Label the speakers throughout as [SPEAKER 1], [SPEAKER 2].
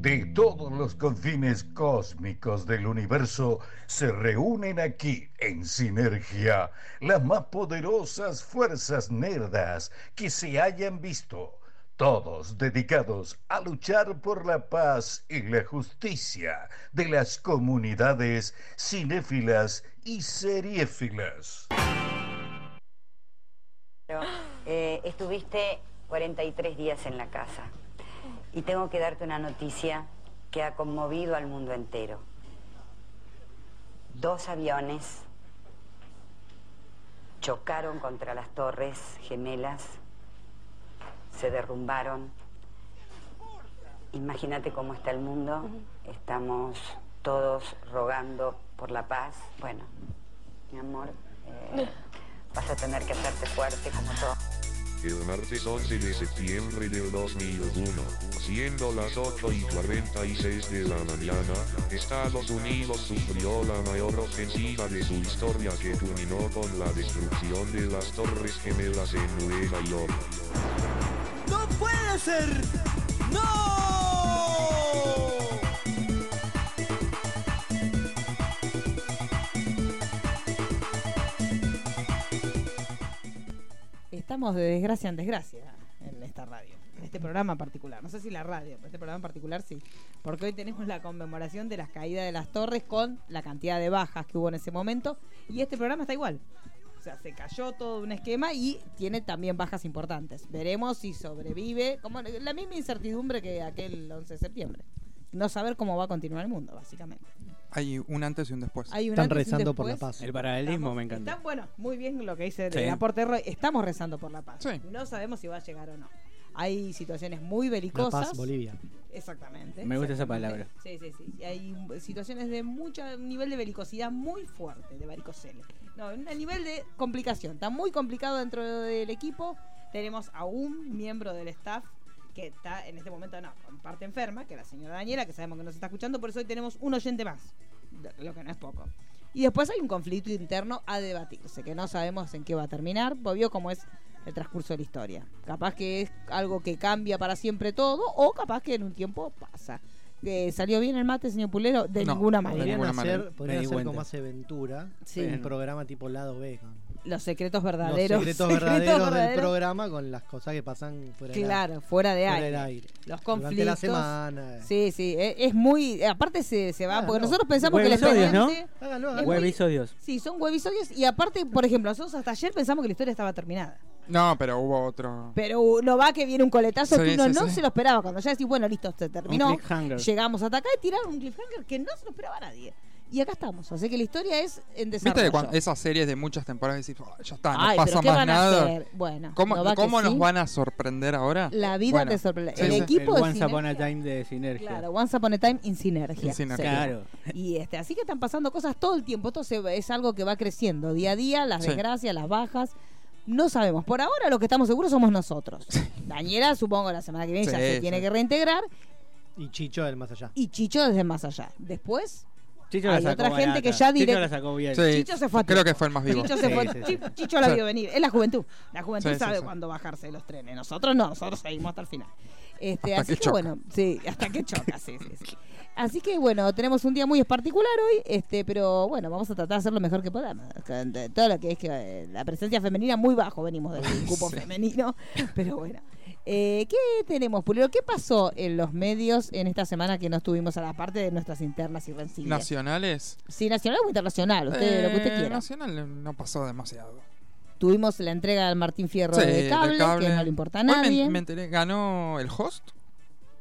[SPEAKER 1] de todos los confines cósmicos del universo se reúnen aquí en sinergia las más poderosas fuerzas nerdas que se hayan visto, todos dedicados a luchar por la paz y la justicia de las comunidades cinéfilas y seriéfilas.
[SPEAKER 2] Eh, estuviste 43 días en la casa y tengo que darte una noticia que ha conmovido al mundo entero. Dos aviones chocaron contra las torres gemelas, se derrumbaron. Imagínate cómo está el mundo. Estamos todos rogando por la paz. Bueno, mi amor, eh, vas a tener que hacerte fuerte como todo.
[SPEAKER 3] El martes 11 de septiembre del 2001, siendo las 8 y 46 de la mañana, Estados Unidos sufrió la mayor ofensiva de su historia que culminó con la destrucción de las Torres Gemelas en Nueva York.
[SPEAKER 4] ¡No puede ser! ¡No!
[SPEAKER 5] Estamos de desgracia en desgracia en esta radio, en este programa en particular. No sé si la radio, pero este programa en particular sí. Porque hoy tenemos la conmemoración de las caídas de las torres con la cantidad de bajas que hubo en ese momento. Y este programa está igual. O sea, se cayó todo un esquema y tiene también bajas importantes. Veremos si sobrevive. Como la misma incertidumbre que aquel 11 de septiembre. No saber cómo va a continuar el mundo, básicamente.
[SPEAKER 6] Hay un antes y un después.
[SPEAKER 5] Hay un
[SPEAKER 7] Están
[SPEAKER 5] antes y un
[SPEAKER 7] rezando por la
[SPEAKER 5] después.
[SPEAKER 7] paz.
[SPEAKER 8] El paralelismo me encanta.
[SPEAKER 5] Está bueno, muy bien lo que dice
[SPEAKER 8] Sí.
[SPEAKER 5] el aporte de Roy. Estamos rezando por la paz.
[SPEAKER 6] Sí.
[SPEAKER 5] No sabemos si va a llegar o no. Hay situaciones muy
[SPEAKER 7] La
[SPEAKER 5] belicosas.
[SPEAKER 7] paz, Bolivia.
[SPEAKER 5] Exactamente.
[SPEAKER 8] Me gusta esa
[SPEAKER 5] exactamente.
[SPEAKER 8] palabra.
[SPEAKER 5] Sí, sí, sí. Y Hay situaciones de mucho nivel de belicosidad muy fuerte, de varicocele. No, un nivel de complicación. Está muy complicado dentro del equipo. Tenemos a un miembro del staff que está en este momento, no, con parte enferma, que es la señora Daniela, que sabemos que nos está escuchando, por eso hoy tenemos un oyente más, lo que no es poco. Y después hay un conflicto interno a debatirse, que no sabemos en qué va a terminar, porque vio cómo es el transcurso de la historia. Capaz que es algo que cambia para siempre todo, o capaz que en un tiempo pasa. Eh, ¿Salió bien el mate, señor Pulero? De
[SPEAKER 6] No,
[SPEAKER 5] ninguna
[SPEAKER 6] de
[SPEAKER 5] manera.
[SPEAKER 6] ninguna
[SPEAKER 7] Podrían
[SPEAKER 6] manera.
[SPEAKER 7] hacer, podrían
[SPEAKER 8] Me di
[SPEAKER 7] hacer
[SPEAKER 8] cuenta.
[SPEAKER 7] como hace Ventura,
[SPEAKER 5] Sí.
[SPEAKER 7] un programa tipo lado B. con
[SPEAKER 5] Los secretos
[SPEAKER 7] Los
[SPEAKER 5] verdaderos.
[SPEAKER 7] secretos, verdaderos, del programa con las cosas que pasan fuera del
[SPEAKER 5] Claro, fuera de
[SPEAKER 7] aire. Fuera
[SPEAKER 5] aire.
[SPEAKER 7] del aire.
[SPEAKER 5] Los
[SPEAKER 7] Durante la
[SPEAKER 5] conflictos.
[SPEAKER 7] semana. eh.
[SPEAKER 5] Sí, sí, e- es muy. Aparte se, se va.
[SPEAKER 7] Claro,
[SPEAKER 5] porque
[SPEAKER 7] no.
[SPEAKER 5] nosotros pensamos que la
[SPEAKER 8] Webisodios, ¿no?
[SPEAKER 5] gente-
[SPEAKER 7] Hágalo,
[SPEAKER 5] Es
[SPEAKER 7] hágalo.
[SPEAKER 5] muy-
[SPEAKER 8] Webisodios.
[SPEAKER 5] Sí, son webisodios. Y aparte, por ejemplo, nosotros hasta ayer pensamos que la historia estaba terminada.
[SPEAKER 6] No, pero hubo otro.
[SPEAKER 5] Pero no va que viene un coletazo
[SPEAKER 6] Sí,
[SPEAKER 5] que uno
[SPEAKER 6] sí,
[SPEAKER 5] no
[SPEAKER 6] sí.
[SPEAKER 5] se lo esperaba. Cuando ya decís, bueno, listo, se terminó.
[SPEAKER 8] Un cliffhanger.
[SPEAKER 5] Llegamos hasta acá y tiraron un cliffhanger que no se lo esperaba nadie. Y acá estamos. Así que la historia es en desarrollo.
[SPEAKER 6] ¿Viste que cuando esas series de muchas temporadas decís, "Oh, ya está, no
[SPEAKER 5] Ay,
[SPEAKER 6] pasa
[SPEAKER 5] pero ¿qué
[SPEAKER 6] más
[SPEAKER 5] van
[SPEAKER 6] nada?
[SPEAKER 5] a hacer? Bueno,
[SPEAKER 6] ¿Cómo,
[SPEAKER 5] no va que
[SPEAKER 6] cómo nos
[SPEAKER 5] sí.
[SPEAKER 6] van a sorprender ahora?
[SPEAKER 5] La vida
[SPEAKER 6] Bueno,
[SPEAKER 5] te sorprende.
[SPEAKER 6] sí,
[SPEAKER 5] el
[SPEAKER 6] sí.
[SPEAKER 5] equipo
[SPEAKER 8] el
[SPEAKER 5] de
[SPEAKER 8] Once Upon a
[SPEAKER 5] Sinergia-
[SPEAKER 8] Time de Sinergia.
[SPEAKER 5] Claro, Once Upon a Time in sinergia.
[SPEAKER 6] In sinergia.
[SPEAKER 5] sería.
[SPEAKER 8] Claro.
[SPEAKER 5] Y este, así que están pasando cosas todo el tiempo. Esto se, es algo que va creciendo día a día, las
[SPEAKER 6] Sí.
[SPEAKER 5] desgracias, las bajas. No sabemos. Por ahora lo que estamos seguros somos nosotros. Daniela, supongo, la semana que viene ya
[SPEAKER 6] Sí,
[SPEAKER 5] se
[SPEAKER 6] sí.
[SPEAKER 5] tiene que reintegrar.
[SPEAKER 7] Y Chicho del más allá.
[SPEAKER 5] Y Chicho desde más allá. Después,
[SPEAKER 8] Chicho
[SPEAKER 5] Hay
[SPEAKER 8] la sacó
[SPEAKER 5] otra gente
[SPEAKER 8] barata.
[SPEAKER 5] que ya direct-
[SPEAKER 8] Chicho la sacó bien.
[SPEAKER 6] Sí,
[SPEAKER 5] Chicho se fue a
[SPEAKER 6] Creo
[SPEAKER 5] tiempo.
[SPEAKER 6] que fue el más vivo.
[SPEAKER 5] Chicho se
[SPEAKER 8] Sí,
[SPEAKER 5] fue.
[SPEAKER 8] sí, sí.
[SPEAKER 5] Chi- Chicho la
[SPEAKER 6] Sí.
[SPEAKER 5] vio venir. Es la juventud. La juventud
[SPEAKER 6] Sí, sí,
[SPEAKER 5] sabe
[SPEAKER 6] sí.
[SPEAKER 5] cuándo bajarse de los trenes. Nosotros no, nosotros seguimos hasta el final. Este,
[SPEAKER 6] Hasta
[SPEAKER 5] así
[SPEAKER 6] que
[SPEAKER 5] que,
[SPEAKER 6] choca.
[SPEAKER 5] bueno, sí, hasta que choca, sí, sí, sí. Así que bueno, tenemos un día muy particular hoy, este, pero bueno, vamos a tratar de hacer lo mejor que podamos. Con- de- Todo lo que es que eh, la presencia femenina muy bajo venimos del cupo
[SPEAKER 6] Sí.
[SPEAKER 5] femenino, pero bueno. Eh, ¿Qué tenemos, Pulero? ¿Qué pasó en los medios en esta semana que no estuvimos a la parte de nuestras internas y rencillas?
[SPEAKER 6] ¿Nacionales?
[SPEAKER 5] Sí, nacional o internacional, usted, lo que usted
[SPEAKER 6] Eh,
[SPEAKER 5] quiera.
[SPEAKER 6] Nacional no pasó demasiado.
[SPEAKER 5] Tuvimos la entrega del Martín Fierro
[SPEAKER 6] Sí,
[SPEAKER 5] de,
[SPEAKER 6] del
[SPEAKER 5] cable, que no le importa a nadie.
[SPEAKER 6] Hoy me, me enteré, ganó el host.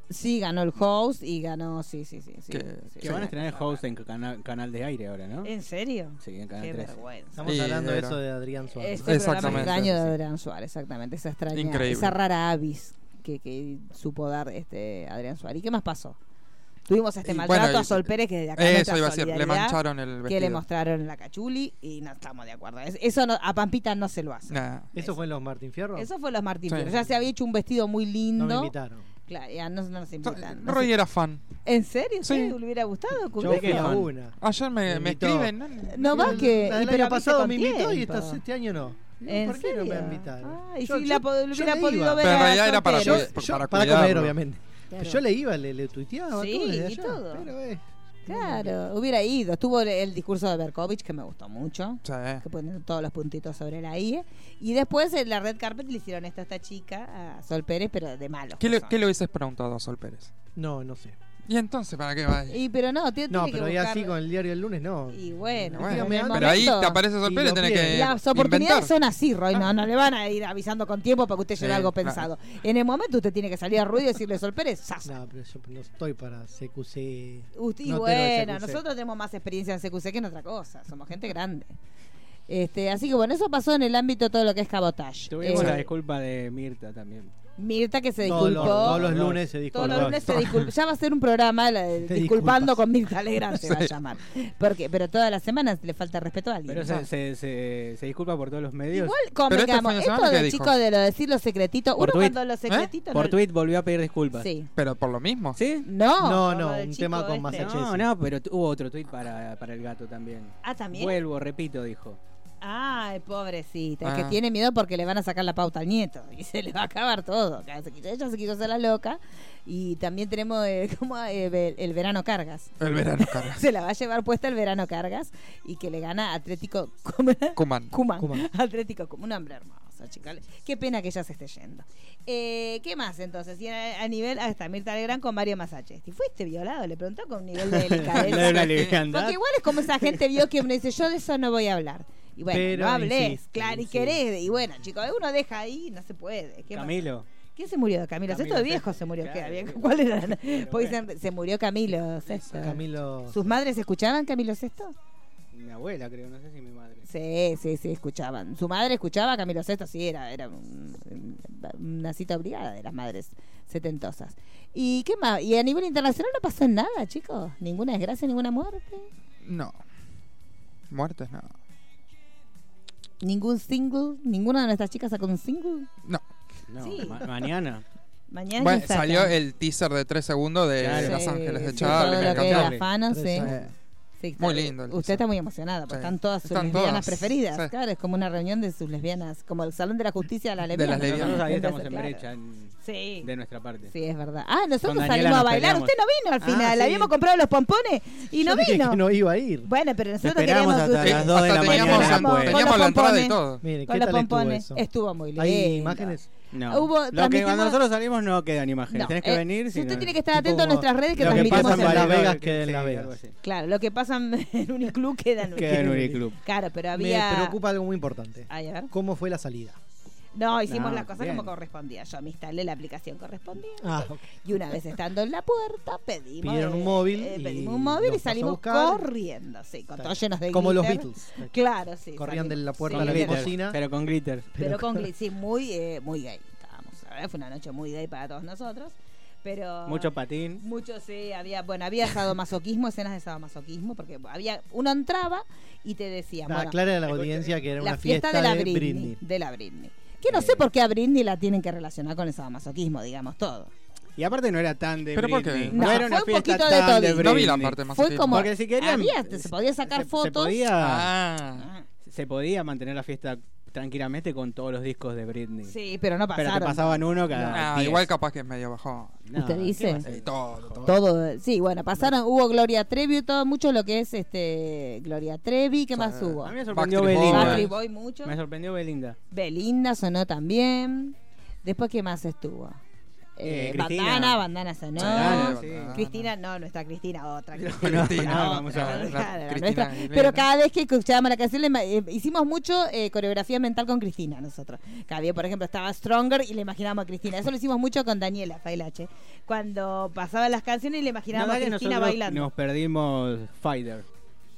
[SPEAKER 5] Sí, ganó el host y ganó. Sí, sí, sí. sí,
[SPEAKER 6] Que-
[SPEAKER 5] sí.
[SPEAKER 8] Que van a estrenar el host en cana- canal de aire ahora, ¿no?
[SPEAKER 5] ¿En serio?
[SPEAKER 8] Sí, en
[SPEAKER 5] Eh, Qué
[SPEAKER 8] Canal 3.
[SPEAKER 5] vergüenza.
[SPEAKER 7] Estamos
[SPEAKER 6] Y
[SPEAKER 7] hablando de
[SPEAKER 6] era-
[SPEAKER 7] eso de Adrián Suárez.
[SPEAKER 5] Este programa
[SPEAKER 6] Exactamente.
[SPEAKER 5] extraño de Adrián Suárez, exactamente. Esa extraña,
[SPEAKER 6] Increíble.
[SPEAKER 5] esa rara avis que, que supo dar este Adrián Suárez. ¿Y qué más pasó? Tuvimos este
[SPEAKER 6] Y
[SPEAKER 5] maltrato
[SPEAKER 6] bueno,
[SPEAKER 5] a
[SPEAKER 6] y-
[SPEAKER 5] Sol Pérez, que de acá
[SPEAKER 6] Eso
[SPEAKER 5] nuestra
[SPEAKER 6] iba a decir, le
[SPEAKER 5] solidaridad,
[SPEAKER 6] mancharon el
[SPEAKER 5] Que
[SPEAKER 6] vestido.
[SPEAKER 5] le mostraron la cachuli y no estamos de acuerdo. Es- Eso no- a Pampita no se lo hace.
[SPEAKER 6] Nah.
[SPEAKER 7] ¿Eso fue en los Martín Fierro?
[SPEAKER 5] Eso fue los Martín
[SPEAKER 6] Sí.
[SPEAKER 5] Fierro. Ya se había hecho un vestido muy lindo.
[SPEAKER 7] no me invitaron.
[SPEAKER 5] Claro, ya no, no nos invitan. No
[SPEAKER 6] Roy
[SPEAKER 5] sé.
[SPEAKER 6] era fan.
[SPEAKER 5] ¿En serio? ¿Sí?
[SPEAKER 6] Sí.
[SPEAKER 5] ¿Le hubiera gustado?
[SPEAKER 7] Yo fui a
[SPEAKER 8] fan.
[SPEAKER 7] una.
[SPEAKER 6] Ayer me,
[SPEAKER 7] Me
[SPEAKER 6] me
[SPEAKER 7] invitó.
[SPEAKER 6] escriben. ¿no?
[SPEAKER 5] No va
[SPEAKER 7] El-
[SPEAKER 5] que.
[SPEAKER 7] El,
[SPEAKER 5] pero
[SPEAKER 7] Mm, año pasado me
[SPEAKER 5] viste con
[SPEAKER 7] invitó y
[SPEAKER 5] tiempo.
[SPEAKER 7] esta- este año no.
[SPEAKER 5] ¿En
[SPEAKER 7] ¿Por qué no me
[SPEAKER 5] serio?
[SPEAKER 7] invitaron?
[SPEAKER 5] Ah, y
[SPEAKER 7] Yo-
[SPEAKER 5] si
[SPEAKER 7] yo-
[SPEAKER 5] la po-
[SPEAKER 7] yo
[SPEAKER 5] hubiera
[SPEAKER 7] le
[SPEAKER 5] podido
[SPEAKER 7] iba.
[SPEAKER 5] ver.
[SPEAKER 6] Pero en
[SPEAKER 5] a
[SPEAKER 6] realidad era para
[SPEAKER 5] Soltero.
[SPEAKER 6] Yo-
[SPEAKER 7] Yo-
[SPEAKER 6] para
[SPEAKER 7] para comer,
[SPEAKER 6] cuidarlo.
[SPEAKER 7] obviamente.
[SPEAKER 9] Claro.
[SPEAKER 7] Yo le iba, le, le tuiteaba
[SPEAKER 5] Sí,
[SPEAKER 7] todo desde
[SPEAKER 5] y
[SPEAKER 7] allá,
[SPEAKER 5] todo.
[SPEAKER 7] Pero, eh,
[SPEAKER 5] Claro, hubiera ido. Estuvo el- el discurso de Berkovich, que me gustó mucho.
[SPEAKER 6] Sí.
[SPEAKER 5] Que pone todos los puntitos sobre la I. Y después en la red carpet le hicieron esto a esta chica, a Sol Pérez, pero de malo.
[SPEAKER 6] ¿Qué le, qué le hubieses preguntado a Sol Pérez?
[SPEAKER 7] no, no sé.
[SPEAKER 6] ¿Y entonces para qué va ahí?
[SPEAKER 5] Y pero no, tiene,
[SPEAKER 7] No,
[SPEAKER 5] tiene
[SPEAKER 7] pero
[SPEAKER 5] que
[SPEAKER 7] ahí
[SPEAKER 5] buscar...
[SPEAKER 7] así con el diario el lunes, no.
[SPEAKER 5] Y bueno,
[SPEAKER 6] Bueno,
[SPEAKER 5] en el
[SPEAKER 6] Pero ahí
[SPEAKER 5] momento-
[SPEAKER 6] te aparece Sol
[SPEAKER 7] y
[SPEAKER 6] Pérez,
[SPEAKER 7] lo
[SPEAKER 6] tenés
[SPEAKER 7] pide.
[SPEAKER 6] que.
[SPEAKER 5] Las oportunidades
[SPEAKER 6] inventar.
[SPEAKER 5] son así, Roy.
[SPEAKER 7] Ah.
[SPEAKER 5] No, no le van a ir avisando con tiempo para que usted lleve
[SPEAKER 6] Sí,
[SPEAKER 5] algo
[SPEAKER 6] claro.
[SPEAKER 5] pensado. En el momento usted tiene que salir a ruido y decirle Sol Pérez, ¡zas!
[SPEAKER 7] No, pero yo no estoy para CQC.
[SPEAKER 5] Usted- y
[SPEAKER 7] no quiero de
[SPEAKER 5] bueno,
[SPEAKER 7] CQC.
[SPEAKER 5] nosotros tenemos más experiencia en CQC que en otra cosa. Somos gente grande. Este, así que bueno, eso pasó en el ámbito de todo lo que es cabotage.
[SPEAKER 10] Tuvimos
[SPEAKER 5] Eh,
[SPEAKER 10] la disculpa de Mirta también.
[SPEAKER 5] Mirta que se
[SPEAKER 7] Todos
[SPEAKER 5] disculpó.
[SPEAKER 7] los, todos los lunes se
[SPEAKER 5] Todos
[SPEAKER 7] disculpa.
[SPEAKER 5] los lunes se disculpa. Ya va a ser un programa la de
[SPEAKER 7] Te
[SPEAKER 5] disculpando
[SPEAKER 7] disculpas.
[SPEAKER 5] con Mirta Legrand se va a llamar. Porque, pero todas las semanas le falta respeto a alguien.
[SPEAKER 10] Pero
[SPEAKER 5] ¿no?
[SPEAKER 10] se, se, se, se disculpa por todos los medios.
[SPEAKER 5] Igual convengamos,
[SPEAKER 6] este fin de
[SPEAKER 5] esto
[SPEAKER 6] semana,
[SPEAKER 5] del
[SPEAKER 6] ¿qué dijo?
[SPEAKER 5] chico de lo decir los secretitos, uno
[SPEAKER 10] Por tuit.
[SPEAKER 5] cuando los
[SPEAKER 6] ¿Eh?
[SPEAKER 5] secretitos no-
[SPEAKER 10] Por tweet volvió a pedir disculpas.
[SPEAKER 5] sí.
[SPEAKER 6] Pero por lo mismo.
[SPEAKER 10] ¿Sí?
[SPEAKER 5] No,
[SPEAKER 7] No,
[SPEAKER 5] por lo
[SPEAKER 7] no,
[SPEAKER 5] del chico
[SPEAKER 7] un
[SPEAKER 5] este,
[SPEAKER 7] tema con Massachusetts.
[SPEAKER 10] No, no, pero tu- hubo otro tweet para, para el gato también.
[SPEAKER 5] Ah, también.
[SPEAKER 10] Vuelvo, repito, dijo.
[SPEAKER 5] Ay, pobrecita, es
[SPEAKER 6] Ah.
[SPEAKER 5] que tiene miedo porque le van a sacar la pauta al nieto y se le va a acabar todo. Acá se quiso- Ella se quiso hacer la loca y también tenemos eh, como, eh, ve- el verano cargas.
[SPEAKER 6] El verano, Carlos.
[SPEAKER 5] Se la va a llevar puesta el verano cargas y que le gana Atlético ¿cómo era?
[SPEAKER 6] Cuman.
[SPEAKER 5] Cuman.
[SPEAKER 7] Cuman.
[SPEAKER 5] Atlético Cuman, un hombre hermoso, chicales. Qué pena que ella se esté yendo. Eh, ¿Qué más entonces? Y a, a nivel hasta Mirta Legrand con Mario Masachesti. ¿Fuiste violado? Le preguntó con un nivel de delicadeza.
[SPEAKER 10] La de la liviandad.
[SPEAKER 5] Porque igual es como esa gente vio que uno dice, yo de eso no voy a hablar. Y bueno,
[SPEAKER 7] Pero
[SPEAKER 5] no hables,
[SPEAKER 7] insiste,
[SPEAKER 5] claro, y
[SPEAKER 7] insiste.
[SPEAKER 5] querés. Y bueno, chicos, uno deja ahí, no se puede. ¿Qué más?
[SPEAKER 10] Camilo.
[SPEAKER 5] ¿Quién se murió? Camilo, Sesto
[SPEAKER 10] Camilo
[SPEAKER 5] de viejo
[SPEAKER 10] Sesto,
[SPEAKER 5] se murió.
[SPEAKER 10] claro,
[SPEAKER 5] ¿qué?
[SPEAKER 10] sí.
[SPEAKER 5] ¿Cuál era?
[SPEAKER 10] Pero
[SPEAKER 5] Porque
[SPEAKER 10] bueno.
[SPEAKER 5] dicen, se murió Camilo Sesto.
[SPEAKER 7] Camilo.
[SPEAKER 5] ¿Sus madres escuchaban Camilo Sesto?
[SPEAKER 10] Mi abuela, creo, no sé si mi madre.
[SPEAKER 5] Sí, sí, sí, escuchaban. Su madre escuchaba a Camilo Sesto, sí, era, era un- una cita obligada de las madres setentosas. ¿Y qué más? ¿Y a nivel internacional no pasó nada, chicos? ¿Ninguna desgracia, ninguna muerte?
[SPEAKER 6] No. Muertes, no.
[SPEAKER 5] ¿Ningún single? ¿Ninguna de nuestras chicas sacó un single?
[SPEAKER 6] No.
[SPEAKER 10] No,
[SPEAKER 5] Sí.
[SPEAKER 10] ma- mañana.
[SPEAKER 5] Mañana
[SPEAKER 6] Bueno,
[SPEAKER 5] se saca.
[SPEAKER 6] salió el teaser de 3 segundos de
[SPEAKER 10] Claro.
[SPEAKER 6] Los
[SPEAKER 5] Sí,
[SPEAKER 6] Ángeles de
[SPEAKER 5] sí,
[SPEAKER 6] Charlie.
[SPEAKER 5] todo
[SPEAKER 6] me
[SPEAKER 5] lo que
[SPEAKER 6] encantó.
[SPEAKER 5] era fano, sí.
[SPEAKER 7] Tres años.
[SPEAKER 5] Sí, está-
[SPEAKER 6] Muy lindo el
[SPEAKER 5] Usted
[SPEAKER 6] teaser.
[SPEAKER 5] está muy emocionada, porque
[SPEAKER 6] Sí.
[SPEAKER 5] están todas sus
[SPEAKER 6] Están
[SPEAKER 5] lesbianas
[SPEAKER 6] todas,
[SPEAKER 5] preferidas.
[SPEAKER 6] sí.
[SPEAKER 5] Claro, es como una reunión de sus lesbianas, como el Salón de la Justicia de las
[SPEAKER 6] las
[SPEAKER 5] lesbianas.
[SPEAKER 6] lesbianas.
[SPEAKER 10] Nosotros ahí estamos en
[SPEAKER 5] Claro.
[SPEAKER 10] brecha en-
[SPEAKER 5] Sí.
[SPEAKER 10] de nuestra parte.
[SPEAKER 5] Sí, es verdad. Ah, nosotros
[SPEAKER 10] Con Daniela
[SPEAKER 5] salimos a
[SPEAKER 10] nos
[SPEAKER 5] bailar.
[SPEAKER 10] peleamos.
[SPEAKER 5] Usted no vino al
[SPEAKER 10] Ah,
[SPEAKER 5] final. Le
[SPEAKER 10] sí.
[SPEAKER 5] habíamos comprado los pompones y no
[SPEAKER 7] Yo dije
[SPEAKER 5] vino.
[SPEAKER 7] que no iba a ir.
[SPEAKER 5] Bueno, pero nosotros
[SPEAKER 10] Esperamos
[SPEAKER 5] queríamos que
[SPEAKER 10] hasta
[SPEAKER 5] usted-
[SPEAKER 10] las 2 de la
[SPEAKER 6] Eh, Hasta teníamos-
[SPEAKER 10] mañana.
[SPEAKER 5] Con los
[SPEAKER 10] pues.
[SPEAKER 6] Teníamos la entrada
[SPEAKER 5] pompones.
[SPEAKER 6] y todo.
[SPEAKER 7] Miren,
[SPEAKER 5] con
[SPEAKER 7] ¿qué
[SPEAKER 5] los
[SPEAKER 7] tal estuvo
[SPEAKER 5] pompones.
[SPEAKER 7] eso?
[SPEAKER 5] Estuvo muy lindo.
[SPEAKER 7] Hay imágenes.
[SPEAKER 10] No.
[SPEAKER 5] Hubo-
[SPEAKER 10] lo que
[SPEAKER 5] transmitimos-
[SPEAKER 10] cuando nosotros salimos no quedan imágenes.
[SPEAKER 5] No,
[SPEAKER 10] Tenés que
[SPEAKER 5] eh,
[SPEAKER 10] venir.
[SPEAKER 5] si
[SPEAKER 10] si
[SPEAKER 5] usted
[SPEAKER 10] no-
[SPEAKER 5] tiene que estar atento a
[SPEAKER 7] Tipo,
[SPEAKER 5] nuestras redes que
[SPEAKER 7] lo que
[SPEAKER 5] transmitimos
[SPEAKER 7] pasa en Las
[SPEAKER 5] vivo.
[SPEAKER 7] Vegas queda en Las Vegas.
[SPEAKER 5] Claro, lo que pasa en Uniclub queda en
[SPEAKER 10] Queda
[SPEAKER 5] Uniclub.
[SPEAKER 10] en Uniclub.
[SPEAKER 5] Claro, pero
[SPEAKER 7] Me
[SPEAKER 5] había.
[SPEAKER 7] preocupa algo muy importante.
[SPEAKER 5] Ay, a ver.
[SPEAKER 7] ¿Cómo fue la salida?
[SPEAKER 5] No, hicimos
[SPEAKER 10] No,
[SPEAKER 5] las cosas
[SPEAKER 10] bien.
[SPEAKER 5] como correspondía. Yo me instalé la aplicación correspondiente.
[SPEAKER 7] Ah, ok.
[SPEAKER 5] Y una vez estando en la puerta, pedimos. eh,
[SPEAKER 7] Pidieron un móvil y
[SPEAKER 5] pedimos un móvil y
[SPEAKER 7] los pasó a
[SPEAKER 5] salimos
[SPEAKER 7] buscar.
[SPEAKER 5] corriendo, sí, con
[SPEAKER 7] Está
[SPEAKER 5] todos
[SPEAKER 7] bien.
[SPEAKER 5] llenos de
[SPEAKER 7] Como los
[SPEAKER 5] glitter.
[SPEAKER 7] Beatles.
[SPEAKER 5] Claro, sí.
[SPEAKER 7] Corrían de
[SPEAKER 5] salimos.
[SPEAKER 7] la puerta
[SPEAKER 5] Sí,
[SPEAKER 7] a la
[SPEAKER 5] pero-
[SPEAKER 7] glitter. cocina.
[SPEAKER 10] Pero con glitter.
[SPEAKER 5] Pero con glitter, sí, muy, eh, muy gay. Estábamos, la verdad, fue una noche muy gay para todos nosotros. Pero.
[SPEAKER 10] Mucho patín.
[SPEAKER 5] Mucho, sí, había, bueno, había sadomasoquismo, escenas de sadomasoquismo, porque había, uno entraba y te decía,
[SPEAKER 7] Ah,
[SPEAKER 5] bueno,
[SPEAKER 7] Aclara a la audiencia que era
[SPEAKER 5] la
[SPEAKER 7] una
[SPEAKER 5] fiesta, de la Britney,
[SPEAKER 7] Britney. Eh.
[SPEAKER 5] De la Britney. Que no sé por qué a Britney la tienen que relacionar con el sadomasoquismo, digamos todo.
[SPEAKER 10] Y aparte no era tan de
[SPEAKER 6] Pero ¿por
[SPEAKER 10] Britney.
[SPEAKER 6] qué?
[SPEAKER 5] No,
[SPEAKER 10] era una
[SPEAKER 5] fue
[SPEAKER 10] fiesta
[SPEAKER 5] un poquito de
[SPEAKER 10] tan
[SPEAKER 5] Toby.
[SPEAKER 10] de
[SPEAKER 6] No vi la
[SPEAKER 10] Britney.
[SPEAKER 6] parte más.
[SPEAKER 5] Fue como
[SPEAKER 10] Porque si querían-
[SPEAKER 5] había- se podía sacar
[SPEAKER 10] Se-
[SPEAKER 5] fotos.
[SPEAKER 10] Se podía,
[SPEAKER 6] Ah.
[SPEAKER 5] Ah,
[SPEAKER 10] se podía mantener la fiesta tranquilamente con todos los discos de Britney.
[SPEAKER 5] Sí, pero no
[SPEAKER 10] Pero
[SPEAKER 5] pasaron.
[SPEAKER 10] te pasaban uno cada.
[SPEAKER 6] Ah,
[SPEAKER 10] diez.
[SPEAKER 6] igual capaz que es medio bajón.
[SPEAKER 10] No,
[SPEAKER 5] ¿Usted
[SPEAKER 10] ¿qué
[SPEAKER 5] dice?
[SPEAKER 10] va a ser?
[SPEAKER 6] Eh, todo, todo.
[SPEAKER 5] Todo, sí, bueno, pasaron, hubo Gloria Trevi, todo mucho lo que es este Gloria Trevi, ¿qué más
[SPEAKER 6] Ah,
[SPEAKER 5] hubo?
[SPEAKER 10] A mí me sorprendió
[SPEAKER 6] Backstreet Boys.
[SPEAKER 10] Belinda.
[SPEAKER 5] Backstreet Boy mucho.
[SPEAKER 10] Me sorprendió Belinda.
[SPEAKER 5] Belinda sonó también. Después, ¿qué más estuvo?
[SPEAKER 10] Eh,
[SPEAKER 5] Eh,
[SPEAKER 10] Cristina.
[SPEAKER 5] bandana, bandana sonó.
[SPEAKER 10] Bandana,
[SPEAKER 6] sí.
[SPEAKER 5] Cristina, no, nuestra Cristina, otra Cristina.
[SPEAKER 10] No,
[SPEAKER 5] la
[SPEAKER 10] no,
[SPEAKER 5] otra,
[SPEAKER 10] vamos a
[SPEAKER 5] la
[SPEAKER 10] ver.
[SPEAKER 6] la
[SPEAKER 5] otra, la
[SPEAKER 6] Cristina
[SPEAKER 5] nuestra.
[SPEAKER 6] Aguilera.
[SPEAKER 5] Pero cada vez que escuchábamos la canción, le ima- eh, hicimos mucho eh, coreografía mental con Cristina nosotros. Cada día, por ejemplo, estaba Stronger y le imaginábamos a Cristina. Eso lo hicimos mucho con Daniela Failache. Cuando pasaban las canciones y le imaginábamos
[SPEAKER 10] Nada
[SPEAKER 5] a
[SPEAKER 10] que
[SPEAKER 5] Cristina
[SPEAKER 10] nosotros
[SPEAKER 5] bailando.
[SPEAKER 10] Nos perdimos Fighter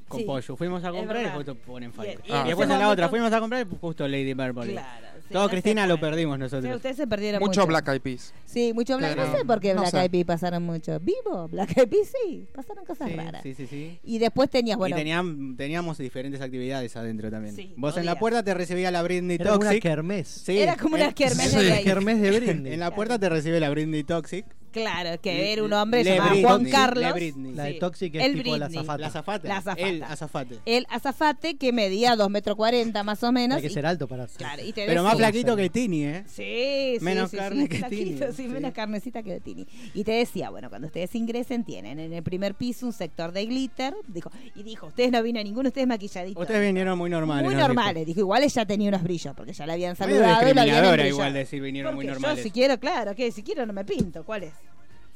[SPEAKER 10] con
[SPEAKER 5] Sí.
[SPEAKER 10] pollo. Fuimos a
[SPEAKER 5] Es
[SPEAKER 10] comprar y
[SPEAKER 5] verdad.
[SPEAKER 10] justo ponen Fighter. Y,
[SPEAKER 5] Y- y
[SPEAKER 6] en ese
[SPEAKER 10] Ah, después en la
[SPEAKER 5] momento-
[SPEAKER 10] otra fuimos a comprar y justo Lady Burberry.
[SPEAKER 5] Claro, sí,
[SPEAKER 10] Todo
[SPEAKER 5] no
[SPEAKER 10] Cristina
[SPEAKER 5] sé
[SPEAKER 10] lo
[SPEAKER 5] cuál.
[SPEAKER 10] perdimos
[SPEAKER 5] O sea,
[SPEAKER 10] nosotros.
[SPEAKER 5] ustedes se perdieron
[SPEAKER 6] Mucho
[SPEAKER 5] mucho.
[SPEAKER 6] Black Eyed Peas.
[SPEAKER 5] Sí, mucho Black.
[SPEAKER 6] Pero-
[SPEAKER 5] no sé por qué
[SPEAKER 6] no
[SPEAKER 5] Black
[SPEAKER 6] sé.
[SPEAKER 5] Eyed Peas pasaron mucho. Vivo, Black Eyed Peas, sí, pasaron cosas
[SPEAKER 10] Sí,
[SPEAKER 5] raras.
[SPEAKER 10] sí, sí, sí.
[SPEAKER 5] Y después tenías, bueno,
[SPEAKER 10] y tenían- teníamos diferentes actividades adentro también.
[SPEAKER 5] Sí,
[SPEAKER 10] Vos en
[SPEAKER 5] podías.
[SPEAKER 10] la puerta te recibía la Britney
[SPEAKER 7] Era una
[SPEAKER 10] Toxic.
[SPEAKER 7] kermés.
[SPEAKER 10] Sí,
[SPEAKER 5] era como
[SPEAKER 10] en-
[SPEAKER 5] una kermés
[SPEAKER 6] Sí.
[SPEAKER 5] de
[SPEAKER 7] Kermés de Britney.
[SPEAKER 10] En la puerta te recibe la Britney Toxic.
[SPEAKER 5] Claro, que
[SPEAKER 8] Le-
[SPEAKER 5] era un hombre
[SPEAKER 8] Le
[SPEAKER 5] llamado
[SPEAKER 8] Britney.
[SPEAKER 5] Juan
[SPEAKER 8] Le
[SPEAKER 5] Carlos.
[SPEAKER 8] Britney.
[SPEAKER 7] La de
[SPEAKER 5] Sí.
[SPEAKER 7] Toxic es
[SPEAKER 5] El
[SPEAKER 7] tipo la
[SPEAKER 5] Britney.
[SPEAKER 7] azafata.
[SPEAKER 8] La azafata.
[SPEAKER 5] La azafata.
[SPEAKER 8] El azafate.
[SPEAKER 5] El azafate que medía 2 metros 40 más o menos.
[SPEAKER 7] Hay que
[SPEAKER 5] y-
[SPEAKER 7] ser alto para
[SPEAKER 5] Claro, y te
[SPEAKER 8] Pero más
[SPEAKER 5] decía-
[SPEAKER 8] flaquito que Tini, ¿eh?
[SPEAKER 5] Sí, sí,
[SPEAKER 8] Menos
[SPEAKER 5] sí,
[SPEAKER 8] carne
[SPEAKER 5] sí,
[SPEAKER 8] que
[SPEAKER 5] flaquito,
[SPEAKER 8] Tini,
[SPEAKER 5] sí,
[SPEAKER 8] sí.
[SPEAKER 5] menos carnecita que Tini. Y te decía, bueno, cuando ustedes ingresen tienen en el primer piso un sector de glitter, dijo, y dijo, ustedes no vino ninguno, ustedes maquilladitos.
[SPEAKER 8] Ustedes vinieron muy normales.
[SPEAKER 5] muy
[SPEAKER 8] nos dijo.
[SPEAKER 5] normales, dijo. igual ella tenía unos brillos, porque ya la habían
[SPEAKER 8] Medio
[SPEAKER 5] saludado y la habían
[SPEAKER 8] discriminadora
[SPEAKER 5] embrillado.
[SPEAKER 8] igual decir vinieron muy
[SPEAKER 5] Porque
[SPEAKER 8] normales.
[SPEAKER 5] Yo si quiero, claro, que si quiero no me pinto, ¿cuál es?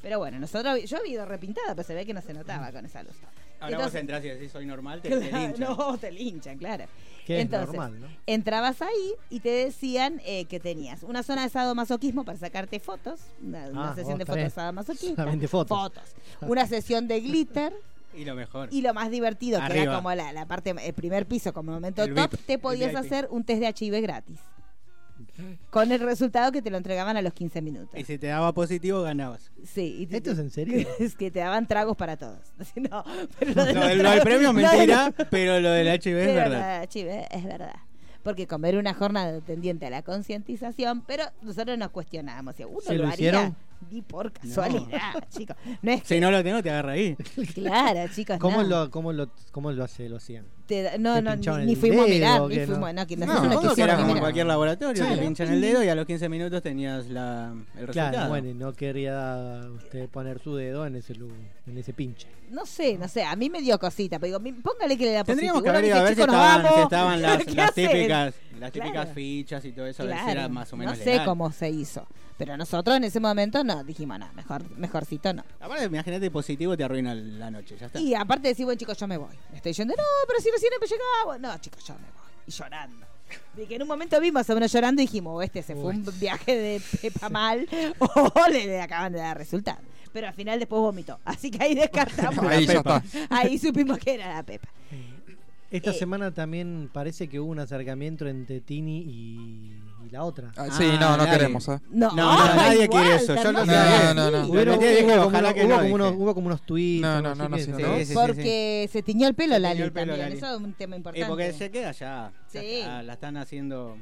[SPEAKER 5] Pero bueno, nosotros yo había ido repintada, pero se ve que no se notaba con esa luz.
[SPEAKER 8] Mm. Ahora vos
[SPEAKER 5] Entonces-
[SPEAKER 8] entras y decís soy normal, te, te
[SPEAKER 5] Claro,
[SPEAKER 8] linchan.
[SPEAKER 5] No, te linchan, claro.
[SPEAKER 7] Que es
[SPEAKER 5] Entonces,
[SPEAKER 7] normal, ¿no?
[SPEAKER 5] entrabas ahí y te decían eh, que tenías una zona de sadomasoquismo para sacarte fotos, una, una
[SPEAKER 7] Ah,
[SPEAKER 5] sesión
[SPEAKER 7] oh,
[SPEAKER 5] de
[SPEAKER 7] está
[SPEAKER 5] fotos
[SPEAKER 7] bien.
[SPEAKER 5] sadomasoquismo,
[SPEAKER 7] Solamente fotos.
[SPEAKER 5] una sesión de glitter
[SPEAKER 8] Y lo mejor.
[SPEAKER 5] y lo más divertido, que era
[SPEAKER 8] Arriba.
[SPEAKER 5] como la, la parte, el primer piso como momento
[SPEAKER 8] El
[SPEAKER 5] top,
[SPEAKER 8] VIP,
[SPEAKER 5] te
[SPEAKER 8] el
[SPEAKER 5] podías
[SPEAKER 8] VIP.
[SPEAKER 5] hacer un test de HIV gratis. Con el resultado que te lo entregaban a los 15 minutos.
[SPEAKER 8] Y si te daba positivo, ganabas.
[SPEAKER 5] Sí, y te-
[SPEAKER 7] ¿Esto es en serio?
[SPEAKER 5] Es que te daban tragos para todos. No, pero lo de
[SPEAKER 8] Lo
[SPEAKER 5] los
[SPEAKER 8] del, lo del
[SPEAKER 5] tragos-
[SPEAKER 8] premio
[SPEAKER 5] lo de
[SPEAKER 8] mentira, pero lo del HIV es
[SPEAKER 5] Pero
[SPEAKER 8] verdad.
[SPEAKER 5] nada, chive, es verdad. Porque comer una jornada tendiente a la concientización, pero nosotros nos cuestionábamos. Si uno
[SPEAKER 7] ¿Se
[SPEAKER 5] lo,
[SPEAKER 7] lo
[SPEAKER 5] haría
[SPEAKER 7] hicieron?
[SPEAKER 5] ni por casualidad, chicos. No es
[SPEAKER 8] Si no lo tengo, te agarra ahí.
[SPEAKER 5] claro, chicos.
[SPEAKER 7] ¿Cómo,
[SPEAKER 5] no.
[SPEAKER 7] lo, cómo, lo, ¿Cómo lo hace, lo hacían?
[SPEAKER 5] Te da- no,
[SPEAKER 7] te
[SPEAKER 5] no,
[SPEAKER 7] pinchaban
[SPEAKER 5] ni, ni
[SPEAKER 7] el
[SPEAKER 5] fuimos a
[SPEAKER 7] dedo,
[SPEAKER 5] mirar, ni
[SPEAKER 7] que no?
[SPEAKER 5] fuimos, no, que nosotros
[SPEAKER 6] No,
[SPEAKER 5] no,
[SPEAKER 8] Supongo que
[SPEAKER 5] quisimos
[SPEAKER 8] era
[SPEAKER 5] ni
[SPEAKER 8] como en
[SPEAKER 5] mirar.
[SPEAKER 8] cualquier laboratorio,
[SPEAKER 5] Claro.
[SPEAKER 8] te pinchan el dedo y a los 15 minutos tenías la, el resultado.
[SPEAKER 7] Claro, bueno, y no quería usted poner su dedo en ese, lu- en ese pinche.
[SPEAKER 5] No sé, no sé, a mí me dio cosita, pero digo, mi- póngale que le da
[SPEAKER 8] Tendríamos
[SPEAKER 5] positivo.
[SPEAKER 8] que
[SPEAKER 5] Uno
[SPEAKER 8] haber ido a
[SPEAKER 5] dice,
[SPEAKER 8] ver si
[SPEAKER 5] "Chicos, nos
[SPEAKER 8] estaban, si estaban
[SPEAKER 5] vamos".
[SPEAKER 8] las,
[SPEAKER 5] ¿Qué
[SPEAKER 8] las
[SPEAKER 5] hacen?
[SPEAKER 8] típicas, las típicas
[SPEAKER 5] Claro.
[SPEAKER 8] fichas y todo eso, a ver si
[SPEAKER 5] Claro,
[SPEAKER 8] era más o menos
[SPEAKER 5] no sé
[SPEAKER 8] legal.
[SPEAKER 5] cómo se hizo, pero nosotros en ese momento no, dijimos, no, mejor, mejorcito no.
[SPEAKER 8] Aparte, imagínate positivo, te arruina la noche, ya está.
[SPEAKER 5] Y aparte decís, bueno, chicos, yo me voy. Me estoy yendo, no, pero si recién me llegaba. No, chicos, yo me voy. Y llorando. De que en un momento vimos a uno llorando y dijimos, o este se fue un viaje de pepa mal o le, le acaban de dar resultado. Pero al final después vomitó. Así que ahí descartamos.
[SPEAKER 6] Ahí ya está.
[SPEAKER 5] Ahí supimos que era la pepa.
[SPEAKER 7] Esta
[SPEAKER 5] Eh.
[SPEAKER 7] semana también parece que hubo un acercamiento entre Tini y, y la otra.
[SPEAKER 6] Ah, sí,
[SPEAKER 8] Ah,
[SPEAKER 6] no, no
[SPEAKER 8] nadie.
[SPEAKER 6] queremos. ¿eh?
[SPEAKER 5] No,
[SPEAKER 8] No, no, nadie quiere eso. Yo
[SPEAKER 5] Walter,
[SPEAKER 8] lo
[SPEAKER 5] no
[SPEAKER 6] sé.
[SPEAKER 5] seas
[SPEAKER 6] No, no,
[SPEAKER 5] así.
[SPEAKER 6] no.
[SPEAKER 7] Hubieron-
[SPEAKER 8] Yo dije,
[SPEAKER 7] hubo como
[SPEAKER 8] ojalá
[SPEAKER 7] uno-
[SPEAKER 8] que
[SPEAKER 7] hubo
[SPEAKER 8] no,
[SPEAKER 7] como
[SPEAKER 8] dije.
[SPEAKER 7] unos, hubo como unos tweets.
[SPEAKER 6] No, no,
[SPEAKER 7] algo
[SPEAKER 6] no,
[SPEAKER 7] así
[SPEAKER 6] no,
[SPEAKER 7] que-
[SPEAKER 6] sí, no,
[SPEAKER 8] Sí,
[SPEAKER 6] no.
[SPEAKER 8] sí, sí.
[SPEAKER 5] Porque se tiñó el pelo
[SPEAKER 8] Se
[SPEAKER 5] Lali
[SPEAKER 8] tiñó el pelo,
[SPEAKER 5] también.
[SPEAKER 8] Lali.
[SPEAKER 5] Eso es un tema importante.
[SPEAKER 8] Y porque se queda ya. ya
[SPEAKER 5] Sí.
[SPEAKER 8] está, la están haciendo.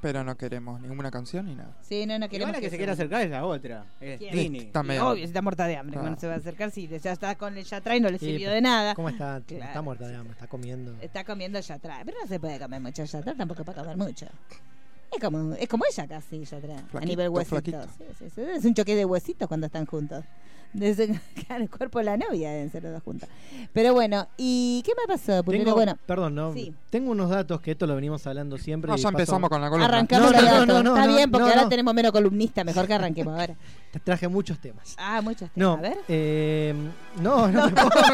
[SPEAKER 6] Pero no queremos ninguna canción ni nada.
[SPEAKER 5] Sí, no, no
[SPEAKER 8] Igual
[SPEAKER 5] queremos
[SPEAKER 8] la que se
[SPEAKER 5] eso.
[SPEAKER 8] quiere acercar es la otra. Es
[SPEAKER 5] ¿Quién?
[SPEAKER 8] Tini.
[SPEAKER 6] Está medio-
[SPEAKER 5] Obvio, si está muerta de hambre.
[SPEAKER 6] Ah.
[SPEAKER 5] Cuando se va a acercar, si ya está con el yatra y no le
[SPEAKER 7] Sí,
[SPEAKER 5] sirvió
[SPEAKER 7] pero
[SPEAKER 5] de nada.
[SPEAKER 7] ¿Cómo está?
[SPEAKER 5] Claro,
[SPEAKER 7] está muerta de
[SPEAKER 5] sí. Eh,
[SPEAKER 7] hambre, está comiendo.
[SPEAKER 5] Está comiendo yatra. Pero no se puede comer mucho yatra, tampoco para comer mucho. Es como, es como ella casi, yatra. a
[SPEAKER 6] Flaquito,
[SPEAKER 5] nivel huesitos.
[SPEAKER 6] flaquito.
[SPEAKER 5] Sí, sí, sí, Es un choque de huesitos cuando están juntos. Desde el cuerpo de la novia deben ser los dos juntos. Pero bueno, ¿y qué me pasó? Porque
[SPEAKER 7] Tengo,
[SPEAKER 5] bueno,
[SPEAKER 7] perdón, no.
[SPEAKER 5] Sí.
[SPEAKER 7] Tengo unos datos que esto lo venimos hablando siempre.
[SPEAKER 6] No,
[SPEAKER 7] y
[SPEAKER 6] ya
[SPEAKER 7] pasó-
[SPEAKER 6] empezamos con la columna.
[SPEAKER 5] arrancamos
[SPEAKER 7] No,
[SPEAKER 5] la
[SPEAKER 7] no,
[SPEAKER 5] data.
[SPEAKER 7] no, no,
[SPEAKER 5] Está
[SPEAKER 7] no,
[SPEAKER 5] bien, porque
[SPEAKER 7] no,
[SPEAKER 5] ahora
[SPEAKER 7] no.
[SPEAKER 5] tenemos menos columnista. Mejor que arranquemos ahora.
[SPEAKER 7] Te Traje muchos temas.
[SPEAKER 5] Ah, muchas
[SPEAKER 7] No,
[SPEAKER 5] A ver,
[SPEAKER 7] eh, no, no, me puedo-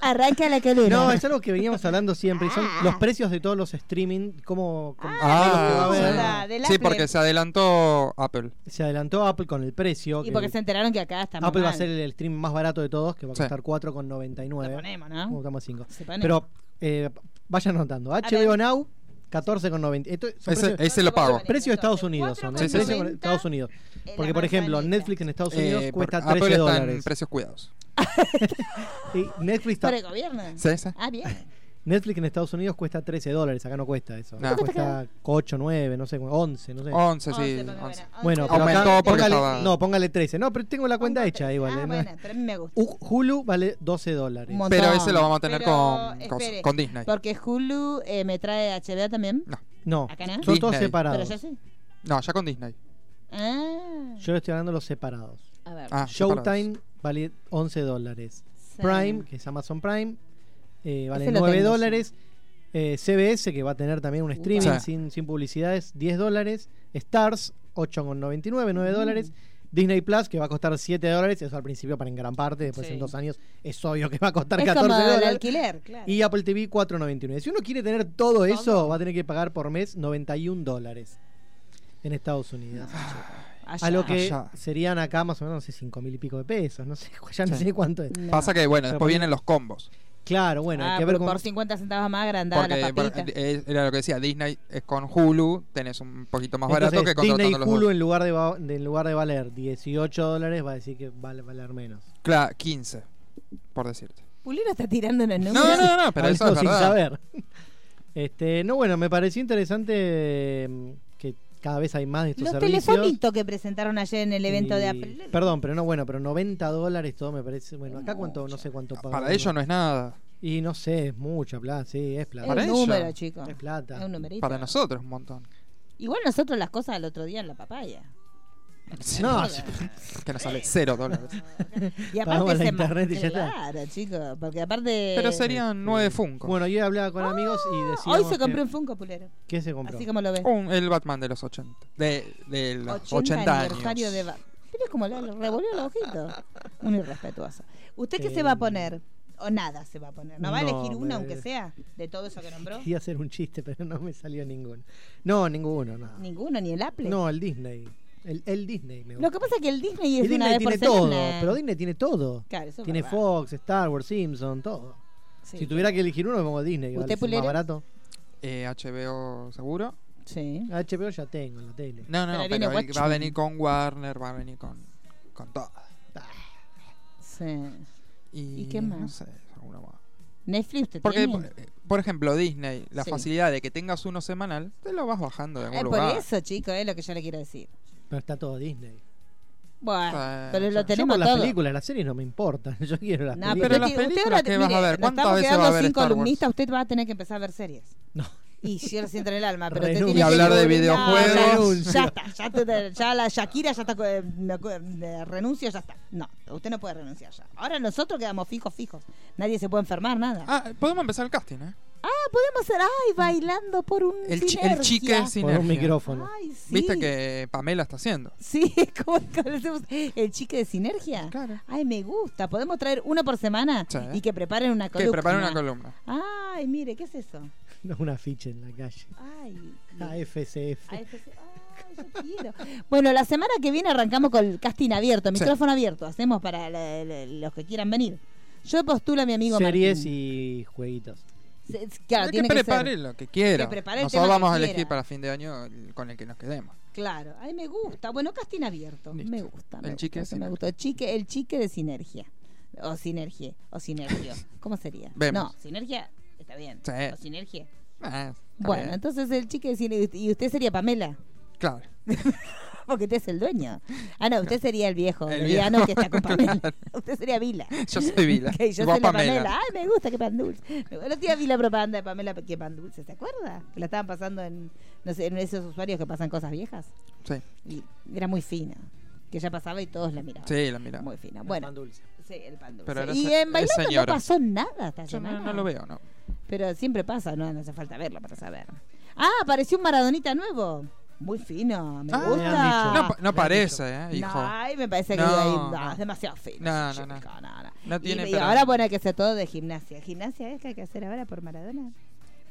[SPEAKER 5] arranca la columna.
[SPEAKER 7] no, es algo que veníamos hablando siempre. y Son
[SPEAKER 5] Ah.
[SPEAKER 7] los precios de todos los streaming, cómo, cómo-
[SPEAKER 5] Ah,
[SPEAKER 7] me
[SPEAKER 5] gusta,
[SPEAKER 6] sí.
[SPEAKER 5] del
[SPEAKER 6] sí,
[SPEAKER 5] Apple.
[SPEAKER 6] porque se adelantó Apple.
[SPEAKER 7] se adelantó Apple con el precio.
[SPEAKER 5] Ah. Y
[SPEAKER 7] que
[SPEAKER 5] porque se Ah, enteraron que acá estamos
[SPEAKER 7] Apple va a
[SPEAKER 5] mal.
[SPEAKER 7] ser el stream más barato de todos, que va a
[SPEAKER 6] Sí.
[SPEAKER 7] costar
[SPEAKER 5] Lo
[SPEAKER 7] 4,99.
[SPEAKER 5] ponemos, ¿no?
[SPEAKER 7] Como estamos a 5.
[SPEAKER 5] Se pone-
[SPEAKER 7] Pero eh, vayan notando. HBO
[SPEAKER 5] ver.
[SPEAKER 7] Now, 14,90. Esto son
[SPEAKER 6] Ese,
[SPEAKER 7] precios-
[SPEAKER 6] ese lo pago.
[SPEAKER 7] Precios de Estados Unidos son, ¿no?
[SPEAKER 5] Entonces,
[SPEAKER 6] Sí, sí, sí.
[SPEAKER 7] Precios de Estados Unidos.
[SPEAKER 5] en la
[SPEAKER 7] Porque, por ejemplo,
[SPEAKER 5] manzanita.
[SPEAKER 7] Netflix en Estados Unidos
[SPEAKER 6] Eh,
[SPEAKER 7] cuesta
[SPEAKER 6] porque
[SPEAKER 7] 13
[SPEAKER 6] Apple está en
[SPEAKER 7] dólares.
[SPEAKER 6] precios cuidados.
[SPEAKER 7] Y Netflix, ta-
[SPEAKER 5] ¿Por e- el gobierno?
[SPEAKER 6] Sí, sí.
[SPEAKER 5] Ah, bien.
[SPEAKER 7] Netflix en Estados Unidos cuesta 13 dólares. Acá no cuesta eso.
[SPEAKER 6] No.
[SPEAKER 7] Cuesta 8, 9, no sé, 11, no sé.
[SPEAKER 6] 11, sí.
[SPEAKER 5] 11,
[SPEAKER 6] 11.
[SPEAKER 7] Bueno, pero
[SPEAKER 6] Oh, Aumentó
[SPEAKER 7] acá,
[SPEAKER 6] porque
[SPEAKER 7] póngale,
[SPEAKER 6] estaba-
[SPEAKER 7] no, póngale 13. No, pero tengo la cuenta hecha ¿eh? Uh, ahí, vale.
[SPEAKER 5] Ah,
[SPEAKER 7] ¿no?
[SPEAKER 5] bueno, pero a mí me gusta.
[SPEAKER 7] U- Hulu vale 12 dólares.
[SPEAKER 5] Un montón.
[SPEAKER 6] Pero ese lo vamos a tener
[SPEAKER 5] Pero,
[SPEAKER 6] con, cosas,
[SPEAKER 5] espere,
[SPEAKER 6] con Disney.
[SPEAKER 5] Porque Hulu eh, me trae HBO también.
[SPEAKER 6] No.
[SPEAKER 7] No,
[SPEAKER 5] Acá no.
[SPEAKER 7] son todos
[SPEAKER 6] Disney.
[SPEAKER 5] Pero
[SPEAKER 7] separados.
[SPEAKER 5] yo sí.
[SPEAKER 6] No, ya con Disney.
[SPEAKER 5] Ah.
[SPEAKER 7] Yo estoy hablando de los separados.
[SPEAKER 5] a ver.
[SPEAKER 6] Ah, separados.
[SPEAKER 7] Showtime vale 11 dólares.
[SPEAKER 5] Sí.
[SPEAKER 7] Prime, que es Amazon Prime, eh, vale
[SPEAKER 5] Ese lo
[SPEAKER 7] 9
[SPEAKER 5] tengo,
[SPEAKER 7] dólares. Eh, CBS, que va a tener también un streaming
[SPEAKER 6] Sí.
[SPEAKER 7] sin, sin publicidades, 10 dólares. Stars, 8,99, 9
[SPEAKER 5] Mm.
[SPEAKER 7] dólares. Disney Plus, que va a costar 7 dólares, eso al principio para engramparte, después
[SPEAKER 5] Sí.
[SPEAKER 7] en dos años es obvio que va a costar
[SPEAKER 5] Es
[SPEAKER 7] 14
[SPEAKER 5] como el
[SPEAKER 7] dólares.
[SPEAKER 5] alquiler, claro.
[SPEAKER 7] Y Apple TV, 4,99. Si uno quiere tener todo eso, va a tener que pagar por mes 91 dólares en Estados Unidos.
[SPEAKER 5] Allá.
[SPEAKER 7] A lo que
[SPEAKER 6] Allá.
[SPEAKER 7] serían acá más o menos, no sé, 5 mil y pico de pesos, no sé, ya no
[SPEAKER 6] Sí.
[SPEAKER 7] sé cuánto es.
[SPEAKER 5] No.
[SPEAKER 6] Pasa que, bueno,
[SPEAKER 7] Pero
[SPEAKER 6] después
[SPEAKER 7] porque-
[SPEAKER 6] vienen los combos.
[SPEAKER 7] Claro, bueno,
[SPEAKER 5] Ah,
[SPEAKER 7] hay que ver
[SPEAKER 5] pero
[SPEAKER 7] cómo...
[SPEAKER 5] por 50 centavos más agrandada
[SPEAKER 6] Porque
[SPEAKER 5] la papita.
[SPEAKER 6] por- eh, era lo que decía, Disney es con Hulu, tenés un poquito más barato
[SPEAKER 7] Entonces,
[SPEAKER 6] que
[SPEAKER 7] Disney
[SPEAKER 6] contratando
[SPEAKER 7] y
[SPEAKER 6] los
[SPEAKER 7] Hulu
[SPEAKER 6] dos.
[SPEAKER 7] en lugar de, va- de- en lugar de valer 18 dólares va a decir que vale valer menos.
[SPEAKER 6] Claro, 15, por decirte.
[SPEAKER 5] Pulero está tirando unos
[SPEAKER 6] No,
[SPEAKER 5] números.
[SPEAKER 6] no, no, Ah, pero eso es
[SPEAKER 7] Hablando sin
[SPEAKER 6] verdad.
[SPEAKER 7] saber. Este, no, bueno, me pareció interesante mm, que, Cada vez hay más de estos
[SPEAKER 5] Los
[SPEAKER 7] servicios.
[SPEAKER 5] telefonitos que presentaron ayer en el evento de
[SPEAKER 7] Y-
[SPEAKER 5] Apple.
[SPEAKER 7] Perdón, pero no, bueno, pero 90 dólares todo me parece. Bueno, acá cuánto, no sé cuánto pagan.
[SPEAKER 6] Ah, Para ellos no es nada.
[SPEAKER 7] Y no sé, es mucha plata, sí, es
[SPEAKER 5] es
[SPEAKER 7] plata.
[SPEAKER 6] Para
[SPEAKER 5] un
[SPEAKER 6] ella.
[SPEAKER 5] número, chicos.
[SPEAKER 7] Es
[SPEAKER 5] Es
[SPEAKER 7] plata.
[SPEAKER 5] un numerito.
[SPEAKER 6] Para nosotros un montón.
[SPEAKER 5] Igual nosotros las cosas del otro día en la papaya.
[SPEAKER 7] No,
[SPEAKER 5] Joda.
[SPEAKER 6] Que nos sale cero dólares.
[SPEAKER 5] Y
[SPEAKER 7] Pagamos
[SPEAKER 5] aparte
[SPEAKER 7] la
[SPEAKER 5] se
[SPEAKER 7] internet y ya está.
[SPEAKER 5] Claro, chicos, porque aparte
[SPEAKER 6] Pero serían nueve Funko.
[SPEAKER 7] Bueno, yo hablaba con amigos y decíamos.
[SPEAKER 5] Ah, hoy se compró
[SPEAKER 7] que-
[SPEAKER 5] un Funko Pulero,
[SPEAKER 7] ¿Qué se compró?
[SPEAKER 5] así como lo ves.
[SPEAKER 6] Un- el Batman de los 80. De, de los 80,
[SPEAKER 5] 80,
[SPEAKER 6] años.
[SPEAKER 5] aniversario de Batman. Pero es como le revolvió los ojitos. Un irrespetuoso. ¿Usted qué se va a poner? O nada se va a poner. ¿No va a
[SPEAKER 7] No,
[SPEAKER 5] elegir una,
[SPEAKER 7] me-
[SPEAKER 5] aunque sea, de todo eso que nombró?
[SPEAKER 7] Quería hacer un chiste, pero no me salió ninguno. No, ninguno, nada.
[SPEAKER 5] Ninguno, ni el Apple.
[SPEAKER 7] No, el Disney. El, el Disney me gusta.
[SPEAKER 5] Lo que pasa es que el Disney
[SPEAKER 7] Y
[SPEAKER 5] es de una
[SPEAKER 7] Disney
[SPEAKER 5] vez
[SPEAKER 7] tiene
[SPEAKER 5] por
[SPEAKER 7] todo,
[SPEAKER 5] semana.
[SPEAKER 7] pero Disney tiene todo.
[SPEAKER 5] Claro, eso es
[SPEAKER 7] tiene
[SPEAKER 5] verdad.
[SPEAKER 7] Fox, Star Wars, Simpson, todo.
[SPEAKER 5] Sí.
[SPEAKER 7] Si tuviera que elegir uno, me pongo Disney, que
[SPEAKER 5] ¿Usted,
[SPEAKER 7] vale, es más
[SPEAKER 5] Pulero?
[SPEAKER 7] barato.
[SPEAKER 6] Eh, HBO seguro.
[SPEAKER 5] Sí.
[SPEAKER 7] HBO ya tengo en la tele.
[SPEAKER 6] No, no,
[SPEAKER 5] Pero
[SPEAKER 6] pero,
[SPEAKER 5] viene
[SPEAKER 6] él va a
[SPEAKER 5] Watchmen.
[SPEAKER 6] venir con Warner, va a venir con, con todo.
[SPEAKER 5] sí.
[SPEAKER 6] Y,
[SPEAKER 5] ¿Y qué
[SPEAKER 6] No
[SPEAKER 5] más?
[SPEAKER 6] sé, alguno más.
[SPEAKER 5] Netflix te
[SPEAKER 6] Porque,
[SPEAKER 5] tiene.
[SPEAKER 6] por, por ejemplo, Disney, la
[SPEAKER 5] Sí.
[SPEAKER 6] facilidad de que tengas uno semanal, te lo vas bajando de algún
[SPEAKER 5] Eh, por
[SPEAKER 6] lugar.
[SPEAKER 5] eso, chicos, es lo que yo le quiero decir.
[SPEAKER 7] Pero está todo Disney.
[SPEAKER 5] Bueno,
[SPEAKER 6] Eh,
[SPEAKER 5] pero
[SPEAKER 6] sí.
[SPEAKER 5] lo
[SPEAKER 6] Yo
[SPEAKER 7] Yo
[SPEAKER 5] tenemos
[SPEAKER 7] por las
[SPEAKER 5] todo.
[SPEAKER 7] películas, las series no me importan. Yo quiero las
[SPEAKER 5] No,
[SPEAKER 7] películas.
[SPEAKER 6] pero
[SPEAKER 5] usted
[SPEAKER 6] las
[SPEAKER 5] tiene- usted
[SPEAKER 6] películas, ¿qué vas a ver?
[SPEAKER 5] nos
[SPEAKER 6] ¿Cuántas
[SPEAKER 5] estamos
[SPEAKER 6] veces va a
[SPEAKER 5] quedando
[SPEAKER 6] ver
[SPEAKER 5] sin
[SPEAKER 6] Star Wars?
[SPEAKER 5] columnista, usted va a tener que empezar a ver series.
[SPEAKER 7] No.
[SPEAKER 5] Y yo lo siento en el alma, pero usted
[SPEAKER 7] Renuncio.
[SPEAKER 5] tiene
[SPEAKER 7] Y
[SPEAKER 6] hablar de
[SPEAKER 5] que- No,
[SPEAKER 6] videojuegos.
[SPEAKER 5] ya-
[SPEAKER 7] Renuncio.
[SPEAKER 5] ya está, ya, te- ya la Shakira ya está. co- eh, me acu- eh, renuncio, ya está. No, usted no puede renunciar ya. Ahora nosotros quedamos fijos, fijos. Nadie se puede enfermar, nada.
[SPEAKER 6] Ah, podemos empezar el casting, ¿eh?
[SPEAKER 5] Ah, podemos hacer, ay, bailando por un.
[SPEAKER 6] El, chi- el chique
[SPEAKER 5] sinergia.
[SPEAKER 6] sin
[SPEAKER 7] por un micrófono.
[SPEAKER 5] Ay, sí.
[SPEAKER 6] Viste que Pamela está haciendo.
[SPEAKER 5] Sí, ¿cómo es que le decimos? El chique de sinergia.
[SPEAKER 6] Claro.
[SPEAKER 5] Ay, me gusta. ¿Podemos traer uno por semana?
[SPEAKER 6] Sí.
[SPEAKER 5] Y que preparen una
[SPEAKER 6] Que
[SPEAKER 5] columna.
[SPEAKER 6] prepara una columna.
[SPEAKER 5] Ay, mire, ¿qué es eso?
[SPEAKER 7] No, una ficha en la calle.
[SPEAKER 5] Ay,
[SPEAKER 7] Ah, AFCF.
[SPEAKER 5] ay, pues, ay, yo quiero. Bueno, la semana que viene arrancamos con el casting abierto,
[SPEAKER 6] Sí.
[SPEAKER 5] micrófono abierto. Hacemos para la- la- los que quieran venir. Yo postulo a mi amigo
[SPEAKER 7] Series
[SPEAKER 5] Martín.
[SPEAKER 7] y jueguitos.
[SPEAKER 5] Se- Claro,
[SPEAKER 6] Es que
[SPEAKER 5] tiene
[SPEAKER 6] prepare
[SPEAKER 5] que ser.
[SPEAKER 6] lo que quiera.
[SPEAKER 5] Que prepare el
[SPEAKER 6] Nosotros
[SPEAKER 5] tema que
[SPEAKER 6] vamos a
[SPEAKER 5] quiera.
[SPEAKER 6] elegir para fin de año el- con el que nos quedemos.
[SPEAKER 5] Claro, ay, me gusta. Bueno, casting abierto.
[SPEAKER 6] Listo.
[SPEAKER 5] Me gusta. me
[SPEAKER 6] El
[SPEAKER 5] gusta,
[SPEAKER 6] chique de
[SPEAKER 5] eso me
[SPEAKER 6] sinergia.
[SPEAKER 5] gusta. El chique, el chique de sinergia. O sinergia. O sinergio. ¿Cómo sería?
[SPEAKER 6] Vemos.
[SPEAKER 5] No, sinergia está bien.
[SPEAKER 6] Sí.
[SPEAKER 5] O sinergia.
[SPEAKER 6] Ah, está
[SPEAKER 5] Bueno,
[SPEAKER 6] bien.
[SPEAKER 5] entonces el chique de sinergia. ¿Y usted sería Pamela?
[SPEAKER 6] claro.
[SPEAKER 5] Porque usted es el dueño. Ah, no, usted sería el viejo,
[SPEAKER 6] El
[SPEAKER 5] el villano
[SPEAKER 6] viejo.
[SPEAKER 5] que está con Pamela.
[SPEAKER 6] Claro.
[SPEAKER 5] Usted sería Vila.
[SPEAKER 6] Yo soy Vila.
[SPEAKER 5] Ok, yo
[SPEAKER 6] y
[SPEAKER 5] soy la
[SPEAKER 6] vos Pamela.
[SPEAKER 5] Pamela. Ay, me gusta que pan dulce. El otro día vi la propaganda de Pamela que pan dulce, ¿se acuerda? Que la estaban pasando en, no sé, en esos usuarios que pasan cosas viejas.
[SPEAKER 6] Sí,
[SPEAKER 5] Y era muy fina. Que ya pasaba y todos la miraban.
[SPEAKER 6] sí, la mira.
[SPEAKER 5] Muy fina. Bueno,
[SPEAKER 7] Pan dulce.
[SPEAKER 5] sí, el pan dulce.
[SPEAKER 6] Pero ahora
[SPEAKER 5] y
[SPEAKER 6] se-
[SPEAKER 5] en bailando
[SPEAKER 6] es
[SPEAKER 5] no
[SPEAKER 6] señora.
[SPEAKER 5] pasó nada esta
[SPEAKER 6] Yo
[SPEAKER 5] semana.
[SPEAKER 6] no, no lo veo, ¿no?
[SPEAKER 5] Pero siempre pasa, no, no hace falta verlo para saber. Ah, apareció un Maradonita nuevo. Muy fino, me
[SPEAKER 6] Ah,
[SPEAKER 5] gusta.
[SPEAKER 7] me han dicho.
[SPEAKER 6] No, pa- no parece, ¿eh? Hijo.
[SPEAKER 5] Ay, me parece que
[SPEAKER 6] No,
[SPEAKER 5] ahí, no,
[SPEAKER 6] no.
[SPEAKER 5] es demasiado fino.
[SPEAKER 6] No,
[SPEAKER 5] ese
[SPEAKER 6] no,
[SPEAKER 5] chico, no, no.
[SPEAKER 6] No
[SPEAKER 5] Y-
[SPEAKER 6] tiene,
[SPEAKER 5] y,
[SPEAKER 6] pero-
[SPEAKER 5] ahora bueno hay que hacer todo de gimnasia. ¿Gimnasia es que hay que hacer ahora por Maradona?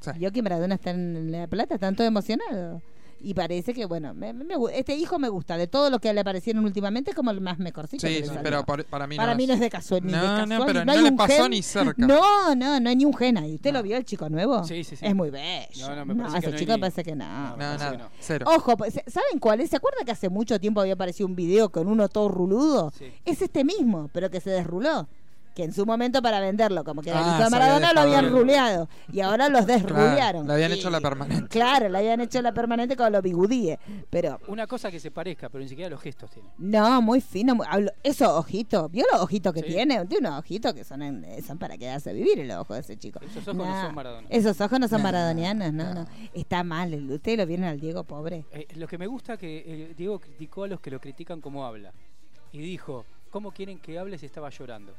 [SPEAKER 6] Sí.
[SPEAKER 5] Yo que Maradona está en La Plata, están todos emocionados. Y parece que, bueno, me- me gu- este hijo me gusta. De todos los que le aparecieron últimamente, es como el más mejorcito. que
[SPEAKER 6] Sí,
[SPEAKER 5] le
[SPEAKER 6] sí,
[SPEAKER 5] salió.
[SPEAKER 6] pero por- para mí
[SPEAKER 5] para
[SPEAKER 6] no
[SPEAKER 5] mí
[SPEAKER 6] es.
[SPEAKER 5] no es de casual. ni de
[SPEAKER 6] No, no,
[SPEAKER 5] casual,
[SPEAKER 6] pero
[SPEAKER 5] hay
[SPEAKER 6] no le
[SPEAKER 5] un
[SPEAKER 6] pasó
[SPEAKER 5] gen-
[SPEAKER 6] ni cerca.
[SPEAKER 5] No, no, no hay ni un gen ahí. ¿Usted lo vio el chico nuevo?
[SPEAKER 8] Sí, sí, sí.
[SPEAKER 5] Es muy bello.
[SPEAKER 8] No, no, me parece que
[SPEAKER 5] ese
[SPEAKER 8] no hay
[SPEAKER 5] chico
[SPEAKER 8] ni-
[SPEAKER 5] parece que
[SPEAKER 8] No,
[SPEAKER 5] no.
[SPEAKER 6] No,
[SPEAKER 8] Parece
[SPEAKER 6] nada.
[SPEAKER 8] que no.
[SPEAKER 6] Cero.
[SPEAKER 5] Ojo, pues, ¿saben cuál es? ¿Se acuerda que hace mucho tiempo había aparecido un video con uno todo ruludo?
[SPEAKER 8] Sí.
[SPEAKER 5] Es este mismo, pero que se desruló. Que en su momento para venderlo, como que era
[SPEAKER 6] Ah,
[SPEAKER 5] el hijo de
[SPEAKER 6] se había
[SPEAKER 5] Maradona, lo habían
[SPEAKER 6] dejado de-
[SPEAKER 5] ruleado. Y ahora los desrulearon.
[SPEAKER 6] Claro, le habían
[SPEAKER 5] Y-
[SPEAKER 6] hecho la permanente.
[SPEAKER 5] Claro, le habían hecho la permanente con los bigudíes. Pero
[SPEAKER 8] Una cosa que se parezca, pero ni siquiera los gestos tiene.
[SPEAKER 5] no, muy fino. muy- hablo- esos ojitos, ¿vio los ojitos que
[SPEAKER 8] Sí.
[SPEAKER 5] tiene? Tiene unos ojitos que son, en- son para quedarse a vivir los ojos de ese chico.
[SPEAKER 8] Esos ojos no
[SPEAKER 5] Nah,
[SPEAKER 8] son Maradona.
[SPEAKER 5] Esos ojos no son
[SPEAKER 6] Nah,
[SPEAKER 5] maradonianos, no, no.
[SPEAKER 6] nah.
[SPEAKER 5] Está mal. el- Ustedes lo vieron al Diego pobre.
[SPEAKER 8] Eh, lo que me gusta que eh, Diego criticó a los que lo critican como habla. Y dijo, ¿cómo quieren que hable si estaba llorando?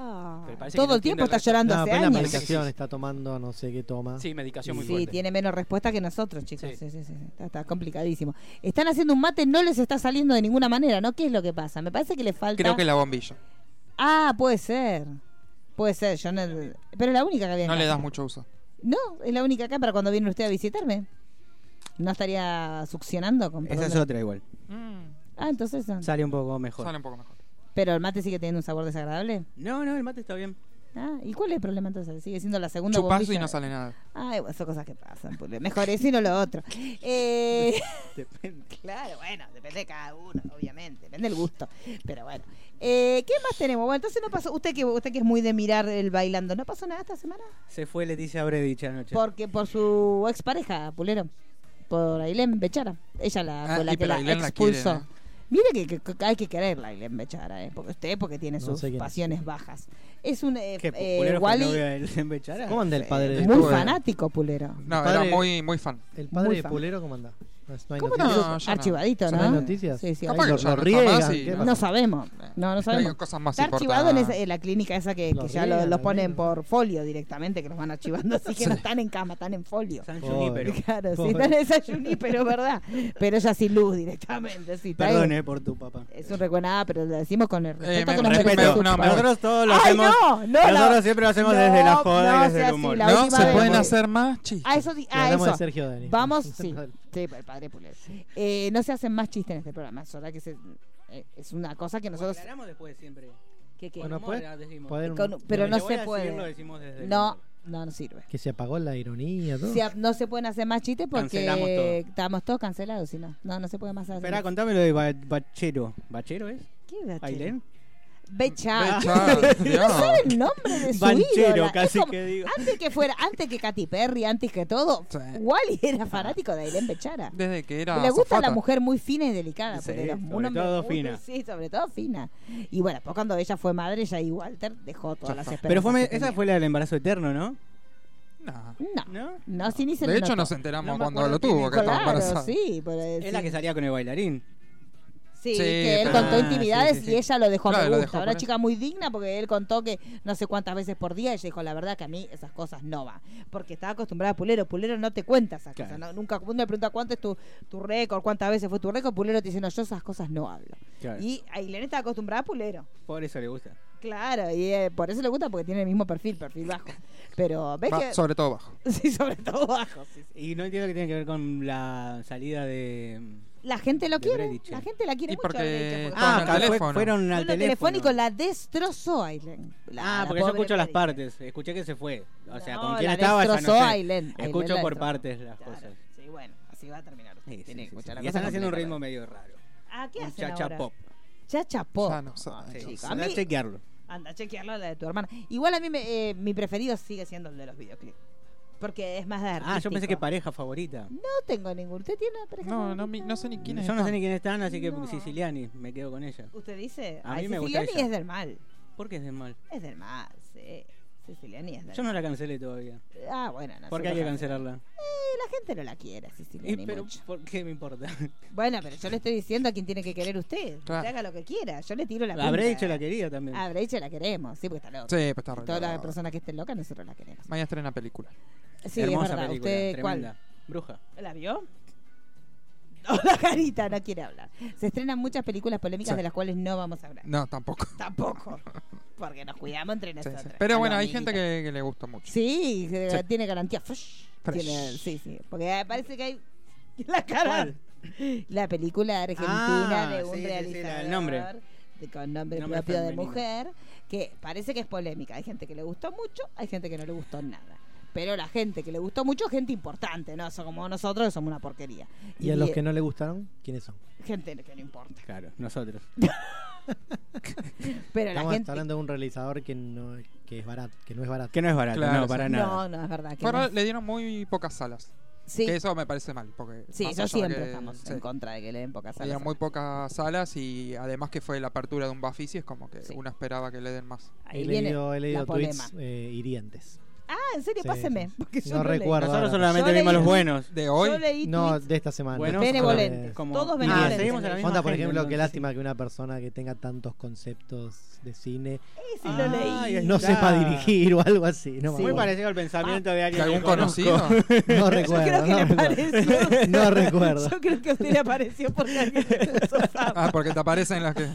[SPEAKER 5] Ah,
[SPEAKER 8] Pero parece que
[SPEAKER 5] todo
[SPEAKER 8] no
[SPEAKER 5] el
[SPEAKER 8] entiende
[SPEAKER 5] tiempo está
[SPEAKER 8] el resto.
[SPEAKER 5] llorando
[SPEAKER 7] No,
[SPEAKER 5] hace
[SPEAKER 7] pero la
[SPEAKER 5] años.
[SPEAKER 7] medicación está tomando, no sé qué toma.
[SPEAKER 8] Sí, medicación muy
[SPEAKER 5] Sí,
[SPEAKER 8] fuerte.
[SPEAKER 5] tiene menos respuesta que nosotros, chicos.
[SPEAKER 8] Sí.
[SPEAKER 5] Sí, sí, sí. Está, está complicadísimo. Están haciendo un mate, no les está saliendo de ninguna manera, ¿no? ¿Qué es lo que pasa? Me parece que les falta.
[SPEAKER 6] Creo que la bombilla.
[SPEAKER 5] Ah, puede ser. Puede ser. Yo no... Pero la única que había. en
[SPEAKER 6] No le
[SPEAKER 5] casa.
[SPEAKER 6] das mucho uso.
[SPEAKER 5] No, es la única acá para cuando viene usted a visitarme. No estaría succionando con
[SPEAKER 8] Esa es
[SPEAKER 5] perdón.
[SPEAKER 8] otra igual.
[SPEAKER 5] Ah, entonces. no.
[SPEAKER 8] Sale un poco mejor.
[SPEAKER 6] Sale un poco mejor.
[SPEAKER 5] Pero el mate sigue teniendo un sabor desagradable.
[SPEAKER 8] No, no, el mate está bien.
[SPEAKER 5] Ah, ¿y cuál es el problema entonces? Sigue siendo la segunda
[SPEAKER 6] Chupazo y
[SPEAKER 5] bombilla.
[SPEAKER 6] no sale nada.
[SPEAKER 5] Ay, bueno, son cosas que pasan. Pulver. Mejor eso y no lo otro. Eh, claro, bueno, depende de cada uno, obviamente. Depende del gusto. Pero bueno. Eh, ¿Qué más tenemos? Bueno, entonces no pasó. Usted que, usted que es muy de mirar el bailando, ¿no pasó nada esta semana?
[SPEAKER 8] Se fue Leticia Bredich anoche.
[SPEAKER 5] Porque por su expareja, Pulero. por Ailén Bechara. Ella la,
[SPEAKER 6] Ah,
[SPEAKER 5] fue la
[SPEAKER 6] y
[SPEAKER 5] que
[SPEAKER 6] pero
[SPEAKER 5] la
[SPEAKER 6] Ailén la quiere,
[SPEAKER 5] expulsó.
[SPEAKER 6] ¿no?
[SPEAKER 5] Mire que, que- que hay que quererla, Ailén Bechara, ¿eh? porque usted porque tiene
[SPEAKER 7] No
[SPEAKER 5] sus
[SPEAKER 7] sé quién es.
[SPEAKER 5] pasiones bajas. Es un eh,
[SPEAKER 10] ¿Qué?
[SPEAKER 5] eh,
[SPEAKER 10] ¿Populero fue el
[SPEAKER 5] Wally
[SPEAKER 10] novio de Ellen Bechara?
[SPEAKER 7] ¿Cómo anda el padre de
[SPEAKER 5] muy
[SPEAKER 6] Estuve-
[SPEAKER 5] fanático, Pulero.
[SPEAKER 6] No,
[SPEAKER 7] Padre-
[SPEAKER 6] era muy, muy fan.
[SPEAKER 7] ¿El padre
[SPEAKER 5] Muy
[SPEAKER 7] de
[SPEAKER 5] fan.
[SPEAKER 7] Pulero cómo anda? No, no hay
[SPEAKER 5] ¿Cómo
[SPEAKER 7] noticias.
[SPEAKER 5] no?
[SPEAKER 6] No, ya no.
[SPEAKER 5] Archivadito,
[SPEAKER 7] ¿Son
[SPEAKER 5] ¿no?
[SPEAKER 7] las noticias?
[SPEAKER 5] Sí, sí,
[SPEAKER 7] Capaz
[SPEAKER 5] ahí-
[SPEAKER 7] que
[SPEAKER 6] lo,
[SPEAKER 7] lo- lo riegan, ¿qué
[SPEAKER 5] No sabemos. No, no sabemos.
[SPEAKER 6] Eh, cosas más
[SPEAKER 5] Está archivado en,
[SPEAKER 6] importantes.
[SPEAKER 5] esa- en la clínica esa que,
[SPEAKER 7] Los
[SPEAKER 5] que ya lo-
[SPEAKER 7] riegan,
[SPEAKER 5] los
[SPEAKER 7] al
[SPEAKER 5] ponen
[SPEAKER 7] menos.
[SPEAKER 5] por folio directamente, que los van archivando, así que no están en cama, están en folio.
[SPEAKER 10] San
[SPEAKER 7] Pobre.
[SPEAKER 10] Junípero.
[SPEAKER 5] Claro, sí,
[SPEAKER 7] Pobre.
[SPEAKER 5] están en esa pero verdad. Pero ella sin luz directamente, sí. está ahí.
[SPEAKER 10] Perdone por tu papá.
[SPEAKER 5] Es un recuerdo, nada, pero lo decimos con el respeto
[SPEAKER 6] me-
[SPEAKER 5] que nos
[SPEAKER 6] respeto,
[SPEAKER 5] merece.
[SPEAKER 10] Respeto.
[SPEAKER 6] no, me-
[SPEAKER 10] Nosotros todos lo
[SPEAKER 5] Ay,
[SPEAKER 10] hacemos.
[SPEAKER 5] no, no,
[SPEAKER 10] Nosotros
[SPEAKER 5] la-
[SPEAKER 10] siempre lo hacemos
[SPEAKER 5] no,
[SPEAKER 10] desde la joda
[SPEAKER 5] no
[SPEAKER 10] y desde
[SPEAKER 5] sea
[SPEAKER 10] el
[SPEAKER 5] así,
[SPEAKER 10] humor.
[SPEAKER 5] la
[SPEAKER 6] No,
[SPEAKER 5] última
[SPEAKER 6] se
[SPEAKER 5] vez-
[SPEAKER 6] pueden hacer más, chicos.
[SPEAKER 5] A Ah, eso, di-
[SPEAKER 7] Le
[SPEAKER 5] a
[SPEAKER 7] hablamos
[SPEAKER 5] eso.
[SPEAKER 7] de Sergio Denis.
[SPEAKER 5] Vamos, sí. Sí, el padre Pulero. Eh, no se hacen más chistes en este programa, es verdad que se- eh, es una cosa que nosotros...
[SPEAKER 8] Aclaramos después siempre.
[SPEAKER 5] que- que-
[SPEAKER 8] Con
[SPEAKER 7] Bueno,
[SPEAKER 8] humor
[SPEAKER 7] puede-
[SPEAKER 8] la decimos.
[SPEAKER 7] Puede-
[SPEAKER 5] con- pero
[SPEAKER 8] Lo
[SPEAKER 5] no
[SPEAKER 8] que voy
[SPEAKER 5] se
[SPEAKER 8] a decir lo
[SPEAKER 5] puede.
[SPEAKER 8] decimos
[SPEAKER 10] eh,
[SPEAKER 8] desde el
[SPEAKER 5] No,
[SPEAKER 8] humor.
[SPEAKER 5] no, no sirve.
[SPEAKER 7] Que se apagó la ironía, todo.
[SPEAKER 5] Se ap- no se pueden hacer más chistes
[SPEAKER 10] Uh. Cancelamos
[SPEAKER 5] porque
[SPEAKER 10] todo.
[SPEAKER 5] estamos todos cancelados, si no. No, no se puede más hacer.
[SPEAKER 10] Espera, contame lo de Ba- Bachero. ¿Bachero es?
[SPEAKER 5] ¿Qué edad tiene?
[SPEAKER 10] ¿Ailén?
[SPEAKER 5] Bechara.
[SPEAKER 6] Chao,
[SPEAKER 5] No
[SPEAKER 6] Dios.
[SPEAKER 5] sabe el nombre de su
[SPEAKER 10] Banchero,
[SPEAKER 5] ídola. Es
[SPEAKER 10] casi
[SPEAKER 5] como-
[SPEAKER 10] que digo.
[SPEAKER 5] Antes que fuera, antes que Katy Perry, antes que todo,
[SPEAKER 6] Sí.
[SPEAKER 5] Wally era
[SPEAKER 10] Ah.
[SPEAKER 5] fanático de Ailén Bechara.
[SPEAKER 6] Desde que era
[SPEAKER 5] Le gusta la
[SPEAKER 6] azafata.
[SPEAKER 5] mujer muy fina y delicada.
[SPEAKER 10] Sí,
[SPEAKER 5] porque era
[SPEAKER 10] sobre
[SPEAKER 5] un hombre
[SPEAKER 10] todo
[SPEAKER 5] muy-
[SPEAKER 10] fina.
[SPEAKER 5] Sí, sobre todo fina. Y bueno, pues cuando ella fue madre, ella y Walter dejó todas las esperanzas.
[SPEAKER 10] Pero fue, me-
[SPEAKER 5] que
[SPEAKER 10] esa
[SPEAKER 5] tenía.
[SPEAKER 10] fue la del embarazo eterno, ¿no?
[SPEAKER 6] No.
[SPEAKER 5] No,
[SPEAKER 10] ¿No?
[SPEAKER 5] no, sí, ni se
[SPEAKER 6] De
[SPEAKER 5] le
[SPEAKER 6] hecho,
[SPEAKER 5] notó.
[SPEAKER 6] nos enteramos
[SPEAKER 10] No me
[SPEAKER 6] cuando
[SPEAKER 10] acuerdo
[SPEAKER 6] lo
[SPEAKER 10] quién
[SPEAKER 6] tuvo,
[SPEAKER 10] dijo.
[SPEAKER 6] que estaba
[SPEAKER 5] Claro,
[SPEAKER 6] embarazada.
[SPEAKER 5] sí, pero,
[SPEAKER 10] Es
[SPEAKER 5] sí.
[SPEAKER 10] la que salía con el bailarín.
[SPEAKER 5] Sí,
[SPEAKER 6] Sí,
[SPEAKER 5] que él
[SPEAKER 6] pero-
[SPEAKER 5] contó
[SPEAKER 10] Ah, sí,
[SPEAKER 5] intimidades
[SPEAKER 10] sí,
[SPEAKER 5] y
[SPEAKER 10] sí.
[SPEAKER 5] ella lo dejó a
[SPEAKER 6] Claro,
[SPEAKER 5] me
[SPEAKER 6] lo
[SPEAKER 5] gusta.
[SPEAKER 6] dejó
[SPEAKER 5] Una
[SPEAKER 6] por
[SPEAKER 5] chica muy digna porque él contó que no sé cuántas veces por día ella dijo, la verdad que a mí esas cosas no va. Porque estaba acostumbrada a Pulero. Pulero no te cuenta esas
[SPEAKER 10] Claro.
[SPEAKER 5] cosas. no- nunca uno le pregunta cuánto es tu, tu récord, cuántas veces fue tu récord. Pulero te dice, no, yo esas cosas no hablo.
[SPEAKER 10] Claro.
[SPEAKER 5] Y Ailén está acostumbrada a Pulero.
[SPEAKER 10] Por eso le gusta.
[SPEAKER 5] Claro, y eh, por eso le gusta porque tiene el mismo perfil, perfil bajo. Pero ves
[SPEAKER 6] Va-
[SPEAKER 5] que...
[SPEAKER 6] Sobre todo bajo.
[SPEAKER 5] Sí, sobre todo bajo. sí, sí.
[SPEAKER 10] Y no entiendo qué tiene que ver con la salida de.
[SPEAKER 5] La gente lo
[SPEAKER 10] De
[SPEAKER 5] quiere.
[SPEAKER 10] Bredichin.
[SPEAKER 5] La gente la quiere
[SPEAKER 6] Y
[SPEAKER 5] mucho. a
[SPEAKER 6] porque-
[SPEAKER 5] Bredichin, porque
[SPEAKER 6] Ah,
[SPEAKER 5] fue-
[SPEAKER 6] el
[SPEAKER 10] acá fue-
[SPEAKER 6] teléfono.
[SPEAKER 10] fueron al
[SPEAKER 5] Lo
[SPEAKER 10] teléfono.
[SPEAKER 5] telefónico la destrozó Ailen. La-
[SPEAKER 10] Ah,
[SPEAKER 5] la
[SPEAKER 10] porque yo
[SPEAKER 5] pobre
[SPEAKER 10] escucho las
[SPEAKER 5] Bredichin.
[SPEAKER 10] partes. Escuché que se fue. O sea,
[SPEAKER 5] No,
[SPEAKER 10] con quién
[SPEAKER 5] la
[SPEAKER 10] estaba ya no
[SPEAKER 5] destrozó
[SPEAKER 10] sé.
[SPEAKER 5] Ailén. Ailén
[SPEAKER 10] Escucho
[SPEAKER 5] la
[SPEAKER 10] por
[SPEAKER 5] destrozó.
[SPEAKER 10] partes las
[SPEAKER 5] Claro.
[SPEAKER 10] cosas.
[SPEAKER 5] Sí, bueno, así va a terminar.
[SPEAKER 10] Sí, sí,
[SPEAKER 5] Tiene que
[SPEAKER 10] sí,
[SPEAKER 5] escuchar
[SPEAKER 10] sí.
[SPEAKER 5] la
[SPEAKER 10] Y
[SPEAKER 5] cosa
[SPEAKER 10] están haciendo un
[SPEAKER 5] completa.
[SPEAKER 10] ritmo medio raro.
[SPEAKER 5] ¿Ah, qué
[SPEAKER 10] Un
[SPEAKER 5] hacen
[SPEAKER 10] cha-cha
[SPEAKER 5] ahora?
[SPEAKER 10] pop.
[SPEAKER 5] Chacha pop.
[SPEAKER 6] Ya no sé.
[SPEAKER 10] Sí,
[SPEAKER 5] chico, a
[SPEAKER 10] anda Ah, a
[SPEAKER 5] mí-
[SPEAKER 10] chequearlo.
[SPEAKER 5] Anda, chequearlo la de tu hermana. Igual a mí me- eh, mi preferido sigue siendo el de los videoclips. Porque es más de
[SPEAKER 10] Ah, yo pensé que
[SPEAKER 5] artístico.
[SPEAKER 10] pareja favorita.
[SPEAKER 5] No tengo ningún. ¿Usted tiene una pareja
[SPEAKER 6] No, no,
[SPEAKER 5] favorita?
[SPEAKER 6] mi- no sé ni quién es.
[SPEAKER 10] Yo no sé ni quiénes están, así que
[SPEAKER 5] No.
[SPEAKER 10] Siciliani, me quedo con ella.
[SPEAKER 5] ¿Usted dice?
[SPEAKER 10] A
[SPEAKER 5] Ay,
[SPEAKER 10] mí me gusta
[SPEAKER 5] Siciliani
[SPEAKER 10] ella.
[SPEAKER 5] es del mal.
[SPEAKER 10] ¿Por qué es de mal?
[SPEAKER 5] Es del mal, sí. Siciliani es del
[SPEAKER 10] Yo no la cancelé todavía.
[SPEAKER 5] mal. Ah, bueno. no
[SPEAKER 10] ¿Por qué
[SPEAKER 5] sé,
[SPEAKER 10] hay que
[SPEAKER 5] no sé.
[SPEAKER 10] cancelarla?
[SPEAKER 5] Eh, la gente no la quiere,
[SPEAKER 10] Y,
[SPEAKER 5] Siciliani.
[SPEAKER 10] pero,
[SPEAKER 5] mucho.
[SPEAKER 10] ¿por qué me importa?
[SPEAKER 5] Bueno, pero yo le estoy diciendo a quien tiene que querer usted.
[SPEAKER 6] Claro.
[SPEAKER 5] Usted haga lo que quiera. Yo le tiro la
[SPEAKER 10] Habré
[SPEAKER 5] punta.
[SPEAKER 10] dicho la querida también.
[SPEAKER 5] A Breche la queremos, sí, porque está loca.
[SPEAKER 6] Sí, pero está re
[SPEAKER 5] Toda la
[SPEAKER 6] loco.
[SPEAKER 5] persona que esté loca, nosotros la queremos.
[SPEAKER 6] Mañana estrena película.
[SPEAKER 5] Sí, es
[SPEAKER 10] Hermosa
[SPEAKER 5] verdad.
[SPEAKER 10] película,
[SPEAKER 5] ¿Usted
[SPEAKER 10] tremenda. Bruja.
[SPEAKER 5] cuál? ¿La vio? No, la carita no quiere hablar. Se estrenan muchas películas polémicas
[SPEAKER 6] Sí.
[SPEAKER 5] de las cuales no vamos a hablar.
[SPEAKER 6] No, tampoco.
[SPEAKER 5] Tampoco. Porque nos cuidamos entre
[SPEAKER 6] Sí, sí.
[SPEAKER 5] nosotros.
[SPEAKER 6] Pero
[SPEAKER 5] Los
[SPEAKER 6] bueno, hay
[SPEAKER 5] amiguitos.
[SPEAKER 6] gente que, que le gusta mucho.
[SPEAKER 5] Ah, Sí, que
[SPEAKER 6] Sí.
[SPEAKER 5] tiene garantía. Fresh.
[SPEAKER 6] Fresh.
[SPEAKER 5] Tiene- sí, sí. Porque eh, parece que hay. La cara. La película argentina
[SPEAKER 10] Ah,
[SPEAKER 5] de un
[SPEAKER 10] sí, sí, sí, la del
[SPEAKER 5] realizador.
[SPEAKER 10] nombre.
[SPEAKER 5] de- con nombre,
[SPEAKER 10] Nombre
[SPEAKER 5] propio de
[SPEAKER 10] femenino.
[SPEAKER 5] mujer. Que parece que es polémica. Hay gente que le gustó mucho, hay gente que no le gustó nada. Pero la gente que le gustó mucho, gente importante, ¿no? Son como nosotros que somos una porquería.
[SPEAKER 7] Y a los que no le gustaron, ¿quiénes son?
[SPEAKER 5] Gente que no importa.
[SPEAKER 10] Claro, nosotros.
[SPEAKER 5] Pero la
[SPEAKER 7] Estamos
[SPEAKER 5] gente.
[SPEAKER 7] hablando de un realizador que no, que es barato, que no es barato.
[SPEAKER 10] Que no es barato,
[SPEAKER 6] Claro,
[SPEAKER 10] no,
[SPEAKER 6] sí.
[SPEAKER 10] para nada.
[SPEAKER 5] No, no, es verdad. Que
[SPEAKER 6] Pero
[SPEAKER 5] no.
[SPEAKER 6] le dieron muy pocas salas.
[SPEAKER 5] Sí,
[SPEAKER 6] Que eso me parece mal. Porque
[SPEAKER 5] sí,
[SPEAKER 6] más
[SPEAKER 5] eso
[SPEAKER 6] allá de
[SPEAKER 5] siempre
[SPEAKER 6] que-
[SPEAKER 5] estamos
[SPEAKER 6] sí,
[SPEAKER 5] en contra de que le den pocas
[SPEAKER 6] Le
[SPEAKER 5] salas
[SPEAKER 6] dieron
[SPEAKER 5] a
[SPEAKER 6] muy
[SPEAKER 5] la-
[SPEAKER 6] pocas salas y además que fue la apertura de un Bafisi, es como que
[SPEAKER 5] Sí.
[SPEAKER 6] uno esperaba que le den más.
[SPEAKER 5] Ahí
[SPEAKER 7] He
[SPEAKER 5] viene
[SPEAKER 7] leído, he leído
[SPEAKER 5] la
[SPEAKER 7] tweets
[SPEAKER 5] polema.
[SPEAKER 7] eh, hirientes.
[SPEAKER 5] Ah, en serio,
[SPEAKER 7] Sí,
[SPEAKER 5] páseme.
[SPEAKER 7] sí, sí.
[SPEAKER 5] Porque yo
[SPEAKER 7] No
[SPEAKER 5] leí.
[SPEAKER 7] recuerdo.
[SPEAKER 10] Nosotros
[SPEAKER 7] Bárbaro.
[SPEAKER 10] solamente
[SPEAKER 5] Yo
[SPEAKER 10] vimos
[SPEAKER 5] leí-
[SPEAKER 10] los buenos.
[SPEAKER 6] De
[SPEAKER 5] Yo
[SPEAKER 6] hoy,
[SPEAKER 5] leí
[SPEAKER 7] No,
[SPEAKER 5] tweets
[SPEAKER 7] de esta semana.
[SPEAKER 10] Buenos,
[SPEAKER 5] benevolentes.
[SPEAKER 10] como-
[SPEAKER 5] Todos
[SPEAKER 10] Ah,
[SPEAKER 5] benevolentes.
[SPEAKER 10] seguimos a la misma
[SPEAKER 7] Onda, por
[SPEAKER 10] gente,
[SPEAKER 7] ejemplo, qué
[SPEAKER 10] entonces.
[SPEAKER 7] lástima que una persona que tenga tantos conceptos de cine
[SPEAKER 5] Ese lo
[SPEAKER 10] Ay,
[SPEAKER 5] leí.
[SPEAKER 10] ahí
[SPEAKER 7] no
[SPEAKER 10] está.
[SPEAKER 7] sepa dirigir o algo así. No,
[SPEAKER 10] Muy
[SPEAKER 7] me acuerdo.
[SPEAKER 10] parecido al pensamiento de
[SPEAKER 6] Ah, que
[SPEAKER 10] alguien.
[SPEAKER 6] algún
[SPEAKER 10] que conozco.
[SPEAKER 6] conocido.
[SPEAKER 7] no
[SPEAKER 5] Yo creo
[SPEAKER 7] recuerdo.
[SPEAKER 5] que
[SPEAKER 7] No
[SPEAKER 5] le
[SPEAKER 7] recuerdo.
[SPEAKER 5] pareció.
[SPEAKER 7] No recuerdo.
[SPEAKER 5] Yo creo que a usted le apareció porque alguien le puso fama.
[SPEAKER 6] Ah, porque te aparecen las que.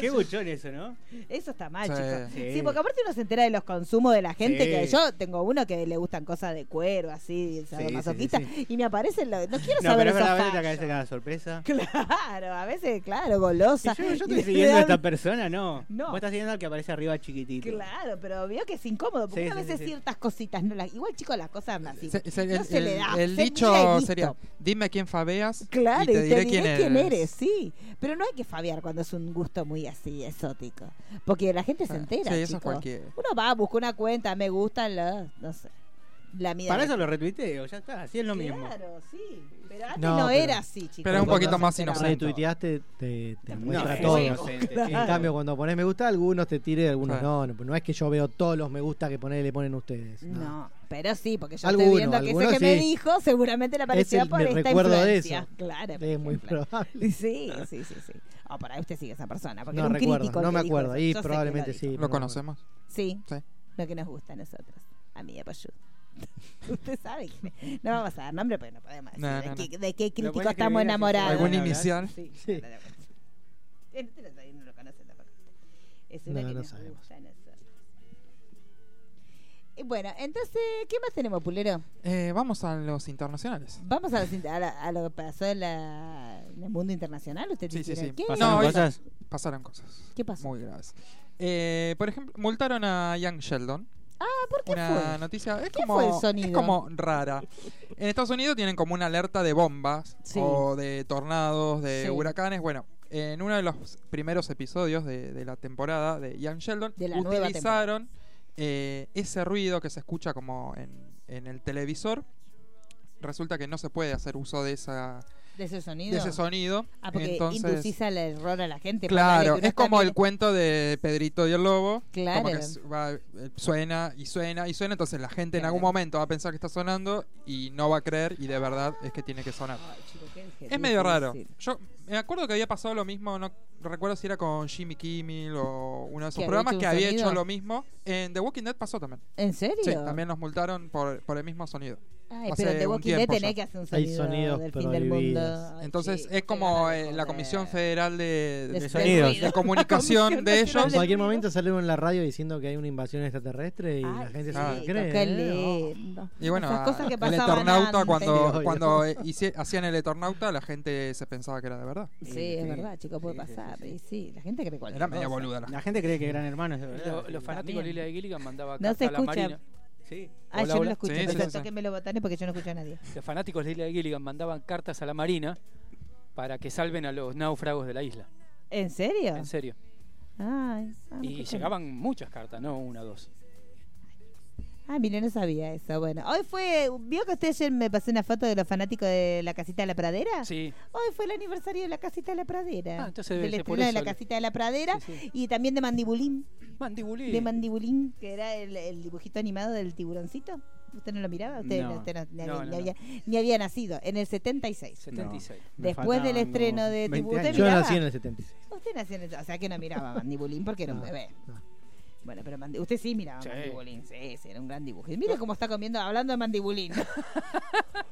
[SPEAKER 10] Qué buchón eso, ¿no?
[SPEAKER 5] Eso está mal,
[SPEAKER 6] Sí.
[SPEAKER 5] chicos. Sí.
[SPEAKER 10] Sí.
[SPEAKER 5] porque aparte uno se entera de los consumos de la gente.
[SPEAKER 10] Sí.
[SPEAKER 5] Que yo tengo uno que le gustan cosas de cuero, así, sadomasoquista.
[SPEAKER 10] sí,
[SPEAKER 5] Y me aparecen. los- No quiero
[SPEAKER 10] No,
[SPEAKER 5] saber
[SPEAKER 10] pero es
[SPEAKER 5] esos
[SPEAKER 10] verdad, a veces te
[SPEAKER 5] fallos.
[SPEAKER 10] aparece cada sorpresa.
[SPEAKER 5] Claro, a veces, claro, golosa.
[SPEAKER 10] Y yo, yo estoy
[SPEAKER 5] Y le
[SPEAKER 10] siguiendo a
[SPEAKER 5] dan-
[SPEAKER 10] esta persona, no.
[SPEAKER 5] No.
[SPEAKER 10] Vos estás siguiendo al que aparece arriba chiquitito.
[SPEAKER 5] Claro, pero veo que es incómodo, porque
[SPEAKER 10] Sí,
[SPEAKER 5] a
[SPEAKER 10] sí, sí,
[SPEAKER 5] veces
[SPEAKER 10] sí.
[SPEAKER 5] ciertas cositas no las. Igual, chicos, las cosas andan así.
[SPEAKER 6] Se- se-
[SPEAKER 5] no se le da.
[SPEAKER 6] el
[SPEAKER 5] se mira y
[SPEAKER 6] dicho
[SPEAKER 5] listo.
[SPEAKER 6] sería: dime quién fabeas.
[SPEAKER 5] Claro, y te, diré, quién, eres, sí. Pero no hay que fabiar cuando es un gusto muy así, exótico. Porque la gente se
[SPEAKER 6] Ah,
[SPEAKER 5] entera.
[SPEAKER 6] sí, eso es
[SPEAKER 5] chicos.
[SPEAKER 6] cualquiera.
[SPEAKER 5] Uno va, busca una cuenta, me gustan los. No sé. la mida.
[SPEAKER 10] Para eso lo retuiteo, ya está, así es lo mismo.
[SPEAKER 5] Claro, sí. Pero antes
[SPEAKER 7] No,
[SPEAKER 5] no,
[SPEAKER 7] pero-
[SPEAKER 5] era así, chicos.
[SPEAKER 6] Pero es un
[SPEAKER 5] Cuando
[SPEAKER 6] poquito
[SPEAKER 5] se
[SPEAKER 6] más
[SPEAKER 5] enteraban.
[SPEAKER 6] inocente.
[SPEAKER 7] Retuiteaste, te, te muestra
[SPEAKER 10] es
[SPEAKER 7] todo.
[SPEAKER 10] inocente,
[SPEAKER 7] En cambio, cuando pones me gusta, algunos te tire, algunos no,
[SPEAKER 6] Claro.
[SPEAKER 7] no. No es que yo veo todos los me gusta que pone, le ponen ustedes. no.
[SPEAKER 5] No, pero sí, porque yo
[SPEAKER 7] Alguno,
[SPEAKER 5] estoy viendo que
[SPEAKER 7] alguno
[SPEAKER 5] ese que me
[SPEAKER 7] sí.
[SPEAKER 5] dijo seguramente le apareció
[SPEAKER 7] el-
[SPEAKER 5] por
[SPEAKER 7] me
[SPEAKER 5] esta
[SPEAKER 7] recuerdo de
[SPEAKER 5] influencia.
[SPEAKER 7] eso.
[SPEAKER 5] Claro, por
[SPEAKER 7] Es muy
[SPEAKER 5] ejemplo.
[SPEAKER 7] probable.
[SPEAKER 5] Sí, sí, sí, sí. Ah, por ahí usted sigue a esa persona. Porque
[SPEAKER 7] No
[SPEAKER 5] era un
[SPEAKER 7] recuerdo,
[SPEAKER 5] crítico el
[SPEAKER 7] no
[SPEAKER 5] que
[SPEAKER 7] me
[SPEAKER 5] dijo
[SPEAKER 7] acuerdo.
[SPEAKER 5] eso. Yo
[SPEAKER 7] Y
[SPEAKER 5] sé que
[SPEAKER 7] probablemente
[SPEAKER 5] dijo.
[SPEAKER 7] sí. pero no
[SPEAKER 6] Lo
[SPEAKER 7] me
[SPEAKER 6] conocemos.
[SPEAKER 5] Sí,
[SPEAKER 6] Sí.
[SPEAKER 5] lo que nos gusta a nosotros. A mí, a Payú. Usted sabe que no vamos a dar nombre, pero no podemos decir
[SPEAKER 6] No,
[SPEAKER 5] de,
[SPEAKER 6] no, no.
[SPEAKER 5] qué, de qué
[SPEAKER 10] Lo
[SPEAKER 5] crítico
[SPEAKER 10] bueno es que
[SPEAKER 5] estamos
[SPEAKER 10] viene a
[SPEAKER 5] enamorados.
[SPEAKER 6] ¿Algún
[SPEAKER 10] hablar?
[SPEAKER 6] inicial?
[SPEAKER 5] Sí.
[SPEAKER 7] Sí.
[SPEAKER 5] no, no, no. Este no sabe, no lo conoce tampoco. Es una
[SPEAKER 7] No,
[SPEAKER 5] que
[SPEAKER 7] no
[SPEAKER 5] nos
[SPEAKER 7] sabemos.
[SPEAKER 5] gusta a nosotros. Y bueno, entonces, ¿qué más tenemos, Pulero?
[SPEAKER 6] Eh, vamos a los internacionales.
[SPEAKER 5] Vamos a, los in- a la- a lo que pasó en, la- en el mundo internacional. ¿Usted
[SPEAKER 6] Sí, sí,
[SPEAKER 5] quisiera-
[SPEAKER 6] sí.
[SPEAKER 5] ¿Qué?
[SPEAKER 6] Pasaron
[SPEAKER 10] No,
[SPEAKER 6] hoy-
[SPEAKER 10] cosas.
[SPEAKER 6] Pasaron cosas
[SPEAKER 5] ¿Qué pasó?
[SPEAKER 6] muy graves. Eh, por ejemplo, multaron a Young Sheldon.
[SPEAKER 5] Ah, ¿por qué
[SPEAKER 6] una
[SPEAKER 5] fue?
[SPEAKER 6] noticia es
[SPEAKER 5] ¿Qué
[SPEAKER 6] como
[SPEAKER 5] fue el sonido?
[SPEAKER 6] es como rara en Estados Unidos tienen como una alerta de bombas
[SPEAKER 5] Sí.
[SPEAKER 6] o de tornados de
[SPEAKER 5] Sí.
[SPEAKER 6] huracanes bueno en uno de los primeros episodios de, de la temporada de Ian Sheldon
[SPEAKER 5] De la nueva
[SPEAKER 6] utilizaron eh, ese ruido que se escucha como en, en el televisor resulta que no se puede hacer uso de esa
[SPEAKER 5] ¿De ese sonido?
[SPEAKER 6] de ese sonido
[SPEAKER 5] Ah, porque
[SPEAKER 6] entonces
[SPEAKER 5] inducís al error a la gente. ponele
[SPEAKER 6] Claro,
[SPEAKER 5] que uno
[SPEAKER 6] es como
[SPEAKER 5] está
[SPEAKER 6] el
[SPEAKER 5] bien-
[SPEAKER 6] cuento de Pedrito y el Lobo.
[SPEAKER 5] Claro.
[SPEAKER 6] Como que su- va, eh, suena y suena y suena, entonces la gente en
[SPEAKER 5] Claro.
[SPEAKER 6] algún momento va a pensar que está sonando y no va a creer y de verdad es que tiene que sonar.
[SPEAKER 5] Ay, chico, qué
[SPEAKER 6] Es
[SPEAKER 5] objetivo
[SPEAKER 6] medio raro.
[SPEAKER 5] decir.
[SPEAKER 6] Yo me acuerdo que había pasado lo mismo, no recuerdo si era con Jimmy Kimmel o uno de
[SPEAKER 5] ¿Que
[SPEAKER 6] sus
[SPEAKER 5] había
[SPEAKER 6] programas
[SPEAKER 5] hecho un
[SPEAKER 6] que había
[SPEAKER 5] sonido?
[SPEAKER 6] hecho lo mismo. En The Walking Dead pasó también.
[SPEAKER 5] ¿En serio?
[SPEAKER 6] Sí, también nos multaron por, por el mismo sonido.
[SPEAKER 5] Ay,
[SPEAKER 6] hace
[SPEAKER 5] pero en The
[SPEAKER 6] un
[SPEAKER 5] Walking Dead
[SPEAKER 6] tiempo
[SPEAKER 5] tenés
[SPEAKER 6] ya.
[SPEAKER 5] que hacer un
[SPEAKER 7] Hay
[SPEAKER 5] sonido
[SPEAKER 7] sonidos
[SPEAKER 5] del fin del
[SPEAKER 7] prohibidos.
[SPEAKER 5] mundo. Ay,
[SPEAKER 6] Entonces
[SPEAKER 5] chico,
[SPEAKER 6] es
[SPEAKER 5] qué
[SPEAKER 6] como
[SPEAKER 5] ganas de
[SPEAKER 6] eh, la
[SPEAKER 5] joder.
[SPEAKER 6] Comisión Federal de,
[SPEAKER 5] Del-
[SPEAKER 6] de-
[SPEAKER 5] del
[SPEAKER 10] sonidos.
[SPEAKER 5] ruido.
[SPEAKER 6] de Comunicación de
[SPEAKER 5] Comisión
[SPEAKER 6] ellos.
[SPEAKER 7] En
[SPEAKER 5] Nacional del
[SPEAKER 7] cualquier
[SPEAKER 5] Ruido.
[SPEAKER 7] momento salieron en la radio diciendo que hay una invasión extraterrestre y la
[SPEAKER 5] Ay,
[SPEAKER 7] gente
[SPEAKER 5] chico,
[SPEAKER 7] se lo cree.
[SPEAKER 5] Ah, Qué
[SPEAKER 7] ¿eh?
[SPEAKER 5] lindo.
[SPEAKER 6] Y bueno,
[SPEAKER 5] Esas cosas que
[SPEAKER 6] el
[SPEAKER 5] pasaban
[SPEAKER 6] Eternauta,
[SPEAKER 5] antes.
[SPEAKER 6] cuando,
[SPEAKER 7] Obvio.
[SPEAKER 6] cuando eh, hici- hacían el Eternauta, la gente se pensaba que era de verdad.
[SPEAKER 5] Sí,
[SPEAKER 10] Sí,
[SPEAKER 5] es
[SPEAKER 10] sí.
[SPEAKER 5] verdad, chico, puede
[SPEAKER 10] Sí, sí, sí,
[SPEAKER 5] pasar.
[SPEAKER 10] sí.
[SPEAKER 5] Y sí, la gente cree cualquier
[SPEAKER 6] Era media
[SPEAKER 5] cosa.
[SPEAKER 6] boluda la
[SPEAKER 10] La gente cree que Gran Hermano es de verdad.
[SPEAKER 8] Lo- los fanáticos de
[SPEAKER 5] También.
[SPEAKER 8] Lila de Gilligan mandaban
[SPEAKER 5] No se
[SPEAKER 8] carta a la
[SPEAKER 5] escucha.
[SPEAKER 8] Marina. Sí.
[SPEAKER 5] Ah,
[SPEAKER 8] Hola,
[SPEAKER 5] yo no lo
[SPEAKER 8] hola.
[SPEAKER 5] escuché,
[SPEAKER 6] Sí, sí,
[SPEAKER 5] pero
[SPEAKER 6] sí, sí.
[SPEAKER 5] toquenme los botones porque yo no escuché a nadie.
[SPEAKER 8] Los fanáticos de Lila de Gilligan mandaban cartas a la Marina para que salven a los náufragos de la isla.
[SPEAKER 5] ¿En serio?
[SPEAKER 8] En serio.
[SPEAKER 5] Ay, ah, no
[SPEAKER 8] Y
[SPEAKER 5] escuché.
[SPEAKER 8] llegaban muchas cartas, no una, dos.
[SPEAKER 5] Ah, mire, no sabía eso. Bueno, hoy fue. ¿Vio que usted ayer me pasó una foto de los fanáticos de la casita de la pradera?
[SPEAKER 8] Sí.
[SPEAKER 5] Hoy fue el aniversario de la casita de la pradera.
[SPEAKER 8] Ah, entonces
[SPEAKER 5] de
[SPEAKER 8] debe
[SPEAKER 5] la
[SPEAKER 8] ser por
[SPEAKER 5] estrella de la
[SPEAKER 8] eso.
[SPEAKER 5] casita de la pradera
[SPEAKER 8] Sí, sí.
[SPEAKER 5] y también de Mandibulín.
[SPEAKER 8] Mandibulí.
[SPEAKER 5] De Mandibulín, que era el, el dibujito animado del tiburoncito. ¿Usted no lo miraba? Usted
[SPEAKER 10] No.
[SPEAKER 5] usted ni, había,
[SPEAKER 8] No, no,
[SPEAKER 5] ni
[SPEAKER 8] no.
[SPEAKER 5] había- ni había nacido, en el 76.
[SPEAKER 8] 76.
[SPEAKER 10] Me
[SPEAKER 5] Después del
[SPEAKER 10] faltaban
[SPEAKER 5] estreno
[SPEAKER 10] como
[SPEAKER 5] de
[SPEAKER 10] 20
[SPEAKER 5] Tiburón,
[SPEAKER 10] años.
[SPEAKER 5] ¿te
[SPEAKER 7] Yo
[SPEAKER 5] miraba?
[SPEAKER 7] nací en el 76.
[SPEAKER 5] Usted nació en el- O sea que no miraba Mandibulín porque era un
[SPEAKER 7] No,
[SPEAKER 5] bebé.
[SPEAKER 7] no.
[SPEAKER 5] Bueno, pero Mandi- usted sí miraba
[SPEAKER 8] Sí.
[SPEAKER 5] Mandibulín. Sí, sí, era un gran dibujo. Y Mire cómo está comiendo, hablando de Mandibulín.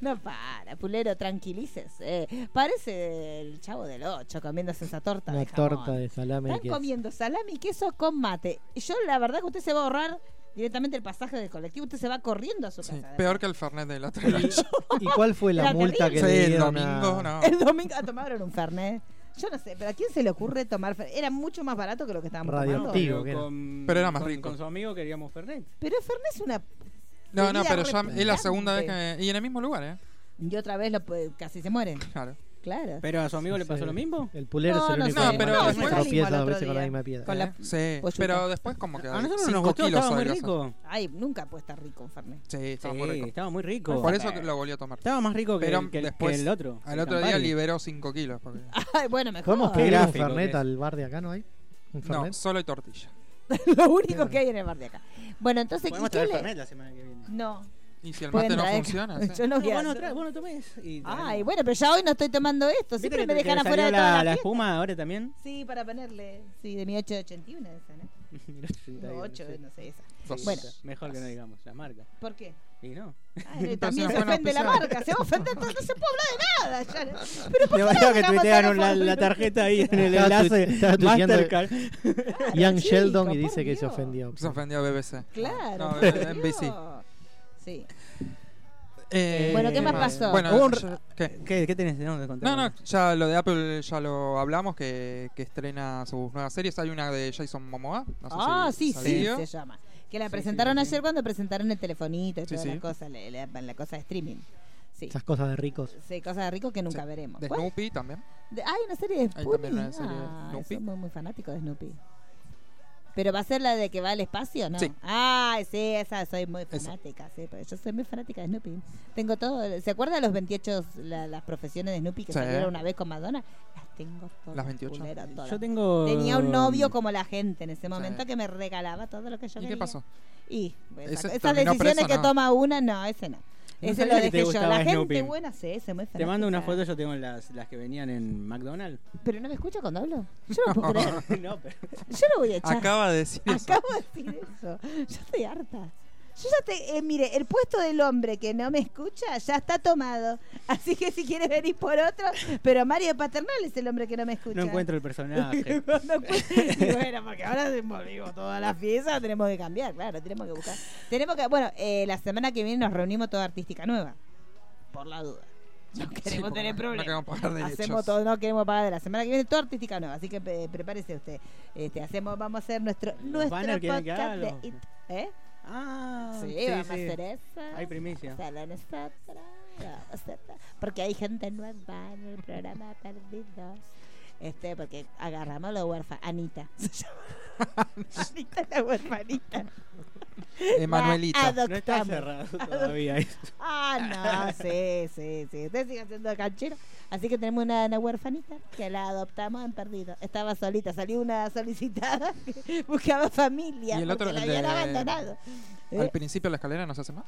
[SPEAKER 5] No para, pulero, tranquilícese. Parece el chavo del 8 comiéndose esa torta.
[SPEAKER 7] Una
[SPEAKER 5] de jamón.
[SPEAKER 7] torta de salame.
[SPEAKER 5] Están
[SPEAKER 7] y queso.
[SPEAKER 5] comiendo salami y queso con mate. Y Yo, la verdad, que usted se va a ahorrar directamente el pasaje del colectivo. Usted se va corriendo a su
[SPEAKER 6] Sí,
[SPEAKER 5] casa.
[SPEAKER 6] peor que el Fernet de la Torre. Sí,
[SPEAKER 7] ¿Y cuál fue la
[SPEAKER 5] Era
[SPEAKER 7] multa que le
[SPEAKER 6] el
[SPEAKER 7] dieron a-
[SPEAKER 6] domingo, no.
[SPEAKER 5] El domingo ah, tomaron un fernet. Yo no sé, pero ¿a quién se le ocurre tomar fernet? Era mucho más barato que lo que estábamos
[SPEAKER 7] Radioactivo.
[SPEAKER 5] tomando.
[SPEAKER 7] Digo que era.
[SPEAKER 10] con,
[SPEAKER 6] Pero era más
[SPEAKER 10] con-
[SPEAKER 6] rico.
[SPEAKER 10] Con su amigo queríamos Fernet.
[SPEAKER 5] Pero fernet es una...
[SPEAKER 6] No, no,
[SPEAKER 5] Comida
[SPEAKER 6] pero ya es la segunda vez
[SPEAKER 5] repugnante.
[SPEAKER 6] que. Y en el mismo lugar, ¿eh?
[SPEAKER 5] Y otra vez lo, pu- casi se mueren.
[SPEAKER 6] Claro.
[SPEAKER 5] Claro.
[SPEAKER 10] Pero a su amigo le pasó
[SPEAKER 7] Sí.
[SPEAKER 10] lo mismo.
[SPEAKER 7] El pulero
[SPEAKER 5] No,
[SPEAKER 7] es el
[SPEAKER 5] no
[SPEAKER 7] único
[SPEAKER 6] sé.
[SPEAKER 7] animal
[SPEAKER 6] No, pero
[SPEAKER 7] que
[SPEAKER 6] después
[SPEAKER 7] se
[SPEAKER 5] salimos
[SPEAKER 7] tropieza
[SPEAKER 5] el
[SPEAKER 7] dos
[SPEAKER 5] otro
[SPEAKER 7] veces con la
[SPEAKER 5] día.
[SPEAKER 7] misma piedra.
[SPEAKER 5] Con la-
[SPEAKER 6] Eh, Sí,
[SPEAKER 5] polluta.
[SPEAKER 6] pero después como que.
[SPEAKER 10] A nosotros
[SPEAKER 6] cinco
[SPEAKER 10] nos gustó,
[SPEAKER 6] kilos
[SPEAKER 10] estaba muy
[SPEAKER 6] adelgazó.
[SPEAKER 10] rico.
[SPEAKER 5] Ay, nunca puede estar rico un fernet.
[SPEAKER 6] Sí, estaba muy
[SPEAKER 10] Sí,
[SPEAKER 6] rico.
[SPEAKER 10] estaba muy rico.
[SPEAKER 6] Por eso que lo volví a tomar.
[SPEAKER 10] Estaba más rico que,
[SPEAKER 6] Pero
[SPEAKER 10] el, que el-
[SPEAKER 6] después,
[SPEAKER 10] que el otro.
[SPEAKER 6] Al
[SPEAKER 10] el
[SPEAKER 6] otro día
[SPEAKER 10] Campari.
[SPEAKER 6] liberó 5 kilos. porque-
[SPEAKER 5] Ay, bueno, mejor.
[SPEAKER 7] ¿Podemos
[SPEAKER 10] Qué
[SPEAKER 7] pedir un
[SPEAKER 10] gráfico que
[SPEAKER 7] Fernet
[SPEAKER 10] es.
[SPEAKER 7] al bar de acá, no hay? ¿Un
[SPEAKER 6] No,
[SPEAKER 7] Fernet?
[SPEAKER 6] solo hay tortilla.
[SPEAKER 5] lo único que hay en el bar de acá. Bueno, entonces...
[SPEAKER 10] Podemos
[SPEAKER 5] ¿y qué
[SPEAKER 10] traer
[SPEAKER 5] le-
[SPEAKER 10] Fernet la semana que viene.
[SPEAKER 5] No.
[SPEAKER 6] Y si el
[SPEAKER 5] pueden
[SPEAKER 6] mate no
[SPEAKER 5] traer-
[SPEAKER 6] funciona. sí.
[SPEAKER 5] Yo no voy a-
[SPEAKER 10] vos no traes, vos no tomés. Y
[SPEAKER 5] Ay, bueno, pero ya hoy no estoy tomando esto.
[SPEAKER 10] ¿Viste
[SPEAKER 5] Siempre
[SPEAKER 10] que
[SPEAKER 5] me
[SPEAKER 10] te- que
[SPEAKER 5] dejan
[SPEAKER 10] le
[SPEAKER 5] afuera de
[SPEAKER 10] salió la,
[SPEAKER 5] todas las
[SPEAKER 10] la
[SPEAKER 5] fiestas.
[SPEAKER 10] espuma ahora también.
[SPEAKER 5] Sí, para ponerle. Sí, de mi 881 esa, ¿no? O 8, no sé, esa.
[SPEAKER 6] Dos.
[SPEAKER 5] Bueno.
[SPEAKER 10] Mejor que no digamos las marcas.
[SPEAKER 5] ¿Por qué?
[SPEAKER 10] Y no.
[SPEAKER 5] Ah,
[SPEAKER 6] Pero
[SPEAKER 5] también
[SPEAKER 6] si
[SPEAKER 5] se
[SPEAKER 6] no fue una
[SPEAKER 5] ofende la
[SPEAKER 10] pues,
[SPEAKER 6] especial.
[SPEAKER 5] marca. Se va a ofender, entonces no se puede hablar de nada. ya. Pero ¿por
[SPEAKER 10] Te
[SPEAKER 5] qué
[SPEAKER 10] bastaba
[SPEAKER 5] no
[SPEAKER 10] que
[SPEAKER 5] dejamos
[SPEAKER 10] tuitearon
[SPEAKER 5] a
[SPEAKER 10] la,
[SPEAKER 5] los
[SPEAKER 10] la tarjeta ahí en el
[SPEAKER 7] Estaba tu-
[SPEAKER 10] enlace.
[SPEAKER 7] estaba tuiteando-
[SPEAKER 10] Mastercard.
[SPEAKER 5] Claro,
[SPEAKER 7] Ian
[SPEAKER 5] chico,
[SPEAKER 7] Sheldon y
[SPEAKER 5] por
[SPEAKER 7] dice que se
[SPEAKER 5] Dios.
[SPEAKER 7] ofendió.
[SPEAKER 6] Se ofendió a BBC.
[SPEAKER 5] Claro.
[SPEAKER 6] No, eh,
[SPEAKER 5] por
[SPEAKER 6] en
[SPEAKER 5] Dios.
[SPEAKER 6] NBC.
[SPEAKER 5] Sí.
[SPEAKER 6] Eh,
[SPEAKER 5] Bueno, ¿qué más pasó?
[SPEAKER 6] Bueno,
[SPEAKER 10] Hubo un-
[SPEAKER 6] yo- ¿qué?
[SPEAKER 10] ¿Qué, ¿Qué tenés de dónde contar?
[SPEAKER 6] No, no, ya lo de Apple ya lo hablamos, que, que estrena sus nuevas series. Hay una de Jason Momoa. No sé
[SPEAKER 5] Ah,
[SPEAKER 6] si
[SPEAKER 5] sí, sí,
[SPEAKER 6] salió.
[SPEAKER 5] se llama. Que la
[SPEAKER 10] Sí,
[SPEAKER 5] presentaron
[SPEAKER 10] sí, sí, sí.
[SPEAKER 5] ayer cuando presentaron el telefonito y
[SPEAKER 6] Sí,
[SPEAKER 5] todas
[SPEAKER 6] sí.
[SPEAKER 5] las cosas, la, la- la cosa de streaming. Sí.
[SPEAKER 7] Esas cosas de ricos.
[SPEAKER 5] Sí, cosas de rico que nunca
[SPEAKER 6] Sí.
[SPEAKER 5] veremos.
[SPEAKER 6] De
[SPEAKER 5] ¿Cuál?
[SPEAKER 6] Snoopy también.
[SPEAKER 5] De- hay una serie de
[SPEAKER 6] Hay
[SPEAKER 5] Spoonie.
[SPEAKER 6] también una serie de
[SPEAKER 5] Ah,
[SPEAKER 6] Snoopy.
[SPEAKER 5] Somos muy fanáticos de Snoopy. ¿Pero va a ser la de que va al espacio, no?
[SPEAKER 6] Sí.
[SPEAKER 5] Ah, sí, esa soy muy
[SPEAKER 6] Esa.
[SPEAKER 5] fanática, sí, pero yo soy muy fanática de Snoopy. Tengo todo, ¿se acuerdan los 28, la- las profesiones de Snoopy que
[SPEAKER 6] Sí.
[SPEAKER 5] salieron una vez con Madonna? Las tengo todas.
[SPEAKER 6] Las 28.
[SPEAKER 5] culera, todas.
[SPEAKER 10] Yo tengo.
[SPEAKER 5] Tenía un novio como la gente en ese momento
[SPEAKER 6] Oh. Sí.
[SPEAKER 5] que me regalaba todo lo que yo
[SPEAKER 6] ¿Y
[SPEAKER 5] quería.
[SPEAKER 6] qué pasó?
[SPEAKER 5] Y bueno,
[SPEAKER 6] Ese
[SPEAKER 5] esa- esas
[SPEAKER 6] terminó
[SPEAKER 5] decisiones
[SPEAKER 6] preso,
[SPEAKER 5] que
[SPEAKER 6] ¿no?
[SPEAKER 5] toma una, no, ese no.
[SPEAKER 10] No
[SPEAKER 5] Ese
[SPEAKER 10] sabía
[SPEAKER 5] lo
[SPEAKER 10] que te
[SPEAKER 5] dejé yo.
[SPEAKER 10] gustaba
[SPEAKER 5] La gente
[SPEAKER 10] Snoopy.
[SPEAKER 5] buena, sí, ese muy
[SPEAKER 10] Te mando una
[SPEAKER 5] fanática.
[SPEAKER 10] foto, yo tengo las, las que venían en McDonald's.
[SPEAKER 5] Pero no me escucha cuando hablo. Yo no puedo creer.
[SPEAKER 10] no, pero.
[SPEAKER 5] Yo lo voy a echar.
[SPEAKER 6] Acaba de decir eso.
[SPEAKER 5] Acabo de decir eso. Yo estoy harta. Yo ya te. eh, mire, el puesto del hombre que no me escucha ya está tomado. Así que si quieres venir por otro. Pero Mario Paternal es el hombre que no me escucha.
[SPEAKER 10] No encuentro el personaje.
[SPEAKER 5] No encuentro- y bueno, porque ahora se movió todas las piezas, tenemos que cambiar, claro, tenemos que buscar. Tenemos que, bueno, eh, la semana que viene nos reunimos toda artística nueva. Por la duda. No
[SPEAKER 6] Sí,
[SPEAKER 5] queremos
[SPEAKER 6] porque
[SPEAKER 5] tener
[SPEAKER 6] no-
[SPEAKER 5] problemas.
[SPEAKER 6] No queremos pagar derechos.
[SPEAKER 5] Hacemos todo, no queremos pagar de la semana que viene, todo artística nueva, así que eh, prepárese usted. Este, hacemos, vamos a hacer nuestro, nuestro
[SPEAKER 10] banners quieren
[SPEAKER 5] podcast
[SPEAKER 10] que
[SPEAKER 5] de
[SPEAKER 10] haga,
[SPEAKER 5] It. ¿Eh?
[SPEAKER 10] Ah,
[SPEAKER 5] sí, vamos a hacer eso.
[SPEAKER 10] Hay primicia.
[SPEAKER 5] Vamos a hacer nosotros, vamos a hacer- Porque hay gente nueva en el programa Perdidos. Este, porque agarramos a la huérfana. Anita. se llama. Anita la huérfanita. La
[SPEAKER 6] Emanuelita.
[SPEAKER 10] No está
[SPEAKER 5] adoptamos.
[SPEAKER 10] cerrado todavía.
[SPEAKER 5] Ah, no, sí, sí, sí. Usted sigue siendo canchero. Así que tenemos una, una huerfanita que la adoptamos en perdido. Estaba solita, salió una solicitada que buscaba familia.
[SPEAKER 6] Y el otro,
[SPEAKER 5] porque la
[SPEAKER 6] el de-
[SPEAKER 5] habían abandonado. ¿Eh?
[SPEAKER 6] Al principio de la escalera no se hace más.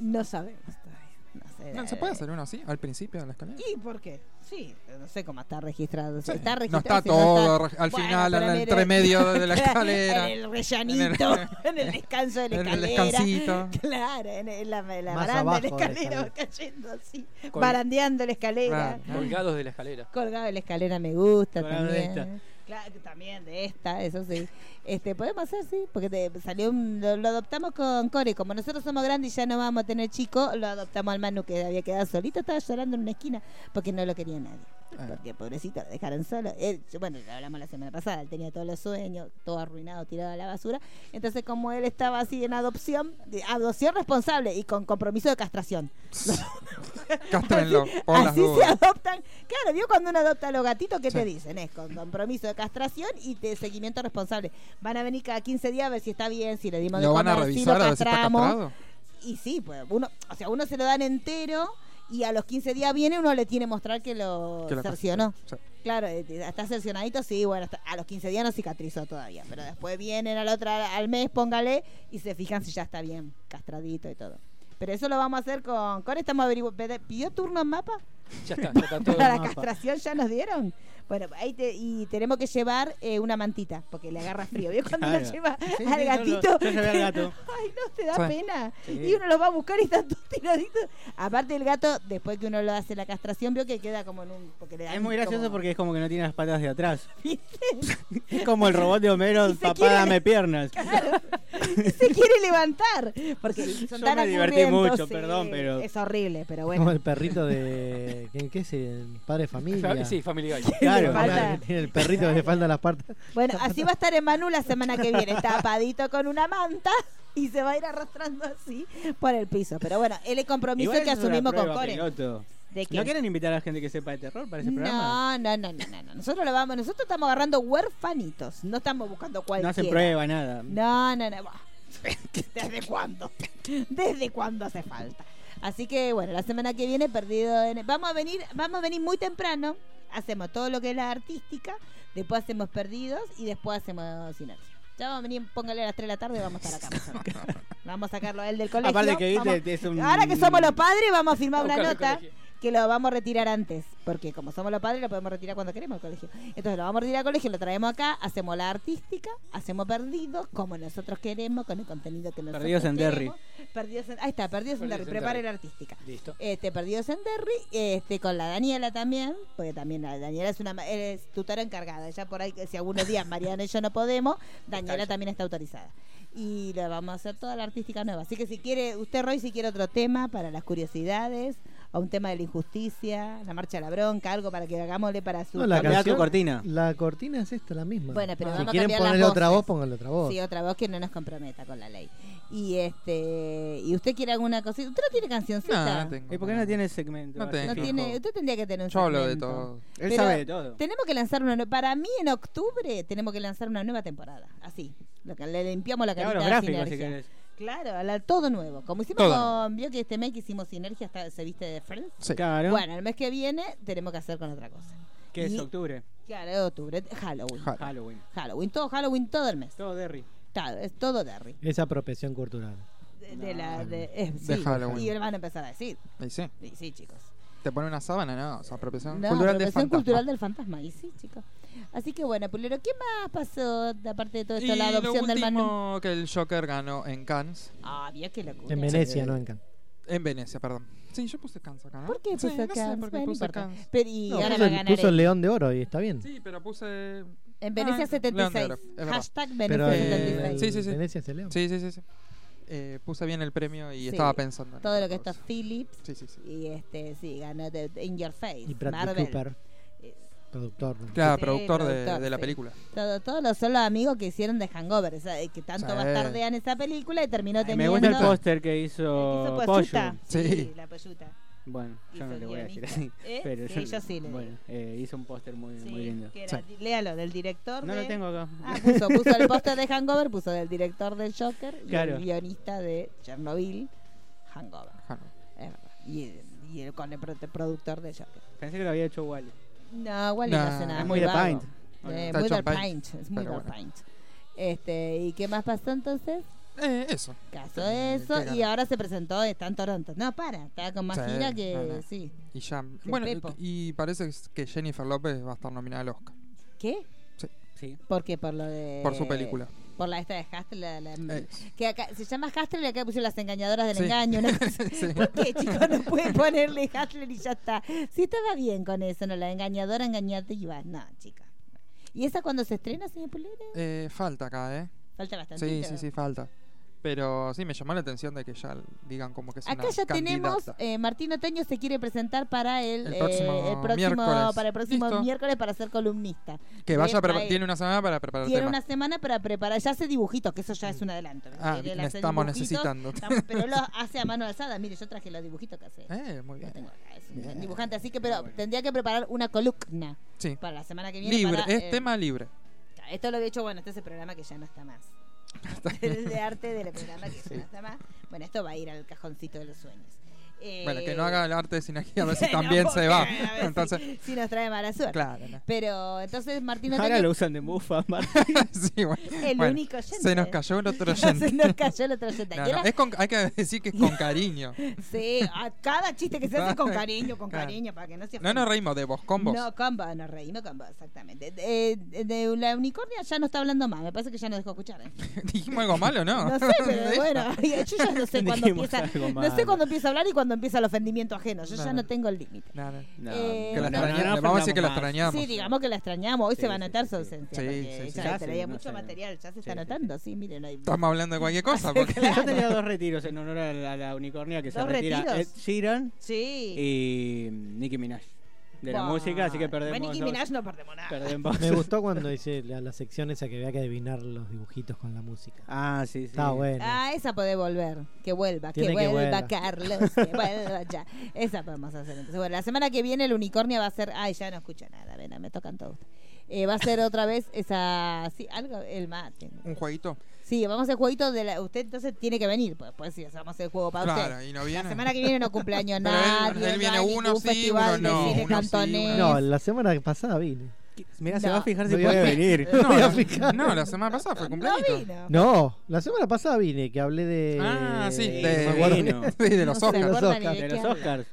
[SPEAKER 5] No sabemos todavía. No, sé,
[SPEAKER 6] No, ¿Se
[SPEAKER 5] eh,
[SPEAKER 6] puede hacer uno así? Al principio de la escalera.
[SPEAKER 5] ¿Y por qué? Sí, eh, no sé cómo está registrado.
[SPEAKER 6] Sí.
[SPEAKER 5] Está
[SPEAKER 6] no
[SPEAKER 5] registrado.
[SPEAKER 6] está
[SPEAKER 5] si no
[SPEAKER 6] todo
[SPEAKER 5] está-
[SPEAKER 6] re- al
[SPEAKER 5] Bueno,
[SPEAKER 6] final,
[SPEAKER 5] pero
[SPEAKER 6] en el
[SPEAKER 5] mire,
[SPEAKER 6] entremedio de la
[SPEAKER 5] en
[SPEAKER 6] escalera,
[SPEAKER 5] el rellanito, en el, descanso de la
[SPEAKER 6] en el
[SPEAKER 5] escalera.
[SPEAKER 6] descansito.
[SPEAKER 5] Claro, en, en la, en la baranda de
[SPEAKER 7] Más
[SPEAKER 5] la
[SPEAKER 7] abajo de la
[SPEAKER 5] escalera,
[SPEAKER 7] escalera.
[SPEAKER 5] cayendo así,
[SPEAKER 8] Col-
[SPEAKER 5] barandeando la escalera.
[SPEAKER 6] Claro.
[SPEAKER 8] Colgados de la escalera.
[SPEAKER 5] Colgado de la escalera me gusta
[SPEAKER 10] Colgado de
[SPEAKER 5] también. Claro, que también de esta, eso sí. Este, podemos hacer, sí, porque te salió un- lo, lo adoptamos con Core. Como nosotros somos grandes y ya no vamos a tener chicos, lo adoptamos al Manu que había quedado solito, estaba llorando en una esquina porque no lo quería nadie. Porque pobrecito, lo dejaron solo. Él, yo- bueno, lo hablamos la semana pasada, él tenía todos los sueños, todo arruinado, tirado a la basura. Entonces, como él estaba así en adopción, de- adopción responsable y con compromiso de castración.
[SPEAKER 6] Castrenlo, por las
[SPEAKER 5] Así se
[SPEAKER 6] dudas.
[SPEAKER 5] adoptan. Claro, vio cuando uno adopta a los gatitos, ¿qué te dicen? Es con compromiso de castración y de seguimiento responsable. Van a venir cada 15 días a ver si está bien, si le dimos de
[SPEAKER 6] ¿Lo van a
[SPEAKER 5] comer, si
[SPEAKER 6] revisar
[SPEAKER 5] lo
[SPEAKER 6] a ver si está
[SPEAKER 5] castramos.
[SPEAKER 6] castrado?
[SPEAKER 5] Y sí, pues uno, o sea, uno se lo dan entero y a los 15 días viene uno le tiene que mostrar que lo
[SPEAKER 6] Que lo cast-
[SPEAKER 5] cercionó.
[SPEAKER 6] sí.
[SPEAKER 5] Claro, eh, está cercionadito, sí, bueno, hasta- a los 15 días no cicatrizó todavía, pero después vienen a la otra al mes, póngale y se fijan si ya está bien castradito y todo. Pero eso lo vamos a hacer con Core, estamos averiguando. ¿Pidió turno en mapa?
[SPEAKER 8] Ya está, ya está todo.
[SPEAKER 5] Para la
[SPEAKER 10] mapa.
[SPEAKER 5] castración ya nos dieron. Bueno, ahí te- y tenemos que llevar eh, una mantita, porque le agarra frío. ¿Vio cuando
[SPEAKER 10] Claro.
[SPEAKER 5] lo lleva
[SPEAKER 10] Sí,
[SPEAKER 5] al
[SPEAKER 10] sí, yo lo-
[SPEAKER 5] gatito?
[SPEAKER 10] yo llevé al gato.
[SPEAKER 5] Ay, no, te da
[SPEAKER 6] Sí.
[SPEAKER 5] pena.
[SPEAKER 10] Sí.
[SPEAKER 5] Y uno los va a buscar y están todos tiraditos. Aparte el gato, después que uno lo hace la castración, vio que queda como en un... Porque le dan
[SPEAKER 10] Es muy gracioso
[SPEAKER 5] como-
[SPEAKER 10] porque es como que no tiene las patas de atrás.
[SPEAKER 5] ¿Viste?
[SPEAKER 10] Es como el robot de Homero,
[SPEAKER 5] Y se
[SPEAKER 10] papá,
[SPEAKER 5] quiere-
[SPEAKER 10] dame piernas.
[SPEAKER 5] Y se quiere levantar. Porque son
[SPEAKER 10] Yo
[SPEAKER 5] tan
[SPEAKER 10] me divertí
[SPEAKER 5] aburridos,
[SPEAKER 10] mucho, perdón, pero-
[SPEAKER 5] Es horrible, pero
[SPEAKER 7] Como
[SPEAKER 5] bueno.
[SPEAKER 7] el perrito de. ¿Qué, qué es? El padre de familia.
[SPEAKER 8] Fa- Sí, Family Guy.
[SPEAKER 7] Claro,
[SPEAKER 5] Le falta-
[SPEAKER 7] que tiene el perrito que le faltan las partes.
[SPEAKER 5] Bueno, así va a estar Emanu la semana que viene, tapadito con una manta y se va a ir arrastrando así por el piso. Pero bueno, él es compromiso
[SPEAKER 10] Igual
[SPEAKER 5] que
[SPEAKER 10] eso es una
[SPEAKER 5] asumimos con
[SPEAKER 10] prueba,
[SPEAKER 5] Core.
[SPEAKER 10] piloto.
[SPEAKER 5] ¿De qué?
[SPEAKER 10] ¿No quieren invitar a la gente que sepa de terror para ese programa?
[SPEAKER 5] No, no, no, no, no, no. Nosotros lo vamos, nosotros estamos agarrando huerfanitos, no estamos buscando cualquiera.
[SPEAKER 10] No hacen prueba, nada.
[SPEAKER 5] No, no, no. bah. ¿Desde cuándo? ¿Desde cuándo hace falta? Así que bueno, la semana que viene perdido en... Vamos a venir, vamos a venir muy temprano. Hacemos todo lo que es la artística, después hacemos perdidos y después hacemos sinergia. Ya vamos a venir, póngale a las 3 de la tarde, vamos a estar acá. más o menos. Vamos a sacarlo a él del colegio.
[SPEAKER 10] Aparte que
[SPEAKER 5] vamos-
[SPEAKER 10] viste, es un...
[SPEAKER 5] Ahora que somos los padres, vamos a firmar
[SPEAKER 8] A
[SPEAKER 5] una
[SPEAKER 8] buscar el
[SPEAKER 5] nota
[SPEAKER 8] colegio.
[SPEAKER 5] que lo vamos a retirar antes, porque como somos los padres lo podemos retirar cuando queremos al colegio. Entonces lo vamos a retirar al colegio, lo traemos acá, hacemos la artística, hacemos perdidos como nosotros queremos, con el contenido que nosotros
[SPEAKER 10] Perdidos en
[SPEAKER 5] queremos. Perdidos en- ahí está, perdidos, en
[SPEAKER 8] Perdidos
[SPEAKER 5] Derry,
[SPEAKER 8] en
[SPEAKER 5] prepare
[SPEAKER 8] Derry.
[SPEAKER 5] la artística.
[SPEAKER 8] Listo.
[SPEAKER 5] Este, perdidos en Derry, este, con la Daniela también, porque también la Daniela es una ma- es tutora encargada, ella por ahí, que si algunos días Mariana y yo no podemos, Daniela
[SPEAKER 8] ella.
[SPEAKER 5] también está autorizada. Y le vamos a hacer toda la artística nueva. Así que si quiere, usted Roy, si quiere otro tema para las curiosidades, a un tema de la injusticia, la marcha de la bronca, algo para que hagámosle para su.
[SPEAKER 7] No, la
[SPEAKER 10] Cambiá tu
[SPEAKER 7] canción-
[SPEAKER 10] cortina.
[SPEAKER 7] La cortina es esta, la misma.
[SPEAKER 5] Bueno, pero
[SPEAKER 7] si
[SPEAKER 5] vamos a
[SPEAKER 7] quieren
[SPEAKER 5] cambiar las
[SPEAKER 7] ponerle otra voz,
[SPEAKER 5] voces.
[SPEAKER 7] pónganle otra voz.
[SPEAKER 5] Sí, otra voz que no nos comprometa con la ley. Y este y usted quiere alguna cosita. ¿Usted no tiene
[SPEAKER 6] No,
[SPEAKER 5] cancioncita?
[SPEAKER 6] no tengo
[SPEAKER 10] ¿Y por qué no
[SPEAKER 6] nada.
[SPEAKER 10] tiene el segmento?
[SPEAKER 6] No
[SPEAKER 10] así
[SPEAKER 5] No
[SPEAKER 6] tengo.
[SPEAKER 10] fijo?
[SPEAKER 5] tiene- usted tendría que tener un
[SPEAKER 6] Yo hablo de
[SPEAKER 5] segmento.
[SPEAKER 6] todo.
[SPEAKER 10] Él
[SPEAKER 5] pero-
[SPEAKER 10] sabe de todo.
[SPEAKER 5] Tenemos que lanzar una nue- para mí en octubre tenemos que lanzar una nueva temporada, así. Lo que- Le limpiamos la
[SPEAKER 10] Te
[SPEAKER 5] carita
[SPEAKER 10] hago los
[SPEAKER 5] a
[SPEAKER 10] gráficos, si
[SPEAKER 5] Sinergia.
[SPEAKER 10] querés.
[SPEAKER 5] Claro, a la- todo nuevo. Como hicimos
[SPEAKER 6] Todo.
[SPEAKER 5] con vio que este mes que hicimos sinergia hasta se viste de Friends.
[SPEAKER 6] Sí.
[SPEAKER 10] Claro.
[SPEAKER 5] Bueno, el mes que viene tenemos que hacer con otra cosa.
[SPEAKER 10] que es
[SPEAKER 5] y-
[SPEAKER 10] octubre.
[SPEAKER 5] Claro, octubre, Halloween.
[SPEAKER 6] Ja-
[SPEAKER 10] Halloween.
[SPEAKER 5] Halloween, todo Halloween todo el mes.
[SPEAKER 10] Todo Derry.
[SPEAKER 5] Claro, es todo Derry.
[SPEAKER 7] Esa apropiación cultural.
[SPEAKER 5] De, de la
[SPEAKER 7] No.
[SPEAKER 5] de, eh,
[SPEAKER 6] Ah. De
[SPEAKER 5] sí,
[SPEAKER 6] Halloween.
[SPEAKER 5] y van a empezar a decir.
[SPEAKER 6] Y sí.
[SPEAKER 5] Y sí, chicos.
[SPEAKER 6] Te pone una sábana, ¿no? O sea, apropiación
[SPEAKER 5] No,
[SPEAKER 6] cultural de
[SPEAKER 5] apropiación
[SPEAKER 6] fantasma.
[SPEAKER 5] cultural del fantasma. Y sí, chicos. Así que bueno, Pulero, ¿qué más pasó aparte de todo esto?
[SPEAKER 6] y
[SPEAKER 5] la adopción
[SPEAKER 6] lo
[SPEAKER 5] del Manu.
[SPEAKER 6] último que el Joker ganó en Cannes.
[SPEAKER 5] Ah, vio qué locura.
[SPEAKER 7] En Venecia, no en Cannes.
[SPEAKER 6] En Venecia, perdón. Sí, yo puse Cannes acá, ¿no?
[SPEAKER 5] ¿Por qué
[SPEAKER 6] Sí,
[SPEAKER 5] puso
[SPEAKER 6] no sé
[SPEAKER 5] Cannes?
[SPEAKER 6] por
[SPEAKER 5] Bueno,
[SPEAKER 6] qué
[SPEAKER 5] no
[SPEAKER 6] puse
[SPEAKER 5] importa.
[SPEAKER 6] Cannes.
[SPEAKER 5] Pero y
[SPEAKER 7] No,
[SPEAKER 5] ahora
[SPEAKER 7] puso,
[SPEAKER 5] va a
[SPEAKER 7] el-
[SPEAKER 5] ganar él.
[SPEAKER 7] puso el León de Oro y está bien.
[SPEAKER 6] Sí, pero puse...
[SPEAKER 5] En Venecia
[SPEAKER 6] Ah,
[SPEAKER 5] 76.
[SPEAKER 6] León de Oro, es verdad.
[SPEAKER 5] Hashtag
[SPEAKER 7] Pero
[SPEAKER 5] Venecia
[SPEAKER 6] eh,
[SPEAKER 5] 76.
[SPEAKER 6] sí, sí, sí.
[SPEAKER 7] Venecia es el León.
[SPEAKER 6] Sí, sí, sí. sí. Eh, puse bien el premio y
[SPEAKER 5] Sí,
[SPEAKER 6] estaba pensando. en
[SPEAKER 5] Todo
[SPEAKER 6] otra
[SPEAKER 5] lo que está
[SPEAKER 6] cosa.
[SPEAKER 5] Philips.
[SPEAKER 6] Sí, sí, sí.
[SPEAKER 5] Y este, sí, ganó de- de In Your Face.
[SPEAKER 7] Y Bradley
[SPEAKER 5] Marvel.
[SPEAKER 7] Cooper,
[SPEAKER 5] Eh,
[SPEAKER 7] productor.
[SPEAKER 6] Claro,
[SPEAKER 5] Sí,
[SPEAKER 6] productor, de- de,
[SPEAKER 5] productor,
[SPEAKER 6] la
[SPEAKER 5] sí.
[SPEAKER 6] película.
[SPEAKER 5] Todo- todos los son los amigos que hicieron de Hangover, o sea, que tanto
[SPEAKER 6] Sí.
[SPEAKER 5] bastardean esa película y terminó
[SPEAKER 10] Ay,
[SPEAKER 5] teniendo.
[SPEAKER 10] me gusta el
[SPEAKER 5] post
[SPEAKER 10] póster que hizo Pollo.
[SPEAKER 6] Sí.
[SPEAKER 5] Sí, la Poyuta.
[SPEAKER 10] Bueno, yo
[SPEAKER 5] Hizo
[SPEAKER 10] no le voy a decir
[SPEAKER 5] guionista.
[SPEAKER 10] así.
[SPEAKER 5] ¿Eh?
[SPEAKER 10] Pero
[SPEAKER 5] Sí, yo sí le
[SPEAKER 10] Bueno, eh, hizo un póster muy,
[SPEAKER 5] Sí,
[SPEAKER 10] muy lindo.
[SPEAKER 5] que era- Léalo, del director.
[SPEAKER 10] No
[SPEAKER 5] de-
[SPEAKER 10] lo tengo acá.
[SPEAKER 5] Ah, puso, puso el póster de Hangover, puso del director del Joker y
[SPEAKER 10] Claro.
[SPEAKER 5] el guionista de Chernobyl, Hangover.
[SPEAKER 6] Ah, no.
[SPEAKER 5] Es verdad. Y, y el, con el pro- productor de Joker.
[SPEAKER 10] Pensé que lo había hecho Wally.
[SPEAKER 5] No, Wally no,
[SPEAKER 6] No,
[SPEAKER 5] hace nada.
[SPEAKER 6] es
[SPEAKER 10] muy de
[SPEAKER 5] vago.
[SPEAKER 10] Paint.
[SPEAKER 5] Eh,
[SPEAKER 6] Está
[SPEAKER 5] muy
[SPEAKER 6] hecho
[SPEAKER 5] de
[SPEAKER 6] en Paint,
[SPEAKER 5] Paint. Es muy de
[SPEAKER 6] pero bueno.
[SPEAKER 5] Paint. Este, ¿Y qué más pasó entonces?
[SPEAKER 6] Eh, eso.
[SPEAKER 5] Caso
[SPEAKER 6] Eh,
[SPEAKER 5] eso.
[SPEAKER 6] qué
[SPEAKER 5] Y
[SPEAKER 6] gana.
[SPEAKER 5] ahora se presentó, está en Toronto. No, para, está con más
[SPEAKER 6] Sí,
[SPEAKER 5] gira que.
[SPEAKER 6] no, no.
[SPEAKER 5] Sí.
[SPEAKER 6] Y ya.
[SPEAKER 5] Sí,
[SPEAKER 6] bueno,
[SPEAKER 5] Pepo.
[SPEAKER 6] y parece que Jennifer López va a estar nominada al Oscar
[SPEAKER 5] ¿Qué?
[SPEAKER 10] Sí.
[SPEAKER 5] ¿Por qué? Por lo de.
[SPEAKER 6] por su película.
[SPEAKER 5] Por la esta de Hastel. La, la-
[SPEAKER 6] Eh,
[SPEAKER 5] Que acá, se llama Hastler y acá pusieron las engañadoras del
[SPEAKER 6] Sí.
[SPEAKER 5] engaño. una cosa-
[SPEAKER 6] sí.
[SPEAKER 5] ¿Por qué, chicos? No pueden ponerle Hastler y ya está. Si estaba bien con eso, ¿no? La engañadora, engañativa. No, chicas. ¿Y esa cuando se estrena, señor Pulera?
[SPEAKER 6] Eh, falta acá, ¿eh?
[SPEAKER 5] Falta bastante.
[SPEAKER 6] Sí, sí, sí, falta. Pero sí, me llamó la atención de que ya digan como que es
[SPEAKER 5] Acá
[SPEAKER 6] una
[SPEAKER 5] ya tenemos,
[SPEAKER 6] candidata.
[SPEAKER 5] eh, Martín Oteño se quiere presentar para el,
[SPEAKER 6] El
[SPEAKER 5] eh,
[SPEAKER 6] próximo
[SPEAKER 5] el próximo-
[SPEAKER 6] miércoles.
[SPEAKER 5] para el próximo
[SPEAKER 6] Listo.
[SPEAKER 5] miércoles para ser columnista.
[SPEAKER 6] que vaya,
[SPEAKER 5] bien,
[SPEAKER 6] prepa-
[SPEAKER 5] ahí.
[SPEAKER 6] tiene una semana para preparar el
[SPEAKER 5] Tiene
[SPEAKER 6] tema.
[SPEAKER 5] una semana para preparar, ya hace dibujitos, que eso ya es un adelanto.
[SPEAKER 6] Ah,
[SPEAKER 5] Él
[SPEAKER 6] bien,
[SPEAKER 5] hace
[SPEAKER 6] estamos
[SPEAKER 5] dibujitos,
[SPEAKER 6] necesitando.
[SPEAKER 5] estamos- pero él los hace a mano alzada. Mire, yo traje los dibujitos que hace.
[SPEAKER 6] Eh, muy
[SPEAKER 5] Lo
[SPEAKER 6] bien.
[SPEAKER 5] tengo acá, es un
[SPEAKER 6] Bien.
[SPEAKER 5] gran dibujante, así que pero tendría que preparar una columna
[SPEAKER 6] Sí.
[SPEAKER 5] para la semana que viene.
[SPEAKER 6] Libre,
[SPEAKER 5] para,
[SPEAKER 6] es
[SPEAKER 5] eh,
[SPEAKER 6] tema libre.
[SPEAKER 5] Esto lo había hecho, bueno, este es el programa que ya no está más. el de arte del programa que ya no está más. Bueno, esto va a ir al cajoncito de los sueños. Eh,
[SPEAKER 6] Bueno, que no haga el arte de sinergia, a ver si
[SPEAKER 5] no,
[SPEAKER 6] también
[SPEAKER 5] porque,
[SPEAKER 6] se va.
[SPEAKER 5] a ver si-
[SPEAKER 6] Entonces,
[SPEAKER 5] si, nos trae mala suerte.
[SPEAKER 6] claro. ¿no?
[SPEAKER 5] Pero entonces Martín Oteño
[SPEAKER 10] Ahora lo usan de mufa, Marta.
[SPEAKER 5] Eh,
[SPEAKER 6] sí, bueno.
[SPEAKER 5] El
[SPEAKER 6] Bueno,
[SPEAKER 5] único oyente.
[SPEAKER 6] Se nos cayó el otro
[SPEAKER 5] se
[SPEAKER 6] oyente.
[SPEAKER 5] nos cayó el otro oyente.
[SPEAKER 6] No,
[SPEAKER 5] Y
[SPEAKER 6] no,
[SPEAKER 5] era-
[SPEAKER 6] es con- hay que decir que es con cariño.
[SPEAKER 5] Sí, a cada chiste que se hace con cariño, con
[SPEAKER 6] Claro.
[SPEAKER 5] cariño, para que no se
[SPEAKER 6] No nos reímos de vos, con vos.
[SPEAKER 5] No, combo, no reí, no combo, exactamente. De, de- de la unicornia ya no está hablando más, me parece que ya no dejó escuchar. ¿eh?
[SPEAKER 6] ¿Dijimos algo malo no?
[SPEAKER 5] No sé, pero
[SPEAKER 6] De
[SPEAKER 5] bueno,
[SPEAKER 6] ella.
[SPEAKER 5] yo ya no sé cuándo
[SPEAKER 10] Dijimos
[SPEAKER 5] empieza,
[SPEAKER 10] algo
[SPEAKER 5] no sé
[SPEAKER 10] malo.
[SPEAKER 5] cuándo empieza a hablar y cuándo empieza el ofendimiento ajeno, yo ya
[SPEAKER 6] No,
[SPEAKER 5] no
[SPEAKER 6] no.
[SPEAKER 5] tengo el límite.
[SPEAKER 6] No, no.
[SPEAKER 10] No,
[SPEAKER 5] Eh,
[SPEAKER 6] Que la
[SPEAKER 5] no, no,
[SPEAKER 6] extraña-
[SPEAKER 5] no,
[SPEAKER 6] le vamos a decir que la
[SPEAKER 10] ofendamos más.
[SPEAKER 6] extrañamos.
[SPEAKER 5] Sí, digamos que la extrañamos, hoy
[SPEAKER 10] Sí,
[SPEAKER 5] se va a
[SPEAKER 10] sí,
[SPEAKER 5] notar
[SPEAKER 10] sí,
[SPEAKER 5] su
[SPEAKER 10] sí.
[SPEAKER 5] ausencia,
[SPEAKER 6] Sí,
[SPEAKER 5] porque
[SPEAKER 6] sí, sí.
[SPEAKER 5] ella
[SPEAKER 10] Ya
[SPEAKER 5] traía
[SPEAKER 10] se- no
[SPEAKER 5] mucho
[SPEAKER 10] sé.
[SPEAKER 5] material, ya se
[SPEAKER 10] Sí,
[SPEAKER 5] está
[SPEAKER 10] sí,
[SPEAKER 5] notando, sí, miren, ahí.
[SPEAKER 6] Estamos hablando de cualquier cosa. Porque...
[SPEAKER 10] Yo tenía dos retiros en honor a la, a la unicornia que se
[SPEAKER 5] ¿Dos
[SPEAKER 10] retira
[SPEAKER 5] retiros?
[SPEAKER 10] Ed Sheeran
[SPEAKER 5] Sí.
[SPEAKER 10] y mm, Nicki Minaj de la
[SPEAKER 5] Buah.
[SPEAKER 10] música, así que perdemos.
[SPEAKER 5] Bueno, Nicki
[SPEAKER 10] dos-
[SPEAKER 5] Minaj ah. no perdemos nada.
[SPEAKER 10] Perdemos.
[SPEAKER 7] Me gustó cuando hice la, la sección esa que había que adivinar los dibujitos con la música.
[SPEAKER 10] Ah, sí, sí.
[SPEAKER 7] Está bueno.
[SPEAKER 5] Ah, esa puede volver. Que vuelva, que
[SPEAKER 7] Tiene que
[SPEAKER 5] vuelva,
[SPEAKER 7] vuelva.
[SPEAKER 5] Carlos, que vuelva ya. Esa podemos hacer. Entonces, bueno, la semana que viene el unicornio va a ser. Ay, ya no escucho nada, ven, me tocan todos. Eh, va a ser otra vez esa. Sí, algo, el mate.
[SPEAKER 6] Un jueguito.
[SPEAKER 5] Sí, vamos a hacer jueguito de la. Usted entonces tiene que venir, pues, pues sí, hacemos el juego para
[SPEAKER 6] Claro,
[SPEAKER 5] usted.
[SPEAKER 6] y no
[SPEAKER 5] La
[SPEAKER 6] viene.
[SPEAKER 5] semana que viene no cumpleaños
[SPEAKER 6] Pero él-
[SPEAKER 5] nadie.
[SPEAKER 6] él
[SPEAKER 5] no
[SPEAKER 6] viene
[SPEAKER 5] hay
[SPEAKER 6] uno
[SPEAKER 5] ningún
[SPEAKER 6] sí,
[SPEAKER 5] festival de
[SPEAKER 6] uno no,
[SPEAKER 5] cine
[SPEAKER 6] uno sí,
[SPEAKER 5] cantonés.
[SPEAKER 7] No, la semana pasada vine.
[SPEAKER 10] Mira,
[SPEAKER 5] No.
[SPEAKER 10] se va a fijar si
[SPEAKER 7] No
[SPEAKER 10] puede
[SPEAKER 7] voy a-
[SPEAKER 10] venir.
[SPEAKER 6] No,
[SPEAKER 7] voy a
[SPEAKER 6] la-
[SPEAKER 7] fijar.
[SPEAKER 6] no, la semana pasada fue cumpleaños.
[SPEAKER 5] No vino.
[SPEAKER 7] No, la semana pasada vine que hablé de.
[SPEAKER 6] Ah, sí,
[SPEAKER 10] Sí,
[SPEAKER 5] Eh,
[SPEAKER 6] de,
[SPEAKER 10] me acuerdo.
[SPEAKER 6] sí, de los
[SPEAKER 5] No se
[SPEAKER 7] De
[SPEAKER 6] Oscars.
[SPEAKER 7] los
[SPEAKER 5] acuerda
[SPEAKER 7] Oscars.
[SPEAKER 5] ni
[SPEAKER 10] De
[SPEAKER 5] qué
[SPEAKER 10] los
[SPEAKER 5] habla.
[SPEAKER 10] Oscars.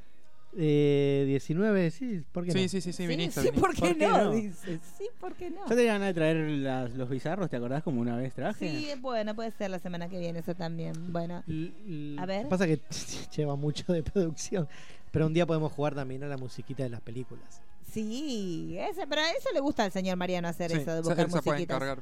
[SPEAKER 7] Eh, 19, sí, ¿por qué
[SPEAKER 6] Sí,
[SPEAKER 7] no?
[SPEAKER 6] sí, sí, sí,
[SPEAKER 5] Sí,
[SPEAKER 6] viniste.
[SPEAKER 5] sí, ¿por qué
[SPEAKER 10] ¿Por qué
[SPEAKER 5] no?
[SPEAKER 10] no?
[SPEAKER 5] Dice, sí, ¿por qué no?
[SPEAKER 10] Yo tenía ganas de traer las- los bizarros, ¿te acordás como una vez traje?
[SPEAKER 5] Sí, bueno, puede ser la semana que viene eso también. Bueno,
[SPEAKER 7] L- l-
[SPEAKER 5] A ver.
[SPEAKER 7] Pasa que lleva mucho de producción. Pero un día podemos jugar también a la musiquita de las películas.
[SPEAKER 5] sí, ese, pero eso le gusta al señor Mariano hacer
[SPEAKER 6] Sí,
[SPEAKER 5] eso de
[SPEAKER 6] se-
[SPEAKER 5] buscar
[SPEAKER 6] él se puede
[SPEAKER 5] musiquitas.
[SPEAKER 6] encargar.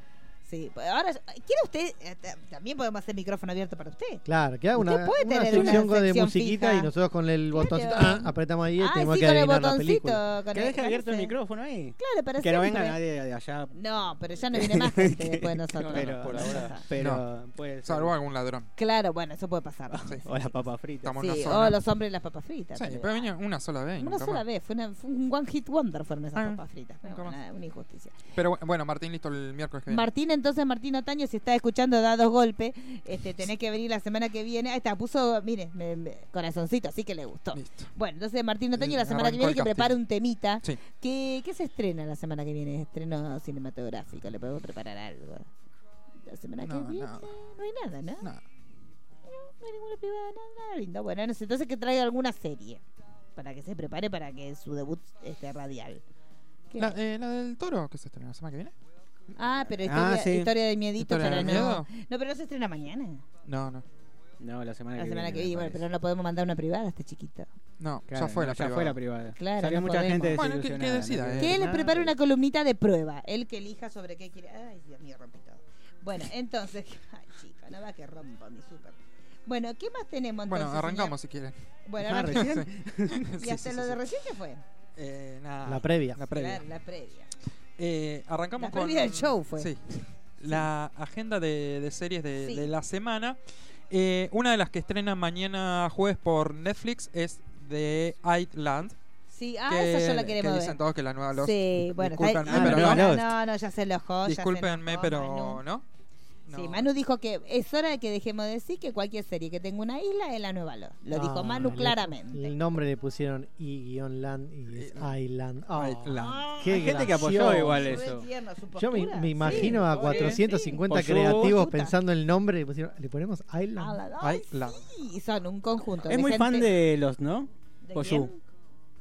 [SPEAKER 5] Sí, pues, ahora, ¿quiere usted? eh, ta- También podemos hacer micrófono abierto para usted.
[SPEAKER 7] Claro, que haga
[SPEAKER 5] Usted
[SPEAKER 7] una,
[SPEAKER 5] puede
[SPEAKER 7] una
[SPEAKER 5] tener una
[SPEAKER 7] sección con- de
[SPEAKER 5] sección
[SPEAKER 7] musiquita
[SPEAKER 5] fija.
[SPEAKER 7] y nosotros con el botoncito ah, apretamos ahí y
[SPEAKER 5] Ay,
[SPEAKER 7] tenemos
[SPEAKER 5] sí,
[SPEAKER 7] que
[SPEAKER 5] con el
[SPEAKER 7] adivinar la
[SPEAKER 5] botoncito.
[SPEAKER 7] película.
[SPEAKER 5] con
[SPEAKER 10] Que
[SPEAKER 5] el-
[SPEAKER 10] deje abierto el
[SPEAKER 5] parece.
[SPEAKER 10] micrófono ahí.
[SPEAKER 5] Claro, para
[SPEAKER 10] Que no venga
[SPEAKER 5] siempre.
[SPEAKER 10] nadie de allá.
[SPEAKER 5] No, pero ya no viene más gente después de nosotros.
[SPEAKER 10] Pero,
[SPEAKER 8] por ahora.
[SPEAKER 10] pero puede ser.
[SPEAKER 6] Salvo algún ladrón.
[SPEAKER 5] Claro, bueno, eso puede pasar.
[SPEAKER 6] Sí.
[SPEAKER 10] O las papas fritas.
[SPEAKER 6] Estamos
[SPEAKER 5] Sí,
[SPEAKER 6] una
[SPEAKER 5] o
[SPEAKER 6] sola.
[SPEAKER 5] los hombres y las papas fritas.
[SPEAKER 6] Sí,
[SPEAKER 5] pero-
[SPEAKER 6] pero venía una sola vez. y
[SPEAKER 5] Una
[SPEAKER 6] nunca
[SPEAKER 5] sola
[SPEAKER 6] más.
[SPEAKER 5] vez, fue, una- fue un one hit wonder fueron esas
[SPEAKER 6] Ah,
[SPEAKER 5] papas fritas. Pero
[SPEAKER 6] nunca
[SPEAKER 5] bueno,
[SPEAKER 6] más.
[SPEAKER 5] nada, una injusticia.
[SPEAKER 6] Pero bu- bueno, Martín, listo el miércoles que viene.
[SPEAKER 5] Martín, entonces, Martín Otaño, si está escuchando da dos golpes, este, tenés que venir la semana que viene. Ahí está, puso, mire, me- me- corazoncito, así que le gustó.
[SPEAKER 6] Listo.
[SPEAKER 5] Bueno, entonces Martín Otaño
[SPEAKER 6] Eh,
[SPEAKER 5] la semana que
[SPEAKER 6] arrancó
[SPEAKER 5] viene
[SPEAKER 6] el
[SPEAKER 5] que
[SPEAKER 6] casting.
[SPEAKER 5] prepara un temita.
[SPEAKER 6] Sí.
[SPEAKER 5] ¿Qué, qué se estrena la semana que viene? Estreno cinematográfico, le podemos preparar algo. La semana
[SPEAKER 6] No,
[SPEAKER 5] que viene
[SPEAKER 6] nada.
[SPEAKER 5] no hay nada, ¿no?
[SPEAKER 6] Nada.
[SPEAKER 5] No hay ninguna privada, nada, nada lindo. Bueno, no sé, entonces que traiga alguna serie para que se prepare para que su debut esté radial. ¿Qué?
[SPEAKER 6] La, eh, la del toro que se estrena la semana que viene.
[SPEAKER 5] ah, pero
[SPEAKER 10] Ah,
[SPEAKER 5] historia,
[SPEAKER 10] sí.
[SPEAKER 5] historia de miedito
[SPEAKER 6] ¿Historia
[SPEAKER 5] para
[SPEAKER 6] de
[SPEAKER 5] no.
[SPEAKER 6] miedo? Ah,
[SPEAKER 5] No, pero no se estrena mañana.
[SPEAKER 6] No, no.
[SPEAKER 10] No, la semana
[SPEAKER 5] La
[SPEAKER 10] que viene.
[SPEAKER 5] semana que
[SPEAKER 10] me
[SPEAKER 5] viene, bueno,
[SPEAKER 10] parece.
[SPEAKER 5] pero no podemos mandar una privada a este chiquito.
[SPEAKER 6] No,
[SPEAKER 10] Claro,
[SPEAKER 6] ya fue la
[SPEAKER 10] ya
[SPEAKER 6] privada.
[SPEAKER 10] fue la privada.
[SPEAKER 5] Claro,
[SPEAKER 10] Salió
[SPEAKER 5] no
[SPEAKER 10] mucha gente
[SPEAKER 5] podemos.
[SPEAKER 6] Bueno, que- que
[SPEAKER 10] desilusionada,
[SPEAKER 6] decida,
[SPEAKER 10] ¿no?
[SPEAKER 6] eh.
[SPEAKER 5] Que él le
[SPEAKER 10] Ah,
[SPEAKER 5] prepara una columnita de prueba. Él que elija sobre qué quiere. Ay, Dios mío, rompí todo. Bueno, entonces. Ay, chica, nada más que rompo mi súper. Bueno, ¿qué más tenemos entonces?
[SPEAKER 6] Bueno, arrancamos si quieren.
[SPEAKER 5] señor? Bueno,
[SPEAKER 10] Ah,
[SPEAKER 5] arrancamos.
[SPEAKER 10] recién.
[SPEAKER 5] ¿Y hasta lo de recién qué fue?
[SPEAKER 6] Eh, nada.
[SPEAKER 7] Ah, La previa.
[SPEAKER 6] La previa.
[SPEAKER 5] Claro, la previa.
[SPEAKER 6] Eh, arrancamos
[SPEAKER 5] La
[SPEAKER 6] con.
[SPEAKER 5] previa del show fue.
[SPEAKER 6] Sí. La agenda de, de series de,
[SPEAKER 5] Sí.
[SPEAKER 6] de la semana. Eh, una de las que estrena mañana jueves por Netflix es The Land.
[SPEAKER 5] Sí, ah,
[SPEAKER 6] que,
[SPEAKER 5] esa yo la
[SPEAKER 6] que
[SPEAKER 5] queremos
[SPEAKER 6] dicen
[SPEAKER 5] ver.
[SPEAKER 6] todos que la nueva Lost.
[SPEAKER 5] Sí, bueno, está-
[SPEAKER 6] Discúlpenme,
[SPEAKER 5] ah,
[SPEAKER 10] eh, pero
[SPEAKER 5] no,
[SPEAKER 10] no.
[SPEAKER 5] no, no, ya se enojó. ya se
[SPEAKER 6] Discúlpenme,
[SPEAKER 5] enojó,
[SPEAKER 6] pero
[SPEAKER 5] Manu.
[SPEAKER 6] no.
[SPEAKER 5] Sí,
[SPEAKER 6] No.
[SPEAKER 5] Manu dijo que es hora de que dejemos de decir que cualquier serie que tenga una isla es la nueva Lost. Lo dijo
[SPEAKER 7] Ah,
[SPEAKER 5] Manu
[SPEAKER 7] le-
[SPEAKER 5] claramente.
[SPEAKER 7] El nombre le pusieron I-Land y es
[SPEAKER 6] Eh,
[SPEAKER 7] Island. Ah,
[SPEAKER 6] Ay, la-
[SPEAKER 5] Ah,
[SPEAKER 7] qué
[SPEAKER 10] Hay gente que apoyó
[SPEAKER 7] gracioso.
[SPEAKER 10] igual
[SPEAKER 5] fue
[SPEAKER 10] eso.
[SPEAKER 5] tierno, su
[SPEAKER 7] Yo me,
[SPEAKER 5] postura.
[SPEAKER 7] me
[SPEAKER 5] Sí,
[SPEAKER 7] imagino a
[SPEAKER 5] pobre,
[SPEAKER 7] 450
[SPEAKER 10] sí.
[SPEAKER 7] creativos
[SPEAKER 5] Por su-
[SPEAKER 7] pensando en el nombre le pusieron, le ponemos Island.
[SPEAKER 5] Ah, la-
[SPEAKER 6] Ay,
[SPEAKER 5] ay,
[SPEAKER 6] la-
[SPEAKER 5] sí, son un conjunto.
[SPEAKER 10] Es muy
[SPEAKER 5] gente-
[SPEAKER 10] fan de los, ¿no?
[SPEAKER 5] ¿De
[SPEAKER 10] Poyu.
[SPEAKER 5] quién?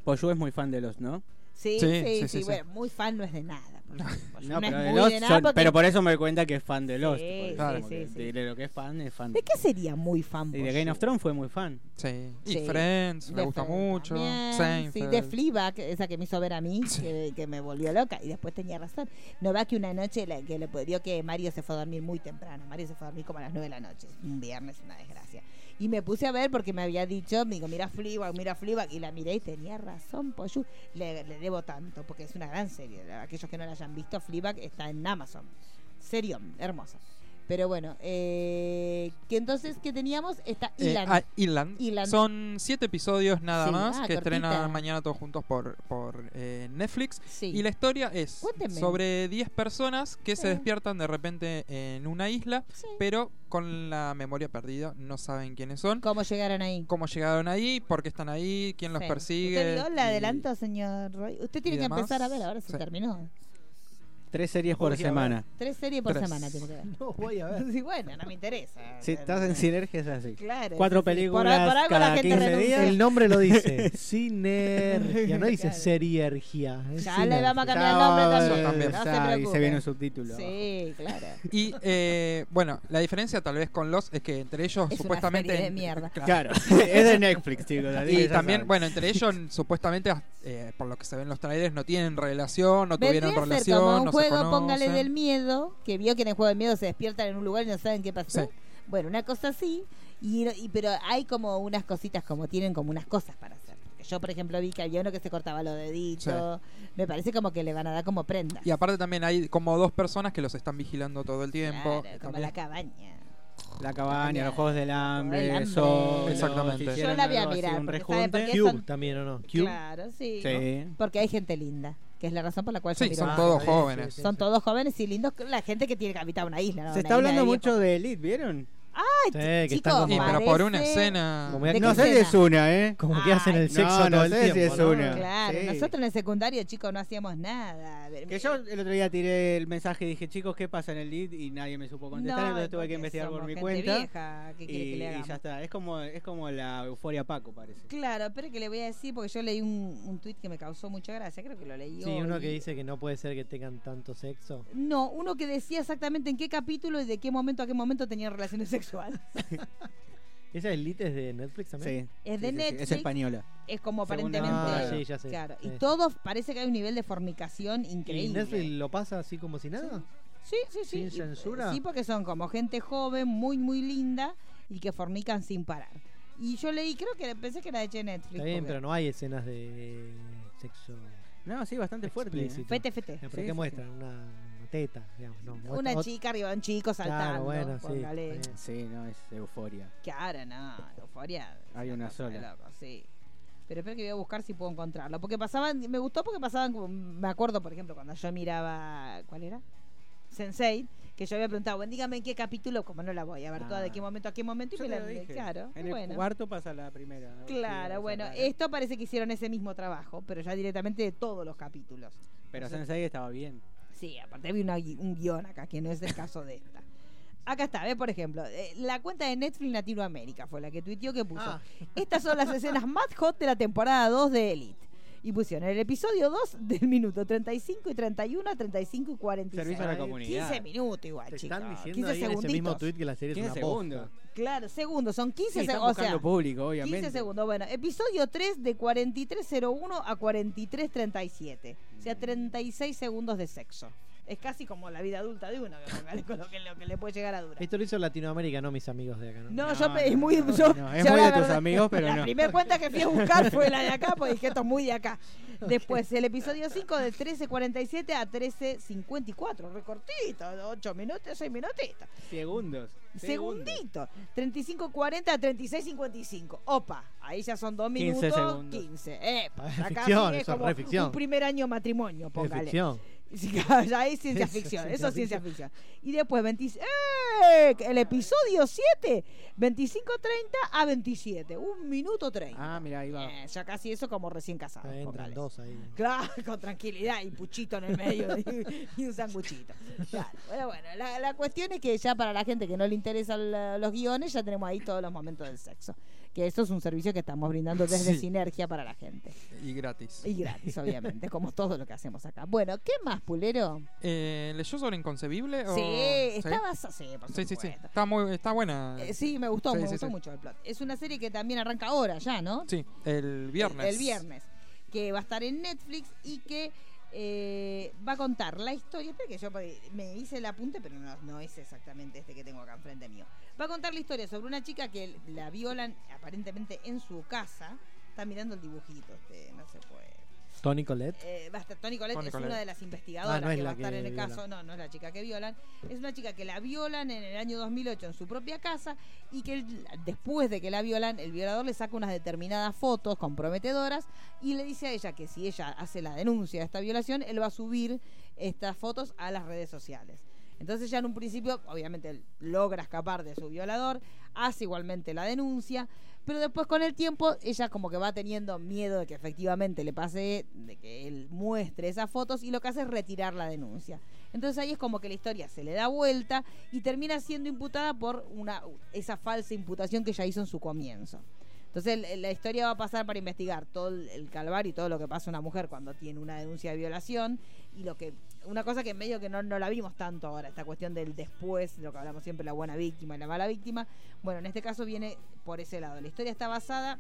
[SPEAKER 10] Poyu es muy fan de los, ¿no?
[SPEAKER 5] Sí,
[SPEAKER 6] Sí,
[SPEAKER 5] sí, sí,
[SPEAKER 6] sí, sí,
[SPEAKER 5] bueno, muy fan no es de nada. Poyu
[SPEAKER 10] No,
[SPEAKER 5] no
[SPEAKER 10] pero,
[SPEAKER 5] es
[SPEAKER 10] de
[SPEAKER 5] muy
[SPEAKER 10] Lost
[SPEAKER 5] de nada
[SPEAKER 10] son-
[SPEAKER 5] porque-
[SPEAKER 10] pero por eso me doy cuenta que es fan de Lost.
[SPEAKER 5] Sí,
[SPEAKER 10] por eso,
[SPEAKER 5] Claro.
[SPEAKER 10] como
[SPEAKER 5] sí,
[SPEAKER 10] que
[SPEAKER 5] sí,
[SPEAKER 10] de,
[SPEAKER 5] sí.
[SPEAKER 10] de lo que es fan, es fan.
[SPEAKER 5] ¿De qué sería muy fan?
[SPEAKER 10] Y de
[SPEAKER 5] Poyu?
[SPEAKER 10] Game of Thrones fue muy fan.
[SPEAKER 6] Sí. Y
[SPEAKER 5] Sí.
[SPEAKER 6] Friends, me
[SPEAKER 5] De
[SPEAKER 6] gusta
[SPEAKER 5] Friends
[SPEAKER 6] mucho.
[SPEAKER 5] también, sí,
[SPEAKER 6] Seinfeld.
[SPEAKER 5] de Fleabag, esa que me hizo ver a mí, que, que me volvió loca. Y después tenía razón. No va que una noche la- que le vio que Mario se fue a dormir muy temprano. Mario se fue a dormir como a las 9 de la noche. Un viernes, una desgracia. Y me puse a ver porque me había dicho, me digo, mira Fleabag, mira Fleabag. Y la miré y tenía razón, Poyu. Le, le debo tanto porque es una gran serie. Aquellos que no la hayan visto, Fleabag está en Amazon. Serión, hermosa. Pero bueno, eh, que entonces que teníamos esta
[SPEAKER 6] Eh,
[SPEAKER 5] Ilan.
[SPEAKER 6] ah, Ilan.
[SPEAKER 5] Ilan.
[SPEAKER 6] Son siete episodios nada
[SPEAKER 5] Sí,
[SPEAKER 6] más
[SPEAKER 5] ah,
[SPEAKER 6] que
[SPEAKER 5] cortita.
[SPEAKER 6] estrenan mañana todos juntos por, por eh, Netflix.
[SPEAKER 5] Sí.
[SPEAKER 6] Y la historia es
[SPEAKER 5] Cuénteme.
[SPEAKER 6] sobre 10 personas que
[SPEAKER 5] Sí.
[SPEAKER 6] se despiertan de repente en una isla,
[SPEAKER 5] Sí.
[SPEAKER 6] pero con la memoria perdida, no saben quiénes son,
[SPEAKER 5] ¿Cómo llegaron ahí?
[SPEAKER 6] cómo llegaron ahí, por qué están ahí, quién los
[SPEAKER 5] Sí.
[SPEAKER 6] persigue.
[SPEAKER 5] ¿Usted vio el
[SPEAKER 6] y-
[SPEAKER 5] adelanto, señor Roy? Usted tiene
[SPEAKER 6] y
[SPEAKER 5] que
[SPEAKER 6] demás.
[SPEAKER 5] empezar a ver, ahora se
[SPEAKER 6] Sí.
[SPEAKER 5] terminó.
[SPEAKER 10] Tres series por semana.
[SPEAKER 5] Tres series por
[SPEAKER 6] Tres.
[SPEAKER 5] semana tiene que ver.
[SPEAKER 7] No voy a ver.
[SPEAKER 5] Sí, bueno, no me interesa.
[SPEAKER 10] Si estás en sinergia es así.
[SPEAKER 5] Claro.
[SPEAKER 10] cuatro
[SPEAKER 5] sí, sí.
[SPEAKER 10] películas
[SPEAKER 5] Por- por algo
[SPEAKER 10] cada
[SPEAKER 5] la gente
[SPEAKER 10] 15
[SPEAKER 5] renuncia.
[SPEAKER 10] días.
[SPEAKER 7] El nombre lo dice. Sinergia. No dice
[SPEAKER 5] Claro.
[SPEAKER 7] seriergia. es
[SPEAKER 5] Ya le vamos a
[SPEAKER 7] sinergia.
[SPEAKER 5] cambiar el nombre también.
[SPEAKER 6] Ya, también.
[SPEAKER 5] No
[SPEAKER 10] ya,
[SPEAKER 5] se
[SPEAKER 10] y
[SPEAKER 5] preocupe.
[SPEAKER 10] se viene un subtítulo.
[SPEAKER 5] Sí, claro.
[SPEAKER 6] Y eh, bueno, la diferencia tal vez con los es que entre ellos
[SPEAKER 5] Es
[SPEAKER 6] supuestamente...
[SPEAKER 5] una serie de mierda.
[SPEAKER 10] Claro, es de Netflix, chicos. así que
[SPEAKER 6] Y
[SPEAKER 10] ya
[SPEAKER 6] también,
[SPEAKER 10] saben.
[SPEAKER 6] bueno, entre ellos supuestamente, eh, por lo que se ven los trailers, no tienen relación, no
[SPEAKER 5] Vendría
[SPEAKER 6] tuvieron
[SPEAKER 5] a ser
[SPEAKER 6] relación,
[SPEAKER 5] como un
[SPEAKER 6] no se
[SPEAKER 5] juego,
[SPEAKER 6] conocen.
[SPEAKER 5] póngale del miedo, que vio que en el juego del miedo se despiertan en un lugar y no saben qué pasó.
[SPEAKER 6] Sí.
[SPEAKER 5] Bueno, una cosa así, y, y- pero hay como unas cositas, como tienen como unas cosas para hacer. Porque yo, por ejemplo, vi que había uno que se cortaba los deditos. Me parece como que le van a dar como prenda.
[SPEAKER 6] Y aparte también hay como dos personas que los están vigilando todo el tiempo.
[SPEAKER 5] Claro, como
[SPEAKER 6] también.
[SPEAKER 5] la cabaña.
[SPEAKER 10] La cabaña, los juegos del
[SPEAKER 5] El
[SPEAKER 10] hambre,
[SPEAKER 5] hambre.
[SPEAKER 10] el sol.
[SPEAKER 6] Exactamente. Yo
[SPEAKER 5] la voy a mirar,
[SPEAKER 10] Un
[SPEAKER 5] porque saben por
[SPEAKER 10] rejunte.
[SPEAKER 5] qué-
[SPEAKER 7] Cube
[SPEAKER 5] son-
[SPEAKER 7] también o no. Cube.
[SPEAKER 5] Claro, sí.
[SPEAKER 10] Sí.
[SPEAKER 5] Porque hay gente linda, que es la razón por la cual yo
[SPEAKER 6] Sí,
[SPEAKER 5] miro
[SPEAKER 6] son
[SPEAKER 5] más.
[SPEAKER 6] todos
[SPEAKER 7] sí,
[SPEAKER 6] jóvenes.
[SPEAKER 7] sí, sí.
[SPEAKER 5] Son todos jóvenes y lindos, la gente que tiene que habitar una isla. ¿no?
[SPEAKER 10] Se
[SPEAKER 5] Una
[SPEAKER 10] está
[SPEAKER 5] isla
[SPEAKER 10] hablando
[SPEAKER 5] de
[SPEAKER 10] mucho de Elite, ¿vieron?
[SPEAKER 7] Sí, que
[SPEAKER 5] chicos,
[SPEAKER 7] están
[SPEAKER 6] Y,
[SPEAKER 7] como,
[SPEAKER 6] pero por una
[SPEAKER 5] Parece-
[SPEAKER 6] escena.
[SPEAKER 7] como que-
[SPEAKER 5] ¿De
[SPEAKER 10] No
[SPEAKER 5] qué Ah,
[SPEAKER 10] sé si
[SPEAKER 5] escena?
[SPEAKER 10] es una, ¿eh?
[SPEAKER 7] como que hacen
[SPEAKER 5] Ay,
[SPEAKER 7] el
[SPEAKER 10] no,
[SPEAKER 7] sexo
[SPEAKER 10] no
[SPEAKER 7] todo el
[SPEAKER 10] sé si
[SPEAKER 7] tiempo.
[SPEAKER 10] es
[SPEAKER 7] ¿no?
[SPEAKER 10] una.
[SPEAKER 5] Claro,
[SPEAKER 10] Sí.
[SPEAKER 5] nosotros en el secundario, chicos, no hacíamos nada. A ver,
[SPEAKER 10] Que yo el otro día tiré el mensaje y dije, chicos, ¿qué pasa en el lead? Y nadie me supo contestar,
[SPEAKER 5] No,
[SPEAKER 10] entonces tuve
[SPEAKER 5] porque
[SPEAKER 10] que investigar por
[SPEAKER 5] somos
[SPEAKER 10] mi
[SPEAKER 5] gente
[SPEAKER 10] cuenta.
[SPEAKER 5] vieja, ¿qué
[SPEAKER 10] Y,
[SPEAKER 5] quiere que le
[SPEAKER 10] y
[SPEAKER 5] hagamos?
[SPEAKER 10] ya está. Es como, es como la euforia Paco, parece.
[SPEAKER 5] Claro, pero que le voy a decir, porque yo leí un, un tuit que me causó mucha gracia, creo que lo leí
[SPEAKER 7] Sí,
[SPEAKER 5] hoy.
[SPEAKER 7] uno que dice que no puede ser que tengan tanto sexo.
[SPEAKER 5] No, uno que decía exactamente en qué capítulo y de qué momento a qué momento tenían relaciones sexuales.
[SPEAKER 7] ¿Esa elite es de Netflix también?
[SPEAKER 10] Sí.
[SPEAKER 5] Es de
[SPEAKER 10] Sí, sí, sí.
[SPEAKER 5] Netflix.
[SPEAKER 10] Es española.
[SPEAKER 5] Es como
[SPEAKER 10] Segunda
[SPEAKER 5] aparentemente.
[SPEAKER 10] temporada.
[SPEAKER 7] Sí, ya sé.
[SPEAKER 5] Claro. Y
[SPEAKER 7] Sí.
[SPEAKER 5] todos parece que hay un nivel de fornicación
[SPEAKER 7] ¿Y Netflix
[SPEAKER 5] increíble.
[SPEAKER 7] lo pasa así como si nada?
[SPEAKER 5] Sí, sí, sí.
[SPEAKER 11] ¿Sin
[SPEAKER 5] Y-
[SPEAKER 11] censura?
[SPEAKER 5] Sí, porque son como gente joven, muy, muy linda y que fornican sin parar. Y yo leí, creo que pensé que era de che Netflix.
[SPEAKER 7] Está bien,
[SPEAKER 5] porque-
[SPEAKER 7] pero no hay escenas de sexo.
[SPEAKER 10] No, sí, bastante fuerte. ¿eh?
[SPEAKER 7] explícito.
[SPEAKER 5] Fete, fete.
[SPEAKER 7] No,
[SPEAKER 10] Sí,
[SPEAKER 7] pero
[SPEAKER 10] sí,
[SPEAKER 7] ¿qué muestran? Una, una teta, digamos. No,
[SPEAKER 5] Una
[SPEAKER 7] muestra- ot-
[SPEAKER 5] chica arriba de un chico
[SPEAKER 7] Claro,
[SPEAKER 5] saltando.
[SPEAKER 7] bueno, sí,
[SPEAKER 5] póngale.
[SPEAKER 7] está bien.
[SPEAKER 10] Sí, no, es euforia.
[SPEAKER 5] Claro, no, euforia. es
[SPEAKER 10] Hay una
[SPEAKER 5] cosa de
[SPEAKER 10] sola.
[SPEAKER 5] loco, sí. Pero espero que voy a buscar si puedo encontrarlo. Porque pasaban, me gustó porque pasaban, como- me acuerdo, por ejemplo, cuando yo miraba, ¿cuál era? Sensei, que yo había preguntado, bueno, dígame en qué capítulo, como no la voy a ver toda, de
[SPEAKER 10] Ah.
[SPEAKER 5] qué momento a qué momento, y
[SPEAKER 10] Yo
[SPEAKER 5] me
[SPEAKER 10] te
[SPEAKER 5] la
[SPEAKER 10] lo dije.
[SPEAKER 5] Claro,
[SPEAKER 10] En el
[SPEAKER 5] bueno.
[SPEAKER 10] cuarto pasa la primera. Sí,
[SPEAKER 5] Claro,
[SPEAKER 10] esa
[SPEAKER 5] bueno,
[SPEAKER 10] rara.
[SPEAKER 5] esto parece que hicieron ese mismo trabajo, pero ya directamente de todos los capítulos.
[SPEAKER 10] Pero Sensei estaba bien.
[SPEAKER 5] Sí, aparte había una gui- un guión acá, que no es el caso de esta. Acá está, ve por ejemplo, eh, la cuenta de Netflix Latinoamérica fue la que tuiteó que puso.
[SPEAKER 11] Ah.
[SPEAKER 5] Estas son las escenas más hot de la temporada 2 de Elite. Y pusieron el episodio 2 del minuto 35 y 31 a 35 y 46.
[SPEAKER 10] Servicio a la
[SPEAKER 7] Ay,
[SPEAKER 10] comunidad.
[SPEAKER 5] 15 minutos igual,
[SPEAKER 7] Te
[SPEAKER 5] chicos.
[SPEAKER 7] están diciendo
[SPEAKER 5] 15
[SPEAKER 7] ahí en ese mismo
[SPEAKER 5] segunditos.
[SPEAKER 7] tweet que la serie es
[SPEAKER 10] 15
[SPEAKER 7] una
[SPEAKER 10] segundos.
[SPEAKER 7] posta.
[SPEAKER 5] Claro, segundos, son 15
[SPEAKER 10] Sí, están
[SPEAKER 5] segundos. O
[SPEAKER 10] buscando
[SPEAKER 5] sea,
[SPEAKER 10] público, obviamente.
[SPEAKER 5] 15 segundos. Bueno, episodio 3 de 43.01 a 43.37. O sea, 36 segundos de sexo. Es casi como la vida adulta de uno, que póngale con lo que, lo que le puede llegar a durar.
[SPEAKER 7] Esto lo hizo Latinoamérica, no mis amigos de acá.
[SPEAKER 5] No,
[SPEAKER 7] ¿no?
[SPEAKER 10] No,
[SPEAKER 5] yo pe-
[SPEAKER 10] no,
[SPEAKER 5] es muy.
[SPEAKER 10] no,
[SPEAKER 5] yo-
[SPEAKER 10] no, es
[SPEAKER 5] yo
[SPEAKER 10] muy
[SPEAKER 5] la
[SPEAKER 10] de tus
[SPEAKER 5] verdad-
[SPEAKER 10] amigos, pero
[SPEAKER 5] la
[SPEAKER 10] no.
[SPEAKER 5] primera cuenta que fui a buscar fue la de acá, porque dije, esto es muy de acá. Después, el episodio 5 de 13.47 a 13.54. Recortito, 8 minutos, 6 minutitos.
[SPEAKER 10] Segundos.
[SPEAKER 5] Segundito. 35.40 a 36.55. Opa, ahí ya son 2
[SPEAKER 10] 15
[SPEAKER 5] minutos. 15.
[SPEAKER 10] segundos.
[SPEAKER 5] Epa,
[SPEAKER 7] Es
[SPEAKER 5] ya casi
[SPEAKER 7] ficción,
[SPEAKER 5] es
[SPEAKER 7] eso es
[SPEAKER 5] como
[SPEAKER 7] re ficción.
[SPEAKER 5] Un primer año matrimonio,
[SPEAKER 7] Es
[SPEAKER 5] póngale.
[SPEAKER 7] ficción.
[SPEAKER 5] Sí, claro, ya es ciencia
[SPEAKER 7] Eso es
[SPEAKER 5] ficción,
[SPEAKER 7] ciencia
[SPEAKER 5] eso es ciencia ficción. Y después 20 ¡Eh! el episodio 7, 25.30 a 27, un minuto 30.
[SPEAKER 10] Ah, mira, ahí va.
[SPEAKER 5] Eh, ya casi eso como recién casado.
[SPEAKER 7] Ahí Entran
[SPEAKER 5] Ah, póngale.
[SPEAKER 7] dos ahí.
[SPEAKER 5] Claro, con tranquilidad y puchito en el medio y, y un sanguchito. Claro. Bueno, bueno, la, la cuestión es que ya para la gente que no le interesan la- los guiones, ya tenemos ahí todos los momentos del sexo. Que esto es un servicio que estamos brindando desde
[SPEAKER 6] Sí.
[SPEAKER 5] Sinergia para la gente.
[SPEAKER 6] Y gratis.
[SPEAKER 5] Y gratis, obviamente, como todo lo que hacemos acá. Bueno, ¿qué más, Pulero?
[SPEAKER 6] Eh, ¿Leyó sobre Inconcebible? o-
[SPEAKER 5] Sí, estaba sí, por
[SPEAKER 6] Oh, Sí, sí, sí.
[SPEAKER 5] supuesto.
[SPEAKER 6] Está, muy, está buena.
[SPEAKER 5] Eh, sí, me gustó,
[SPEAKER 6] Sí,
[SPEAKER 5] me
[SPEAKER 6] sí,
[SPEAKER 5] gustó
[SPEAKER 6] sí.
[SPEAKER 5] mucho el plot. Es una serie que también arranca ahora ya, ¿no?
[SPEAKER 6] Sí, el viernes.
[SPEAKER 5] El, el viernes. Que va a estar en Netflix y que eh, va a contar la historia. Espera que yo porque me hice el apunte, pero no, no es exactamente este que tengo acá enfrente mío. Va a contar la historia sobre una chica que la violan aparentemente en su casa. Está mirando el dibujito, este, no se puede.
[SPEAKER 7] Tony Colette.
[SPEAKER 5] Eh, va a estar- Toni Collette
[SPEAKER 6] Toni
[SPEAKER 5] es
[SPEAKER 6] Collette.
[SPEAKER 5] una de las investigadoras
[SPEAKER 7] Ah, no es
[SPEAKER 5] que va a
[SPEAKER 7] la que
[SPEAKER 5] estar en el
[SPEAKER 7] violan.
[SPEAKER 5] caso. No, no es la chica que violan. Es una chica que la violan en el año 2008 en su propia casa y que el- después de que la violan, el violador le saca unas determinadas fotos comprometedoras y le dice a ella que si ella hace la denuncia de esta violación, él va a subir estas fotos a las redes sociales. Entonces ya en un principio, obviamente, él logra escapar de su violador, hace igualmente la denuncia, pero después con el tiempo ella como que va teniendo miedo de que efectivamente le pase, de que él muestre esas fotos y lo que hace es retirar la denuncia. Entonces ahí es como que la historia se le da vuelta y termina siendo imputada por una, esa falsa imputación que ella hizo en su comienzo. Entonces el- la historia va a pasar para investigar todo el, el calvario y todo lo que pasa a una mujer cuando tiene una denuncia de violación y lo que una cosa que en medio que no, no la vimos tanto ahora, esta cuestión del después, lo que hablamos siempre, la buena víctima y la mala víctima. Bueno, en este caso viene por ese lado. La historia está basada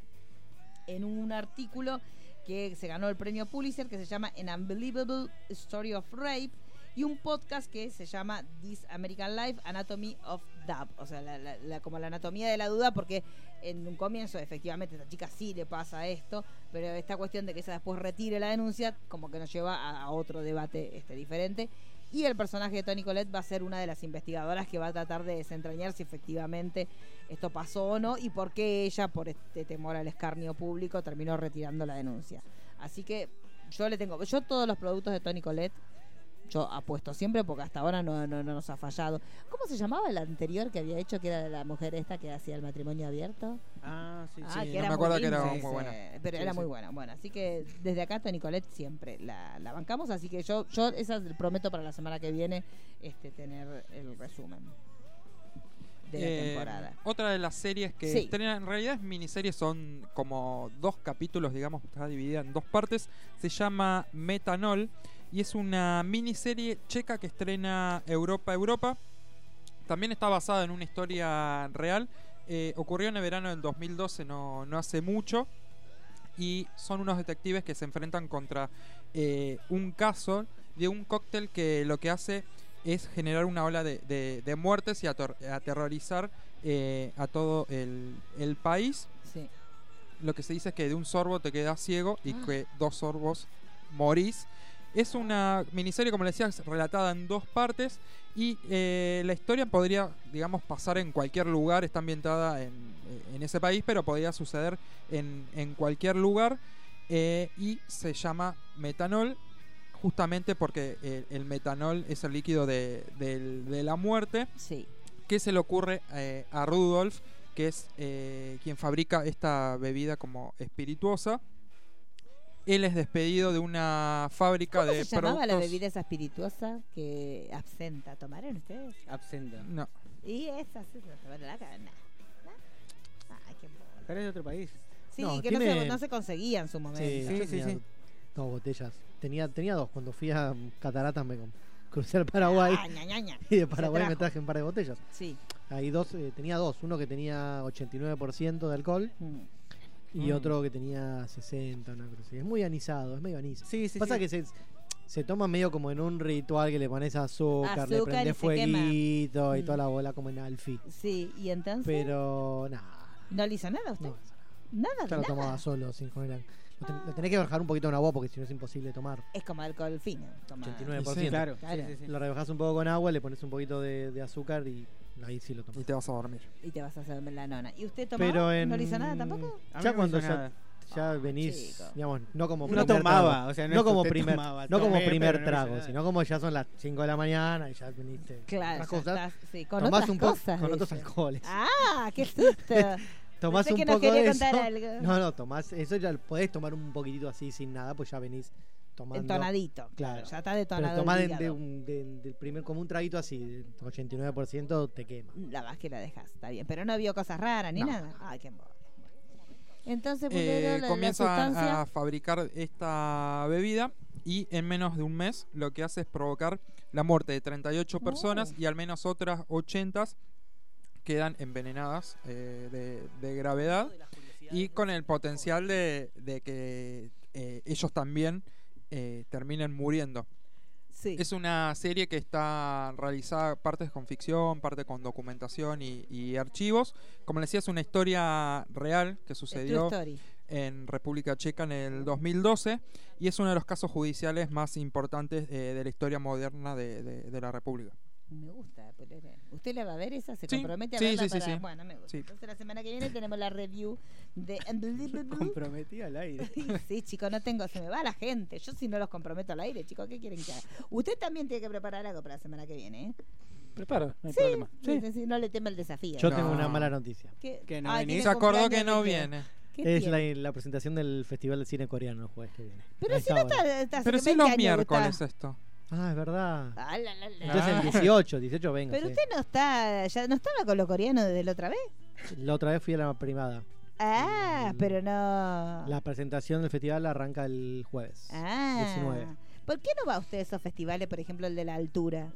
[SPEAKER 5] en un artículo que se ganó el premio Pulitzer que se llama An Unbelievable Story of Rape y un podcast que se llama This American Life Anatomy of Doubt, o sea, la- la- la- como la anatomía de la duda, porque en un comienzo efectivamente a esta chica sí le pasa esto, pero esta cuestión de que ella después retire la denuncia como que nos lleva a, a otro debate este diferente. Y el personaje de Toni Collette va a ser una de las investigadoras que va a tratar de desentrañar si efectivamente esto pasó o no y por qué ella, por este temor al escarnio público, terminó retirando la denuncia. Así que yo le tengo, yo todos los productos de Toni Collette, yo apuesto siempre porque hasta ahora no, no, no nos ha fallado. ¿Cómo se llamaba el anterior que había hecho, que era la mujer esta que hacía el matrimonio abierto?
[SPEAKER 10] Ah, sí,
[SPEAKER 5] Ah,
[SPEAKER 10] sí.
[SPEAKER 5] que
[SPEAKER 6] no
[SPEAKER 5] era
[SPEAKER 6] me acuerdo
[SPEAKER 5] muy
[SPEAKER 6] que era
[SPEAKER 5] linda,
[SPEAKER 6] muy
[SPEAKER 5] sí,
[SPEAKER 6] buena.
[SPEAKER 5] Pero
[SPEAKER 6] Sí,
[SPEAKER 5] era
[SPEAKER 6] sí.
[SPEAKER 5] muy buena. Bueno, así que desde acá Toni Colette siempre la, la bancamos, así que yo, yo esa prometo para la semana que viene este tener el resumen de la
[SPEAKER 6] Eh,
[SPEAKER 5] temporada.
[SPEAKER 6] Otra de las series que
[SPEAKER 5] Sí.
[SPEAKER 6] estrenan, en realidad es miniseries, son como dos capítulos, digamos, está dividida en dos partes. Se llama Metanol y es una miniserie checa que estrena Europa Europa. También está basada en una historia real. Eh, ocurrió en el verano del 2012, no, no hace mucho. Y son unos detectives que se enfrentan contra eh, un caso de un cóctel que lo que hace es generar una ola de, de- de muertes y ator- aterrorizar eh, a todo el, el país.
[SPEAKER 5] Sí.
[SPEAKER 6] Lo que se dice es que de un sorbo te quedas ciego y
[SPEAKER 5] Ah.
[SPEAKER 6] que dos sorbos morís. Es una miniserie, como les decía, es relatada en dos partes y eh, la historia podría, digamos, pasar en cualquier lugar, está ambientada en, eh, en ese país, pero podría suceder en, en cualquier lugar eh, y se llama metanol justamente porque eh, el metanol es el líquido de, del- de la muerte.
[SPEAKER 7] Eh,
[SPEAKER 5] Sí.
[SPEAKER 6] ¿Qué se le ocurre eh, a Rudolf, que es eh, quien fabrica esta bebida como espirituosa? Él es despedido de una fábrica
[SPEAKER 5] ¿Cómo
[SPEAKER 6] de
[SPEAKER 5] se llamaba la
[SPEAKER 6] productos-
[SPEAKER 5] bebida esa espirituosa que absenta? ¿Tomaron ustedes?
[SPEAKER 10] Absenta.
[SPEAKER 5] Mm.
[SPEAKER 6] No,
[SPEAKER 5] Y esa, sí, se tomaron la cara. Nah, nah. Ay, qué bola.
[SPEAKER 10] Pero es de otro país.
[SPEAKER 5] Sí,
[SPEAKER 7] No,
[SPEAKER 5] que no,
[SPEAKER 7] tiene-
[SPEAKER 5] se, no se conseguía en su momento.
[SPEAKER 7] Sí,
[SPEAKER 10] Sí,
[SPEAKER 7] yo
[SPEAKER 10] sí,
[SPEAKER 7] tenía
[SPEAKER 10] sí.
[SPEAKER 7] Dos botellas. Tenía, tenía dos. Cuando fui a Cataratas me com- crucé al Paraguay
[SPEAKER 5] Ah, ña, ña, ña.
[SPEAKER 7] y de Paraguay me
[SPEAKER 5] trajo.
[SPEAKER 7] traje un par de botellas.
[SPEAKER 5] Sí.
[SPEAKER 7] Ahí dos, eh, tenía dos. Uno que tenía 89% de alcohol
[SPEAKER 5] Mm.
[SPEAKER 7] y
[SPEAKER 6] Mm.
[SPEAKER 7] otro que tenía 60, una cosa así. Es muy anisado, es medio anís.
[SPEAKER 10] Sí, sí,
[SPEAKER 7] Pasa
[SPEAKER 10] sí.
[SPEAKER 7] que se, se toma medio como en un ritual que le pones azúcar, le
[SPEAKER 5] Azúcar y
[SPEAKER 7] prende
[SPEAKER 5] se quema.
[SPEAKER 7] fueguito y
[SPEAKER 5] Mm.
[SPEAKER 7] toda la bola como en Alfie.
[SPEAKER 5] Sí, y entonces.
[SPEAKER 7] Pero nada,
[SPEAKER 5] ¿No le hizo nada a usted?
[SPEAKER 7] no,
[SPEAKER 5] Nada,
[SPEAKER 7] ya
[SPEAKER 5] nada.
[SPEAKER 7] lo tomaba solo sin comer. Lo, ten- lo tenés que bajar un poquito en agua porque si no es imposible tomar.
[SPEAKER 5] Es como alcohol fino. Toma.
[SPEAKER 7] 89%.
[SPEAKER 6] Sí,
[SPEAKER 10] Claro,
[SPEAKER 5] Claro.
[SPEAKER 10] sí, sí, sí.
[SPEAKER 7] Lo rebajás un poco con agua, le pones un poquito de, de azúcar y ahí sí lo
[SPEAKER 6] y
[SPEAKER 7] tomas.
[SPEAKER 6] te vas a dormir.
[SPEAKER 5] Y te vas a hacer la nona. ¿Y usted tomaba?
[SPEAKER 7] Pero en...
[SPEAKER 5] ¿No le hizo nada tampoco?
[SPEAKER 10] A mí no
[SPEAKER 7] Ya
[SPEAKER 10] me
[SPEAKER 7] cuando
[SPEAKER 10] hizo
[SPEAKER 7] ya,
[SPEAKER 10] nada.
[SPEAKER 7] ya
[SPEAKER 5] Ah,
[SPEAKER 7] venís,
[SPEAKER 5] chico.
[SPEAKER 7] digamos, no como
[SPEAKER 10] No
[SPEAKER 7] primer
[SPEAKER 10] tomaba,
[SPEAKER 7] trago.
[SPEAKER 10] o sea, no,
[SPEAKER 7] No como
[SPEAKER 10] usted
[SPEAKER 7] primer,
[SPEAKER 10] tomaba,
[SPEAKER 7] no como
[SPEAKER 10] tomé,
[SPEAKER 7] primer
[SPEAKER 10] pero no me hizo
[SPEAKER 7] trago,
[SPEAKER 10] nada.
[SPEAKER 7] sino como ya son las 5 de la mañana y ya viniste. con
[SPEAKER 5] Claro,
[SPEAKER 7] otras
[SPEAKER 5] ya
[SPEAKER 7] cosas,
[SPEAKER 5] estás, sí, con
[SPEAKER 7] tomás
[SPEAKER 5] otras
[SPEAKER 7] un poco
[SPEAKER 5] cosas.
[SPEAKER 7] con
[SPEAKER 5] dice.
[SPEAKER 7] otros alcoholes.
[SPEAKER 5] Ah, qué susto.
[SPEAKER 7] tomás
[SPEAKER 5] Pensé
[SPEAKER 7] un
[SPEAKER 5] que nos
[SPEAKER 7] poco
[SPEAKER 5] quería
[SPEAKER 7] de eso.
[SPEAKER 5] contar algo.
[SPEAKER 7] No, no, tomás eso ya lo podés tomar un poquitito así sin nada, pues ya venís tomando.
[SPEAKER 5] Detonadito.
[SPEAKER 7] Claro.
[SPEAKER 5] Ya está
[SPEAKER 7] Pero
[SPEAKER 5] detonado.
[SPEAKER 7] tomás
[SPEAKER 5] el
[SPEAKER 7] de, de
[SPEAKER 5] hígado.
[SPEAKER 7] un- de- del primer como un traguito así, de 89% te quema.
[SPEAKER 5] La vas que la dejas, está bien. Pero no vio cosas raras ni
[SPEAKER 7] No.
[SPEAKER 5] nada. Ah, qué embole. Entonces,
[SPEAKER 6] Eh,
[SPEAKER 5] Pulero, este la, la
[SPEAKER 6] comienzan
[SPEAKER 5] sustancia.
[SPEAKER 6] a fabricar esta bebida y en menos de un mes lo que hace es provocar la muerte de 38
[SPEAKER 5] Oh.
[SPEAKER 6] personas y al menos otras 80 quedan envenenadas eh, de, de gravedad y con el potencial de, de que eh, ellos también eh, terminen muriendo.
[SPEAKER 5] Sí.
[SPEAKER 6] Es una serie que está realizada partes con ficción, parte con documentación y, y archivos. Como les decía, es una historia real que
[SPEAKER 5] Es
[SPEAKER 6] sucedió
[SPEAKER 5] True Story.
[SPEAKER 6] en República Checa en el 2012 y es uno de los casos judiciales más importantes eh, de la historia moderna de, de- de la República.
[SPEAKER 5] Me gusta, Pulero. ¿Usted la va a ver esa? ¿Se
[SPEAKER 6] Sí,
[SPEAKER 5] compromete a
[SPEAKER 6] sí,
[SPEAKER 5] verla
[SPEAKER 6] sí, sí,
[SPEAKER 5] para-
[SPEAKER 6] sí.
[SPEAKER 5] Bueno, me gusta.
[SPEAKER 6] Sí.
[SPEAKER 5] Entonces, la semana que viene tenemos la review de.
[SPEAKER 10] Comprometí al aire.
[SPEAKER 5] Sí, chico, no tengo, se me va la gente. Yo si no los comprometo al aire, chicos, ¿qué quieren que haga? Usted también tiene que preparar algo para la semana que viene, ¿eh?
[SPEAKER 8] Preparo, no hay problema.
[SPEAKER 5] Sí, sí, sí, no le tema el desafío.
[SPEAKER 7] Yo
[SPEAKER 6] No.
[SPEAKER 7] tengo una mala noticia.
[SPEAKER 5] ¿Qué-
[SPEAKER 10] Que no
[SPEAKER 5] Ay,
[SPEAKER 10] venís.
[SPEAKER 5] tiene
[SPEAKER 6] Se acordó
[SPEAKER 5] cumpleaños
[SPEAKER 6] que
[SPEAKER 5] de
[SPEAKER 6] no
[SPEAKER 5] qué?
[SPEAKER 6] viene.
[SPEAKER 5] ¿Qué
[SPEAKER 7] Es la,
[SPEAKER 5] tiene?
[SPEAKER 7] la presentación del Festival de Cine Coreano el jueves que viene.
[SPEAKER 5] Pero
[SPEAKER 7] Ahí
[SPEAKER 5] si no
[SPEAKER 7] bueno.
[SPEAKER 5] está, está hace
[SPEAKER 6] Pero sí
[SPEAKER 5] 20
[SPEAKER 6] los
[SPEAKER 5] años que
[SPEAKER 6] miércoles
[SPEAKER 5] está.
[SPEAKER 6] esto.
[SPEAKER 7] Ah, es verdad.
[SPEAKER 5] Ah, la, la, la.
[SPEAKER 7] Entonces el 18, 18 vengo.
[SPEAKER 5] Pero
[SPEAKER 7] sí.
[SPEAKER 5] usted no está, ya no estaba con los coreanos desde la otra vez.
[SPEAKER 7] La otra vez fui a la primada.
[SPEAKER 5] Ah,
[SPEAKER 7] Mm.
[SPEAKER 5] pero no.
[SPEAKER 7] La presentación del festival arranca el jueves.
[SPEAKER 5] Ah.
[SPEAKER 7] 19.
[SPEAKER 5] ¿Por qué no va usted a esos festivales, por ejemplo, el de la altura?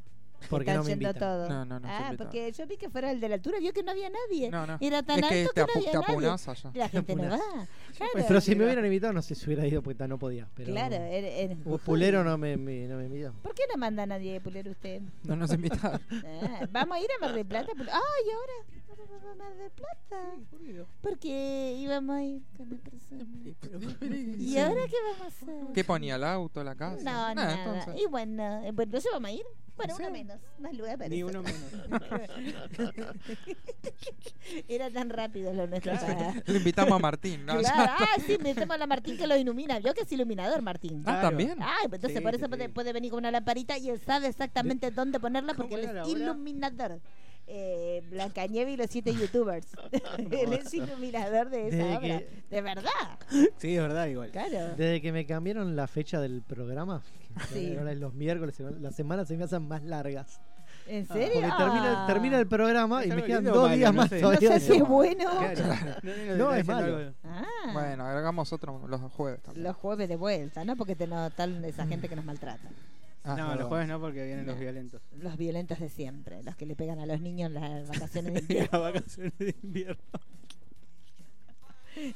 [SPEAKER 7] ¿Por qué
[SPEAKER 5] Están
[SPEAKER 7] no me
[SPEAKER 5] yendo
[SPEAKER 7] invitan?
[SPEAKER 5] todos.
[SPEAKER 6] No, no, no,
[SPEAKER 5] Ah,
[SPEAKER 6] invitado.
[SPEAKER 5] porque yo vi que fuera el de la altura, vio que no había nadie.
[SPEAKER 6] No, no.
[SPEAKER 5] Era tan
[SPEAKER 6] es que
[SPEAKER 5] alto que
[SPEAKER 6] te,
[SPEAKER 5] no
[SPEAKER 6] apu-
[SPEAKER 5] había
[SPEAKER 6] te
[SPEAKER 5] nadie.
[SPEAKER 6] apunás allá.
[SPEAKER 5] La gente no va.
[SPEAKER 7] apunás.
[SPEAKER 5] Claro,
[SPEAKER 7] Pues, pero si me hubieran invitado no sé si hubiera ido porque ta- no podía. Pero
[SPEAKER 5] Claro, era- era-
[SPEAKER 7] Pu- Pulero no me, me- no me invitó.
[SPEAKER 5] ¿Por qué no manda a nadie de Pulero usted?
[SPEAKER 6] No nos invitaron.
[SPEAKER 5] Ah, Vamos a ir a Mar del Plata. Pulero. Ay, ahora. Ahora vamos a Mar del Plata. Porque íbamos a ir con la persona. ¿Y ahora qué vamos a hacer?
[SPEAKER 6] ¿Qué ponía el auto, la casa?
[SPEAKER 5] No,
[SPEAKER 6] Nada,
[SPEAKER 5] nada.
[SPEAKER 6] entonces.
[SPEAKER 5] Y bueno, eh, bueno, ¿entonces vamos a ir? Bueno, uno menos. Más lugar para
[SPEAKER 10] Ni
[SPEAKER 5] eso.
[SPEAKER 10] uno menos.
[SPEAKER 5] Era tan rápido lo nuestro. ya.
[SPEAKER 6] Le invitamos a Martín. ¿no?
[SPEAKER 5] Claro, ah, sí, metemos a la Martín que lo ilumina. Vio que es iluminador, Martín.
[SPEAKER 6] Ah, también.
[SPEAKER 5] Ah, pues entonces
[SPEAKER 10] Sí,
[SPEAKER 5] por eso
[SPEAKER 10] sí,
[SPEAKER 5] puede,
[SPEAKER 10] sí.
[SPEAKER 5] puede venir con una lamparita y él sabe exactamente dónde ponerla porque
[SPEAKER 10] ¿Cómo
[SPEAKER 5] él
[SPEAKER 10] era
[SPEAKER 5] es
[SPEAKER 10] la hora?
[SPEAKER 5] iluminador. Eh, Blanca Nieve y los siete youtubers. él es iluminador de esa
[SPEAKER 7] Desde
[SPEAKER 5] obra.
[SPEAKER 7] que-
[SPEAKER 5] De verdad.
[SPEAKER 10] Sí, es verdad, igual.
[SPEAKER 5] Claro.
[SPEAKER 7] Desde que me cambiaron la fecha del programa, que
[SPEAKER 5] Sí.
[SPEAKER 7] ahora es los miércoles, se van- las semanas se me hacen más largas.
[SPEAKER 5] ¿En
[SPEAKER 7] Porque
[SPEAKER 5] serio? Ah.
[SPEAKER 7] termina, termina el programa
[SPEAKER 10] Es
[SPEAKER 7] y me
[SPEAKER 10] algo
[SPEAKER 7] quedan
[SPEAKER 10] lindo,
[SPEAKER 7] dos
[SPEAKER 10] Mario,
[SPEAKER 7] días
[SPEAKER 10] no
[SPEAKER 7] más
[SPEAKER 10] sé.
[SPEAKER 5] No
[SPEAKER 7] todavía.
[SPEAKER 5] sé
[SPEAKER 7] de-
[SPEAKER 5] si es bueno.
[SPEAKER 10] Claro.
[SPEAKER 7] No, es
[SPEAKER 10] está
[SPEAKER 7] malo.
[SPEAKER 10] diciendo algo.
[SPEAKER 5] Ah,
[SPEAKER 6] Bueno, hagamos otro los jueves también.
[SPEAKER 5] Los jueves de vuelta, ¿no? Porque te no tal esa gente que nos maltrata.
[SPEAKER 6] Ah,
[SPEAKER 10] No,
[SPEAKER 6] perdón.
[SPEAKER 10] los jueves no, porque vienen los violentos.
[SPEAKER 5] Los violentos de siempre, los que le pegan a los niños en las vacaciones de invierno.
[SPEAKER 10] Las vacaciones de invierno.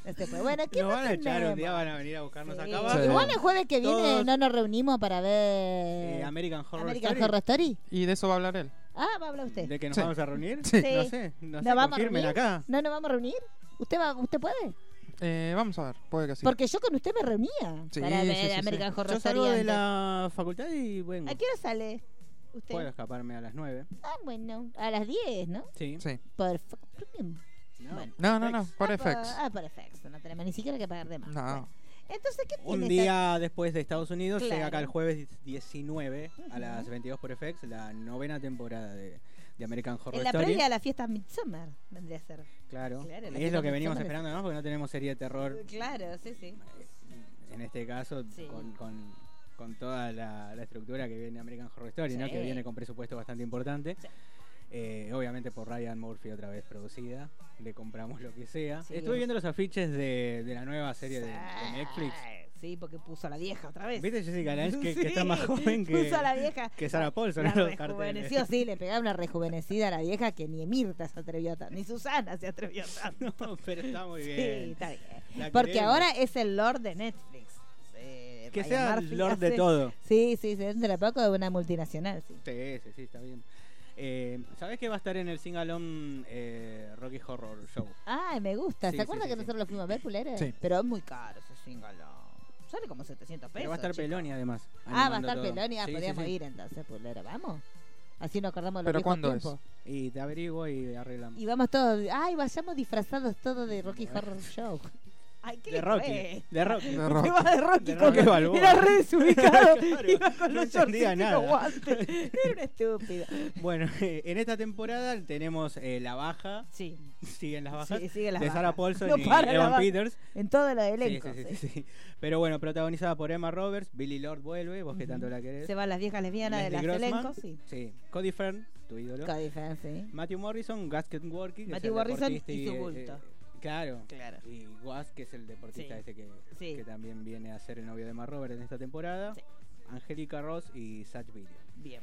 [SPEAKER 5] No se puede. Bueno, ¿qué
[SPEAKER 10] Nos
[SPEAKER 5] más
[SPEAKER 10] van a echar un
[SPEAKER 5] tenemos?
[SPEAKER 10] día, van a venir a buscarnos
[SPEAKER 5] Sí.
[SPEAKER 10] acá abajo.
[SPEAKER 5] Igual el jueves que viene
[SPEAKER 10] Todos-
[SPEAKER 5] no nos reunimos para
[SPEAKER 10] Eh,
[SPEAKER 5] ver
[SPEAKER 10] American Horror
[SPEAKER 5] American
[SPEAKER 10] Story.
[SPEAKER 5] Horror Story.
[SPEAKER 6] Y de eso va a hablar él.
[SPEAKER 5] Ah, va a hablar usted.
[SPEAKER 10] ¿De que nos
[SPEAKER 6] Sí.
[SPEAKER 10] vamos a reunir?
[SPEAKER 6] Sí.
[SPEAKER 10] No sé, no
[SPEAKER 5] ¿Nos
[SPEAKER 10] sé,
[SPEAKER 5] vamos a
[SPEAKER 10] confirmen
[SPEAKER 5] reunir?
[SPEAKER 10] acá.
[SPEAKER 5] ¿No nos vamos a reunir? ¿Usted va, usted puede?
[SPEAKER 6] Eh, vamos a ver, puede que sí.
[SPEAKER 5] Porque yo con usted me reunía
[SPEAKER 6] Sí,
[SPEAKER 5] para
[SPEAKER 6] sí,
[SPEAKER 5] ver
[SPEAKER 6] sí, sí.
[SPEAKER 5] American Horror
[SPEAKER 10] Yo
[SPEAKER 5] Story.
[SPEAKER 10] salgo de
[SPEAKER 5] antes.
[SPEAKER 10] la facultad y bueno,
[SPEAKER 5] ¿A qué hora sale usted?
[SPEAKER 10] puedo escaparme a las 9.
[SPEAKER 5] Ah, bueno, a las 10, ¿no?
[SPEAKER 10] Sí.
[SPEAKER 6] Sí.
[SPEAKER 5] Perfecto. Bien.
[SPEAKER 10] No.
[SPEAKER 5] Bueno.
[SPEAKER 6] No, no, no, por E
[SPEAKER 5] Ah,
[SPEAKER 6] FX.
[SPEAKER 5] Ah, por FX. No tenemos ni siquiera que pagar de más.
[SPEAKER 6] No.
[SPEAKER 5] Bueno. Entonces, ¿qué tiene
[SPEAKER 10] Un
[SPEAKER 5] esta-
[SPEAKER 10] día después de Estados Unidos,
[SPEAKER 5] Claro.
[SPEAKER 10] llega acá el jueves 19 a las
[SPEAKER 5] Ujú.
[SPEAKER 10] 22 por FX, la novena temporada de, de American Horror
[SPEAKER 5] En la
[SPEAKER 10] Story.
[SPEAKER 5] previa a la fiesta Midsummer vendría a ser.
[SPEAKER 10] Claro.
[SPEAKER 5] Claro, la
[SPEAKER 10] es lo que
[SPEAKER 5] American
[SPEAKER 10] venimos
[SPEAKER 5] Horror.
[SPEAKER 10] esperando, ¿no? Porque no tenemos serie de terror,
[SPEAKER 5] Claro, sí, sí.
[SPEAKER 10] en este caso,
[SPEAKER 5] Sí.
[SPEAKER 10] con, con- con toda la, la estructura que viene American Horror Story, ¿no?
[SPEAKER 5] Sí.
[SPEAKER 10] Que viene con presupuesto bastante importante.
[SPEAKER 5] Sí.
[SPEAKER 10] Eh, obviamente por Ryan Murphy otra vez producida. Le compramos lo que sea.
[SPEAKER 5] Sí.
[SPEAKER 10] Estuve viendo los afiches de, de la nueva serie de, de Netflix.
[SPEAKER 12] Sí, porque puso a la vieja otra vez.
[SPEAKER 10] ¿Viste Jessica Lange que, que está
[SPEAKER 12] Sí,
[SPEAKER 10] más joven que,
[SPEAKER 5] Pues, Puso a la vieja.
[SPEAKER 10] que Sarah Paulson?
[SPEAKER 5] La
[SPEAKER 10] en los carteles?
[SPEAKER 5] rejuveneció, sí, le pegaba una rejuvenecida a la vieja que ni Mirta se atrevió tanto, ni Susana se atrevió tanto.
[SPEAKER 10] No, pero está muy bien.
[SPEAKER 5] Sí, está bien.
[SPEAKER 10] La
[SPEAKER 5] Porque
[SPEAKER 10] queremos.
[SPEAKER 5] ahora es el Lord de Netflix. Eh,
[SPEAKER 10] Que
[SPEAKER 5] Ryan
[SPEAKER 10] sea
[SPEAKER 5] Murphy
[SPEAKER 10] Lord de
[SPEAKER 5] hace-
[SPEAKER 10] todo.
[SPEAKER 5] Sí, sí, se entra poco de una multinacional, sí.
[SPEAKER 10] Sí, sí, sí, está bien. Eh, ¿Sabés que va a estar en el Singalón eh, Rocky Horror Show?
[SPEAKER 5] Ay, me gusta.
[SPEAKER 10] Sí,
[SPEAKER 5] ¿Se acuerda
[SPEAKER 10] sí,
[SPEAKER 5] que
[SPEAKER 10] sí,
[SPEAKER 5] nosotros lo fuimos a ver, culera?
[SPEAKER 6] Sí.
[SPEAKER 5] Pero es muy caro ese single. Sale como 700 pesos.
[SPEAKER 10] Pero va a estar
[SPEAKER 5] chico.
[SPEAKER 10] Peloni además.
[SPEAKER 5] Ah, va a
[SPEAKER 10] animando
[SPEAKER 5] estar
[SPEAKER 10] todo.
[SPEAKER 5] Pelonia.
[SPEAKER 10] Sí, sí,
[SPEAKER 5] podríamos
[SPEAKER 10] sí.
[SPEAKER 5] ir entonces, pulera. Vamos. Así nos acordamos de los
[SPEAKER 6] ¿Pero
[SPEAKER 5] viejos
[SPEAKER 6] cuándo es?
[SPEAKER 5] tiempos.
[SPEAKER 10] Y te averiguo y arreglamos.
[SPEAKER 5] Y vamos todos. Ay, vayamos disfrazados todos de Rocky Horror Show. Ay, qué
[SPEAKER 10] De
[SPEAKER 5] le
[SPEAKER 10] Rocky.
[SPEAKER 5] fue.
[SPEAKER 10] De Rocky.
[SPEAKER 6] De rock.
[SPEAKER 5] Se va de Rocky
[SPEAKER 10] De
[SPEAKER 5] con
[SPEAKER 10] Rocky Balboa.
[SPEAKER 5] Era re desubicado.
[SPEAKER 10] Claro,
[SPEAKER 5] Iba con
[SPEAKER 10] no
[SPEAKER 5] los
[SPEAKER 10] entendía
[SPEAKER 5] shortcitos y
[SPEAKER 10] nada.
[SPEAKER 5] los guantes. Era un estúpido.
[SPEAKER 10] Bueno, en esta temporada tenemos eh, la baja.
[SPEAKER 5] Sí.
[SPEAKER 10] Siguen las bajas.
[SPEAKER 5] Sí, sigue las
[SPEAKER 10] de Sarah
[SPEAKER 5] bajas.
[SPEAKER 10] Paulson
[SPEAKER 5] No
[SPEAKER 10] y
[SPEAKER 5] para la
[SPEAKER 10] Evan
[SPEAKER 5] baja.
[SPEAKER 10] Peters.
[SPEAKER 5] En todo lo del
[SPEAKER 10] Sí,
[SPEAKER 5] elenco.
[SPEAKER 10] sí, sí,
[SPEAKER 5] sí.
[SPEAKER 10] sí, sí. Pero bueno, protagonizada por Emma Roberts, Billy Lord vuelve, vos que tanto la querés.
[SPEAKER 5] Se van las viejas lesbianas de
[SPEAKER 10] Leslie
[SPEAKER 5] las
[SPEAKER 10] Grossman.
[SPEAKER 5] elencos. Sí.
[SPEAKER 10] Sí. Cody Fern, tu ídolo.
[SPEAKER 5] Qué diferencia, ¿eh?
[SPEAKER 10] Matthew Morrison, Gus Kenworthy. que es
[SPEAKER 12] Matthew
[SPEAKER 10] el
[SPEAKER 12] Morrison
[SPEAKER 10] deportista
[SPEAKER 12] y su
[SPEAKER 10] eh,
[SPEAKER 12] bulto.
[SPEAKER 10] eh, claro.
[SPEAKER 12] Claro.
[SPEAKER 10] Y Gus, que es el deportista
[SPEAKER 12] Sí.
[SPEAKER 10] este que,
[SPEAKER 12] Sí.
[SPEAKER 10] que también viene a ser el novio de Emma Roberts en esta temporada.
[SPEAKER 12] Sí.
[SPEAKER 10] Angélica Ross y Zach Video.
[SPEAKER 12] Bien.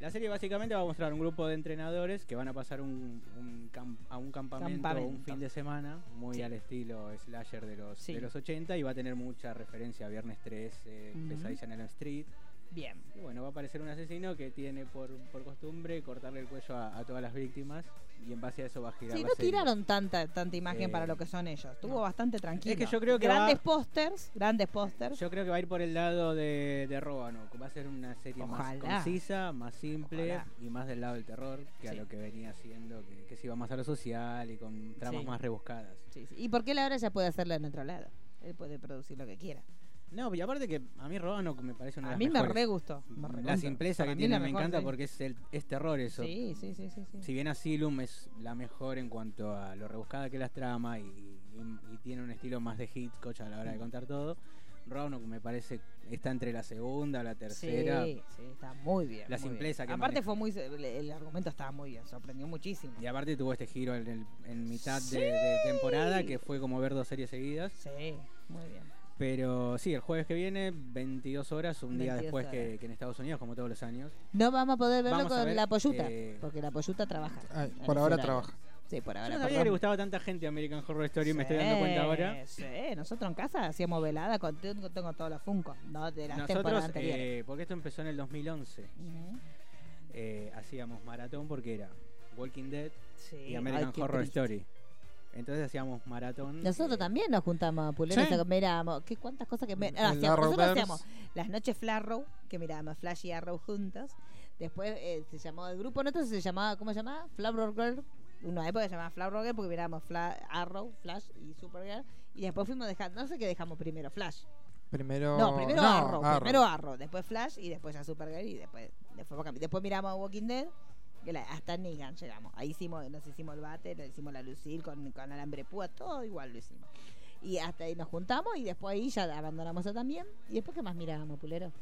[SPEAKER 10] La serie básicamente va a mostrar un grupo de entrenadores que van a pasar un, un camp- a un campamento,
[SPEAKER 12] Campamento.
[SPEAKER 10] un fin de semana, muy
[SPEAKER 12] Sí.
[SPEAKER 10] al estilo slasher de los,
[SPEAKER 12] Sí.
[SPEAKER 10] de los 80 y va a tener mucha referencia a Viernes 13,
[SPEAKER 12] Ujú.
[SPEAKER 10] Pesadilla en el Street.
[SPEAKER 12] Bien.
[SPEAKER 10] Y bueno, va a aparecer un asesino que tiene por, por costumbre cortarle el cuello a, a todas las víctimas y en base a eso va a girar
[SPEAKER 12] Sí,
[SPEAKER 10] la
[SPEAKER 12] no
[SPEAKER 10] serie.
[SPEAKER 12] tiraron tanta tanta imagen
[SPEAKER 10] Eh,
[SPEAKER 12] para lo que son ellos. Estuvo
[SPEAKER 10] no.
[SPEAKER 12] bastante tranquilo.
[SPEAKER 10] Es que yo creo que
[SPEAKER 12] grandes
[SPEAKER 10] va-
[SPEAKER 12] pósters, grandes pósters.
[SPEAKER 10] Yo creo que va a ir por el lado de, de Róbano. Va a ser una serie más
[SPEAKER 12] Ojalá.
[SPEAKER 10] concisa, más simple
[SPEAKER 12] Ojalá.
[SPEAKER 10] y más del lado del terror que a
[SPEAKER 12] Sí.
[SPEAKER 10] lo que venía haciendo, que, que se iba más a lo social y con tramas
[SPEAKER 12] Sí.
[SPEAKER 10] más rebuscadas.
[SPEAKER 12] Sí, sí. ¿Y por qué él ahora ya puede hacerlo en otro lado? Él puede producir lo que quiera.
[SPEAKER 10] No, y aparte que a mí Róbano me parece una de
[SPEAKER 12] A
[SPEAKER 10] las
[SPEAKER 12] mí me
[SPEAKER 10] mejores.
[SPEAKER 12] re gustó. me re
[SPEAKER 10] La
[SPEAKER 12] gustó.
[SPEAKER 10] simpleza
[SPEAKER 12] Para
[SPEAKER 10] que
[SPEAKER 12] mí
[SPEAKER 10] tiene
[SPEAKER 12] la
[SPEAKER 10] me
[SPEAKER 12] mejor,
[SPEAKER 10] encanta
[SPEAKER 12] sí.
[SPEAKER 10] porque es, el, es terror eso.
[SPEAKER 12] Sí, sí, sí, sí. sí.
[SPEAKER 10] Si bien Asylum es la mejor en cuanto a lo rebuscada que las trama y, y- y tiene un estilo más de Hitchcock a la hora de contar todo, Roanoke me parece está entre la segunda, la tercera.
[SPEAKER 12] Sí, sí, está muy bien.
[SPEAKER 10] La
[SPEAKER 12] muy bien.
[SPEAKER 10] simpleza que
[SPEAKER 12] Aparte
[SPEAKER 10] maneja.
[SPEAKER 12] fue muy el argumento estaba muy bien, sorprendió muchísimo.
[SPEAKER 10] Y aparte tuvo este giro en, el- en mitad de, de temporada que fue como ver dos series seguidas.
[SPEAKER 12] Sí, muy bien.
[SPEAKER 10] Pero sí, el jueves que viene, 22 horas, un día
[SPEAKER 12] 22
[SPEAKER 10] después que,
[SPEAKER 12] horas.
[SPEAKER 10] que en Estados Unidos, como todos los años.
[SPEAKER 5] No vamos a poder verlo
[SPEAKER 10] Vamos a
[SPEAKER 5] con
[SPEAKER 10] ver,
[SPEAKER 5] la Poyuta.
[SPEAKER 10] eh, Ah.
[SPEAKER 5] Porque la Poyuta trabaja.
[SPEAKER 6] Ay,
[SPEAKER 5] en
[SPEAKER 6] por
[SPEAKER 5] ese
[SPEAKER 6] ahora
[SPEAKER 5] horario.
[SPEAKER 6] trabaja.
[SPEAKER 5] Sí, por
[SPEAKER 10] Yo no
[SPEAKER 5] ahora.
[SPEAKER 10] sabía
[SPEAKER 5] perdón.
[SPEAKER 10] que le gustaba a tanta gente American Horror Story, me estoy dando
[SPEAKER 12] Sí,
[SPEAKER 10] cuenta ahora.
[SPEAKER 12] Sí, nosotros en casa hacíamos velada con, tengo, tengo todos los Funko, ¿no? De las temporadas
[SPEAKER 10] Nosotros,
[SPEAKER 12] anteriores.
[SPEAKER 10] eh, porque esto empezó en el 2011,
[SPEAKER 12] Ujú.
[SPEAKER 10] eh, hacíamos maratón porque era Walking Dead
[SPEAKER 12] Sí.
[SPEAKER 10] y American
[SPEAKER 5] ay, qué
[SPEAKER 10] Horror
[SPEAKER 5] triste.
[SPEAKER 10] Story. Entonces hacíamos maratón.
[SPEAKER 5] Nosotros
[SPEAKER 10] eh,
[SPEAKER 5] también nos juntamos, puleros,
[SPEAKER 6] Sí.
[SPEAKER 5] y miramos. ¿Qué cuántas cosas que me-
[SPEAKER 6] El
[SPEAKER 5] ah, hacíamos? Nosotros
[SPEAKER 6] Arrowverse.
[SPEAKER 5] hacíamos las noches Flarrow, que mirábamos Flash y Arrow juntos. Después eh, se llamó el grupo nosotros se llamaba, ¿cómo se llamaba? Flower Girl. Una época se llamaba Flower Girl porque mirábamos Fla- Arrow, Flash y Supergirl. Y después fuimos dejando, no sé qué dejamos primero, Flash.
[SPEAKER 6] Primero.
[SPEAKER 5] No, primero
[SPEAKER 6] no,
[SPEAKER 5] Arrow, primero Arrow, después Flash y después ya Supergirl y después después, cambi- después miramos a Walking Dead que la- hasta Negan llegamos. Ahí hicimos, nos hicimos el bate, nos hicimos la Lucille con, con alambre púa, todo igual lo hicimos. Y hasta ahí nos juntamos y después ahí ya abandonamos eso también. ¿Y después qué más mirábamos, Pulero?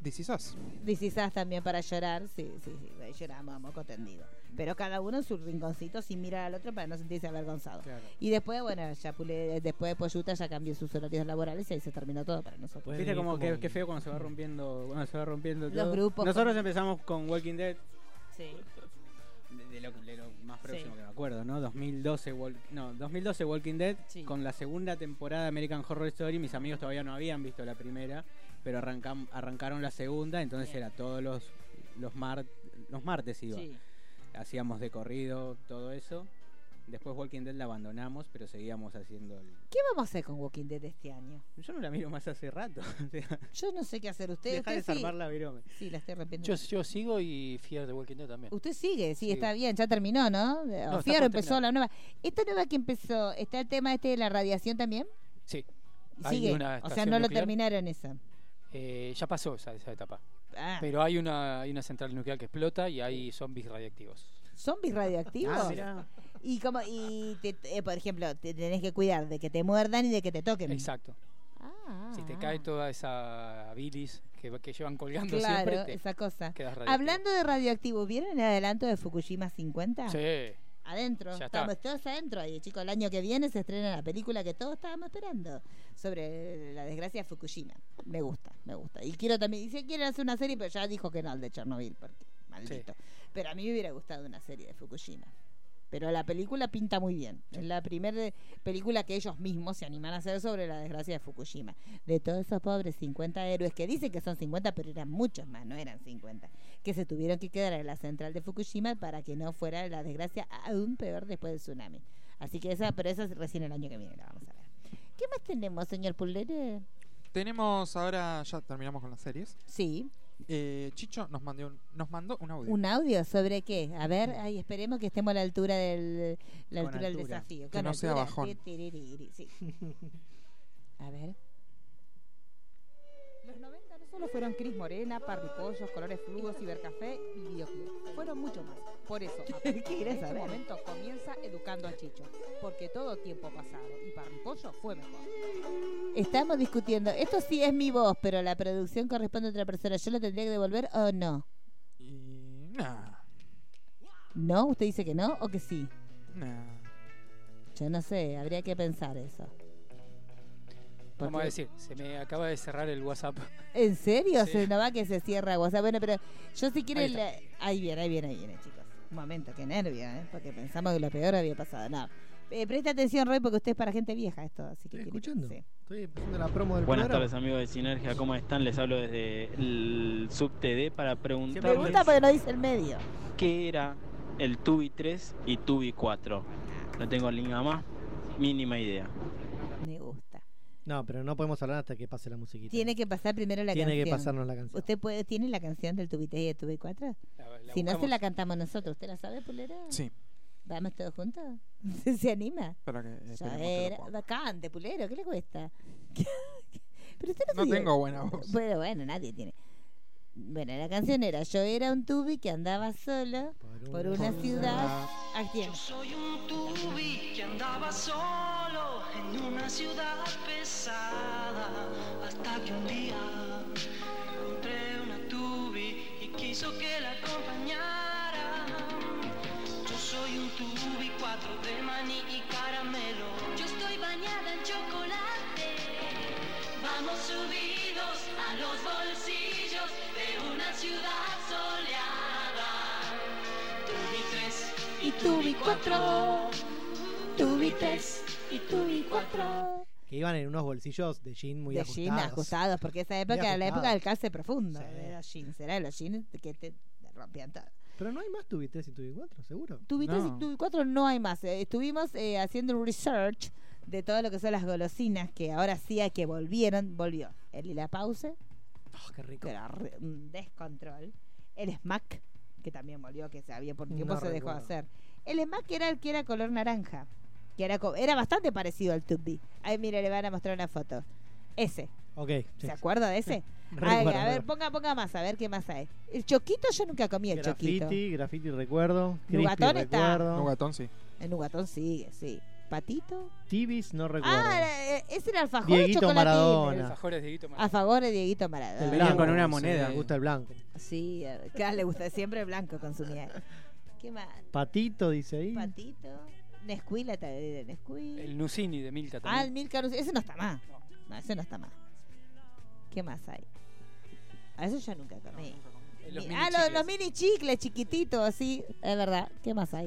[SPEAKER 6] This Is Us.
[SPEAKER 5] Disisas también para llorar, sí, sí, sí, ahí llorábamos a moco tendido. Pero cada uno en su rinconcito sin mirar al otro para no sentirse avergonzado.
[SPEAKER 10] claro.
[SPEAKER 5] Y después, bueno, ya Pulero, después de Poyuta ya cambió sus horarios laborales y ahí se terminó todo para nosotros.
[SPEAKER 10] Viste como
[SPEAKER 6] como
[SPEAKER 10] que,
[SPEAKER 6] un-
[SPEAKER 10] que feo cuando se va rompiendo, cuando se va rompiendo
[SPEAKER 5] Los
[SPEAKER 10] todo.
[SPEAKER 5] grupos
[SPEAKER 10] Nosotros
[SPEAKER 5] con-
[SPEAKER 10] empezamos con Walking Dead,
[SPEAKER 5] Sí.
[SPEAKER 10] De, de lo, de lo más
[SPEAKER 5] Sí.
[SPEAKER 10] próximo que me acuerdo, ¿no? 2012, Walk- no, 2012 Walking Dead con la segunda temporada de American Horror Story. Mis amigos todavía no habían visto la primera, pero arrancam- arrancaron la segunda, entonces era todos los, los, mar- los martes iba.
[SPEAKER 5] Sí.
[SPEAKER 10] Hacíamos de corrido todo eso. Después Walking Dead la abandonamos, pero seguíamos haciendo el...
[SPEAKER 5] ¿Qué vamos a hacer con Walking Dead este año?
[SPEAKER 10] Yo no la miro más hace rato. o sea,
[SPEAKER 5] Yo no sé qué hacer. Usted,
[SPEAKER 10] Dejá de
[SPEAKER 5] usted sí.
[SPEAKER 10] zarpar la virome.
[SPEAKER 5] Sí, la estoy arrepentiendo.
[SPEAKER 13] Yo, yo sigo y Fear de Walking Dead también.
[SPEAKER 5] Usted sigue, sí,
[SPEAKER 13] Sigo.
[SPEAKER 5] está bien, ya terminó, ¿no?
[SPEAKER 13] está
[SPEAKER 5] O
[SPEAKER 13] por
[SPEAKER 5] Fierro empezó la nueva. Esta nueva que empezó, ¿está el tema este de la radiación también?
[SPEAKER 13] Sí.
[SPEAKER 5] Y
[SPEAKER 13] Hay
[SPEAKER 5] Sigue.
[SPEAKER 13] una
[SPEAKER 5] o sea,
[SPEAKER 13] estación
[SPEAKER 5] no lo
[SPEAKER 13] nuclear.
[SPEAKER 5] terminaron esa.
[SPEAKER 13] Eh, ya pasó esa, esa etapa.
[SPEAKER 5] Ah.
[SPEAKER 13] Pero hay una, hay una central nuclear que explota y hay zombies radiactivos.
[SPEAKER 5] ¿Zombies radioactivos?
[SPEAKER 13] Ah, mirá.
[SPEAKER 5] y como, y te- eh, por ejemplo, te tenés que cuidar de que te muerdan y de que te toquen. Ah.
[SPEAKER 13] Exacto. Si te cae toda esa bilis que, que llevan colgando
[SPEAKER 5] Claro,
[SPEAKER 13] siempre, te
[SPEAKER 5] esa cosa.
[SPEAKER 13] quedas radioactivo.
[SPEAKER 5] Hablando de radioactivo, ¿vieron el adelanto de Fukushima 50?
[SPEAKER 13] Sí.
[SPEAKER 5] Adentro,
[SPEAKER 13] Ya está.
[SPEAKER 5] estamos todos adentro. Y chicos, el año que viene se estrena la película que todos estábamos esperando sobre la desgracia de Fukushima. Me gusta, me gusta. Y quiero también, dice, quieren hacer una serie, pero ya dijo que no, el de Chernobyl, porque maldito. Pero a mí me hubiera gustado una serie de Fukushima. Pero la película pinta muy bien. Es la primera película que ellos mismos se animan a hacer sobre la desgracia de Fukushima. De todos esos pobres 50 héroes que dicen que son 50, pero eran muchos más, no eran 50. Que se tuvieron que quedar en la central de Fukushima para que no fuera la desgracia aún peor después del tsunami. Así que esa, pero esa es recién el año que viene, la vamos a ver. ¿Qué más tenemos, señor Pulere?
[SPEAKER 6] Tenemos ahora, ya terminamos con las series. Eh,
[SPEAKER 5] Sí.
[SPEAKER 6] Chicho nos mandó un, nos mandó un audio.
[SPEAKER 5] ¿Un audio sobre qué? A ver, ahí esperemos que estemos a la altura del, la
[SPEAKER 6] Con
[SPEAKER 5] altura del
[SPEAKER 6] altura.
[SPEAKER 5] desafío.
[SPEAKER 6] Que
[SPEAKER 5] Con
[SPEAKER 6] no sea
[SPEAKER 5] altura.
[SPEAKER 6] bajón.
[SPEAKER 5] Ti, tiririri, sí. A ver. Los 90 no solo fueron Cris Morena, Parripollos, Colores Flugos, Cibercafé y Videoclub. Fueron mucho más. Por eso, a partir
[SPEAKER 14] ¿Qué
[SPEAKER 5] de
[SPEAKER 14] querés
[SPEAKER 5] este
[SPEAKER 14] saber?
[SPEAKER 5] momento comienza educando a Chicho. Porque todo tiempo pasado y Parripollos fue mejor. Estamos discutiendo. Esto sí es mi voz, pero la producción corresponde a otra persona. ¿Yo lo tendría que devolver o no?
[SPEAKER 6] Nah,
[SPEAKER 5] ¿No? ¿Usted dice que no o que sí?
[SPEAKER 6] nah.
[SPEAKER 5] Yo no sé, habría que pensar eso.
[SPEAKER 13] Vamos
[SPEAKER 5] Porque-
[SPEAKER 13] a decir, se me acaba de cerrar el WhatsApp.
[SPEAKER 10] Ah.
[SPEAKER 5] ¿En serio?
[SPEAKER 13] Sí.
[SPEAKER 5] Se nos va que se cierra WhatsApp. Bueno, pero yo si quieren...
[SPEAKER 13] Ahí está.
[SPEAKER 5] Ahí, viene, ahí viene, ahí viene, chicos. Un momento, qué nervio, ¿eh? Porque pensamos que lo peor había pasado. No. Eh, presta atención, Roy, porque usted es para gente vieja esto. Así que quiere- sí.
[SPEAKER 7] Estoy empezando la promo del
[SPEAKER 15] Buenas
[SPEAKER 7] programa.
[SPEAKER 15] tardes amigos de Sinergia, ¿cómo están? Les hablo desde el subTD para preguntarles
[SPEAKER 5] Pregunta porque no dice el medio.
[SPEAKER 15] qué era el Tubi 3 y Tubi 4. No tengo ni la más mínima idea.
[SPEAKER 5] Me gusta.
[SPEAKER 7] No, pero no podemos hablar hasta que pase la musiquita.
[SPEAKER 5] Tiene que pasar primero la
[SPEAKER 7] Tiene
[SPEAKER 5] canción.
[SPEAKER 7] que pasarnos la canción.
[SPEAKER 5] ¿Usted puede, tiene la canción del Tubité y de Tubi 4?
[SPEAKER 13] la
[SPEAKER 5] si no, se
[SPEAKER 13] buscamos.
[SPEAKER 5] la cantamos nosotros. ¿Usted la sabe, Pulera?
[SPEAKER 6] Sí.
[SPEAKER 5] ¿Vamos todos juntos? ¿Se, se anima?
[SPEAKER 6] Espera que, Eh, esperemos
[SPEAKER 5] Ya
[SPEAKER 6] que lo
[SPEAKER 5] era.
[SPEAKER 6] pueda.
[SPEAKER 5] Cante, Pulero, ¿qué le cuesta? Pero usted
[SPEAKER 6] No
[SPEAKER 5] tiene-
[SPEAKER 6] tengo buena voz.
[SPEAKER 5] Bueno, bueno, nadie tiene. Bueno, la canción era Yo era un tubi que andaba solo por una ciudad. ¿A quién?
[SPEAKER 16] Soy un tubi que andaba solo en una ciudad pesada hasta que un día encontré una tubi y quiso que la acompañara. Yo soy un tubi cuatro de maní y caramelo. Yo estoy bañada en chocolate. Vamos subidos a los bolsillos de una ciudad soleada. Tubi 3
[SPEAKER 5] Y tubi 4. Tubi 3 y tubi 4.
[SPEAKER 7] Que iban en unos bolsillos de jean muy
[SPEAKER 5] de
[SPEAKER 7] ajustados.
[SPEAKER 5] jeans ajustados, porque esa época era la
[SPEAKER 7] ajustados.
[SPEAKER 5] época del calce profundo. De los jeans, era de los jeans que te rompían todo.
[SPEAKER 7] Pero no hay más tubi 3 y tubi 4, seguro.
[SPEAKER 5] Tubi 3 y Tubi 4 no hay más. Eh, Estuvimos eh, haciendo un research de todo lo que son las golosinas que ahora sí a que volvieron, volvió. El Lila Pause,
[SPEAKER 7] Oh, qué rico.
[SPEAKER 5] era re- un descontrol. El Smack, que también volvió, que se había por tiempo
[SPEAKER 14] No
[SPEAKER 5] se dejó de
[SPEAKER 14] recuerdo.
[SPEAKER 5] hacer. El Smack era el que era color naranja, que era, co- era bastante parecido al Tubi. Ahí, mire, le van a mostrar una foto. Ese.
[SPEAKER 7] Ok.
[SPEAKER 5] ¿Se acuerda de ese?
[SPEAKER 7] Recuerdo,
[SPEAKER 5] Ay, a ver,
[SPEAKER 7] recuerdo.
[SPEAKER 5] ponga, ponga más, a ver qué más hay. El choquito, yo nunca comí el choquito.
[SPEAKER 7] Graffiti, graffiti recuerdo. Crispy
[SPEAKER 5] Nugatón está.
[SPEAKER 7] recuerdo.
[SPEAKER 6] Nugatón sí.
[SPEAKER 5] El nugatón sigue, sí. Patito.
[SPEAKER 7] Tibis no recuerdo.
[SPEAKER 5] Ah, era- eh, ese era alfajor
[SPEAKER 7] Dieguito
[SPEAKER 5] chocolatín.
[SPEAKER 7] Maradona.
[SPEAKER 13] Alfajores Dieguito
[SPEAKER 5] A favor de Dieguito Maradona.
[SPEAKER 7] El blanco,
[SPEAKER 10] con una
[SPEAKER 7] sí,
[SPEAKER 10] moneda.
[SPEAKER 7] me gusta el blanco.
[SPEAKER 5] Sí, eh, claro, le gusta siempre el blanco consumía. ¿Qué más?
[SPEAKER 7] Patito dice ahí.
[SPEAKER 5] Patito. Nesquik, la tabla de Nesquik.
[SPEAKER 13] El Nucini de Milka
[SPEAKER 5] Ah, el
[SPEAKER 13] también.
[SPEAKER 5] Milka Lucy. Ese no está más. No, ese no está más. ¿Qué más hay? A eso yo nunca comí.
[SPEAKER 17] Los
[SPEAKER 5] Mi-
[SPEAKER 17] mini
[SPEAKER 5] ah, los,
[SPEAKER 17] chicles.
[SPEAKER 5] los mini chicles chiquititos, así. Es verdad. ¿Qué más hay?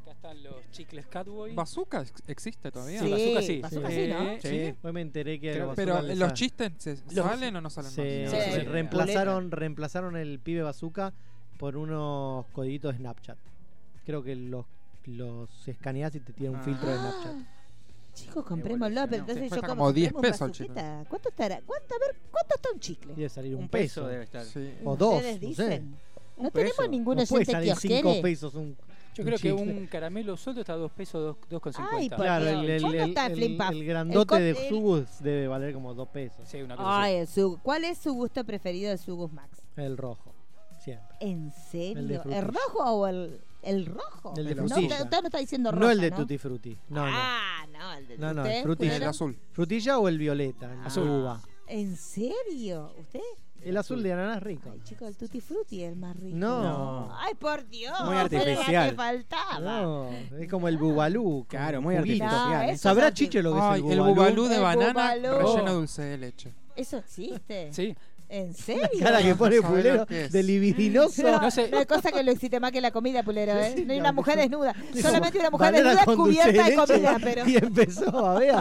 [SPEAKER 17] Acá están los chicles Catboy.
[SPEAKER 6] ¿Bazooka ex- existe todavía?
[SPEAKER 17] Sí, Bazooka sí. Bazooka sí, ¿no?
[SPEAKER 6] Eh,
[SPEAKER 7] Sí, hoy me enteré que a
[SPEAKER 6] Creo-
[SPEAKER 7] los
[SPEAKER 6] Pero
[SPEAKER 7] bazookas les
[SPEAKER 6] los
[SPEAKER 7] ha-
[SPEAKER 6] chistes se- salen o no salen
[SPEAKER 7] Se-
[SPEAKER 6] más.
[SPEAKER 7] se reemplazaron, reemplazaron el pibe bazooka por unos codiguitos de Snapchat. Creo que los, los escaneas y te tiene un
[SPEAKER 5] Ah.
[SPEAKER 7] filtro de Snapchat.
[SPEAKER 5] Chicos, comprémoslo, pero entonces
[SPEAKER 7] Sí,
[SPEAKER 5] yo
[SPEAKER 7] fue
[SPEAKER 5] como,
[SPEAKER 7] como 10
[SPEAKER 5] compremos
[SPEAKER 7] pesos el chicle.
[SPEAKER 5] bazuquita. ¿Cuánto estará? ¿Cuánto, a ver, ¿cuánto está un chicle?
[SPEAKER 7] Debe salir un,
[SPEAKER 10] Un
[SPEAKER 7] peso.
[SPEAKER 10] peso debe estar. Sí.
[SPEAKER 7] O dos.
[SPEAKER 5] Ustedes
[SPEAKER 7] no sé.
[SPEAKER 5] dicen. No
[SPEAKER 7] Un
[SPEAKER 5] tenemos
[SPEAKER 7] peso.
[SPEAKER 5] ningún
[SPEAKER 7] No puede
[SPEAKER 5] oyente
[SPEAKER 7] salir
[SPEAKER 5] kiosquero.
[SPEAKER 7] cinco pesos un-
[SPEAKER 17] Yo
[SPEAKER 7] un
[SPEAKER 17] creo que
[SPEAKER 7] chicle.
[SPEAKER 17] un caramelo suelto está a 2 pesos, 2,50.
[SPEAKER 5] Ay, por
[SPEAKER 7] Claro, el, el,
[SPEAKER 5] ¿Cuánto
[SPEAKER 7] el-
[SPEAKER 5] está el
[SPEAKER 7] el-
[SPEAKER 5] Flim Paf?
[SPEAKER 7] el
[SPEAKER 5] El
[SPEAKER 7] grandote
[SPEAKER 5] cóctel.
[SPEAKER 7] de Subus debe valer como dos pesos.
[SPEAKER 17] Sí, una
[SPEAKER 5] Ay, el Sugus. ¿Cuál es su gusto preferido de Sugus Max?
[SPEAKER 7] El rojo, siempre.
[SPEAKER 5] ¿En
[SPEAKER 7] El de
[SPEAKER 5] serio? ¿El,
[SPEAKER 7] frutilla.
[SPEAKER 5] rojo o el, el rojo?
[SPEAKER 7] El de
[SPEAKER 5] no,
[SPEAKER 7] frutilla.
[SPEAKER 5] usted, usted no está diciendo rojo.
[SPEAKER 7] No el de Tutti Frutti. No, no.
[SPEAKER 5] Ah, no, el de
[SPEAKER 7] No, no,
[SPEAKER 5] usted,
[SPEAKER 7] el frutilla.
[SPEAKER 5] claro.
[SPEAKER 7] ¿Frutilla o el violeta? El
[SPEAKER 5] Azul. Ah,
[SPEAKER 7] uva.
[SPEAKER 5] ¿En serio? ¿Usted?
[SPEAKER 7] El azul de ananá es rico.
[SPEAKER 5] Ay, chico, el Tutti Frutti es el más rico.
[SPEAKER 7] No. No.
[SPEAKER 5] Ay, por Dios.
[SPEAKER 7] Muy
[SPEAKER 5] era la que
[SPEAKER 7] artificial.
[SPEAKER 5] faltaba.
[SPEAKER 7] No, es como el bubalú. Claro, muy
[SPEAKER 5] artificial, ¿eh?
[SPEAKER 7] Sabrá Chiche lo que
[SPEAKER 6] Ay,
[SPEAKER 7] es el
[SPEAKER 6] el
[SPEAKER 7] bubalú.
[SPEAKER 6] bubalú de banana
[SPEAKER 5] bubalú.
[SPEAKER 6] relleno de
[SPEAKER 5] Oh.
[SPEAKER 6] dulce de leche.
[SPEAKER 5] ¿Eso existe?
[SPEAKER 17] Sí.
[SPEAKER 5] ¿En serio?
[SPEAKER 7] La cara que pone
[SPEAKER 6] No sabe lo
[SPEAKER 7] Fulero
[SPEAKER 6] que es.
[SPEAKER 7] de libidinoso.
[SPEAKER 5] No, hay cosa que lo excite más que la comida, pulero, ¿eh? No hay una mujer desnuda.
[SPEAKER 7] Sí,
[SPEAKER 5] Solamente una
[SPEAKER 7] como
[SPEAKER 5] mujer
[SPEAKER 7] banana
[SPEAKER 5] desnuda
[SPEAKER 7] con dulce
[SPEAKER 5] cubierta de
[SPEAKER 7] leche
[SPEAKER 5] comida, pero...
[SPEAKER 7] Y empezó a ver.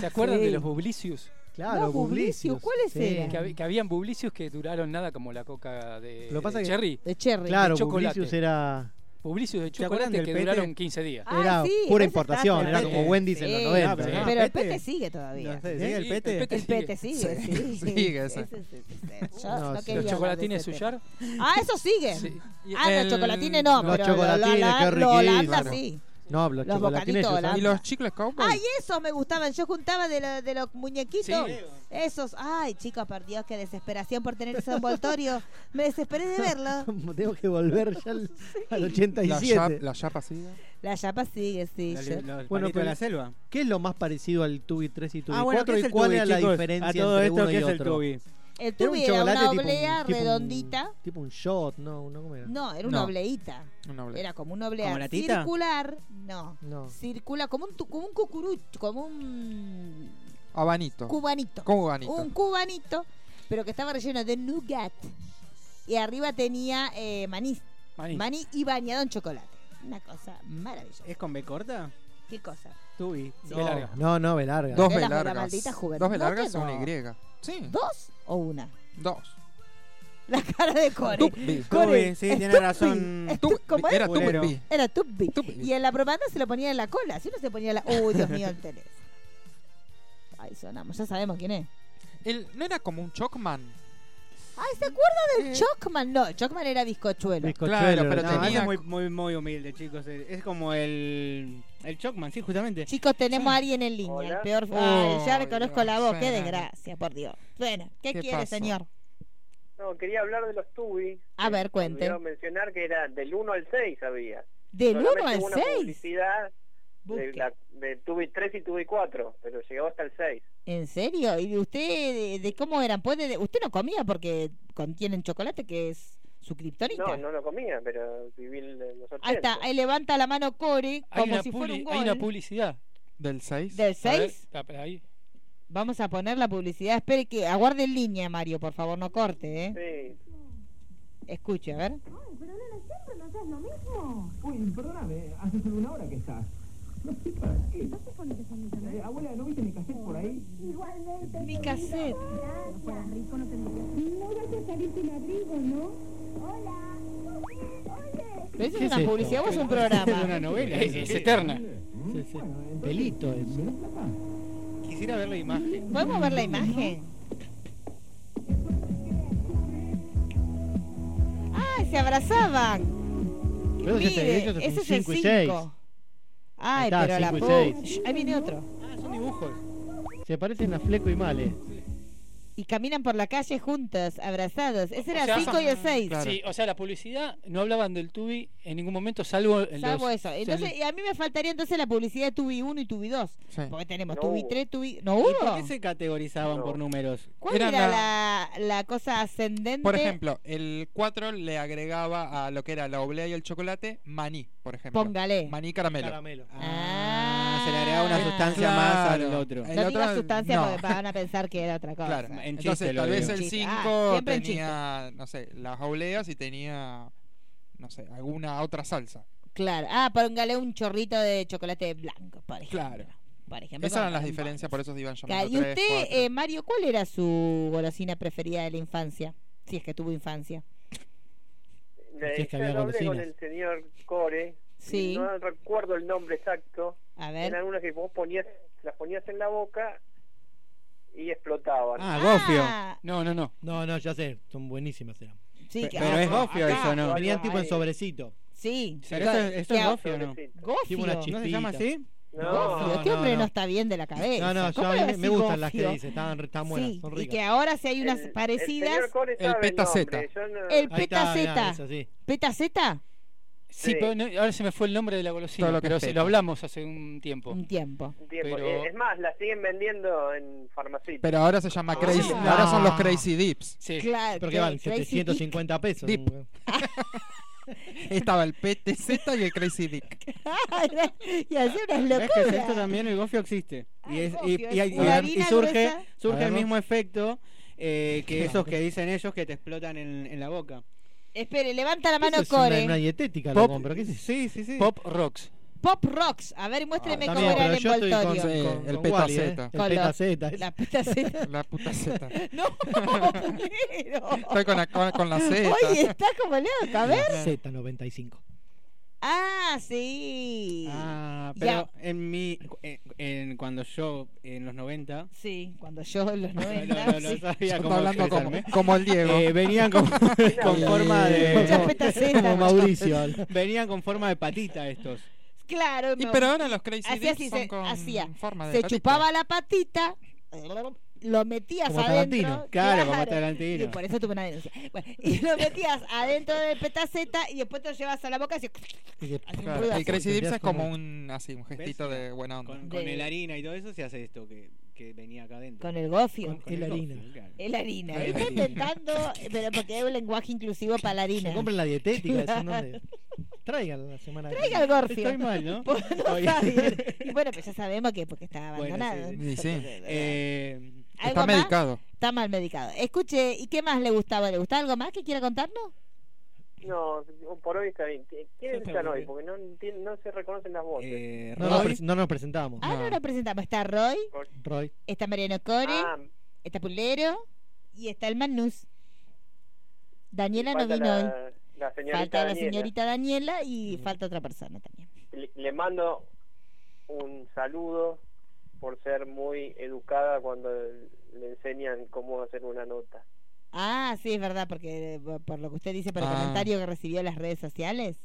[SPEAKER 17] ¿Se acuerdan
[SPEAKER 7] Sí.
[SPEAKER 17] de los Bublicius?
[SPEAKER 5] Ah,
[SPEAKER 7] Claro, Los Bublicius, Bublicius, ¿cuáles sí. eran?
[SPEAKER 17] Que, hab- que habían Bublicius que duraron nada como la coca de,
[SPEAKER 7] Lo pasa
[SPEAKER 17] de
[SPEAKER 7] que-
[SPEAKER 17] Cherry.
[SPEAKER 5] De Cherry.
[SPEAKER 7] Claro,
[SPEAKER 17] De chocolate.
[SPEAKER 7] Publicius era.
[SPEAKER 17] Bublicius de
[SPEAKER 7] ¿Se acuerdan
[SPEAKER 17] chocolate
[SPEAKER 7] del
[SPEAKER 17] que
[SPEAKER 7] Pete?
[SPEAKER 17] duraron 15 días.
[SPEAKER 5] Ah,
[SPEAKER 7] Era pura importación, era como Wendy's en los 90.
[SPEAKER 17] pero
[SPEAKER 7] ¿no?
[SPEAKER 17] no,
[SPEAKER 5] Pero el
[SPEAKER 17] Pete.
[SPEAKER 5] pete sigue todavía.
[SPEAKER 7] No sé, ¿sigue el Sí, Pete? el Pete
[SPEAKER 5] ¿Eh? El pete sigue,
[SPEAKER 7] sigue.
[SPEAKER 5] sí.
[SPEAKER 7] Sigue ese.
[SPEAKER 5] Ese es- ese es- yo
[SPEAKER 7] No,
[SPEAKER 5] no quería
[SPEAKER 7] sí. Los
[SPEAKER 5] hablar de
[SPEAKER 17] chocolatines
[SPEAKER 5] ese
[SPEAKER 17] Suyar.
[SPEAKER 5] tema. Ah, eso sigue.
[SPEAKER 6] Y
[SPEAKER 5] Ah,
[SPEAKER 6] el-
[SPEAKER 5] los chocolatines no,
[SPEAKER 7] Los
[SPEAKER 5] pero lo- lo-
[SPEAKER 7] chocolatines,
[SPEAKER 5] la-
[SPEAKER 7] qué
[SPEAKER 5] lo Holanda
[SPEAKER 7] riquísimo.
[SPEAKER 5] sí.
[SPEAKER 7] No, los,
[SPEAKER 5] Los
[SPEAKER 7] chocolatines.
[SPEAKER 5] bocaditos
[SPEAKER 7] yo
[SPEAKER 5] Holanda.
[SPEAKER 7] sabía.
[SPEAKER 6] ¿Y los chicles cowboy?
[SPEAKER 5] Ay, esos me gustaban. Yo juntaba de, lo- de los muñequitos.
[SPEAKER 6] Sí.
[SPEAKER 5] Esos. Ay, chicos, por Dios, qué desesperación por tener ese envoltorio. Me desesperé de verlo.
[SPEAKER 7] Tengo que volver ya al, al
[SPEAKER 6] La
[SPEAKER 7] 87.
[SPEAKER 6] yapa, la yapa sí.
[SPEAKER 5] La chapa sigue, sí.
[SPEAKER 10] La li-
[SPEAKER 5] yo-
[SPEAKER 10] la- el palito de la selva.
[SPEAKER 7] ¿Qué es lo más parecido al Tubi 3 y Tubi
[SPEAKER 10] Ah, bueno,
[SPEAKER 7] 4?
[SPEAKER 10] ¿qué es
[SPEAKER 7] ¿Y
[SPEAKER 10] el
[SPEAKER 7] cuál
[SPEAKER 10] Tubi,
[SPEAKER 7] era la
[SPEAKER 10] chicos?
[SPEAKER 7] diferencia
[SPEAKER 10] A todo
[SPEAKER 7] entre
[SPEAKER 10] esto,
[SPEAKER 7] uno
[SPEAKER 10] ¿qué
[SPEAKER 7] y
[SPEAKER 10] es el
[SPEAKER 7] otro?
[SPEAKER 10] Tubi?
[SPEAKER 5] El
[SPEAKER 7] Era un
[SPEAKER 5] tubi era,
[SPEAKER 7] chocolate
[SPEAKER 5] eh, una
[SPEAKER 7] tipo un-
[SPEAKER 5] oblea
[SPEAKER 7] tipo un-
[SPEAKER 5] redondita.
[SPEAKER 7] Tipo un shot, no, no ¿cómo era?
[SPEAKER 5] No, era una
[SPEAKER 7] No.
[SPEAKER 5] obleíta.
[SPEAKER 7] Una oblea.
[SPEAKER 5] Era como una oblea
[SPEAKER 7] ¿Como la tita?
[SPEAKER 5] circular. No.
[SPEAKER 7] No.
[SPEAKER 5] Circula como un, tu- como un cucurucho, como un
[SPEAKER 6] Habanito.
[SPEAKER 5] cubanito.
[SPEAKER 6] Cubanito.
[SPEAKER 5] Un cubanito, pero que estaba relleno de nougat. Y arriba tenía eh, maní.
[SPEAKER 10] Maní.
[SPEAKER 5] Maní y bañado en chocolate. Una cosa maravillosa.
[SPEAKER 10] ¿Es con B corta?
[SPEAKER 5] ¿Qué cosa?
[SPEAKER 10] Tubi.
[SPEAKER 5] Sí.
[SPEAKER 10] B larga.
[SPEAKER 7] No, no, Belarga.
[SPEAKER 6] Dos
[SPEAKER 5] Velas de la
[SPEAKER 6] velargas.
[SPEAKER 5] maldita juventud.
[SPEAKER 6] Dos
[SPEAKER 5] No,
[SPEAKER 6] velargas
[SPEAKER 5] que
[SPEAKER 6] o una
[SPEAKER 5] no.
[SPEAKER 6] Y. Sí.
[SPEAKER 5] ¿Dos o una?
[SPEAKER 6] Dos.
[SPEAKER 5] La cara de Core.
[SPEAKER 6] Tubi.
[SPEAKER 5] Core,
[SPEAKER 10] Tubi, sí,
[SPEAKER 5] es
[SPEAKER 10] tiene
[SPEAKER 5] tubi.
[SPEAKER 10] razón.
[SPEAKER 5] Es tu- ¿Cómo es?
[SPEAKER 6] Era tubi.
[SPEAKER 5] Era tubi. Y en la propaganda se lo ponía en la cola. Si uno se ponía la. Uy, Dios mío, el Teresa. Ay, sonamos. Ya sabemos quién es.
[SPEAKER 6] El- ¿No era como un Chocman?
[SPEAKER 5] Ay, ¿se acuerdan del Chocman? No, Chocman era bizcochuelo.
[SPEAKER 6] Claro, pero
[SPEAKER 10] no,
[SPEAKER 6] tenía-
[SPEAKER 10] ese es muy, muy, muy humilde, chicos. Es es como el. El Chocman, sí, justamente.
[SPEAKER 5] Chicos, tenemos a alguien en línea. El peor. Ay, ya reconozco la voz. Qué
[SPEAKER 10] suena.
[SPEAKER 5] desgracia, por Dios. Bueno, ¿qué,
[SPEAKER 10] ¿Qué
[SPEAKER 5] quiere,
[SPEAKER 10] pasó?
[SPEAKER 5] señor?
[SPEAKER 16] No, quería hablar de los tubi.
[SPEAKER 5] A ver,
[SPEAKER 16] Cuente.
[SPEAKER 5] cuente.
[SPEAKER 16] mencionar que era del 1 al 6 había.
[SPEAKER 5] ¿Del
[SPEAKER 16] Solamente
[SPEAKER 5] 1 al
[SPEAKER 16] hubo una
[SPEAKER 5] 6?
[SPEAKER 16] publicidad de, la, de tubi 3 y tubi 4, pero llegó hasta el 6.
[SPEAKER 5] ¿En serio? ¿Y usted de, de cómo eran? ¿Puede, ¿Usted no comía porque contienen chocolate que es su kriptonita?
[SPEAKER 16] No, no lo comía, pero viví el- los 80.
[SPEAKER 5] Ahí está, ahí levanta la mano Core
[SPEAKER 16] Hay
[SPEAKER 5] como
[SPEAKER 16] una
[SPEAKER 5] si fuera un
[SPEAKER 16] publi-
[SPEAKER 5] gol.
[SPEAKER 16] hay una
[SPEAKER 17] publicidad.
[SPEAKER 6] ¿Del 6?
[SPEAKER 5] ¿Del 6?
[SPEAKER 17] ahí.
[SPEAKER 5] Vamos a poner la publicidad. Espere que aguarde en línea, Mario, por favor, no corte, ¿eh?
[SPEAKER 16] Sí.
[SPEAKER 5] Escuche, a ver.
[SPEAKER 18] Pero Lola, siempre nos haces lo mismo. Uy, perdóname, hace solo una hora que estás. No sé para qué. ¿No te pones a eh, Abuela, ¿no viste mi cassette por ahí? Igualmente.
[SPEAKER 5] Mi cassette.
[SPEAKER 18] No fuera rico, no tendrías. No vas a salir sin abrigo, ¿no? Hola.
[SPEAKER 5] ¿Pero eso
[SPEAKER 18] ¿Qué
[SPEAKER 5] es una
[SPEAKER 18] es esto?
[SPEAKER 5] publicidad o es un programa?
[SPEAKER 10] Es una novela.
[SPEAKER 17] Es- es eterna.
[SPEAKER 10] Sí, sí.
[SPEAKER 7] Pelito es.
[SPEAKER 10] Quisiera ver la imagen.
[SPEAKER 5] ¿Podemos ver la imagen? ¡Ay, se abrazaban!
[SPEAKER 7] Pero ese es el-
[SPEAKER 5] Mire,
[SPEAKER 7] ellos es
[SPEAKER 5] ese
[SPEAKER 7] un
[SPEAKER 5] es el
[SPEAKER 7] cinco y seis.
[SPEAKER 5] 5. Ay,
[SPEAKER 7] Ahí está,
[SPEAKER 5] pero la
[SPEAKER 7] cinco y
[SPEAKER 5] pu- Shh, Ahí viene otro.
[SPEAKER 10] Ah, son dibujos.
[SPEAKER 7] Se parecen a Fleco y Male.
[SPEAKER 5] Y caminan por la calle juntos, abrazados. Ese era
[SPEAKER 17] sea,
[SPEAKER 5] el 5 y el 6.
[SPEAKER 17] Sí, o sea, la publicidad no hablaban del tubi en ningún momento, salvo el
[SPEAKER 5] Salvo
[SPEAKER 17] dos.
[SPEAKER 5] eso. Entonces, y a mí me faltaría entonces la publicidad de Tubi 1 y Tubi 2. Porque tenemos Tubi 3, Tubi... ¿No
[SPEAKER 10] ¿Y por qué
[SPEAKER 5] hubo?
[SPEAKER 10] se categorizaban por números?
[SPEAKER 5] ¿Cuál era, la... la cosa ascendente?
[SPEAKER 6] Por ejemplo, el 4 le agregaba a lo que era la oblea y el chocolate maní, por ejemplo.
[SPEAKER 5] Póngale.
[SPEAKER 6] Maní caramelo.
[SPEAKER 7] Caramelo.
[SPEAKER 10] Ah, se le agregaba una sustancia más al
[SPEAKER 6] Claro.
[SPEAKER 10] otro.
[SPEAKER 6] El
[SPEAKER 5] no
[SPEAKER 6] otro-
[SPEAKER 5] digas sustancia
[SPEAKER 6] no.
[SPEAKER 5] porque van a pensar que era otra cosa.
[SPEAKER 6] Claro,
[SPEAKER 10] en
[SPEAKER 6] entonces
[SPEAKER 10] chiste lo
[SPEAKER 6] tal vez
[SPEAKER 10] digo.
[SPEAKER 6] el
[SPEAKER 10] En chiste.
[SPEAKER 6] 5
[SPEAKER 5] Ah, siempre en
[SPEAKER 6] tenía, no sé, las obleas y tenía, no sé, alguna otra salsa.
[SPEAKER 5] Claro. Ah, póngale un chorrito de chocolate blanco, por ejemplo.
[SPEAKER 6] Claro.
[SPEAKER 5] Por ejemplo.
[SPEAKER 6] Esas eran
[SPEAKER 5] como
[SPEAKER 6] las
[SPEAKER 5] para-
[SPEAKER 6] diferencias, por eso se iban
[SPEAKER 5] Claro,
[SPEAKER 6] llamando.
[SPEAKER 5] Y
[SPEAKER 6] tres,
[SPEAKER 5] usted,
[SPEAKER 6] cuatro.
[SPEAKER 5] eh, Mario, ¿cuál era su golosina preferida de la infancia? Si es que tuvo infancia.
[SPEAKER 3] Le
[SPEAKER 7] Sí, es que
[SPEAKER 3] hice
[SPEAKER 7] había
[SPEAKER 3] doble con
[SPEAKER 7] golosinas.
[SPEAKER 3] el señor Core.
[SPEAKER 5] Sí.
[SPEAKER 3] No recuerdo el nombre exacto.
[SPEAKER 5] A ver.
[SPEAKER 3] Eran unas que vos ponías, las ponías en la boca y explotaban.
[SPEAKER 10] Ah, gofio.
[SPEAKER 19] No, no, no.
[SPEAKER 7] No, no, ya sé. Son buenísimas eran.
[SPEAKER 5] Sí,
[SPEAKER 7] Pe-
[SPEAKER 5] que-
[SPEAKER 7] pero
[SPEAKER 5] ah,
[SPEAKER 7] es
[SPEAKER 5] no,
[SPEAKER 7] gofio
[SPEAKER 5] acá.
[SPEAKER 7] eso, ¿no? Venían tipo en sobrecito.
[SPEAKER 5] Sí.
[SPEAKER 10] Pero eso, eso es
[SPEAKER 5] Que-
[SPEAKER 10] gofio, ¿no?
[SPEAKER 5] Tipo una
[SPEAKER 10] ¿No se llama
[SPEAKER 7] chispita.
[SPEAKER 10] así?
[SPEAKER 5] No, Gofio, este hombre no, está bien de la cabeza.
[SPEAKER 7] No, no, yo
[SPEAKER 5] ¿Cómo
[SPEAKER 7] a
[SPEAKER 5] le
[SPEAKER 7] mí
[SPEAKER 5] va a
[SPEAKER 7] me
[SPEAKER 5] decir
[SPEAKER 7] gustan las que
[SPEAKER 5] gofio?
[SPEAKER 7] dice, están, re- están buenas,
[SPEAKER 5] Sí,
[SPEAKER 7] son
[SPEAKER 5] y
[SPEAKER 7] ricas.
[SPEAKER 5] que ahora si hay unas parecidas.
[SPEAKER 3] señor Core El sabe el Peta nombre, Zeta. yo no-
[SPEAKER 5] El
[SPEAKER 3] Ahí
[SPEAKER 5] peta
[SPEAKER 3] está, mirá,
[SPEAKER 5] Z.
[SPEAKER 3] esa sí.
[SPEAKER 5] ¿Peta Z?
[SPEAKER 19] Sí, pero no- ahora se me fue el nombre de la golosina,
[SPEAKER 6] Todo lo que
[SPEAKER 19] pero
[SPEAKER 6] es
[SPEAKER 19] se-
[SPEAKER 6] peta.
[SPEAKER 19] lo hablamos hace un tiempo.
[SPEAKER 6] Oh.
[SPEAKER 5] Un tiempo.
[SPEAKER 3] Un tiempo.
[SPEAKER 19] Pero-
[SPEAKER 3] Eh, Es más, las siguen vendiendo en farmacitas.
[SPEAKER 6] Pero ahora se llama Crazy.
[SPEAKER 7] Ah.
[SPEAKER 6] Ahora son los Crazy Dips.
[SPEAKER 19] Sí.
[SPEAKER 5] Claro,
[SPEAKER 7] Pero que valen 750 pesos.
[SPEAKER 6] Dip.
[SPEAKER 7] un-
[SPEAKER 6] Estaba el PTZ y el Crazy Dip.
[SPEAKER 5] y hace unas
[SPEAKER 10] ¿Ves que es esto
[SPEAKER 5] locuras.
[SPEAKER 10] también el gofio existe? Y, es-
[SPEAKER 5] gofio,
[SPEAKER 10] y,
[SPEAKER 5] es
[SPEAKER 10] y hay-
[SPEAKER 5] una
[SPEAKER 10] y-
[SPEAKER 5] harina
[SPEAKER 10] y surge,
[SPEAKER 5] gruesa.
[SPEAKER 10] surge el
[SPEAKER 5] Agarró.
[SPEAKER 10] mismo efecto eh, que
[SPEAKER 7] Qué
[SPEAKER 10] esos
[SPEAKER 7] bárbaro.
[SPEAKER 10] que dicen ellos que te explotan en, en la boca.
[SPEAKER 5] Espere, levanta la mano,
[SPEAKER 7] Eso es una,
[SPEAKER 5] Core.
[SPEAKER 7] una dietética,
[SPEAKER 10] Pop-
[SPEAKER 7] loco, pero ¿qué es eso?
[SPEAKER 10] Sí, sí, sí.
[SPEAKER 19] Pop Rocks.
[SPEAKER 5] Pop Rocks. A ver, muéstreme
[SPEAKER 7] Ah,
[SPEAKER 5] cómo
[SPEAKER 7] también,
[SPEAKER 5] era el
[SPEAKER 7] pero yo estoy con-
[SPEAKER 5] envoltorio.
[SPEAKER 7] con-
[SPEAKER 6] el
[SPEAKER 7] con
[SPEAKER 6] Peta
[SPEAKER 7] Wally, ¿eh?
[SPEAKER 6] Z.
[SPEAKER 5] Con
[SPEAKER 7] El Peta
[SPEAKER 5] los-
[SPEAKER 7] Z.
[SPEAKER 5] La puta Z.
[SPEAKER 6] La puta Z.
[SPEAKER 5] No, pero.
[SPEAKER 6] Estoy con la, con, con la Z.
[SPEAKER 5] Oye, está como loco, a ver.
[SPEAKER 7] Z95.
[SPEAKER 5] Ah, sí.
[SPEAKER 10] Ah,
[SPEAKER 5] Ya.
[SPEAKER 10] pero en mi en, en- cuando yo en los 90
[SPEAKER 5] Sí, cuando yo en los 90.
[SPEAKER 10] no, no, no
[SPEAKER 5] sí.
[SPEAKER 10] sabía
[SPEAKER 6] Yo
[SPEAKER 10] cómo
[SPEAKER 6] estaba hablando como-
[SPEAKER 10] expresarme.
[SPEAKER 6] como el Diego.
[SPEAKER 10] Eh, venían con, con
[SPEAKER 6] Sí.
[SPEAKER 10] forma
[SPEAKER 6] Muchas
[SPEAKER 10] de
[SPEAKER 5] petacetas.
[SPEAKER 7] Como Mauricio.
[SPEAKER 10] venían con forma de patita estos.
[SPEAKER 5] Claro,
[SPEAKER 6] Y
[SPEAKER 5] no.
[SPEAKER 6] pero ahora los Crazy
[SPEAKER 5] Hacía
[SPEAKER 6] Dips
[SPEAKER 5] así,
[SPEAKER 6] son
[SPEAKER 5] se-
[SPEAKER 6] con
[SPEAKER 5] hacía.
[SPEAKER 6] forma de
[SPEAKER 5] se
[SPEAKER 6] patita.
[SPEAKER 5] chupaba la patita, lo metías
[SPEAKER 10] Como
[SPEAKER 5] adentro.
[SPEAKER 10] Tarantino. Claro, como Tarantino.
[SPEAKER 5] Y por eso tuve una denuncia. Bueno, y lo metías adentro del petaceta y después te lo llevas a la boca y así. un
[SPEAKER 6] Claro,
[SPEAKER 5] ruido
[SPEAKER 6] el
[SPEAKER 5] así.
[SPEAKER 6] Crazy Dips es como
[SPEAKER 7] como-
[SPEAKER 6] un, así, un gestito de buena onda.
[SPEAKER 10] Con, con
[SPEAKER 5] De-
[SPEAKER 10] el harina y todo eso se hace esto que, que venía acá adentro.
[SPEAKER 5] Con el gofio.
[SPEAKER 10] Con- con
[SPEAKER 7] el harina.
[SPEAKER 10] gofio, claro.
[SPEAKER 5] Es la harina.
[SPEAKER 10] Con el
[SPEAKER 5] Está
[SPEAKER 10] harina.
[SPEAKER 5] inventando, pero porque es un lenguaje inclusivo para la harina.
[SPEAKER 7] Que compren la dietética. eso no es- Traigan la semana que
[SPEAKER 5] Traiga
[SPEAKER 7] viene.
[SPEAKER 5] el gorfio.
[SPEAKER 10] Estoy mal, ¿no?
[SPEAKER 5] Pues no
[SPEAKER 10] Oye.
[SPEAKER 5] está bien. Y bueno, pues ya sabemos que porque está
[SPEAKER 10] Bueno,
[SPEAKER 5] abandonado.
[SPEAKER 10] sí.
[SPEAKER 6] Y sí,
[SPEAKER 10] Eh,
[SPEAKER 5] ¿Algo más?
[SPEAKER 6] está medicado.
[SPEAKER 5] Está mal medicado. Escuche, ¿y qué más le gustaba? ¿Le gustaba algo más que quiera contarnos?
[SPEAKER 3] No, por hoy está bien.
[SPEAKER 10] Yo
[SPEAKER 3] ¿Quiénes
[SPEAKER 10] te
[SPEAKER 3] están
[SPEAKER 10] voy.
[SPEAKER 3] hoy? Porque no, enti- no se reconocen las voces.
[SPEAKER 10] eh,
[SPEAKER 7] No, nos
[SPEAKER 10] Roy,
[SPEAKER 7] pres- no nos presentamos.
[SPEAKER 5] Ah, no, lo presentamos. Está Roy,
[SPEAKER 7] Roy.
[SPEAKER 5] está Mariano Core,
[SPEAKER 3] Ah,
[SPEAKER 5] está Pulero y está el Manus. Daniela no
[SPEAKER 3] falta
[SPEAKER 5] vino hoy.
[SPEAKER 3] la, la señorita
[SPEAKER 5] Falta la
[SPEAKER 3] Daniela.
[SPEAKER 5] señorita Daniela y falta otra persona también.
[SPEAKER 3] Le, le mando un saludo por ser muy educada cuando le enseñan cómo hacer una nota.
[SPEAKER 5] Ah, sí, es verdad, porque eh, por- por lo que usted dice, por el
[SPEAKER 6] Ah.
[SPEAKER 5] comentario que recibió en las redes sociales.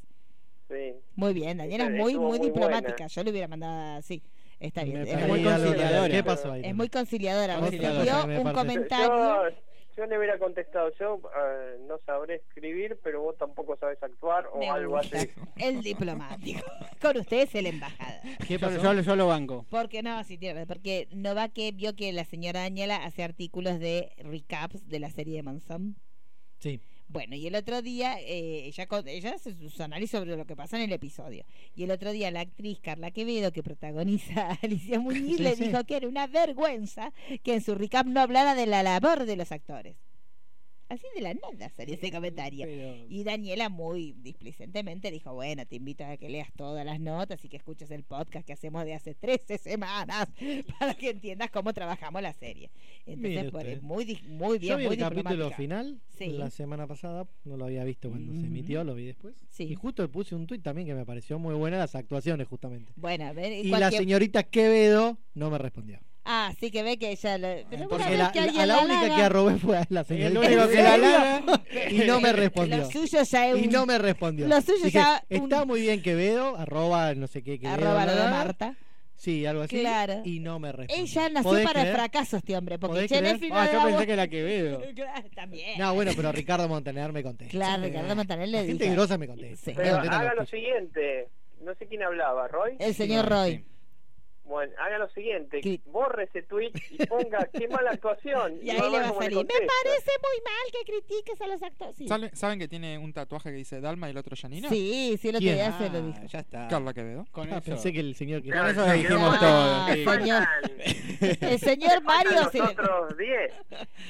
[SPEAKER 3] Sí.
[SPEAKER 5] Muy bien, Daniela es
[SPEAKER 3] Estuvo
[SPEAKER 5] muy, muy
[SPEAKER 3] muy
[SPEAKER 5] diplomática.
[SPEAKER 3] buena.
[SPEAKER 5] Yo le hubiera mandado así. Está bien.
[SPEAKER 7] Me
[SPEAKER 5] Es
[SPEAKER 7] perdí
[SPEAKER 5] muy,
[SPEAKER 7] algo de-
[SPEAKER 10] conciliadora.
[SPEAKER 7] ¿Qué pasó ahí?
[SPEAKER 5] es muy conciliadora.
[SPEAKER 7] Conciliadora, me
[SPEAKER 5] Recibió un
[SPEAKER 7] parece.
[SPEAKER 5] comentario.
[SPEAKER 3] Yo, yo le hubiera contestado, yo ah, no sabré escribir, pero vos tampoco sabes actuar o
[SPEAKER 5] Me
[SPEAKER 3] algo
[SPEAKER 5] gusta.
[SPEAKER 3] así.
[SPEAKER 5] El diplomático. Con ustedes el embajada.
[SPEAKER 7] ¿Qué
[SPEAKER 10] yo,
[SPEAKER 7] pasó?
[SPEAKER 10] yo- yo lo banco.
[SPEAKER 5] Porque no, sí, tiene razón, porque no va que vio que la señora Daniela hace artículos de recaps de la serie de Manson.
[SPEAKER 7] Sí.
[SPEAKER 5] Bueno, y el otro día eh, ella, co- ella hace sus análisis sobre lo que pasa en el episodio. Y el otro día la actriz Carla Quevedo, que protagoniza a Alicia Muñiz,
[SPEAKER 7] Sí,
[SPEAKER 5] le
[SPEAKER 7] sí.
[SPEAKER 5] dijo que era una vergüenza que en su recap no hablara de la labor de los actores. Así de la nada salió ese comentario.
[SPEAKER 10] Pero-
[SPEAKER 5] Y Daniela muy displicentemente dijo, bueno, te invito a que leas todas las notas y que escuches el podcast que hacemos de hace 13 semanas para que entiendas cómo trabajamos la serie. Entonces,
[SPEAKER 7] Mire
[SPEAKER 5] por,
[SPEAKER 7] usted.
[SPEAKER 5] es muy, di- muy bien,
[SPEAKER 7] Yo vi
[SPEAKER 5] muy
[SPEAKER 7] el capítulo
[SPEAKER 5] diplomática.
[SPEAKER 7] final
[SPEAKER 5] Sí.
[SPEAKER 7] la semana pasada, no lo había visto cuando
[SPEAKER 5] Ujú.
[SPEAKER 7] se emitió, lo vi después.
[SPEAKER 5] Sí.
[SPEAKER 7] Y justo le puse un tuit también que me pareció muy buena las actuaciones justamente.
[SPEAKER 5] Bueno, a ver,
[SPEAKER 7] Y la
[SPEAKER 5] cualquier-
[SPEAKER 7] señorita Quevedo no me respondió.
[SPEAKER 5] Ah, sí que ve que ella... Lo... Pero una
[SPEAKER 7] Porque
[SPEAKER 5] vez
[SPEAKER 7] la,
[SPEAKER 5] que
[SPEAKER 7] la-
[SPEAKER 5] alguien
[SPEAKER 7] a la
[SPEAKER 5] la
[SPEAKER 7] única
[SPEAKER 5] halaga,
[SPEAKER 7] que arrobé fue a la señorita.
[SPEAKER 10] único que la halaga-
[SPEAKER 7] y no me respondió.
[SPEAKER 5] Lo suyo ya es
[SPEAKER 7] Y
[SPEAKER 5] un-
[SPEAKER 7] no me respondió.
[SPEAKER 5] Lo suyo
[SPEAKER 7] Dije,
[SPEAKER 5] ya un-
[SPEAKER 7] Está muy bien Quevedo, arroba no sé qué Quevedo.
[SPEAKER 5] Arroba lo
[SPEAKER 7] bla,
[SPEAKER 5] de
[SPEAKER 7] bla, bla.
[SPEAKER 5] Marta.
[SPEAKER 7] Sí, algo así.
[SPEAKER 5] Claro.
[SPEAKER 7] Y no me respondió.
[SPEAKER 5] Ella nació
[SPEAKER 7] ¿Podés
[SPEAKER 5] para el
[SPEAKER 7] creer?
[SPEAKER 5] fracaso este hombre, porque
[SPEAKER 7] ¿Podés creer?
[SPEAKER 5] Jennifer
[SPEAKER 10] Ah, yo
[SPEAKER 5] no le
[SPEAKER 10] pensé
[SPEAKER 5] daba-
[SPEAKER 10] que la Quevedo.
[SPEAKER 5] Claro, también.
[SPEAKER 7] No, bueno, pero Ricardo Montaner me contestó.
[SPEAKER 5] Claro, Ricardo Montaner le
[SPEAKER 7] La gente
[SPEAKER 5] dijo.
[SPEAKER 7] grosa me contesta.
[SPEAKER 5] Sí.
[SPEAKER 7] No me
[SPEAKER 3] Pero
[SPEAKER 7] contesta
[SPEAKER 3] haga
[SPEAKER 7] los
[SPEAKER 3] lo
[SPEAKER 7] pisos.
[SPEAKER 3] siguiente, no sé quién hablaba, Roy.
[SPEAKER 5] El señor Roy.
[SPEAKER 16] Bueno, haga lo siguiente, borre ese tweet y ponga qué mala actuación.
[SPEAKER 5] Y ahí le
[SPEAKER 16] ver
[SPEAKER 5] va a
[SPEAKER 16] cómo
[SPEAKER 5] salir. Me
[SPEAKER 16] contesta.
[SPEAKER 5] parece muy mal que critiques a los actores. Sí,
[SPEAKER 6] ¿Sale- ¿Saben que tiene un tatuaje que dice Dalma y el otro Janina?
[SPEAKER 5] sí, sí, el otro
[SPEAKER 6] ¿Quién?
[SPEAKER 5] día se lo dijo.
[SPEAKER 10] Ah, Ya está.
[SPEAKER 6] Carla Quevedo.
[SPEAKER 10] Con
[SPEAKER 7] Ah,
[SPEAKER 10] eso.
[SPEAKER 7] pensé que el señor que.
[SPEAKER 10] Con eso
[SPEAKER 7] Ah,
[SPEAKER 10] dijimos todo.
[SPEAKER 5] Ah, señor. El señor Mario se le-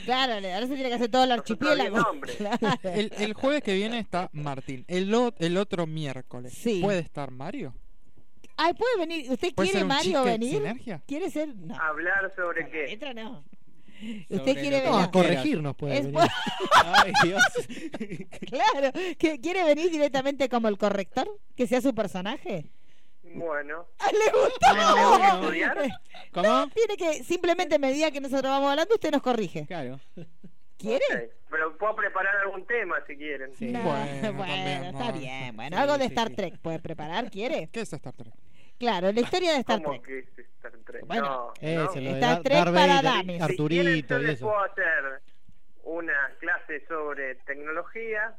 [SPEAKER 5] Claro, le- ahora se tiene que hacer todo el archipiélago. Claro.
[SPEAKER 6] El, el jueves que viene está Martín. El, o- el otro miércoles. ¿Puede estar Mario?
[SPEAKER 5] Ay, ¿puede venir? ¿Usted
[SPEAKER 6] ¿Puede
[SPEAKER 5] quiere
[SPEAKER 6] ser un
[SPEAKER 5] Mario
[SPEAKER 6] chique
[SPEAKER 5] venir?
[SPEAKER 6] sinergia?
[SPEAKER 5] ¿Quiere ser? No.
[SPEAKER 16] Hablar sobre qué.
[SPEAKER 5] Letra no.
[SPEAKER 7] Sobre
[SPEAKER 5] ¿Usted quiere venir?
[SPEAKER 7] lo que No, corregirnos puede
[SPEAKER 5] Es
[SPEAKER 7] venir.
[SPEAKER 5] por-
[SPEAKER 10] Ay, Dios.
[SPEAKER 5] Claro, que quiere venir directamente como el corrector, que sea su personaje.
[SPEAKER 16] Bueno.
[SPEAKER 5] ¿Le gusta?
[SPEAKER 16] ¿Tengo
[SPEAKER 5] Oh,
[SPEAKER 16] que estudiar?
[SPEAKER 5] No, tiene que simplemente me diga que nosotros vamos hablando, usted nos corrige.
[SPEAKER 10] Claro.
[SPEAKER 5] ¿Quiere?
[SPEAKER 16] Ok, Pero puedo preparar algún tema si quieren.
[SPEAKER 5] No, bueno, está bien. Bueno, algo de Star Trek puede preparar, ¿quiere?
[SPEAKER 6] ¿Qué es Star Trek?
[SPEAKER 5] Claro, la historia de Star
[SPEAKER 16] ¿Cómo
[SPEAKER 5] Trek.
[SPEAKER 16] que es Star Trek?
[SPEAKER 5] Bueno,
[SPEAKER 16] no,
[SPEAKER 7] Ese,
[SPEAKER 16] no.
[SPEAKER 7] lo de
[SPEAKER 5] Está
[SPEAKER 7] Dar-
[SPEAKER 5] tres
[SPEAKER 7] Darth
[SPEAKER 5] para
[SPEAKER 7] Vader,
[SPEAKER 5] Damis.
[SPEAKER 16] Si
[SPEAKER 7] Arturito
[SPEAKER 16] quieren,
[SPEAKER 7] y
[SPEAKER 16] yo les
[SPEAKER 7] eso.
[SPEAKER 16] puedo hacer una clase sobre tecnología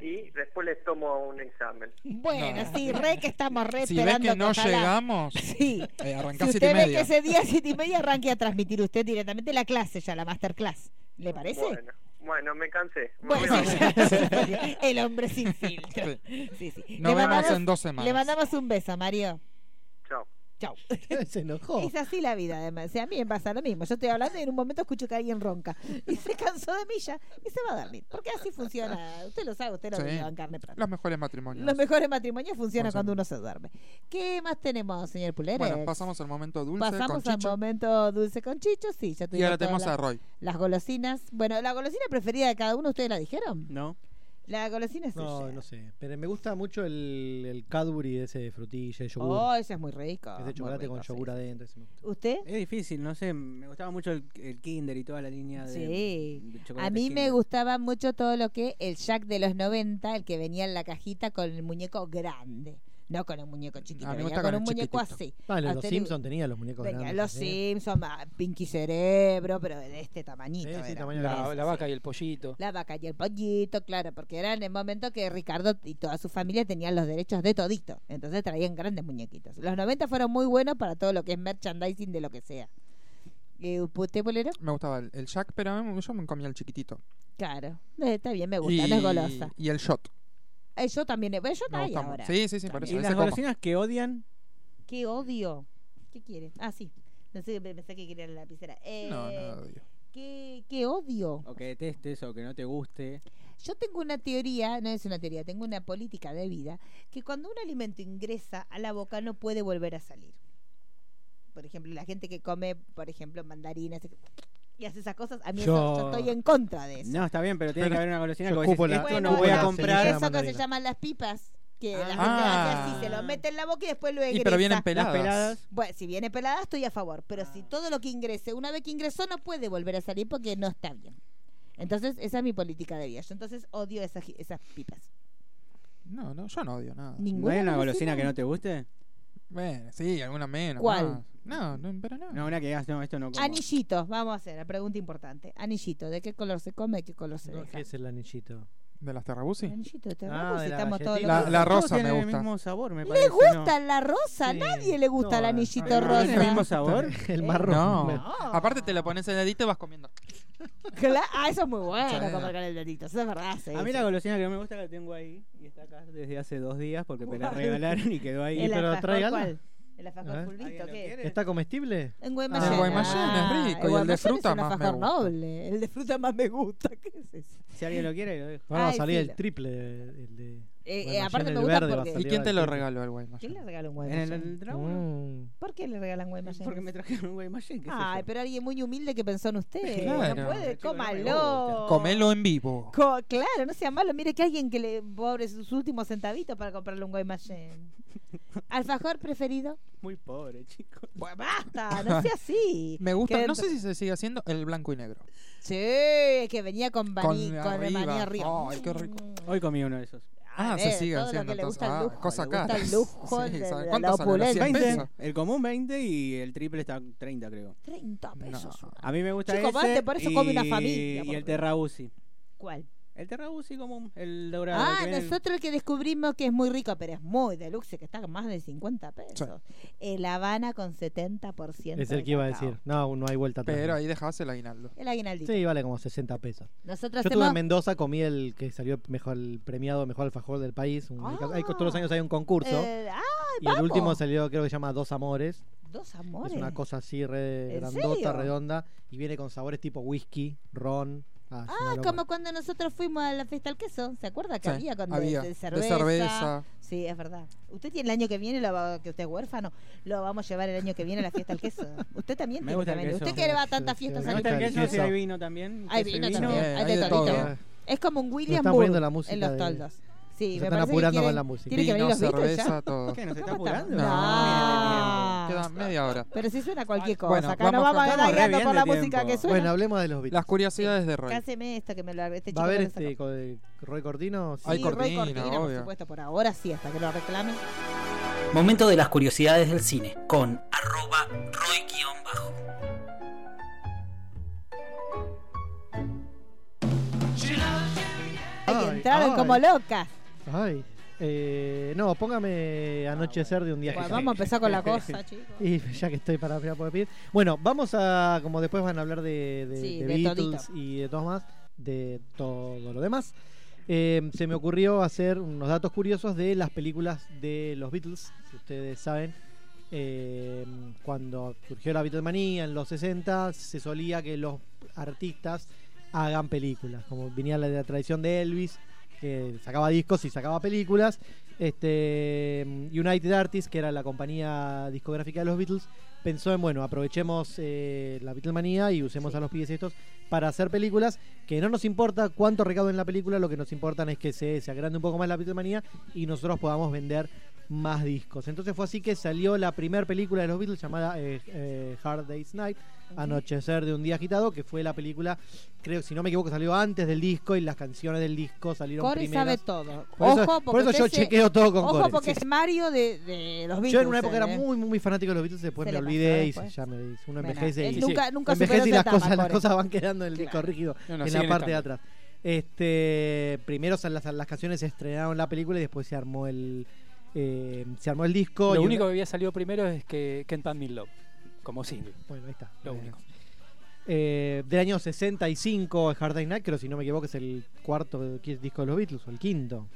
[SPEAKER 16] y después les tomo un examen.
[SPEAKER 5] Bueno, sí, re que estamos re
[SPEAKER 6] Si ves
[SPEAKER 5] esperando.
[SPEAKER 6] que no
[SPEAKER 5] ojalá-
[SPEAKER 6] llegamos,
[SPEAKER 5] Sí.
[SPEAKER 6] eh,
[SPEAKER 5] Si
[SPEAKER 6] arrancás siete
[SPEAKER 5] usted
[SPEAKER 6] y
[SPEAKER 5] ve
[SPEAKER 6] media.
[SPEAKER 5] que ese día siete y media arranque a transmitir usted directamente la clase ya, la masterclass. ¿Le parece?
[SPEAKER 16] Bueno, bueno me cansé. Me
[SPEAKER 5] Bueno,
[SPEAKER 16] voy.
[SPEAKER 5] sí, el hombre sin filtro. Sí, sí.
[SPEAKER 6] Nos
[SPEAKER 5] Le
[SPEAKER 6] vemos
[SPEAKER 5] mandamos-
[SPEAKER 6] en dos semanas.
[SPEAKER 5] Le mandamos un beso, Mario.
[SPEAKER 16] Chao.
[SPEAKER 5] Chao.
[SPEAKER 7] Se enojó.
[SPEAKER 5] Es así la vida, además. O sea, a mí me pasa lo mismo. Yo estoy hablando y en un momento escucho que alguien ronca. Y se cansó de mí ya y se va a dormir. Porque así funciona. Usted lo sabe, usted lo
[SPEAKER 6] Sí.
[SPEAKER 5] vivió en carne propia.
[SPEAKER 6] Los mejores matrimonios.
[SPEAKER 5] Los mejores matrimonios funcionan
[SPEAKER 6] Funciona.
[SPEAKER 5] cuando uno se duerme. ¿Qué más tenemos, señor Pulero?
[SPEAKER 6] Bueno, pasamos al momento dulce
[SPEAKER 5] Pasamos
[SPEAKER 6] con
[SPEAKER 5] al
[SPEAKER 6] Chicho.
[SPEAKER 5] momento dulce con Chicho, sí, ya tuvimos todas
[SPEAKER 6] ahora tenemos
[SPEAKER 5] las-
[SPEAKER 6] a Roy.
[SPEAKER 5] Las golosinas. Bueno, la golosina preferida de cada uno, ¿ustedes la dijeron?
[SPEAKER 10] No.
[SPEAKER 5] La golosina es
[SPEAKER 7] No,
[SPEAKER 5] suya.
[SPEAKER 7] no sé. Pero me gusta mucho el, el Cadbury ese de frutilla, de yogur.
[SPEAKER 5] Oh, esa es muy rica.
[SPEAKER 7] es de
[SPEAKER 5] muy
[SPEAKER 7] chocolate
[SPEAKER 5] rica,
[SPEAKER 7] con
[SPEAKER 5] sí,
[SPEAKER 7] yogur
[SPEAKER 5] sí.
[SPEAKER 7] adentro. ese me gusta.
[SPEAKER 5] ¿Usted?
[SPEAKER 10] Es difícil, no sé. Me gustaba mucho el, el Kinder y toda la línea de.
[SPEAKER 5] Sí.
[SPEAKER 10] de chocolate
[SPEAKER 5] A mí me
[SPEAKER 10] Kinder.
[SPEAKER 5] gustaba mucho todo lo que el Jack de los 90, el que venía en la cajita con el muñeco grande. No con el muñeco chiquito,
[SPEAKER 7] A mí me
[SPEAKER 5] venía
[SPEAKER 7] gusta
[SPEAKER 5] con, un
[SPEAKER 7] con el
[SPEAKER 5] muñeco así.
[SPEAKER 7] chiquitito. Vale,
[SPEAKER 5] A
[SPEAKER 7] Ah, los
[SPEAKER 5] usted le-
[SPEAKER 7] Simpson tenían los muñecos
[SPEAKER 5] Venía
[SPEAKER 7] grandes ¿eh?
[SPEAKER 5] Los
[SPEAKER 7] así.
[SPEAKER 5] Simpson, ah, Pinky Cerebro, pero de este tamañito.
[SPEAKER 7] Sí, sí,
[SPEAKER 5] era.
[SPEAKER 7] tamaño
[SPEAKER 20] La,
[SPEAKER 7] grande.
[SPEAKER 20] la vaca y el pollito.
[SPEAKER 5] La vaca y el pollito, claro, porque era en el momento que Ricardo y toda su familia tenían los derechos de todito. Entonces traían grandes muñequitos. Los 90 fueron muy buenos para todo lo que es merchandising de lo que sea. Eh, ¿Usted, bolero?
[SPEAKER 6] Me gustaba el, el Jack, pero a mí- yo me comía el chiquitito.
[SPEAKER 5] Claro. Eh, Está bien, me gusta, no es golosa.
[SPEAKER 6] Y el shot.
[SPEAKER 5] Eh, yo también, eh, yo
[SPEAKER 6] Me
[SPEAKER 5] hay
[SPEAKER 6] gusta mu-
[SPEAKER 5] ahora.
[SPEAKER 6] Sí, sí, sí, por eso.
[SPEAKER 10] ¿Y
[SPEAKER 6] ese
[SPEAKER 10] las
[SPEAKER 6] como.
[SPEAKER 10] golosinas que odian?
[SPEAKER 5] Qué odio. ¿Qué quiere? Ah, sí. No sé, pensé que quería la lapicera. Eh,
[SPEAKER 10] No, no odio.
[SPEAKER 5] ¿qué, qué odio?
[SPEAKER 10] O que detestes o que no te guste.
[SPEAKER 5] Yo tengo una teoría, no es una teoría, tengo una política de vida, que cuando un alimento ingresa a la boca no puede volver a salir. Por ejemplo, la gente que come, por ejemplo, mandarinas y hace esas cosas, a mí eso- yo, estoy en contra de eso.
[SPEAKER 10] No, está bien, pero tiene que
[SPEAKER 7] Pero
[SPEAKER 10] haber una golosina
[SPEAKER 7] yo
[SPEAKER 10] que vos decís,
[SPEAKER 7] ocupo la-
[SPEAKER 10] esto
[SPEAKER 7] Bueno,
[SPEAKER 10] no voy a
[SPEAKER 7] la semilla de
[SPEAKER 10] comprar.
[SPEAKER 5] Eso que se llaman las pipas, que la gente
[SPEAKER 10] Ah.
[SPEAKER 5] hace así, se lo mete en la boca y después lo
[SPEAKER 6] Y
[SPEAKER 5] egresa.
[SPEAKER 6] pero vienen
[SPEAKER 10] Las
[SPEAKER 6] peladas.
[SPEAKER 10] peladas.
[SPEAKER 5] Bueno, si viene pelada estoy a favor, pero si todo lo que ingrese, una vez que ingresó no puede volver a salir porque no está bien. Entonces, esa es mi política de vida. Yo entonces odio esas, gi- esas pipas.
[SPEAKER 6] No, no, yo no odio nada.
[SPEAKER 10] ¿No
[SPEAKER 5] Ninguna
[SPEAKER 10] hay una
[SPEAKER 5] golosina?
[SPEAKER 10] golosina que no te guste?
[SPEAKER 6] Bueno, sí, alguna menos.
[SPEAKER 5] ¿Cuál?
[SPEAKER 6] más. No, no, pero no.
[SPEAKER 10] No, una que digas, no, esto no como.
[SPEAKER 5] Anillitos, vamos a hacer la pregunta importante. Anillito, ¿de qué color se come? ¿De qué color se
[SPEAKER 7] No,
[SPEAKER 5] deja?
[SPEAKER 7] ¿Qué es el anillito?
[SPEAKER 6] ¿De las terrabusi?
[SPEAKER 5] Anillito, te
[SPEAKER 7] Ah,
[SPEAKER 5] vamos,
[SPEAKER 7] de la
[SPEAKER 5] estamos todos
[SPEAKER 7] galletita.
[SPEAKER 5] locos.
[SPEAKER 6] La
[SPEAKER 10] Todos
[SPEAKER 6] rosa me
[SPEAKER 10] tienen el
[SPEAKER 6] gusta.
[SPEAKER 10] mismo sabor, me
[SPEAKER 5] ¿Le
[SPEAKER 10] parece.
[SPEAKER 5] gusta la rosa? Nadie le gusta el anillito rosa.
[SPEAKER 10] ¿Tiene el mismo sabor?
[SPEAKER 7] El
[SPEAKER 6] No.
[SPEAKER 7] marrón.
[SPEAKER 6] Aparte te la pones en el dedito y vas comiendo.
[SPEAKER 5] Cla- ah, eso es muy bueno,
[SPEAKER 6] Sí.
[SPEAKER 5] comer con el dedito, eso es verdad. sí,
[SPEAKER 10] A mí
[SPEAKER 5] sí.
[SPEAKER 10] la golosina que no me gusta la tengo ahí y está acá desde hace dos días porque me la
[SPEAKER 5] ¿Cuál?
[SPEAKER 10] regalaron y quedó ahí.
[SPEAKER 5] ¿El
[SPEAKER 7] pero
[SPEAKER 5] alfajor
[SPEAKER 7] tráigala.
[SPEAKER 5] cuál? ¿El alfajor
[SPEAKER 7] A ver.
[SPEAKER 5] fulvito qué?
[SPEAKER 7] ¿Está comestible?
[SPEAKER 5] En
[SPEAKER 6] Ah, el Guaymallén es rico, y el de fruta
[SPEAKER 5] es un
[SPEAKER 6] más me
[SPEAKER 5] alfajor
[SPEAKER 6] gusta.
[SPEAKER 5] noble. El de fruta más me gusta. ¿Qué es eso?
[SPEAKER 10] Si alguien lo quiere, lo dejo.
[SPEAKER 7] Ahora va a
[SPEAKER 5] Ay,
[SPEAKER 7] salir
[SPEAKER 5] sí,
[SPEAKER 7] el
[SPEAKER 5] lo-
[SPEAKER 7] triple. de- El de,
[SPEAKER 5] Eh, eh,
[SPEAKER 7] Guaymallén,
[SPEAKER 5] aparte me
[SPEAKER 7] el
[SPEAKER 5] gusta
[SPEAKER 7] verde va a
[SPEAKER 5] porque-
[SPEAKER 6] ¿Y
[SPEAKER 7] salir
[SPEAKER 6] quién te
[SPEAKER 7] al
[SPEAKER 6] lo
[SPEAKER 7] triple.
[SPEAKER 6] regaló el Guaymallén?
[SPEAKER 5] ¿Quién le regala un
[SPEAKER 10] En
[SPEAKER 5] Guaymallén?
[SPEAKER 10] el, el dragón.
[SPEAKER 7] Mm.
[SPEAKER 5] ¿Por qué le regalan Guaymallén?
[SPEAKER 10] Porque me trajeron un Guaymallén. ¿qué sé
[SPEAKER 5] Ay,
[SPEAKER 10] yo?
[SPEAKER 5] pero alguien muy humilde que pensó en usted.
[SPEAKER 6] Claro.
[SPEAKER 5] No puede,
[SPEAKER 10] Chico, no me
[SPEAKER 5] cómalo.
[SPEAKER 10] gusta.
[SPEAKER 6] Comelo en vivo.
[SPEAKER 5] Co- claro, no sea malo. Mire que alguien que le pobre sus últimos centavitos para comprarle un Guaymallén. ¿Alfajor preferido?
[SPEAKER 10] Muy pobre, chicos.
[SPEAKER 5] Pues basta, no sea así.
[SPEAKER 6] Me gusta,
[SPEAKER 5] Que-
[SPEAKER 6] no sé si se sigue haciendo el blanco y negro.
[SPEAKER 5] Sí, que venía con, maní, con, el maní arriba. Mm.
[SPEAKER 6] Ay, qué rico.
[SPEAKER 10] Hoy comí uno de esos.
[SPEAKER 6] Ah,
[SPEAKER 5] Eh,
[SPEAKER 6] se sigue
[SPEAKER 5] todo lo
[SPEAKER 6] haciendo
[SPEAKER 5] que le
[SPEAKER 6] entonces.
[SPEAKER 5] gusta el
[SPEAKER 6] Ah,
[SPEAKER 5] lujo,
[SPEAKER 6] cosa
[SPEAKER 5] le gusta
[SPEAKER 6] cara.
[SPEAKER 5] el lujo
[SPEAKER 6] Sí,
[SPEAKER 5] de-
[SPEAKER 6] ¿sabe
[SPEAKER 5] de
[SPEAKER 6] cuánto
[SPEAKER 5] la
[SPEAKER 6] sale? ¿Los 100
[SPEAKER 5] opulencia.
[SPEAKER 6] pesos?
[SPEAKER 10] El común 20 y el triple está 30, creo.
[SPEAKER 5] 30
[SPEAKER 6] No.
[SPEAKER 5] pesos. Ah,
[SPEAKER 10] A mí me gusta
[SPEAKER 5] Chico,
[SPEAKER 10] ese
[SPEAKER 5] basta, por eso
[SPEAKER 10] y,
[SPEAKER 5] come una familia,
[SPEAKER 10] Y
[SPEAKER 5] por
[SPEAKER 10] el
[SPEAKER 5] Dios.
[SPEAKER 10] terrausi.
[SPEAKER 5] ¿Cuál?
[SPEAKER 21] El terrabusi común, el dorado.
[SPEAKER 5] Ah,
[SPEAKER 21] que viene en-
[SPEAKER 5] nosotros el que descubrimos que es muy rico, pero es muy deluxe, que está con más de 50 pesos. El Habana con 70%.
[SPEAKER 7] Es el
[SPEAKER 5] de
[SPEAKER 7] que iba a
[SPEAKER 5] cacao.
[SPEAKER 7] decir. No, no hay vuelta atrás.
[SPEAKER 6] Pero ahí dejabas el aguinaldo.
[SPEAKER 5] El aguinaldito.
[SPEAKER 7] Sí, vale como 60 pesos.
[SPEAKER 5] Nosotros
[SPEAKER 7] Yo estuve en
[SPEAKER 5] hacemos-
[SPEAKER 7] Mendoza, comí el que salió mejor el premiado mejor alfajor del país. un- hay- todos los años hay un concurso.
[SPEAKER 5] Eh, ah,
[SPEAKER 7] y
[SPEAKER 5] vamos.
[SPEAKER 7] el último salió, creo que se llama Dos Amores.
[SPEAKER 5] Dos amores.
[SPEAKER 7] Es una cosa así, re
[SPEAKER 5] ¿En
[SPEAKER 7] grandota,
[SPEAKER 5] serio?
[SPEAKER 7] redonda. Y viene con sabores tipo whisky, ron. Ah, es una
[SPEAKER 5] Ah,
[SPEAKER 7] locura.
[SPEAKER 5] como cuando nosotros fuimos a la fiesta del queso. ¿Se acuerda que
[SPEAKER 7] Sí,
[SPEAKER 5] había con de-
[SPEAKER 7] había.
[SPEAKER 5] de
[SPEAKER 7] De
[SPEAKER 5] cerveza?
[SPEAKER 7] cerveza.
[SPEAKER 5] Sí, es verdad. Usted tiene el año que viene, lo va- que usted es huérfano, lo vamos a llevar el año que viene a la fiesta del queso. Usted también
[SPEAKER 21] Me
[SPEAKER 5] tiene
[SPEAKER 21] gusta
[SPEAKER 5] que
[SPEAKER 21] el
[SPEAKER 5] venir.
[SPEAKER 21] queso.
[SPEAKER 5] Usted que va a tantas fiestas
[SPEAKER 21] Me gusta el
[SPEAKER 5] anuales.
[SPEAKER 21] queso, si hay vino también.
[SPEAKER 5] Hay
[SPEAKER 21] queso y
[SPEAKER 5] vino también, hay de
[SPEAKER 21] Eh,
[SPEAKER 5] todito.
[SPEAKER 21] todo.
[SPEAKER 5] Es como un William
[SPEAKER 7] están
[SPEAKER 5] Burr
[SPEAKER 7] poniendo la música
[SPEAKER 5] en los
[SPEAKER 7] de-
[SPEAKER 5] toldos.
[SPEAKER 7] Nos
[SPEAKER 5] Sí, me
[SPEAKER 7] están
[SPEAKER 5] parece que
[SPEAKER 7] apurando
[SPEAKER 5] quieren-
[SPEAKER 7] con la música.
[SPEAKER 5] Tiene que venir
[SPEAKER 6] Vino,
[SPEAKER 5] los Beatles
[SPEAKER 6] cerveza,
[SPEAKER 5] ya.
[SPEAKER 6] todo.
[SPEAKER 5] ¿Qué,
[SPEAKER 21] nos está
[SPEAKER 5] ¿Cómo estamos?
[SPEAKER 21] apurando?
[SPEAKER 5] No.
[SPEAKER 6] Queda media hora.
[SPEAKER 5] Pero si suena cualquier cosa.
[SPEAKER 6] Bueno,
[SPEAKER 5] acá no
[SPEAKER 6] vamos-
[SPEAKER 5] vamos a
[SPEAKER 6] estamos
[SPEAKER 5] ir
[SPEAKER 6] re
[SPEAKER 5] guiando
[SPEAKER 6] bien
[SPEAKER 5] por
[SPEAKER 6] de
[SPEAKER 5] la música
[SPEAKER 6] tiempo.
[SPEAKER 5] que suena.
[SPEAKER 7] Bueno, hablemos de los Beatles.
[SPEAKER 6] Las curiosidades de Roy.
[SPEAKER 5] Haceme esto que me lo este
[SPEAKER 7] ¿Va
[SPEAKER 5] chico
[SPEAKER 7] a haber
[SPEAKER 5] me lo sacó.
[SPEAKER 7] este co- de Roy Cortino?
[SPEAKER 5] Sí, Roy Cortina, por supuesto, por ahora sí, hasta que lo reclamen.
[SPEAKER 16] Momento de las curiosidades del cine con arroba
[SPEAKER 5] Ay, entraron
[SPEAKER 7] ay.
[SPEAKER 5] como locas.
[SPEAKER 7] Ay. eh, no, póngame anochecer de un día. que
[SPEAKER 5] Bueno,
[SPEAKER 7] ya-
[SPEAKER 5] vamos a empezar con la cosa, chicos.
[SPEAKER 7] Y ya que estoy para, para poder pedir. Bueno, vamos a. Como después van a hablar de, de-
[SPEAKER 5] Sí,
[SPEAKER 7] de
[SPEAKER 5] de
[SPEAKER 7] Beatles
[SPEAKER 5] todito.
[SPEAKER 7] y de todo más, de todo lo demás. eh, se me ocurrió hacer unos datos curiosos de las películas de los Beatles. Si ustedes saben, eh, cuando surgió la Beatlemanía en los 60, se solía que los artistas hagan películas. Como venía la, la tradición de Elvis, que sacaba discos y sacaba películas. Este, United Artists, que era la compañía discográfica de los Beatles, pensó en, bueno, aprovechemos eh, la Beatlemanía y usemos a los pibes estos para hacer películas, que no nos importa cuánto recaudo en la película, lo que nos importa es que se, se agrande un poco más la Beatlemanía y nosotros podamos vender más discos. Entonces fue así que salió la primera película de los Beatles llamada eh, eh, Hard Day's Night,
[SPEAKER 5] Ujú.
[SPEAKER 7] Anochecer de un día agitado, que fue la película, creo, si no me equivoco, salió antes del disco y las canciones del disco salieron
[SPEAKER 5] Corey
[SPEAKER 7] primeras.
[SPEAKER 5] sabe todo.
[SPEAKER 7] Por
[SPEAKER 5] ojo,
[SPEAKER 7] eso-
[SPEAKER 5] porque
[SPEAKER 7] por eso
[SPEAKER 5] usted
[SPEAKER 7] yo
[SPEAKER 5] se-
[SPEAKER 7] chequeo todo con
[SPEAKER 5] Ojo,
[SPEAKER 7] Corey.
[SPEAKER 5] porque
[SPEAKER 7] Sí,
[SPEAKER 5] es Mario de, de los Beatles.
[SPEAKER 7] yo en una época era
[SPEAKER 5] ¿eh?
[SPEAKER 7] muy, muy fanático de los Beatles, después
[SPEAKER 5] Se
[SPEAKER 7] me
[SPEAKER 5] le
[SPEAKER 7] olvidé
[SPEAKER 5] pasó
[SPEAKER 7] y
[SPEAKER 5] después.
[SPEAKER 7] se- ya me uno
[SPEAKER 5] Bueno,
[SPEAKER 7] envejece
[SPEAKER 5] él
[SPEAKER 7] y
[SPEAKER 5] nunca- nunca superó
[SPEAKER 7] envejece y
[SPEAKER 5] esa
[SPEAKER 7] las
[SPEAKER 5] etapa,
[SPEAKER 7] cosas, las
[SPEAKER 5] pobre.
[SPEAKER 7] cosas van quedando en el disco
[SPEAKER 5] Claro.
[SPEAKER 7] rígido,
[SPEAKER 5] No, no,
[SPEAKER 7] en la
[SPEAKER 5] siguen
[SPEAKER 7] parte de
[SPEAKER 5] estando.
[SPEAKER 7] atrás. Este, primero sal- las, las canciones se estrenaron en la película y después se armó el eh, se armó el disco.
[SPEAKER 10] Lo
[SPEAKER 7] y
[SPEAKER 10] único
[SPEAKER 7] una-
[SPEAKER 10] que había salido primero es que Can't Buy Me Love, como single.
[SPEAKER 7] Bueno, ahí está.
[SPEAKER 10] Lo
[SPEAKER 7] Eh,
[SPEAKER 10] único.
[SPEAKER 7] eh, del año 65 es Hard Day's Night, creo si no me equivoco es el cuarto qui- disco de los Beatles o el quinto.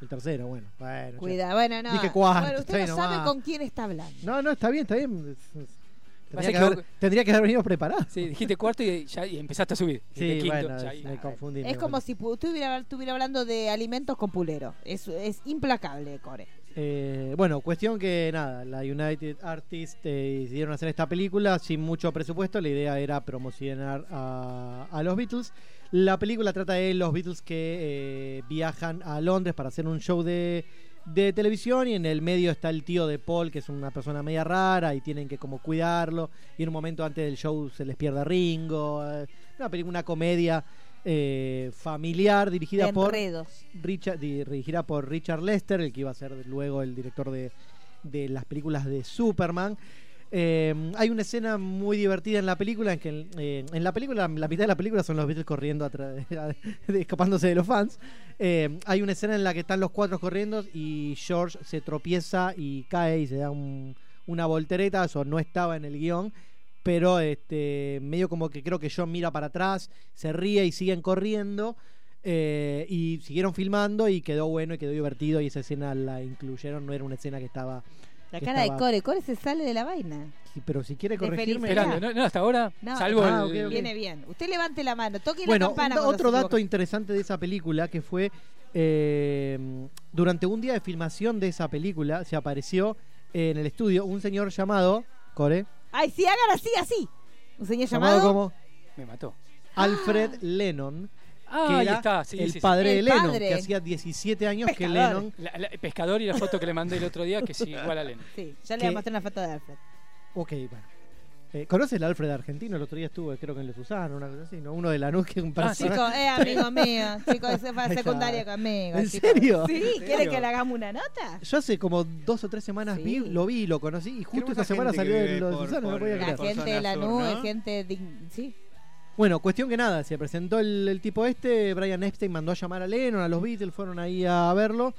[SPEAKER 7] El tercero, bueno. bueno ya.
[SPEAKER 5] Cuida, bueno, no.
[SPEAKER 7] Dije cuarto.
[SPEAKER 5] Bueno, usted
[SPEAKER 7] estoy
[SPEAKER 5] no sabe
[SPEAKER 7] nomás.
[SPEAKER 5] con quién está hablando.
[SPEAKER 7] No, no, está bien, está bien. Tendría
[SPEAKER 10] Pasa
[SPEAKER 7] que,
[SPEAKER 10] que
[SPEAKER 7] haber,
[SPEAKER 10] vos-
[SPEAKER 7] tendría que haber venido preparado.
[SPEAKER 10] Sí, dijiste cuarto y ya y empezaste a subir.
[SPEAKER 7] Sí,
[SPEAKER 10] Dijiste quinto,
[SPEAKER 7] bueno,
[SPEAKER 10] ya ahí-
[SPEAKER 7] me confundí. me
[SPEAKER 5] Es como si pu- estuviera, estuviera hablando de alimentos con pulero. Es, es implacable, Core.
[SPEAKER 7] Eh, bueno, cuestión que nada, la United Artists eh, decidieron hacer esta película sin mucho presupuesto. La idea era promocionar a, a los Beatles. La película trata de los Beatles que eh, viajan a Londres para hacer un show de, de televisión y en el medio está el tío de Paul, que es una persona media rara y tienen que como cuidarlo. Y en un momento antes del show se les pierde a Ringo. eh, una, película, una comedia eh, familiar dirigida
[SPEAKER 5] De
[SPEAKER 7] por...
[SPEAKER 5] enredos.
[SPEAKER 7] Richard, di- dirigida por Richard Lester, el que iba a ser luego el director de, de las películas de Superman. Eh, hay una escena muy divertida en la película en que eh, en la película la mitad de la película son los Beatles corriendo atrás- escapándose de los fans. Eh, hay una escena en la que están los cuatro corriendo y George se tropieza y cae y se da un- una voltereta. Eso no estaba en el guión, pero este medio como que creo que John mira para atrás, se ríe y siguen corriendo. Eh, y siguieron filmando y quedó bueno y quedó divertido y esa escena la incluyeron, no era una escena que estaba...
[SPEAKER 5] La
[SPEAKER 7] que
[SPEAKER 5] cara
[SPEAKER 7] estaba-
[SPEAKER 5] de Core. Core se sale de la vaina.
[SPEAKER 7] Sí, Pero si quiere
[SPEAKER 5] De
[SPEAKER 7] corregirme...
[SPEAKER 5] felicidad. Esperando,
[SPEAKER 10] no, hasta ahora,
[SPEAKER 5] No,
[SPEAKER 7] salvo
[SPEAKER 5] no,
[SPEAKER 7] el-
[SPEAKER 5] viene bien. Usted levante la mano, toque
[SPEAKER 7] Ah, Bueno,
[SPEAKER 5] la campana.
[SPEAKER 7] un-
[SPEAKER 5] cuando
[SPEAKER 7] otro
[SPEAKER 5] se
[SPEAKER 7] dato
[SPEAKER 5] equivoque.
[SPEAKER 7] interesante de esa película que fue eh, durante un día de filmación de esa película se apareció en el estudio un señor llamado Core
[SPEAKER 5] Ay, sí, hagan así, así. Un señor
[SPEAKER 7] llamado,
[SPEAKER 5] llamado.
[SPEAKER 7] como
[SPEAKER 10] Me mató.
[SPEAKER 7] Alfred Lennon
[SPEAKER 10] Ah,
[SPEAKER 7] que
[SPEAKER 10] ahí
[SPEAKER 7] era
[SPEAKER 10] está, sí,
[SPEAKER 7] el
[SPEAKER 10] sí, sí.
[SPEAKER 7] padre de
[SPEAKER 10] El
[SPEAKER 7] Lennon
[SPEAKER 10] padre.
[SPEAKER 7] que hacía 17 años que
[SPEAKER 10] Pescador.
[SPEAKER 7] Lennon
[SPEAKER 10] La- la- pescador y la foto que le mandé el otro día, que sí, igual a Lennon.
[SPEAKER 5] Sí, ya le
[SPEAKER 7] ¿Qué?
[SPEAKER 5] voy a mostrar una foto de Alfred.
[SPEAKER 7] Ok, bueno. Eh, ¿Conoces el Alfred argentino? El otro día estuvo, creo que en los Susano, una cosa así, ¿no? Uno de Lanús Ah, que es un
[SPEAKER 11] Ah,
[SPEAKER 7] personaje.
[SPEAKER 5] Chico,
[SPEAKER 11] eh,
[SPEAKER 5] es amigo mío. Chico, es va a
[SPEAKER 7] Ahí está.
[SPEAKER 5] secundaria conmigo.
[SPEAKER 7] ¿En
[SPEAKER 5] chico.
[SPEAKER 7] serio?
[SPEAKER 5] Sí,
[SPEAKER 7] ¿En
[SPEAKER 5] ¿quiere
[SPEAKER 7] serio?
[SPEAKER 5] que le hagamos una nota?
[SPEAKER 7] Yo hace como dos o tres semanas vi, lo vi, lo conocí y justo esta semana
[SPEAKER 21] gente que
[SPEAKER 7] salió en
[SPEAKER 21] vive
[SPEAKER 7] los
[SPEAKER 21] por-
[SPEAKER 7] Susano, no
[SPEAKER 21] por
[SPEAKER 7] podía
[SPEAKER 21] la
[SPEAKER 7] creer.
[SPEAKER 5] La gente de la
[SPEAKER 21] Zona Sur,
[SPEAKER 5] nube,
[SPEAKER 21] ¿no?
[SPEAKER 5] gente. dign- Sí.
[SPEAKER 7] Bueno, cuestión que nada, se presentó el, el tipo este, Brian Epstein mandó a llamar a Lennon, a los Beatles, fueron ahí a verlo.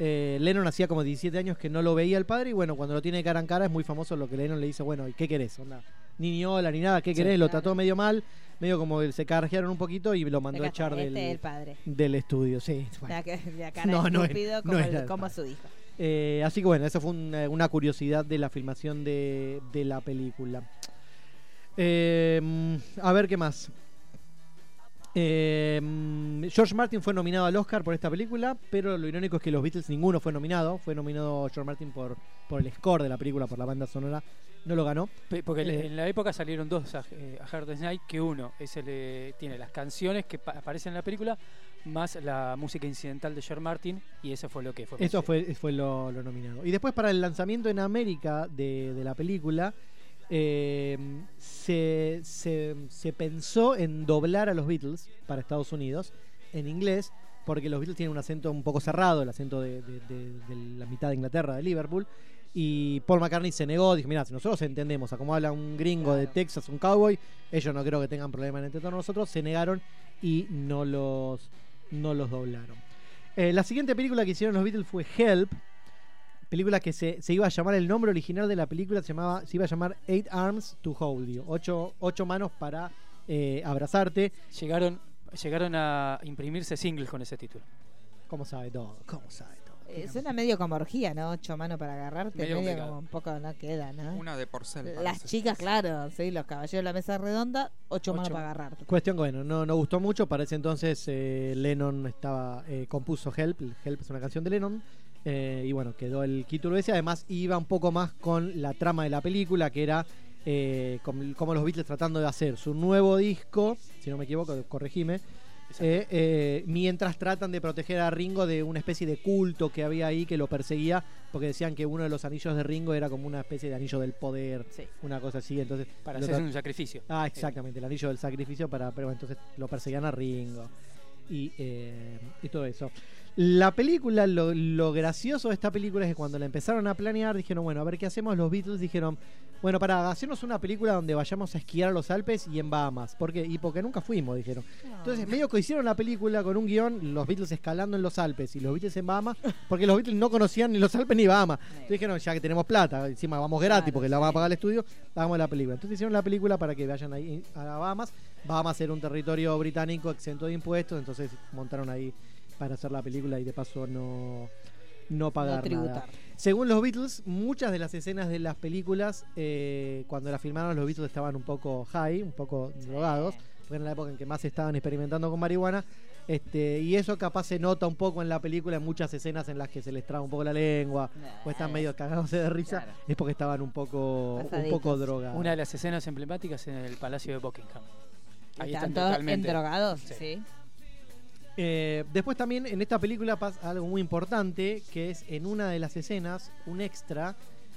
[SPEAKER 7] Eh, Lennon hacía como 17 años que no lo veía el padre y bueno, cuando lo tiene cara en cara es muy famoso lo que Lennon le dice, bueno, ¿y qué querés? Onda, ni ni hola ni nada, ¿qué
[SPEAKER 11] Sí,
[SPEAKER 7] querés? Lo
[SPEAKER 11] claro.
[SPEAKER 7] trató medio mal, medio como que se carjearon un poquito y lo mandó
[SPEAKER 11] Acá
[SPEAKER 7] a
[SPEAKER 11] está,
[SPEAKER 7] echar del,
[SPEAKER 11] este es el padre.
[SPEAKER 7] del estudio, sí. bueno.
[SPEAKER 11] La, que- la cara
[SPEAKER 7] No,
[SPEAKER 11] de
[SPEAKER 7] no era-
[SPEAKER 11] estúpido
[SPEAKER 7] no
[SPEAKER 11] como, el-
[SPEAKER 7] era el
[SPEAKER 11] como su hijo.
[SPEAKER 7] Eh, así que bueno, esa fue una, una curiosidad de la filmación de, de la película. Eh, mm, a ver qué más. Eh, mm, George Martin fue nominado al Oscar por esta película, pero lo irónico es que los Beatles ninguno fue nominado. Fue nominado George Martin por, por el score de la película, por la banda sonora. No lo ganó.
[SPEAKER 22] Pe- Porque en-
[SPEAKER 7] Eh,
[SPEAKER 22] en la época salieron dos a, eh, a Hard Day's Night, que uno es el, eh, tiene las canciones que pa- aparecen en la película, más la música incidental de George Martin, y eso fue lo que fue.
[SPEAKER 7] Eso fue, fue lo, lo nominado. Y después para el lanzamiento en América de, de la película, eh, se, se- se pensó en doblar a los Beatles para Estados Unidos en inglés, porque los Beatles tienen un acento un poco cerrado, el acento de, de- de- de la mitad de Inglaterra, de Liverpool. Y Paul McCartney se negó, dijo, mira, si nosotros entendemos a cómo habla un gringo de Texas, un cowboy, ellos no creo que tengan problema en entendernos nosotros, se negaron y no los, no los doblaron. Eh, la siguiente película que hicieron los Beatles fue Help, película que se, se iba a llamar, el nombre original de la película se, llamaba, se iba a llamar Eight Arms to Hold You, ocho, ocho manos para eh, abrazarte.
[SPEAKER 22] Llegaron, llegaron a imprimirse singles con ese título.
[SPEAKER 7] ¿Cómo sabe todo? ¿Cómo sabe todo?
[SPEAKER 11] Eh, suena medio como orgía, ¿no? Ocho manos para agarrarte,
[SPEAKER 6] Medio
[SPEAKER 11] medio,
[SPEAKER 6] complicado.
[SPEAKER 11] como un poco no queda, ¿no?
[SPEAKER 6] Una de porcel.
[SPEAKER 11] Las
[SPEAKER 6] parece.
[SPEAKER 11] chicas, claro, sí, los caballeros de la mesa redonda, ocho, manos
[SPEAKER 22] Ocho.
[SPEAKER 11] para agarrarte.
[SPEAKER 7] Cuestión que, bueno, no, no gustó mucho. Para ese entonces eh, Lennon estaba eh, compuso Help. Help es una canción de Lennon. eh, y bueno, quedó el título ese. Además, iba un poco más con la trama de la película, que era eh, com- como los Beatles tratando de hacer su nuevo disco, si no me equivoco, corregime. eh, eh, mientras tratan de proteger a Ringo de una especie de culto que había ahí que lo perseguía, porque decían que uno de los anillos de Ringo era como una especie de anillo del poder, una cosa así. Entonces,
[SPEAKER 22] Para
[SPEAKER 7] lo
[SPEAKER 22] hacer
[SPEAKER 7] tra-
[SPEAKER 22] un sacrificio.
[SPEAKER 7] Ah, exactamente, el anillo del sacrificio para. Pero bueno, entonces lo perseguían a Ringo. Y, eh, y todo eso. La película, lo, lo gracioso de esta película es que cuando la empezaron a planear, dijeron, bueno, a ver qué hacemos. Los Beatles dijeron, bueno, para hacernos una película donde vayamos a esquiar a los Alpes y en Bahamas. ¿Por qué? Y porque nunca fuimos, dijeron.
[SPEAKER 5] Ah.
[SPEAKER 7] Entonces, medio que hicieron la película con un guión, los Beatles escalando en los Alpes y los Beatles en Bahamas, porque los Beatles no conocían ni los Alpes ni Bahamas. Entonces dijeron, ya que tenemos plata, encima vamos gratis porque la va a pagar el estudio, hagamos la película. Entonces hicieron la película para que vayan ahí a Bahamas. Bahamas era un territorio británico exento de impuestos, entonces montaron ahí para hacer la película y de paso no, no pagar nada.
[SPEAKER 11] tributar.
[SPEAKER 7] Según los Beatles, muchas de las escenas de las películas, eh, cuando las filmaron, los Beatles estaban un poco high, un poco drogados, porque era la época en que más estaban experimentando con marihuana. Este, y eso capaz se nota un poco en la película, en muchas escenas en las que se les traba un poco la lengua o Pues están medio cagándose de risa, es porque estaban un poco, un poco
[SPEAKER 10] Ah.
[SPEAKER 7] drogados.
[SPEAKER 22] Una de las escenas emblemáticas en el Palacio de Buckingham. Ahí están,
[SPEAKER 11] todos
[SPEAKER 22] totalmente.
[SPEAKER 11] endrogados,
[SPEAKER 22] Sí.
[SPEAKER 11] sí.
[SPEAKER 7] Eh, después también en esta película pasa algo muy importante, que es en una de las escenas, un extra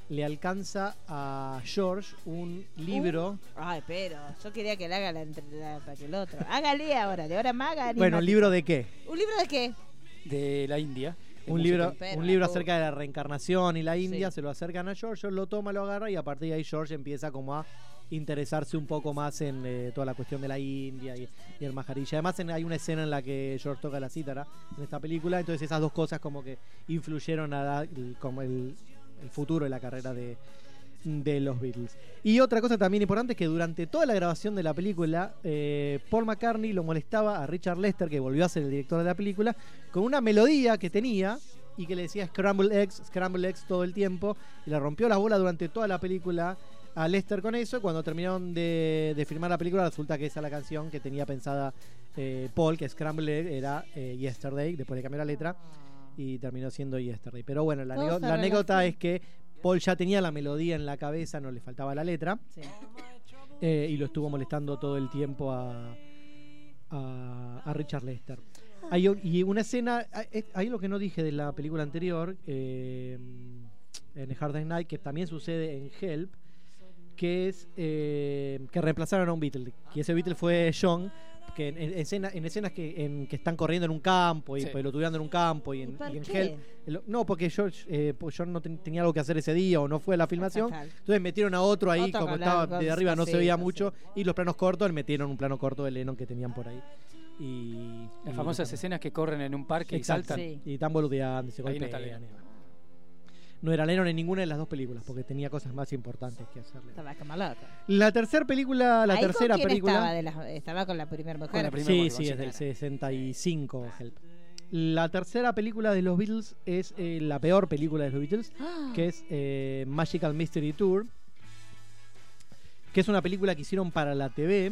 [SPEAKER 7] le alcanza a George un libro.
[SPEAKER 11] Ay, pero yo quería que le haga la, entre- la- para que el otro. Hágale ahora, de ahora más haga.
[SPEAKER 7] Bueno, ¿un
[SPEAKER 11] animate.
[SPEAKER 7] libro de qué?
[SPEAKER 11] ¿Un libro de qué?
[SPEAKER 22] De la India.
[SPEAKER 7] Un libro,
[SPEAKER 11] tempera,
[SPEAKER 7] un libro
[SPEAKER 11] pobre.
[SPEAKER 7] acerca de la reencarnación y la India, se lo acercan a George, George lo toma, lo agarra y a partir de ahí George empieza como a interesarse un poco más en eh, toda la cuestión de la India y, y el majarilla. Además en- hay una escena en la que George toca la cítara en esta película, entonces esas dos cosas como que influyeron a la- el- como el, el futuro de la carrera de, de los Beatles. Y otra cosa también importante es que durante toda la grabación de la película, eh, Paul McCartney lo molestaba a Richard Lester, que volvió a ser el director de la película, con una melodía que tenía y que le decía Scramble Eggs, Scramble Eggs todo el tiempo, y le rompió la bola durante toda la película a Lester con eso. y Cuando terminaron de, de filmar la película, resulta que esa es la canción que tenía pensada eh, Paul, que Scramble Egg era eh, Yesterday, después le cambió la letra. Y terminó siendo Yesterday. Pero bueno, la,
[SPEAKER 11] Todo
[SPEAKER 7] anego-
[SPEAKER 11] se
[SPEAKER 7] la anécdota
[SPEAKER 11] relaciona.
[SPEAKER 7] es que Paul ya tenía la melodía en la cabeza, no le faltaba la letra. Eh, y lo estuvo molestando todo el tiempo a, a, a Richard Lester. Hay, o- y una escena, ah, eh, ahí lo que no dije de la película anterior, eh, en Hard Day's Night, que también sucede en Help, que es eh, que reemplazaron a un Beatle. Y ese Beatle fue John, que en, en escena- en escenas que, en que están corriendo en un campo y
[SPEAKER 10] Sí.
[SPEAKER 7] pelotudeando en un campo y en,
[SPEAKER 10] por
[SPEAKER 7] y en
[SPEAKER 10] qué?
[SPEAKER 7] Hell- el- no, porque George, eh, pues John no ten- tenía algo que hacer ese día o no fue a la filmación. Entonces metieron a otro ahí,
[SPEAKER 10] Otro que
[SPEAKER 7] como
[SPEAKER 10] hablaba
[SPEAKER 7] estaba de
[SPEAKER 10] cosas,
[SPEAKER 7] arriba, no se
[SPEAKER 10] sí,
[SPEAKER 7] veía
[SPEAKER 10] sí.
[SPEAKER 7] mucho. Y los planos cortos, le metieron un plano corto de Lennon que tenían por ahí. Y,
[SPEAKER 22] Las
[SPEAKER 7] y-
[SPEAKER 10] Mm.
[SPEAKER 22] famosas escenas que corren en un parque
[SPEAKER 7] Exacto.
[SPEAKER 22] y saltan.
[SPEAKER 7] Y están boludeando, y se
[SPEAKER 22] Ahí no
[SPEAKER 7] golpean.
[SPEAKER 22] está
[SPEAKER 7] No,
[SPEAKER 22] Lennon.
[SPEAKER 7] era Lennon en ninguna de las dos películas, porque tenía cosas más importantes que hacerle.
[SPEAKER 11] Estaba como loco.
[SPEAKER 7] La tercera película, la
[SPEAKER 11] ¿Ahí con
[SPEAKER 7] tercera
[SPEAKER 11] quién
[SPEAKER 7] película.
[SPEAKER 11] Estaba, de las- estaba con la primera mujer.
[SPEAKER 7] sí, sí, es del 65. Help. La tercera película de los Beatles es eh, la peor película de los Beatles,
[SPEAKER 11] Ah.
[SPEAKER 7] que es eh, Magical Mystery Tour, que es una película que hicieron para la TV.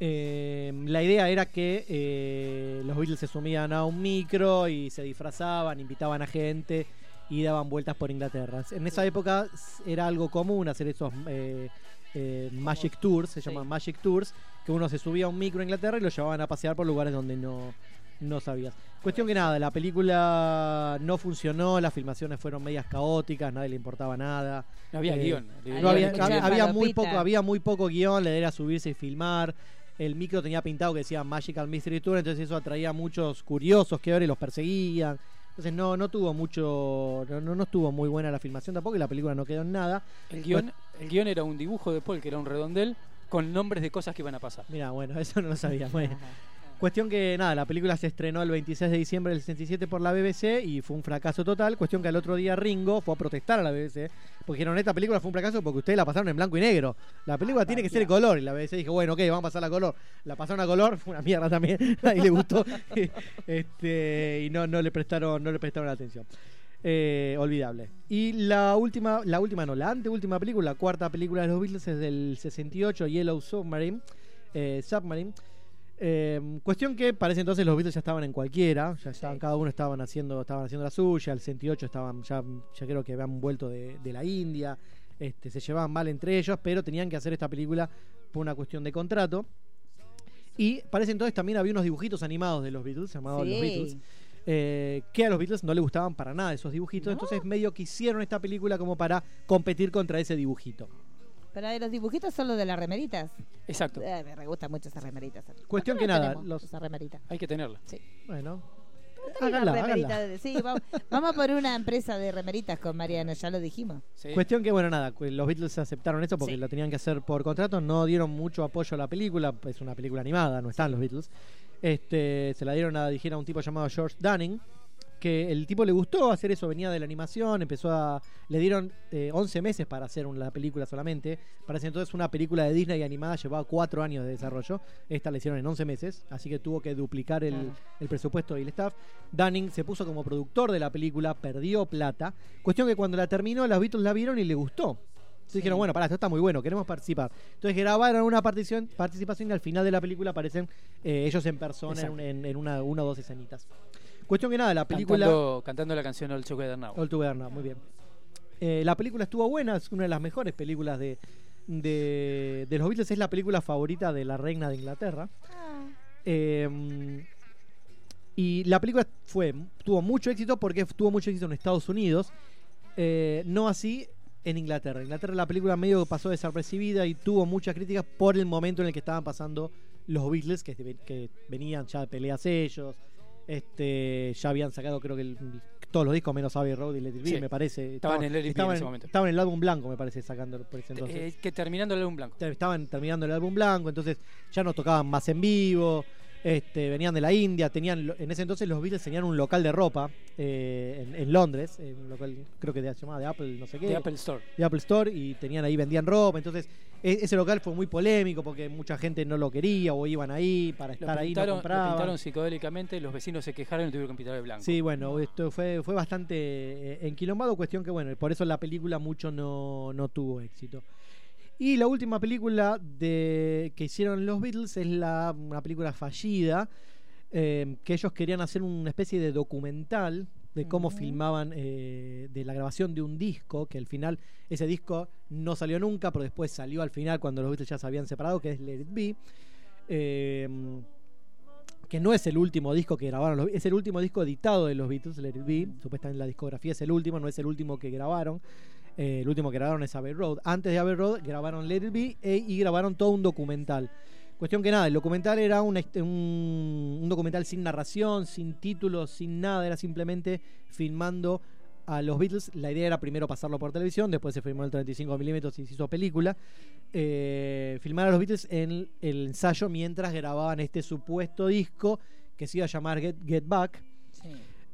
[SPEAKER 7] Eh, la idea era que eh, los Beatles se sumían a un micro y se disfrazaban, invitaban a gente y daban vueltas por Inglaterra. En esa época s- era algo común hacer esos eh, eh, Magic Tours, se llaman Magic Tours, que uno se subía a un micro a Inglaterra y lo llevaban a pasear por lugares donde no, no sabías. Cuestión que nada, la película no funcionó, las filmaciones fueron medias caóticas, nadie le importaba nada.
[SPEAKER 22] No había guión.
[SPEAKER 7] no había,
[SPEAKER 22] Había
[SPEAKER 7] había- había muy
[SPEAKER 22] palopita.
[SPEAKER 7] poco, había muy poco guión, le era subirse y filmar. El micro tenía pintado que decía Magical Mystery Tour, entonces eso atraía a muchos curiosos que ahora y los perseguían. Entonces no, no tuvo mucho, no, no, no estuvo muy buena la filmación tampoco y la película no quedó en nada.
[SPEAKER 22] El guión, el guión era un dibujo de Paul, que era un redondel, con nombres de cosas que iban a pasar.
[SPEAKER 7] Mira, bueno, eso no lo sabía. Bueno. Cuestión que nada, la película se estrenó el 26 de diciembre del 67 por la BBC y fue un fracaso total. Cuestión que al otro día Ringo fue a protestar a la BBC porque dijeron: Esta película fue un fracaso porque ustedes la pasaron en blanco y negro. La película tiene que ser color. Y la BBC dijo: Bueno, ok, vamos a pasarla a color. La pasaron a color, fue una mierda también. Nadie le gustó. este, y no, no, le prestaron, no le prestaron atención. Eh, olvidable. Y la última, la última no, la anteúltima película, la cuarta película de los Beatles es del 68, Yellow Submarine. eh, Submarine. Eh, cuestión que parece entonces los Beatles ya estaban en cualquiera, ya estaban, cada uno estaban haciendo, estaban haciendo la suya, el 68 estaban, ya, ya creo que habían vuelto de, de la India, este, se llevaban mal entre ellos, pero tenían que hacer esta película por una cuestión de contrato. Y parece entonces también había unos dibujitos animados de los Beatles, llamados Los
[SPEAKER 11] Sí.
[SPEAKER 7] Beatles, eh, que a los Beatles no le gustaban para nada esos dibujitos, entonces medio que hicieron esta película como para competir contra ese dibujito.
[SPEAKER 11] Pero de los dibujitos son los de las remeritas.
[SPEAKER 22] Exacto.
[SPEAKER 11] Eh, me re gustan mucho esas remeritas.
[SPEAKER 7] Cuestión que
[SPEAKER 11] no
[SPEAKER 7] nada,
[SPEAKER 11] tenemos
[SPEAKER 7] los-
[SPEAKER 11] esa remerita?
[SPEAKER 22] Hay que tenerla.
[SPEAKER 11] Sí.
[SPEAKER 7] Bueno,
[SPEAKER 11] Hay una
[SPEAKER 7] háganla,
[SPEAKER 11] remerita
[SPEAKER 7] háganla.
[SPEAKER 11] de- sí, vamos, vamos por una empresa de remeritas con Mariano, ya lo dijimos.
[SPEAKER 7] Cuestión que, bueno, nada, cu- los Beatles aceptaron eso porque
[SPEAKER 11] Sí.
[SPEAKER 7] lo tenían que hacer por contrato, no dieron mucho apoyo a la película, es una película animada, no están los Beatles. Este, se la dieron a dirigir a un tipo llamado George Dunning, que el tipo le gustó hacer eso, venía de la animación, empezó a... Le dieron eh, 11 meses para hacer una película solamente. Parece entonces una película de Disney animada llevaba 4 años de desarrollo. Esta la hicieron en 11 meses, así que tuvo que duplicar el,
[SPEAKER 10] Claro.
[SPEAKER 7] el presupuesto y el staff. Dunning se puso como productor de la película, perdió plata. Cuestión que cuando la terminó, los Beatles la vieron y le gustó. Entonces dijeron, bueno, para esto está muy bueno, queremos participar. Entonces grabaron una partición- participación y al final de la película aparecen eh, ellos en persona en,
[SPEAKER 22] Exacto.
[SPEAKER 7] en- en una, una o dos escenitas. Cuestión que nada, la película...
[SPEAKER 22] Cantando, cantando la canción All Together Now.
[SPEAKER 7] All Together Now, muy bien. Eh, la película estuvo buena, es una de las mejores películas de, de, de los Beatles, es la película favorita de la reina de Inglaterra. Eh, y la película fue, tuvo mucho éxito porque tuvo mucho éxito en Estados Unidos, eh, no así en Inglaterra. En Inglaterra la película medio que pasó desapercibida y tuvo muchas críticas por el momento en el que estaban pasando los Beatles, que, que venían ya de peleas ellos, este, ya habían sacado creo que el- todos los discos menos Abbey Road y Let It Be,
[SPEAKER 22] Sí.
[SPEAKER 7] me parece.
[SPEAKER 22] Estaban en Let It Be en
[SPEAKER 7] estaban
[SPEAKER 22] ese momento.
[SPEAKER 7] estaban en el álbum blanco, me parece, sacando por ese entonces.
[SPEAKER 22] Eh, que terminando el álbum blanco.
[SPEAKER 7] Te- estaban terminando el álbum blanco, entonces ya no tocaban más en vivo, este, venían de la India, tenían lo- en ese entonces los Beatles tenían un local de ropa eh, en, en Londres, en un local creo que de, llamado de Apple, no sé qué.
[SPEAKER 22] De Apple Store.
[SPEAKER 7] De Apple Store y tenían ahí, vendían ropa, entonces e- ese local fue muy polémico porque mucha gente no lo quería o iban ahí para
[SPEAKER 22] Lo
[SPEAKER 7] estar ahí, no
[SPEAKER 22] pintaron, lo
[SPEAKER 7] compraban.
[SPEAKER 22] pintaron psicodélicamente, los vecinos se quejaron y lo tuvieron que pintar de blanco.
[SPEAKER 7] Sí, bueno, esto fue, fue bastante eh, enquilombado, cuestión que bueno, por eso la película mucho no, no tuvo éxito. Y la última película de, que hicieron los Beatles es la, una película fallida, eh, que ellos querían hacer una especie de documental de cómo filmaban eh, de la grabación de un disco, que al final ese disco no salió nunca, pero después salió al final cuando los Beatles ya se habían separado, que es Let It Be. Eh, que no es el último disco que grabaron, los- es el último disco editado de los Beatles, Let It Be, supuestamente la discografía es el último, no es el último que grabaron. Eh, el último que grabaron es Abbey Road. Antes de Abbey Road grabaron Let It Be e- y grabaron todo un documental. Cuestión que nada, el documental era un, este, un- un documental sin narración, sin títulos, sin nada, era simplemente filmando a los Beatles. La idea era primero pasarlo por televisión, después se filmó el 35 milímetros y se hizo película. Eh, filmar a los Beatles en el ensayo mientras grababan este supuesto disco que se iba a llamar Get, Get Back.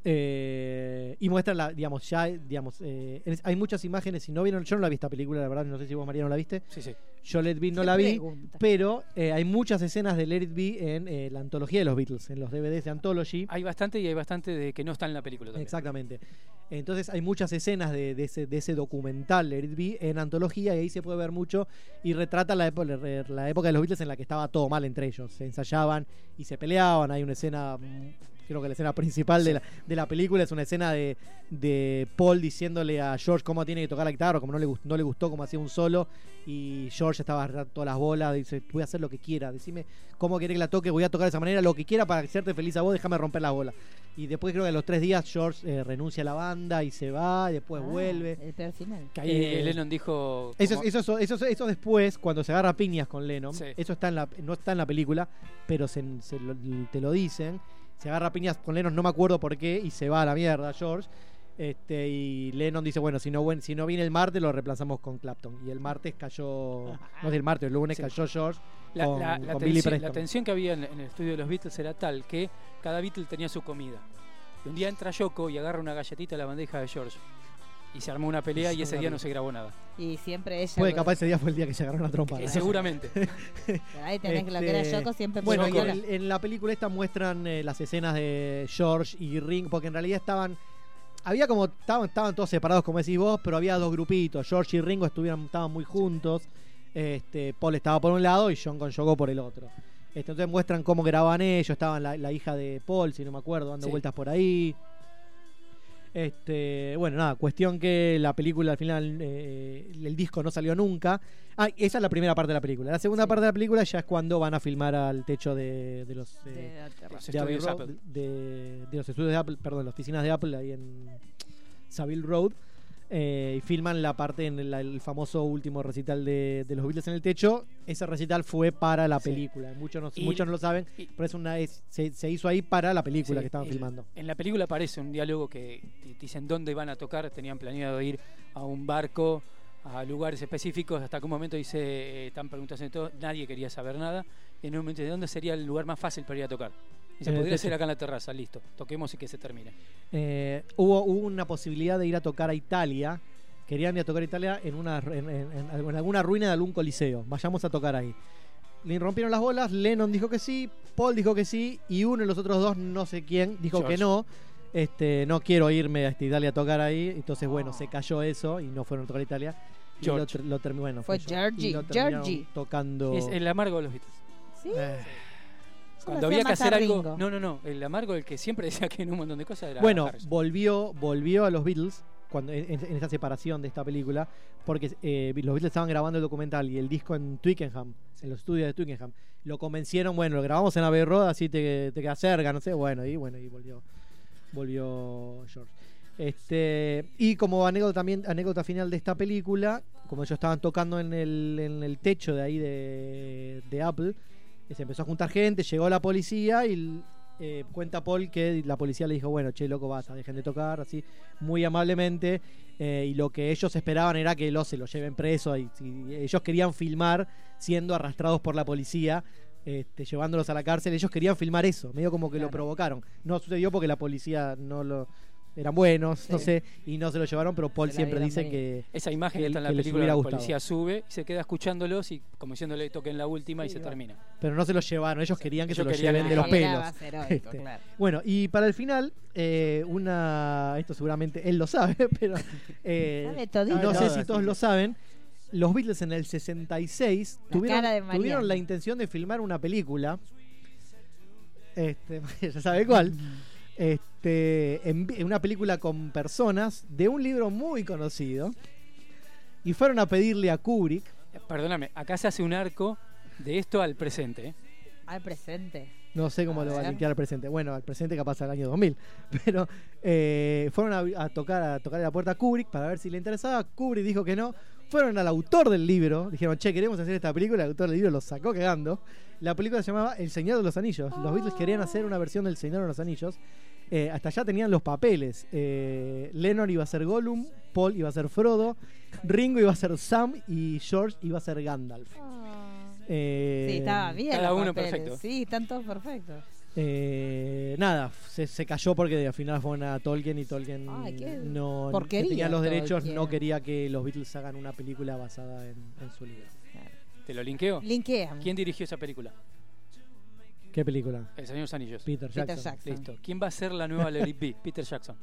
[SPEAKER 7] Eh, y muestra la, digamos, ya, digamos, eh, es- hay muchas imágenes. Si no vieron, yo no la vi esta película, la verdad, no sé si vos, María, no la viste.
[SPEAKER 10] Sí, sí.
[SPEAKER 7] Yo Let It Be no
[SPEAKER 10] Qué
[SPEAKER 7] la vi,
[SPEAKER 10] pregunta.
[SPEAKER 7] pero eh, hay muchas escenas de Let It Be en eh, la antología de los Beatles, en los DVDs de Anthology.
[SPEAKER 10] Hay bastante y hay bastante de que no está en la película Ah, también.
[SPEAKER 7] Exactamente. Entonces hay muchas escenas de, de ese, de ese documental, Let It Be, en antología, y ahí se puede ver mucho. Y retrata la, época- re- la época de los Beatles en la que estaba todo mal entre ellos. Se ensayaban y se peleaban. Hay una escena, mm, creo que la escena principal de, la, de la película es una escena de, de Paul diciéndole a George cómo tiene que tocar la guitarra, o cómo no le, gust- no le gustó cómo hacía un solo. Y George estaba agarrando todas las bolas, dice: Voy a hacer lo que quiera, decime cómo querés que la toque, voy a tocar de esa manera, lo que quiera para hacerte feliz a vos, déjame romper las bolas. Y después creo que a los tres días George eh, renuncia a la banda y se va, y después
[SPEAKER 5] Ah,
[SPEAKER 7] vuelve.
[SPEAKER 5] El peor final.
[SPEAKER 10] Que ahí
[SPEAKER 7] Eh,
[SPEAKER 10] Lennon dijo.
[SPEAKER 7] Eso,
[SPEAKER 10] como-
[SPEAKER 7] eso, eso, eso, eso después, cuando se agarra a piñas con Lennon,
[SPEAKER 10] Sí.
[SPEAKER 7] eso está en la, no está en la película, pero se, se lo- te lo dicen. Se agarra a piñas con Lennon, no me acuerdo por qué, y se va a la mierda George. Este, y Lennon dice, bueno, si no, buen- si no viene el martes, lo reemplazamos con Clapton. Y el martes cayó, no es el martes, el lunes
[SPEAKER 10] Sí.
[SPEAKER 7] cayó George
[SPEAKER 10] La,
[SPEAKER 7] con,
[SPEAKER 10] la- la
[SPEAKER 7] con Billy
[SPEAKER 10] tensión, la
[SPEAKER 7] Preston.
[SPEAKER 10] tensión que había en, en el estudio de los Beatles era tal que cada Beatle tenía su comida. Y un día entra Yoko y agarra una galletita de la bandeja de George. Y se armó una pelea y ese día no se grabó nada.
[SPEAKER 5] Y siempre ella.
[SPEAKER 7] Puede capaz ese día fue el día que se agarró una trompa.
[SPEAKER 10] Eh, seguramente.
[SPEAKER 5] Ahí tenés que lo que era Yoko siempre
[SPEAKER 7] Bueno, y
[SPEAKER 5] Yoko.
[SPEAKER 7] en, en la película esta muestran eh, las escenas de George y Ring, porque en realidad estaban. Había como. Estaban, estaban todos separados, como decís vos, pero había dos grupitos. George y Ringo estuvieron, estaban muy juntos. Este, Paul estaba por un lado y John con Yoko por el otro. Este, entonces muestran cómo grababan ellos. Estaban la, la hija de Paul, si no me acuerdo, dando
[SPEAKER 10] Sí.
[SPEAKER 7] vueltas por ahí. Este, bueno, nada, cuestión que la película al final, eh, el disco no salió nunca. Ah, esa es la primera parte de la película. La segunda parte de la película ya es cuando van a filmar al techo de, de los, eh,
[SPEAKER 5] De otra-
[SPEAKER 7] de
[SPEAKER 10] Los
[SPEAKER 7] Abbey
[SPEAKER 10] estudios
[SPEAKER 7] Road,
[SPEAKER 10] Apple.
[SPEAKER 7] de- de los estudios de Apple, perdón, las oficinas de Apple ahí en Savile Road. eh, y filman la parte en el, el famoso último recital de, de los Beatles en el techo. Ese recital fue para la
[SPEAKER 10] Sí.
[SPEAKER 7] película. Muchos no,
[SPEAKER 10] Y-
[SPEAKER 7] muchos no lo saben,
[SPEAKER 10] y-
[SPEAKER 7] pero es una, es- se, se hizo ahí para la
[SPEAKER 10] Sí,
[SPEAKER 7] película que estaban
[SPEAKER 10] el-
[SPEAKER 7] filmando.
[SPEAKER 10] Eh, En la película aparece un diálogo que te dicen dónde van a tocar, tenían planeado ir a un barco, a lugares específicos, hasta que un momento dice, eh, están preguntando todo, nadie quería saber nada, y en un momento dice, dónde sería el lugar más fácil para ir a tocar. Y se
[SPEAKER 7] En el
[SPEAKER 10] podría
[SPEAKER 7] techo.
[SPEAKER 10] hacer acá en la terraza, listo, toquemos y que se termine.
[SPEAKER 7] Eh, hubo, hubo una posibilidad de ir a tocar a Italia. Querían ir a tocar a Italia en, una, en, en- en- en alguna ruina de algún coliseo. Vayamos a tocar ahí. Le rompieron las bolas, Lennon dijo que sí, Paul dijo que sí, y uno de los otros dos, no sé quién, dijo
[SPEAKER 10] George.
[SPEAKER 7] que no. Este, no quiero irme a este Italia a tocar ahí. Entonces, bueno, se cayó eso y no fueron a tocar a Italia. Y lo
[SPEAKER 10] George.
[SPEAKER 7] ter- lo termi- bueno,
[SPEAKER 5] Fue
[SPEAKER 7] George. Y
[SPEAKER 5] Georgie,
[SPEAKER 7] lo terminaron
[SPEAKER 5] Georgie.
[SPEAKER 7] Tocando.
[SPEAKER 10] Es el amargo de los Beatles.
[SPEAKER 5] Sí.
[SPEAKER 7] eh,
[SPEAKER 10] Cuando había que hacer algo... No, no, no, el amargo, el que siempre decía que en un montón de cosas era...
[SPEAKER 7] Bueno,
[SPEAKER 10] Harrison.
[SPEAKER 7] volvió, volvió a los Beatles cuando, en, en esta separación de esta película, porque eh, los Beatles estaban grabando el documental y el disco en Twickenham, en los estudios de Twickenham. Lo convencieron, bueno, lo grabamos en Abbey Road, así te, te quedas cerca, no sé, bueno, y bueno, y volvió, volvió George. Este, y como anécdota también, anécdota final de esta película, como ellos estaban tocando en el, en el techo de ahí de, de Apple, eh, se empezó a juntar gente, llegó la policía y eh, cuenta Paul que la policía le dijo, bueno, che, loco, basta, dejen de tocar, así, muy amablemente. eh, y lo que ellos esperaban era que los, se los lleven preso. Y, y ellos querían filmar siendo arrastrados por la policía, este, llevándolos a la cárcel. Ellos querían filmar eso, medio como que lo provocaron. No sucedió porque la policía no lo... Eran buenos, no
[SPEAKER 10] Sí.
[SPEAKER 7] sé, y no se lo llevaron, pero Paul
[SPEAKER 10] Se la
[SPEAKER 7] siempre
[SPEAKER 10] vieron
[SPEAKER 7] dice
[SPEAKER 10] venir.
[SPEAKER 7] que...
[SPEAKER 10] Esa imagen
[SPEAKER 7] que-
[SPEAKER 10] que está en la
[SPEAKER 7] que les
[SPEAKER 10] película,
[SPEAKER 7] hubiera
[SPEAKER 10] la
[SPEAKER 7] gustado.
[SPEAKER 10] policía sube y se queda escuchándolos y como diciéndole toquen la última y
[SPEAKER 7] Sí,
[SPEAKER 10] se
[SPEAKER 7] va.
[SPEAKER 10] termina.
[SPEAKER 7] Pero no se los llevaron, ellos querían que
[SPEAKER 10] Yo
[SPEAKER 7] se los
[SPEAKER 10] quería
[SPEAKER 7] lleven
[SPEAKER 10] que
[SPEAKER 7] de los
[SPEAKER 10] quería
[SPEAKER 7] pelos.
[SPEAKER 10] más heroico, claro.
[SPEAKER 7] Bueno, y para el final, eh, una. Esto seguramente él lo sabe, pero. eh,
[SPEAKER 5] Sabe todito.
[SPEAKER 7] No sé
[SPEAKER 5] Sabe
[SPEAKER 7] si
[SPEAKER 5] todo,
[SPEAKER 7] todos lo saben. Los Beatles en el 66
[SPEAKER 5] La
[SPEAKER 7] tuvieron,
[SPEAKER 5] cara de Mariano.
[SPEAKER 7] tuvieron la intención de filmar una película. Este, ya sabe cuál. Este, en vi- una película con personas de un libro muy conocido. Y fueron a pedirle a Kubrick
[SPEAKER 10] Perdóname, acá se hace un arco de esto al presente. ¿eh?
[SPEAKER 5] Al presente.
[SPEAKER 7] No sé cómo
[SPEAKER 10] A
[SPEAKER 7] lo va a
[SPEAKER 10] ver.
[SPEAKER 7] linkear al presente. Bueno, al presente capaz al año 2000. Pero eh, fueron a, a tocar a tocar la puerta a Kubrick para ver si le interesaba. Kubrick dijo que no. Fueron al autor del libro. Dijeron, che, queremos hacer esta película. El autor del libro lo sacó cagando. La película se llamaba El Señor de los Anillos. Los Beatles querían hacer una versión del Señor de los Anillos. Eh, hasta allá tenían los papeles. Eh, Lennon iba a ser Gollum, Paul iba a ser Frodo, Ringo iba a ser Sam y George iba a ser Gandalf. Eh,
[SPEAKER 5] Sí, estaba bien.
[SPEAKER 6] cada
[SPEAKER 5] los
[SPEAKER 6] uno
[SPEAKER 5] papeles.
[SPEAKER 6] perfecto.
[SPEAKER 5] Sí, están todos perfectos.
[SPEAKER 7] Eh, nada, f- se, se cayó porque al final fue una Tolkien y Tolkien
[SPEAKER 5] Ay, qué
[SPEAKER 7] no que
[SPEAKER 5] porquería,
[SPEAKER 7] tenía los derechos,
[SPEAKER 5] Tolkien.
[SPEAKER 7] no quería que los Beatles hagan una película basada en, en su libro.
[SPEAKER 6] ¿Te lo linkeo?
[SPEAKER 5] Linkea.
[SPEAKER 6] ¿Quién dirigió esa película?
[SPEAKER 7] ¿Qué película?
[SPEAKER 6] El Señor de los Anillos.
[SPEAKER 7] Peter Peter Jackson. Jackson.
[SPEAKER 6] Listo. ¿Quién va a ser la nueva Larry B? Peter Jackson.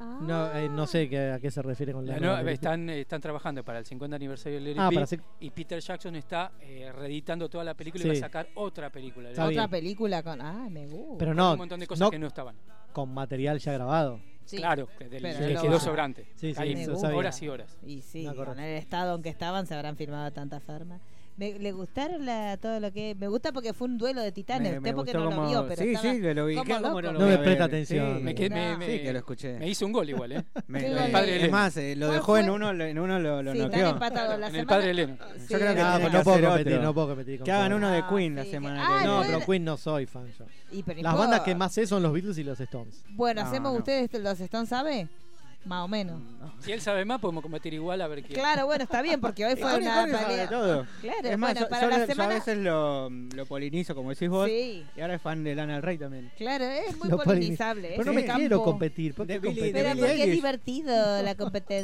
[SPEAKER 5] Ah.
[SPEAKER 7] No, eh, no sé qué- a qué se refiere con la,
[SPEAKER 6] La
[SPEAKER 7] nueva
[SPEAKER 6] nueva-
[SPEAKER 7] película.
[SPEAKER 6] están, eh, están trabajando para el 50 aniversario de Larry
[SPEAKER 7] Ah,
[SPEAKER 6] B.
[SPEAKER 7] para hacer-
[SPEAKER 6] Y Peter Jackson está eh, reeditando toda la película y
[SPEAKER 7] Sí.
[SPEAKER 6] va a sacar otra película.
[SPEAKER 7] Está
[SPEAKER 5] Otra
[SPEAKER 7] bien.
[SPEAKER 5] película con. Ah, me gusta.
[SPEAKER 7] Pero no,
[SPEAKER 6] un montón de cosas que no estaban.
[SPEAKER 7] Con material ya grabado.
[SPEAKER 5] Sí.
[SPEAKER 6] Claro, que del-
[SPEAKER 5] Pero
[SPEAKER 6] que
[SPEAKER 5] lo
[SPEAKER 6] quedó
[SPEAKER 5] van-
[SPEAKER 6] sobrante.
[SPEAKER 7] Sí, sí,
[SPEAKER 6] Ahí,
[SPEAKER 7] me gusta.
[SPEAKER 6] horas y horas.
[SPEAKER 5] Y sí,
[SPEAKER 6] No, correcto.
[SPEAKER 5] con el estado en que estaban se habrán firmado tantas firmas. Me, le gustaron la- todo lo que. Me gusta porque fue un duelo de
[SPEAKER 10] Me-
[SPEAKER 5] titanes.
[SPEAKER 10] me
[SPEAKER 5] Usted porque no
[SPEAKER 10] gustó
[SPEAKER 5] lo
[SPEAKER 10] cómo-
[SPEAKER 5] vio, pero.
[SPEAKER 10] sí,
[SPEAKER 5] estaba
[SPEAKER 10] sí, que lo vi.
[SPEAKER 5] como
[SPEAKER 10] ¿Qué? ¿Cómo
[SPEAKER 5] loco.
[SPEAKER 10] no lo
[SPEAKER 7] No
[SPEAKER 10] voy a
[SPEAKER 7] me
[SPEAKER 10] ver?
[SPEAKER 7] presta atención.
[SPEAKER 10] Sí,
[SPEAKER 7] Me
[SPEAKER 6] que- me-
[SPEAKER 10] sí,
[SPEAKER 6] me-
[SPEAKER 10] que lo escuché.
[SPEAKER 6] Me hizo un gol igual, ¿eh?
[SPEAKER 10] Me-
[SPEAKER 6] El
[SPEAKER 10] lo-
[SPEAKER 6] padre
[SPEAKER 10] es
[SPEAKER 6] Lennon.
[SPEAKER 10] más, eh, lo
[SPEAKER 6] ¿Cuál
[SPEAKER 10] dejó en
[SPEAKER 6] fue?
[SPEAKER 10] uno, lo- en uno lo, lo
[SPEAKER 6] Sí,
[SPEAKER 10] noqueó.
[SPEAKER 6] están empatados. La En el semana- padre Lennon. Sí,
[SPEAKER 10] Yo creo que
[SPEAKER 7] no,
[SPEAKER 10] tienen
[SPEAKER 7] pues
[SPEAKER 10] que
[SPEAKER 7] no puedo
[SPEAKER 10] hacer
[SPEAKER 7] competir,
[SPEAKER 10] otro.
[SPEAKER 7] no puedo competir con
[SPEAKER 10] Que hagan
[SPEAKER 7] Paul.
[SPEAKER 10] uno de Queen la semana que
[SPEAKER 5] ah,
[SPEAKER 10] viene.
[SPEAKER 7] no,
[SPEAKER 5] no
[SPEAKER 7] pero
[SPEAKER 5] era-
[SPEAKER 7] Queen no soy fan yo.
[SPEAKER 5] Y, pero, ¿y
[SPEAKER 7] Las
[SPEAKER 5] puedo?
[SPEAKER 7] bandas que más sé son los Beatles y los Stones.
[SPEAKER 5] Bueno,
[SPEAKER 7] No,
[SPEAKER 5] hacemos
[SPEAKER 7] no.
[SPEAKER 5] ustedes los Stones, ¿sabe? Más o menos.
[SPEAKER 6] Si él sabe más, podemos combatir igual a ver Mm, quién.
[SPEAKER 5] Claro, bueno, está bien, porque hoy fue
[SPEAKER 6] Jorge,
[SPEAKER 5] una
[SPEAKER 6] Jorge
[SPEAKER 5] pelea.
[SPEAKER 6] sabe
[SPEAKER 10] todo.
[SPEAKER 5] Claro,
[SPEAKER 10] es más,
[SPEAKER 5] bueno,
[SPEAKER 10] yo,
[SPEAKER 5] para
[SPEAKER 10] yo
[SPEAKER 5] la
[SPEAKER 10] le- yo
[SPEAKER 5] semana.
[SPEAKER 10] a veces lo, lo polinizo, como decís vos.
[SPEAKER 5] Sí.
[SPEAKER 10] Y ahora es fan de Lana del Rey también.
[SPEAKER 5] Claro, es muy
[SPEAKER 10] Lo polini-
[SPEAKER 5] polinizable.
[SPEAKER 10] Pero
[SPEAKER 5] es
[SPEAKER 10] no
[SPEAKER 5] un
[SPEAKER 10] me
[SPEAKER 5] campo.
[SPEAKER 10] quiero competir, ¿por qué
[SPEAKER 5] Pero
[SPEAKER 10] competir?
[SPEAKER 5] porque
[SPEAKER 10] De Billie
[SPEAKER 5] es
[SPEAKER 10] Eilish.
[SPEAKER 5] divertido la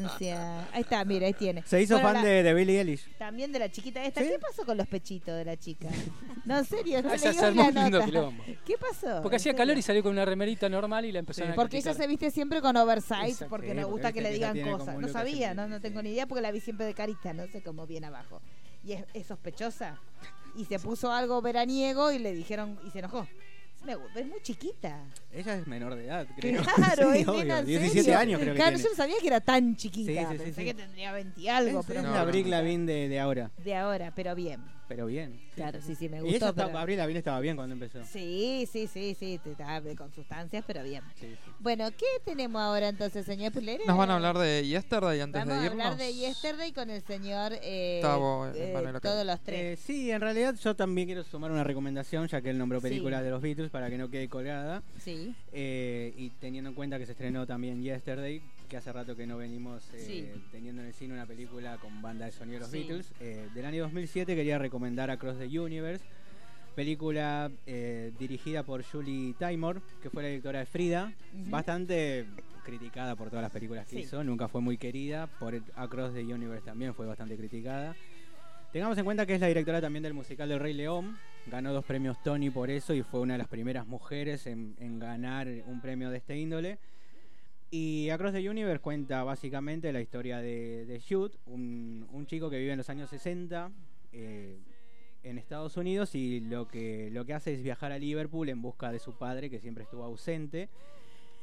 [SPEAKER 5] competencia. Ahí está, mira, ahí tiene.
[SPEAKER 10] Se hizo
[SPEAKER 5] Bueno,
[SPEAKER 10] fan
[SPEAKER 5] la-
[SPEAKER 10] de, de Billie Eilish.
[SPEAKER 5] También de la chiquita esta. ¿Qué pasó con los pechitos de la chica? No, en serio, no
[SPEAKER 6] Ah, esa
[SPEAKER 5] leí
[SPEAKER 6] se armó
[SPEAKER 5] la
[SPEAKER 6] un lindo
[SPEAKER 5] nota.
[SPEAKER 6] quilombo.
[SPEAKER 5] ¿Qué pasó?
[SPEAKER 6] Porque
[SPEAKER 5] En
[SPEAKER 6] hacía
[SPEAKER 5] serio.
[SPEAKER 6] calor y salió con una remerita normal y la empezaron a
[SPEAKER 5] Porque ella
[SPEAKER 6] criticar.
[SPEAKER 5] se viste siempre con oversize
[SPEAKER 6] Exacto.
[SPEAKER 5] porque
[SPEAKER 6] Sí,
[SPEAKER 5] nos
[SPEAKER 6] porque
[SPEAKER 5] gusta
[SPEAKER 6] viste
[SPEAKER 5] que le
[SPEAKER 6] que
[SPEAKER 5] digan
[SPEAKER 6] ella tiene como
[SPEAKER 5] cosas.
[SPEAKER 6] un
[SPEAKER 5] No
[SPEAKER 6] look
[SPEAKER 5] sabía, no, no tengo ni idea porque la vi siempre de carita, no sé cómo bien abajo. Y es, es sospechosa. Y se puso algo veraniego y le dijeron y se enojó. Me gu- es muy chiquita.
[SPEAKER 10] Ella es menor de edad, creo.
[SPEAKER 5] Claro,
[SPEAKER 10] Sí,
[SPEAKER 5] es
[SPEAKER 10] obvio,
[SPEAKER 5] nena, en
[SPEAKER 10] 17
[SPEAKER 5] serio.
[SPEAKER 10] años creo que
[SPEAKER 5] Claro,
[SPEAKER 10] tiene.
[SPEAKER 5] yo no sabía que era tan chiquita.
[SPEAKER 10] Sí, sí, sí,
[SPEAKER 5] Pensé
[SPEAKER 10] sí.
[SPEAKER 5] que tendría 20 y algo,
[SPEAKER 10] Es,
[SPEAKER 5] pero
[SPEAKER 10] es
[SPEAKER 5] no,
[SPEAKER 10] la
[SPEAKER 5] no,
[SPEAKER 10] Abril
[SPEAKER 5] no.
[SPEAKER 10] Lavigne de, de ahora.
[SPEAKER 5] de ahora, pero bien.
[SPEAKER 10] Pero bien.
[SPEAKER 5] Claro, sí, sí, me
[SPEAKER 10] y
[SPEAKER 5] gustó.
[SPEAKER 10] ella estaba,
[SPEAKER 5] pero-
[SPEAKER 10] Abril Lavigne estaba bien cuando empezó.
[SPEAKER 5] Sí, sí, sí, sí, te estaba con sustancias, pero bien. Bueno, ¿qué tenemos ahora entonces, señor Pulera?
[SPEAKER 23] Nos van a hablar de Yesterday antes
[SPEAKER 5] Vamos
[SPEAKER 23] de
[SPEAKER 5] a
[SPEAKER 23] irnos.
[SPEAKER 5] hablar de Yesterday con el señor eh,
[SPEAKER 23] Tavo, eh,
[SPEAKER 5] eh,
[SPEAKER 23] Manuel Ocaña.
[SPEAKER 5] todos los tres.
[SPEAKER 10] Eh, sí, en realidad yo también quiero sumar una recomendación, ya que él nombró
[SPEAKER 5] Sí.
[SPEAKER 10] películas de los Beatles para que no quede colgada.
[SPEAKER 5] Sí.
[SPEAKER 10] Eh, y teniendo en cuenta que se estrenó también Yesterday, que hace rato que no venimos eh,
[SPEAKER 5] Sí.
[SPEAKER 10] teniendo en el cine una película con banda de sonido de los
[SPEAKER 5] Sí.
[SPEAKER 10] Beatles, eh, del año 2007 quería recomendar Across the Universe, película eh, dirigida por Julie Taymor, que fue la directora de Frida,
[SPEAKER 6] Ujú.
[SPEAKER 10] bastante criticada por todas las películas que
[SPEAKER 6] Sí.
[SPEAKER 10] hizo, nunca fue muy querida, por Across the Universe también fue bastante criticada. Tengamos en cuenta que es la directora también del musical del Rey León. Ganó dos premios Tony por eso y fue una de las primeras mujeres en, en ganar un premio de este índole. Y Across the Universe cuenta básicamente la historia de, de Jude, un, un chico que vive en los años 60 eh, en Estados Unidos y lo que, lo que hace es viajar a Liverpool en busca de su padre que siempre estuvo ausente.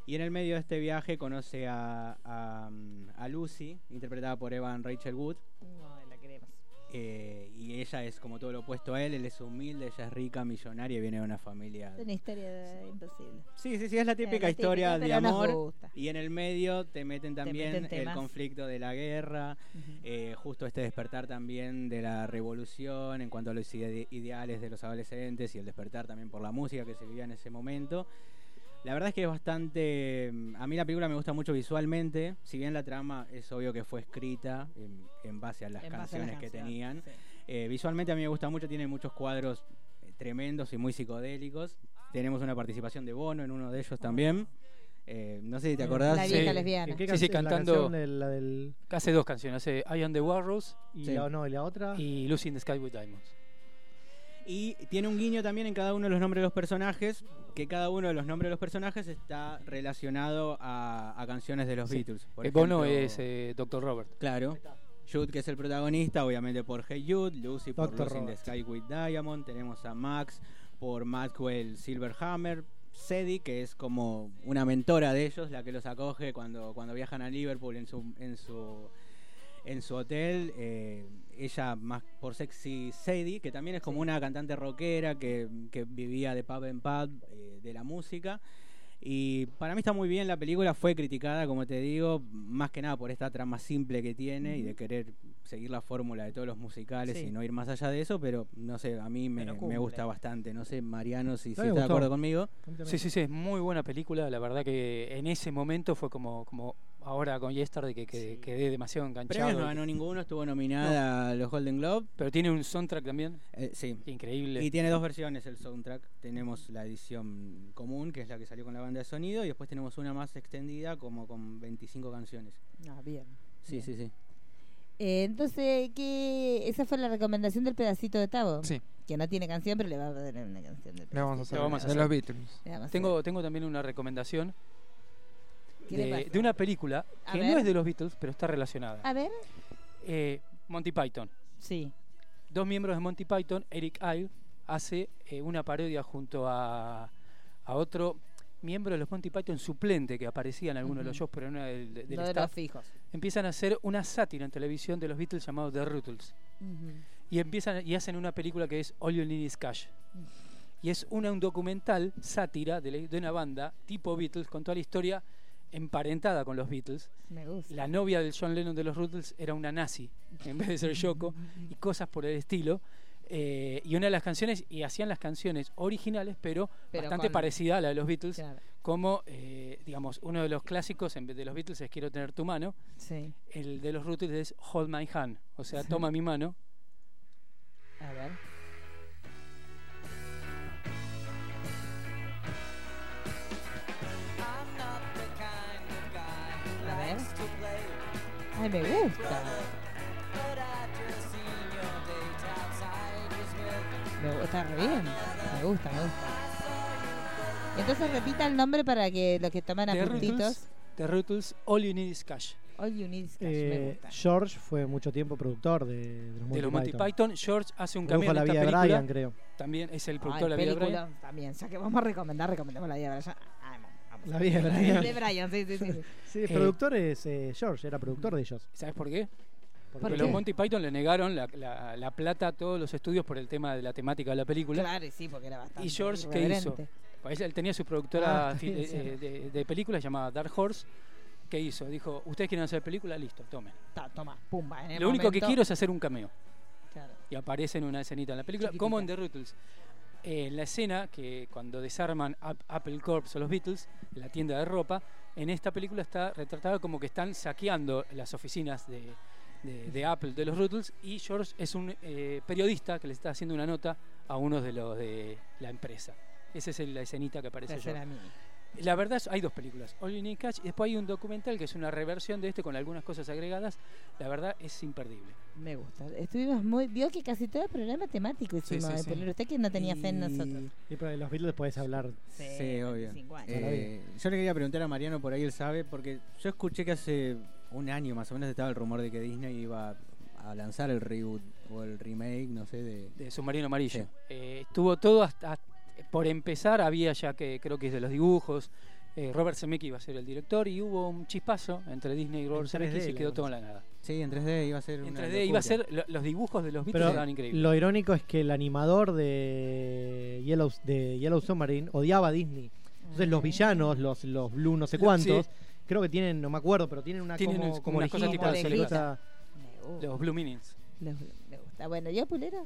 [SPEAKER 10] Y en el medio de este viaje conoce a, a, a Lucy, interpretada por Evan Rachel Wood,
[SPEAKER 5] No, la queremos.
[SPEAKER 10] eh, y ella es como todo lo opuesto a él, él es humilde, ella es rica, millonaria y viene de una familia.
[SPEAKER 5] Es una historia de- imposible.
[SPEAKER 10] Sí, sí, sí, es la típica historia de
[SPEAKER 5] Eh, pero nos
[SPEAKER 10] amor.
[SPEAKER 5] gusta.
[SPEAKER 10] Y en el medio te meten también
[SPEAKER 5] meten
[SPEAKER 10] el
[SPEAKER 5] temas.
[SPEAKER 10] conflicto de la guerra, eh, justo este despertar también de la revolución en cuanto a los ide- ideales de los adolescentes y el despertar también por la música que se vivía en ese momento. La verdad es que es bastante... mm, A mí la película me gusta mucho visualmente, si bien la trama es obvio que fue escrita en, en base a las
[SPEAKER 6] En base a las
[SPEAKER 10] canciones que
[SPEAKER 6] canciones,
[SPEAKER 10] tenían. Eh, visualmente a mí me gusta mucho, tiene muchos cuadros eh, tremendos y muy psicodélicos. Tenemos una participación de Bono en uno de ellos también. Eh, no sé si te acordás.
[SPEAKER 5] La vieja Sí. lesbiana.
[SPEAKER 10] ¿En
[SPEAKER 6] Sí,
[SPEAKER 10] qué
[SPEAKER 6] sí,
[SPEAKER 10] canción? ¿La
[SPEAKER 6] cantando.
[SPEAKER 10] canción del- la del-
[SPEAKER 6] Hace dos canciones.
[SPEAKER 10] eh,
[SPEAKER 6] Hace I Am the Warros.
[SPEAKER 7] Y la- no, y la otra.
[SPEAKER 6] Y Lucy in the Sky with Diamonds.
[SPEAKER 10] Y tiene un guiño también en cada uno de los nombres de los personajes, que cada uno de los nombres de los personajes está relacionado a, a canciones de los
[SPEAKER 6] Sí.
[SPEAKER 10] Beatles. Por
[SPEAKER 6] Eh, Bono
[SPEAKER 10] ejemplo,
[SPEAKER 6] es eh, Dr. Robert.
[SPEAKER 10] Claro. Jude, que es el protagonista, obviamente por Hey Jude, Lucy por
[SPEAKER 6] Dr.
[SPEAKER 10] Lucy in the
[SPEAKER 6] Robert.
[SPEAKER 10] Sky with Diamond, tenemos a Max por Maxwell Silverhammer, Sadie, que es como una mentora de ellos, la que los acoge cuando, cuando viajan a Liverpool en su, en su, en su hotel. eh,
[SPEAKER 24] ella más por sexy Sadie, que también es como una cantante rockera que, que vivía de pub en pub eh, de la música. Y para mí está muy bien, la película fue criticada, como te digo, más que nada por esta trama simple que tiene y de querer seguir la fórmula de todos los musicales
[SPEAKER 10] Sí.
[SPEAKER 24] y no ir más allá de eso, pero no sé, a mí me,
[SPEAKER 10] Pero
[SPEAKER 24] me
[SPEAKER 10] cumple.
[SPEAKER 24] gusta bastante, no sé, Mariano, si, si está
[SPEAKER 10] me
[SPEAKER 24] de
[SPEAKER 10] gustó.
[SPEAKER 24] acuerdo conmigo.
[SPEAKER 10] Sí, sí, sí, es muy buena película. La verdad que en ese momento fue como, como ahora con Yesterday que, que quedé demasiado enganchado.
[SPEAKER 24] Premios no ganó ninguno, estuvo nominada a los Golden Globe. Eh,
[SPEAKER 10] Pero tiene un soundtrack también.
[SPEAKER 24] sí.
[SPEAKER 10] Increíble.
[SPEAKER 24] Y tiene dos versiones el soundtrack. Tenemos la edición común, que es la que salió con la banda de sonido, y después tenemos una más extendida, como con 25 canciones.
[SPEAKER 5] Ah, bien.
[SPEAKER 24] Sí, sí, sí.
[SPEAKER 5] Eh, entonces, ¿qué? esa fue la recomendación del pedacito de Tavo.
[SPEAKER 6] Sí.
[SPEAKER 5] Que no tiene canción, pero le va a dar una canción del
[SPEAKER 6] Le vamos a
[SPEAKER 5] pedacito.
[SPEAKER 6] hacer de los Beatles.
[SPEAKER 5] Le vamos a hacer.
[SPEAKER 10] Tengo, tengo también una recomendación
[SPEAKER 5] ¿Qué le
[SPEAKER 10] de,
[SPEAKER 5] pasa?
[SPEAKER 10] de una película
[SPEAKER 5] A
[SPEAKER 10] que
[SPEAKER 5] ver.
[SPEAKER 10] no es de los Beatles, pero está relacionada.
[SPEAKER 5] A ver.
[SPEAKER 10] Eh, Monty Python.
[SPEAKER 5] Sí.
[SPEAKER 10] Dos miembros de Monty Python, Eric Idle, hace eh, una parodia junto a, a otro miembro de los Monty Python suplente que aparecía en alguno de los
[SPEAKER 5] Ujú.
[SPEAKER 10] shows, pero no era del, del
[SPEAKER 5] No de los
[SPEAKER 10] staff.
[SPEAKER 5] fijos.
[SPEAKER 10] Empiezan a hacer una sátira en televisión de los Beatles llamado The Rutles. y empiezan y hacen una película que es All You Need Is Cash. Y es una, un documental sátira de, la- de una banda tipo Beatles con toda la historia emparentada con los Beatles.
[SPEAKER 5] Me gusta.
[SPEAKER 10] La novia del John Lennon de los Beatles era una nazi en vez de ser Yoko y cosas por el estilo. Eh, y una de las canciones, y hacían las canciones originales, pero,
[SPEAKER 5] Pero
[SPEAKER 10] bastante
[SPEAKER 5] con-
[SPEAKER 10] parecida a la de los Beatles,
[SPEAKER 5] Claro.
[SPEAKER 10] como, eh, digamos, uno de los clásicos en vez de los Beatles es Quiero tener tu mano,
[SPEAKER 5] Sí.
[SPEAKER 10] el de los Beatles es Hold My Hand, o sea,
[SPEAKER 5] Sí.
[SPEAKER 10] toma mi mano,
[SPEAKER 5] A ver. A ver. Ay, me gusta. Me gu- está re bien. Me gusta, me gusta. Entonces repita el nombre para que los que toman
[SPEAKER 10] The
[SPEAKER 5] apuntitos.
[SPEAKER 10] Rutles, The Rutles, All You Need Is Cash.
[SPEAKER 5] All you need is cash, me
[SPEAKER 7] Eh,
[SPEAKER 5] gusta.
[SPEAKER 7] George fue mucho tiempo productor de, de los,
[SPEAKER 10] De los Monty Python, George hace un
[SPEAKER 7] Produjo
[SPEAKER 10] cameo en
[SPEAKER 7] La
[SPEAKER 10] esta
[SPEAKER 7] vida de
[SPEAKER 10] película.
[SPEAKER 7] Brian, creo.
[SPEAKER 10] También es el
[SPEAKER 5] Ay,
[SPEAKER 10] productor de La Vida de
[SPEAKER 5] Ah, película,
[SPEAKER 10] Brian.
[SPEAKER 5] También, ya que vamos a recomendar, recomendemos la vida de Brian. Ay, vamos.
[SPEAKER 7] La vida de Brian.
[SPEAKER 5] De Brian, sí, sí, sí. Eh,
[SPEAKER 7] Sí, productor es eh, George, era productor de ellos.
[SPEAKER 10] ¿Sabes por qué?
[SPEAKER 7] ¿Por
[SPEAKER 10] Porque
[SPEAKER 7] qué?
[SPEAKER 10] los Monty Python le negaron la, la- la plata a todos los estudios por el tema de la temática de la película.
[SPEAKER 5] Claro, y sí, porque era bastante.
[SPEAKER 10] ¿Y George qué hizo?
[SPEAKER 5] irreverente.
[SPEAKER 10] Pues él tenía su productora
[SPEAKER 5] Ah, está
[SPEAKER 10] fi-
[SPEAKER 5] bien, sí.
[SPEAKER 10] eh, de, de películas llamada Dark Horse. ¿Qué hizo? Dijo, ¿ustedes quieren hacer película? Listo, tomen.
[SPEAKER 5] Ta, toma, pumba. En el
[SPEAKER 10] Lo único que
[SPEAKER 5] momento-
[SPEAKER 10] quiero es hacer un cameo.
[SPEAKER 5] Claro.
[SPEAKER 10] y aparece en una escenita en la película, como en The Rutles. Eh, en la escena que cuando desarman Ap- Apple Corps o los Beatles, la tienda de ropa, en esta película está retratada como que están saqueando las oficinas de, de- de Apple, de los Rutles, y George es un eh, periodista que le está haciendo una nota a uno de los de la empresa. Esa es el- la escenita que aparece
[SPEAKER 5] La
[SPEAKER 10] George.
[SPEAKER 5] escena mini.
[SPEAKER 10] La verdad es, hay dos películas, All You Need Is Cash, y después hay un documental que es una reversión de este con algunas cosas agregadas. La verdad es imperdible.
[SPEAKER 5] Me gusta. Estuvimos muy. Vio que casi todo el programa temático
[SPEAKER 10] Sí,
[SPEAKER 5] hicimos.
[SPEAKER 10] sí,
[SPEAKER 5] de
[SPEAKER 10] sí.
[SPEAKER 5] Pelero. Usted que no tenía fe en nosotros.
[SPEAKER 7] Y pero de los Beatles podés hablar.
[SPEAKER 5] Sí,
[SPEAKER 24] Sí, obvio.
[SPEAKER 5] 25 años.
[SPEAKER 24] Eh, yo le quería preguntar a Mariano, por ahí él sabe, porque yo escuché que hace un año más o menos estaba el rumor de que Disney iba a lanzar el reboot o el remake, no sé, de...
[SPEAKER 10] de Submarino Amarillo.
[SPEAKER 24] Sí.
[SPEAKER 10] Eh, estuvo todo hasta, hasta- por empezar, había ya que creo que es de los dibujos. eh, Robert Zemeckis iba a ser el director y hubo un chispazo entre Disney y Robert Zemeckis
[SPEAKER 24] 3D
[SPEAKER 10] y quedó
[SPEAKER 24] la
[SPEAKER 10] todo en la nada.
[SPEAKER 24] Sí, en 3D iba a ser
[SPEAKER 10] En
[SPEAKER 24] una
[SPEAKER 10] 3D iba a
[SPEAKER 24] locura.
[SPEAKER 10] ser lo- los dibujos de los Beatles
[SPEAKER 7] Pero
[SPEAKER 10] eran increíbles.
[SPEAKER 7] lo irónico es que el animador de Yellow, de Yellow Submarine odiaba a Disney. Entonces los villanos, los, los Blue no sé
[SPEAKER 10] Lo-
[SPEAKER 7] cuántos,
[SPEAKER 10] sí.
[SPEAKER 7] creo que tienen, no me acuerdo, pero tienen una
[SPEAKER 10] Tienen
[SPEAKER 7] como,
[SPEAKER 10] un-
[SPEAKER 7] como
[SPEAKER 10] unas cosas
[SPEAKER 7] orejita,
[SPEAKER 10] tipo de
[SPEAKER 7] una
[SPEAKER 10] orejita.
[SPEAKER 7] cosa-
[SPEAKER 10] Los Blue Minions.
[SPEAKER 5] Los- me gusta. Bueno, yo, Pulero.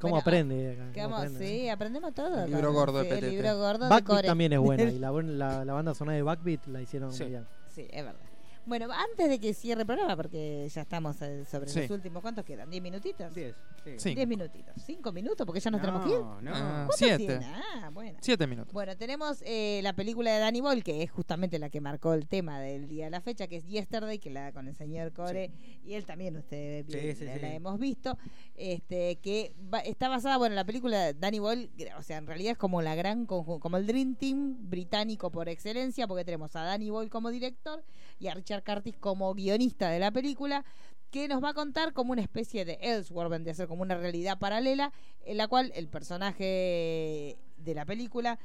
[SPEAKER 7] ¿Cómo
[SPEAKER 5] Bueno,
[SPEAKER 7] aprende? acá?
[SPEAKER 5] ¿Qué
[SPEAKER 7] ¿Cómo
[SPEAKER 5] vamos?
[SPEAKER 7] aprende?
[SPEAKER 5] Sí, aprendemos todo.
[SPEAKER 7] El libro
[SPEAKER 5] acá.
[SPEAKER 7] gordo de
[SPEAKER 5] Sí, El
[SPEAKER 7] PTT.
[SPEAKER 5] libro gordo de
[SPEAKER 7] Backbeat
[SPEAKER 5] Core.
[SPEAKER 7] también es buena y la, buen- la, la banda sonora de Backbeat la hicieron
[SPEAKER 5] Sí.
[SPEAKER 7] muy bien.
[SPEAKER 5] Sí, es verdad. Bueno, antes de que cierre el programa, porque ya estamos eh, sobre
[SPEAKER 7] Sí.
[SPEAKER 5] los últimos, ¿cuántos quedan? ¿Diez minutitos? Diez.
[SPEAKER 6] Cinco.
[SPEAKER 5] Diez minutitos. ¿Cinco minutos? Porque ya nos tenemos que ir.
[SPEAKER 6] No, no. Ah,
[SPEAKER 5] ¿Cuánto
[SPEAKER 6] siete.
[SPEAKER 5] tiene? Ah, bueno.
[SPEAKER 6] Siete minutos.
[SPEAKER 5] Bueno, tenemos eh, la película de Danny Boyle, que es justamente la que marcó el tema del día de la fecha, que es Yesterday, que la con el señor Core y él también, usted
[SPEAKER 25] Sí,
[SPEAKER 5] bien,
[SPEAKER 25] sí,
[SPEAKER 5] la,
[SPEAKER 25] sí.
[SPEAKER 5] la hemos visto, este que va- está basada, bueno, la película Danny Boyle, que, o sea, en realidad es como la gran conju- como el Dream Team británico por excelencia, porque tenemos a Danny Boyle como director y a Richard Curtis como guionista de la película que nos va a contar como una especie de Ellsworth, vendría a ser como una realidad paralela, en la cual el personaje de la película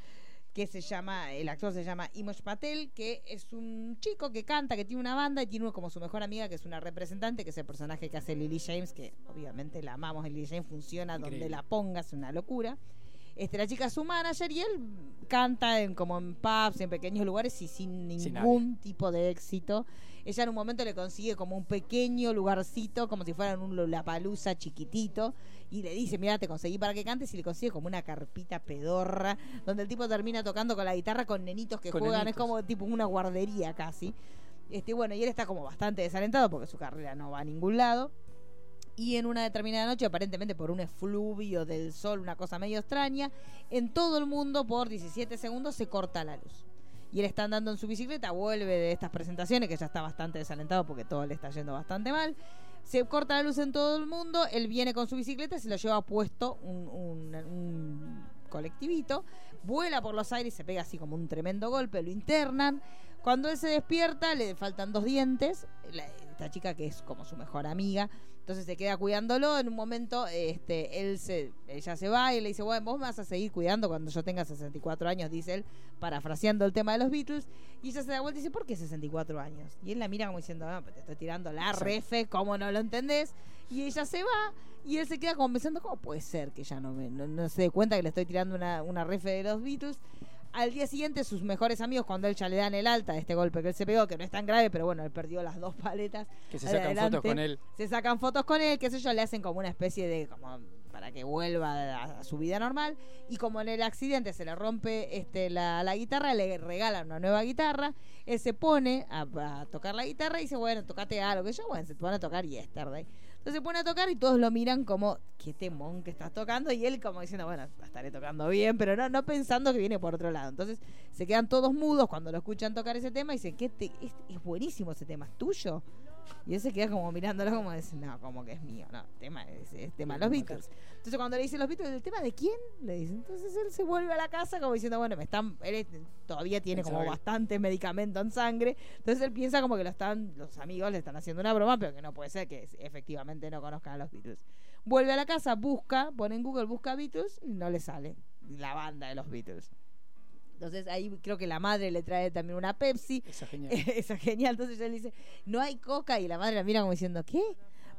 [SPEAKER 5] que se llama, el actor se llama Imosh Patel, que es un chico que canta, que tiene una banda y tiene como su mejor amiga, que es una representante, que es el personaje que hace Lily James, que obviamente la amamos, Lily James funciona donde
[SPEAKER 11] Increíble.
[SPEAKER 5] la pongas, una locura. Este, la chica es su manager y él canta en, como en pubs, en pequeños lugares y sin
[SPEAKER 11] Sin
[SPEAKER 5] ningún tipo de éxito. Ella en un momento le consigue como un pequeño lugarcito, como si fuera un palusa chiquitito, y le dice, mira, te conseguí para que cantes, y le consigue como una carpita pedorra, donde el tipo termina tocando con la guitarra con nenitos que
[SPEAKER 11] Con
[SPEAKER 5] juegan, es
[SPEAKER 11] nenitos.
[SPEAKER 5] como tipo una guardería casi. Este, bueno, y él está como bastante desalentado porque su carrera no va a ningún lado. Y en una determinada noche, aparentemente por un efluvio del sol, una cosa medio extraña, en todo el mundo por 17 segundos se corta la luz. Y él está andando en su bicicleta, vuelve de estas presentaciones, que ya está bastante desalentado porque todo le está yendo bastante mal. Se corta la luz en todo el mundo, él viene con su bicicleta, se lo lleva puesto un, un- un colectivito, vuela por los aires, se pega así como un tremendo golpe, lo internan. Cuando él se despierta, le faltan dos dientes, la- esta chica que es como su mejor amiga, entonces se queda cuidándolo. En un momento, este, él se, ella se va y le dice, bueno, vos me vas a seguir cuidando cuando yo tenga 64 años, dice él, parafraseando el tema de los Beatles. Y ella se da vuelta y dice, ¿por qué 64 años? Y él la mira como diciendo, no, pues te estoy tirando la
[SPEAKER 11] Exacto.
[SPEAKER 5] refe, ¿cómo no lo entendés? Y ella se va y él se queda como pensando, ¿cómo puede ser que ya no, me, no, no se dé cuenta que le estoy tirando una, una refe de los Beatles? Al día siguiente, sus mejores amigos, cuando él ya le dan el alta de este golpe que él se pegó, que no es tan grave, pero bueno, él perdió las dos paletas.
[SPEAKER 22] Que se
[SPEAKER 5] al
[SPEAKER 22] sacan fotos
[SPEAKER 5] adelante.
[SPEAKER 22] con él.
[SPEAKER 5] Se sacan fotos con él, qué sé yo, le hacen como una especie de, como para que vuelva a, a su vida normal. Y como en el accidente se le rompe este, la, la guitarra, le regalan una nueva guitarra. Él se pone a, a tocar la guitarra y dice, bueno, tocate algo. Que yo, bueno, se pone a tocar yesterday. Entonces se pone a tocar y todos lo miran como, qué temón que estás tocando. Y él como diciendo, bueno, la estaré tocando bien, pero no, no pensando que viene por otro lado. Entonces se quedan todos mudos cuando lo escuchan tocar ese tema y dicen, ¿qué te- es, es buenísimo ese tema, ¿es tuyo? Y él se queda como mirándolo como dice, no, como que es mío, no, tema es, es tema de los Beatles. Entonces cuando le dicen los Beatles, ¿el tema de quién? Le dicen, entonces él se vuelve a la casa como diciendo, bueno, me están, él es- todavía tiene como
[SPEAKER 11] Pensaba que-
[SPEAKER 5] bastante medicamento en sangre. Entonces él piensa como que lo están, los amigos le están haciendo una broma, pero que no puede ser que es- efectivamente no conozcan a los Beatles. Vuelve a la casa, busca, pone en Google, busca Beatles y no le sale la banda de los Beatles. Entonces ahí creo que la madre le trae también una Pepsi. Esa
[SPEAKER 22] genial.
[SPEAKER 5] Esa genial. Entonces él dice, no hay coca. Y la madre la mira como diciendo, ¿qué?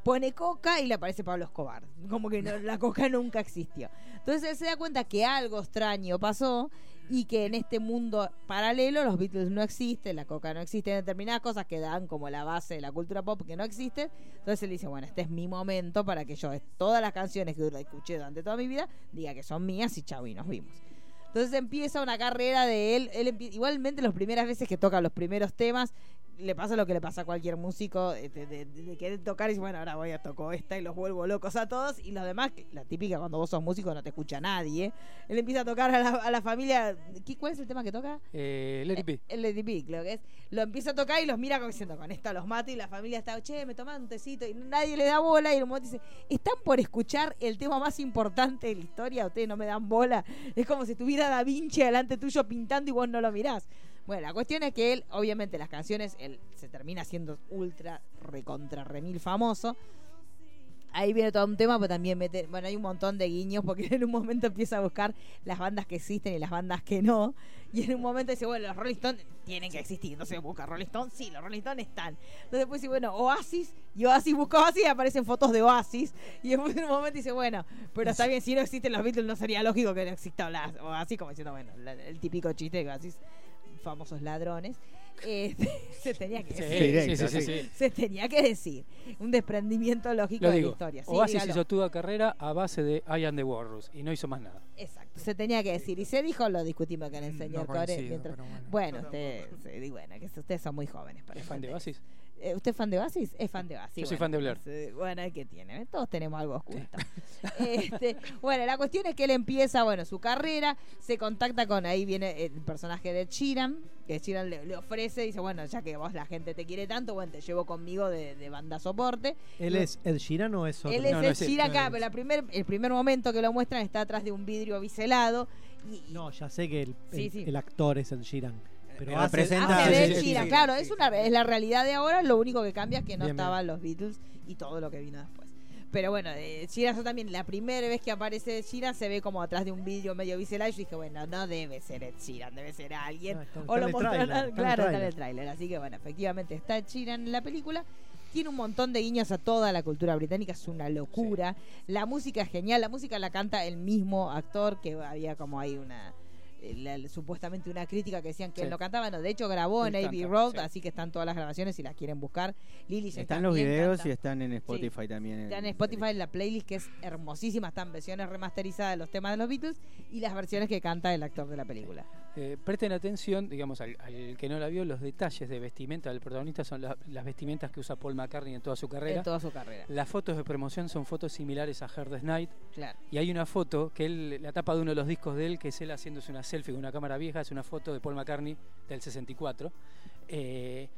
[SPEAKER 5] Pone coca y le aparece Pablo Escobar. Como que no- la coca nunca existió. Entonces él se da cuenta que algo extraño pasó y que en este mundo paralelo los Beatles no existen, la coca no existe, hay determinadas cosas que dan como la base de la cultura pop que no existen. Entonces él dice, bueno, este es mi momento para que yo todas las canciones que escuché durante toda mi vida diga que son mías y chau y nos vimos. Entonces empieza una carrera de él. él empie- igualmente, las primeras veces que toca los primeros temas, le pasa lo que le pasa a cualquier músico, este, de, de- de querer tocar y dice, bueno, ahora voy a tocar esta y los vuelvo locos a todos. Y los demás, que la típica cuando vos sos músico no te escucha nadie. Él empieza a tocar a la, a la familia. ¿qué- ¿Cuál es el tema que toca?
[SPEAKER 22] Eh, let it be.
[SPEAKER 5] El Lady P, creo que es. Lo empieza a tocar y los mira como diciendo, con esta los mato y la familia está, che, me toman un tecito y nadie le da bola y en un momento dice, están por escuchar el tema más importante de la historia, ustedes no me dan bola. Es como si estuviera Da Vinci delante tuyo pintando y vos no lo mirás. Bueno, la cuestión es que él, obviamente las canciones, él se termina siendo ultra, recontra, remil famoso. Ahí viene todo un tema, pero también mete, bueno, hay un montón de guiños porque en un momento empieza a buscar las bandas que existen y las bandas que no. Y en un momento dice, bueno, los Rolling Stones tienen que existir. Entonces busca Rolling Stones, sí, los Rolling Stones están. Entonces después dice, bueno, Oasis, y Oasis busca Oasis y aparecen fotos de Oasis. Y después en un momento dice, bueno, pero está bien, si no existen los Beatles, no sería lógico que no exista Ola- Oasis, como diciendo, bueno, la- el típico chiste de Oasis, famosos ladrones. Este, se tenía que
[SPEAKER 22] Sí,
[SPEAKER 5] decir.
[SPEAKER 22] sí, sí, sí, sí.
[SPEAKER 5] Se tenía que decir. Un desprendimiento lógico
[SPEAKER 22] Lo
[SPEAKER 5] de la
[SPEAKER 22] digo.
[SPEAKER 5] historia. Sí,
[SPEAKER 22] Oasis
[SPEAKER 5] dígalo.
[SPEAKER 22] hizo toda carrera a base de I am the Walrus y no hizo más nada.
[SPEAKER 5] Exacto, se tenía que decir. Y se dijo, lo discutimos
[SPEAKER 6] Mm,
[SPEAKER 5] con el señor Core.
[SPEAKER 22] Mm, coincido,
[SPEAKER 5] mientras-
[SPEAKER 22] pero
[SPEAKER 5] bueno, usted, sí, di- bueno, que ustedes son muy jóvenes. para
[SPEAKER 22] ¿Es fan de
[SPEAKER 5] entender.
[SPEAKER 22] Oasis?
[SPEAKER 5] Eh, ¿Usted es fan de Oasis? Es fan de Oasis.
[SPEAKER 22] Yo soy
[SPEAKER 5] bueno,
[SPEAKER 22] fan de Blair.
[SPEAKER 5] entonces, Bueno, ¿qué tiene? Todos tenemos algo oculto. Este, bueno, la cuestión es que él empieza, bueno, su carrera, se contacta con, ahí viene el personaje de Chiran, que Chiran le, le ofrece, dice, bueno, ya que vos la gente te quiere tanto, bueno, te llevo conmigo de, de banda soporte.
[SPEAKER 7] ¿Él
[SPEAKER 5] Y-
[SPEAKER 7] es el Sheeran o es otro?
[SPEAKER 5] él es el Sheeran, claro, pero la primer, el primer momento que lo muestran está atrás de un vidrio biselado. Y, y-
[SPEAKER 7] No, ya sé que el, el-
[SPEAKER 5] Sí, sí.
[SPEAKER 7] el actor es el Sheeran. Pero
[SPEAKER 10] Lo
[SPEAKER 7] hace-
[SPEAKER 10] presenta-
[SPEAKER 5] hace
[SPEAKER 7] hace de
[SPEAKER 5] de Sheeran,
[SPEAKER 7] Sheeran.
[SPEAKER 5] claro, es, una, es la realidad de ahora, lo único que cambia es que no
[SPEAKER 7] Bien, bien.
[SPEAKER 5] estaban los Beatles y todo lo que vino después. pero bueno, eh, Shira yo también, la primera vez que aparece Shira se ve como atrás de un vidrio medio biselar y yo dije, bueno, no debe ser Ed Sheeran, debe ser alguien.
[SPEAKER 11] No, está-
[SPEAKER 5] o
[SPEAKER 11] está en
[SPEAKER 5] lo
[SPEAKER 11] el
[SPEAKER 5] mostraron,
[SPEAKER 11] tráiler, está en el
[SPEAKER 5] claro, está en
[SPEAKER 11] tráiler.
[SPEAKER 5] el tráiler. Así que bueno, efectivamente está Ed Sheeran en la película. Tiene un montón de guiños a toda la cultura británica, es una locura. La música es genial, la música la canta el mismo actor que había como ahí una... eh, la- la- supuestamente una crítica que decían que
[SPEAKER 11] Sí.
[SPEAKER 5] él no cantaba, no, de hecho grabó en
[SPEAKER 11] Él
[SPEAKER 5] Abbey
[SPEAKER 11] canta,
[SPEAKER 5] Road,
[SPEAKER 11] sí.
[SPEAKER 5] así que están todas las grabaciones si las quieren buscar. Lily James
[SPEAKER 10] Están los
[SPEAKER 5] también
[SPEAKER 10] videos
[SPEAKER 11] este,
[SPEAKER 5] canta.
[SPEAKER 10] y están en Spotify también.
[SPEAKER 5] Está en
[SPEAKER 22] Eh,
[SPEAKER 5] Spotify la playlist que es hermosísima, están versiones remasterizadas de los temas de los Beatles y las versiones que canta el actor de la película.
[SPEAKER 22] Eh, presten atención, digamos, al, al que no la vio, los detalles de vestimenta del protagonista son la- las vestimentas que usa Paul McCartney en toda su carrera.
[SPEAKER 5] En toda su carrera.
[SPEAKER 22] Las fotos de promoción son fotos similares a Herd's Night.
[SPEAKER 5] Claro.
[SPEAKER 22] Y hay una foto que él, la tapa de uno de los discos de él, que es él haciéndose una selfie con una cámara vieja, es una foto de Paul McCartney del 64. Eh,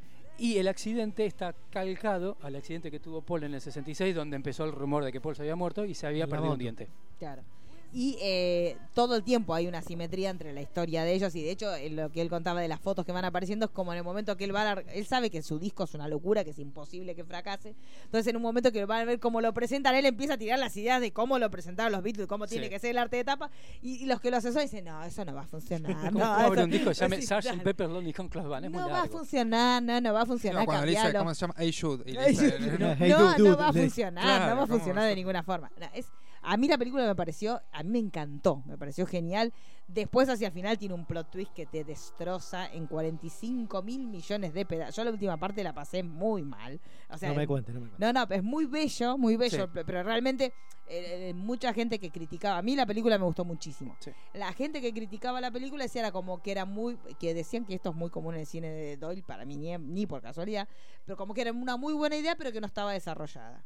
[SPEAKER 22] y el accidente está calcado al accidente que tuvo Paul en el 66, donde empezó el rumor de que Paul se había muerto y se había
[SPEAKER 10] La
[SPEAKER 22] perdido un
[SPEAKER 10] moto.
[SPEAKER 22] diente.
[SPEAKER 5] Claro. Y eh, todo el tiempo hay una simetría entre la historia de ellos y de hecho eh, lo que él contaba de las fotos que van apareciendo es como en el momento que él va a... la- Él sabe que su disco es una locura, que es imposible que fracase. Entonces en un momento que van a ver cómo lo presentan, él empieza a tirar las ideas de cómo lo presentaron los Beatles, cómo tiene
[SPEAKER 22] Sí.
[SPEAKER 5] que ser el arte de tapa. Y, y los que lo asesoran dicen, no, eso no va a funcionar.
[SPEAKER 22] ¿Cómo
[SPEAKER 5] no,
[SPEAKER 22] abre
[SPEAKER 5] eso-
[SPEAKER 22] un disco que se llame
[SPEAKER 5] Sí,
[SPEAKER 22] Sgt.
[SPEAKER 5] claro.
[SPEAKER 22] Pepper Lonely Hearts Club Band? Es muy
[SPEAKER 5] No va a
[SPEAKER 22] largo.
[SPEAKER 5] funcionar, no, no va a funcionar.
[SPEAKER 6] No, cuando le dice,
[SPEAKER 5] cambialo.
[SPEAKER 6] ¿cómo se llama? Hey Jude. y le
[SPEAKER 5] Ay,
[SPEAKER 6] dice-
[SPEAKER 5] yo- no, no, no va a funcionar, no va a funcionar de ninguna forma. No, es, a mí la película me pareció, a mí me encantó, me pareció genial. Después hacia el final tiene un plot twist que te destroza en 45 mil millones de pedazos. Yo la última parte la pasé muy mal. O sea,
[SPEAKER 7] no me
[SPEAKER 5] en-
[SPEAKER 7] cuentes, no me cuentes.
[SPEAKER 5] no, no, es muy bello, muy bello,
[SPEAKER 7] Sí.
[SPEAKER 5] pe- pero realmente eh, eh, mucha gente que criticaba, a mí la película me gustó muchísimo. La gente que criticaba la película decía era como que era muy, que decían que esto es muy común en el cine de Doyle, para mí ni, ni por casualidad, pero como que era una muy buena idea, pero que no estaba desarrollada.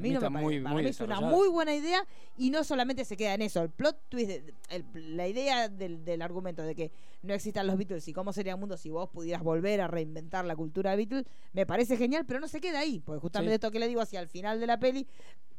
[SPEAKER 22] Para
[SPEAKER 5] mí,
[SPEAKER 22] mí
[SPEAKER 5] no me
[SPEAKER 22] está muy-
[SPEAKER 5] parece, para
[SPEAKER 22] muy
[SPEAKER 5] mí es una
[SPEAKER 22] desarrollada.
[SPEAKER 5] muy buena idea y no solamente se queda en eso, el plot twist, de- el- la idea del, del argumento de que no existan los Beatles y cómo sería el mundo si vos pudieras volver a reinventar la cultura de Beatles, me parece genial, pero no se queda ahí, porque justamente
[SPEAKER 11] Sí.
[SPEAKER 5] esto que le digo hacia el final de la peli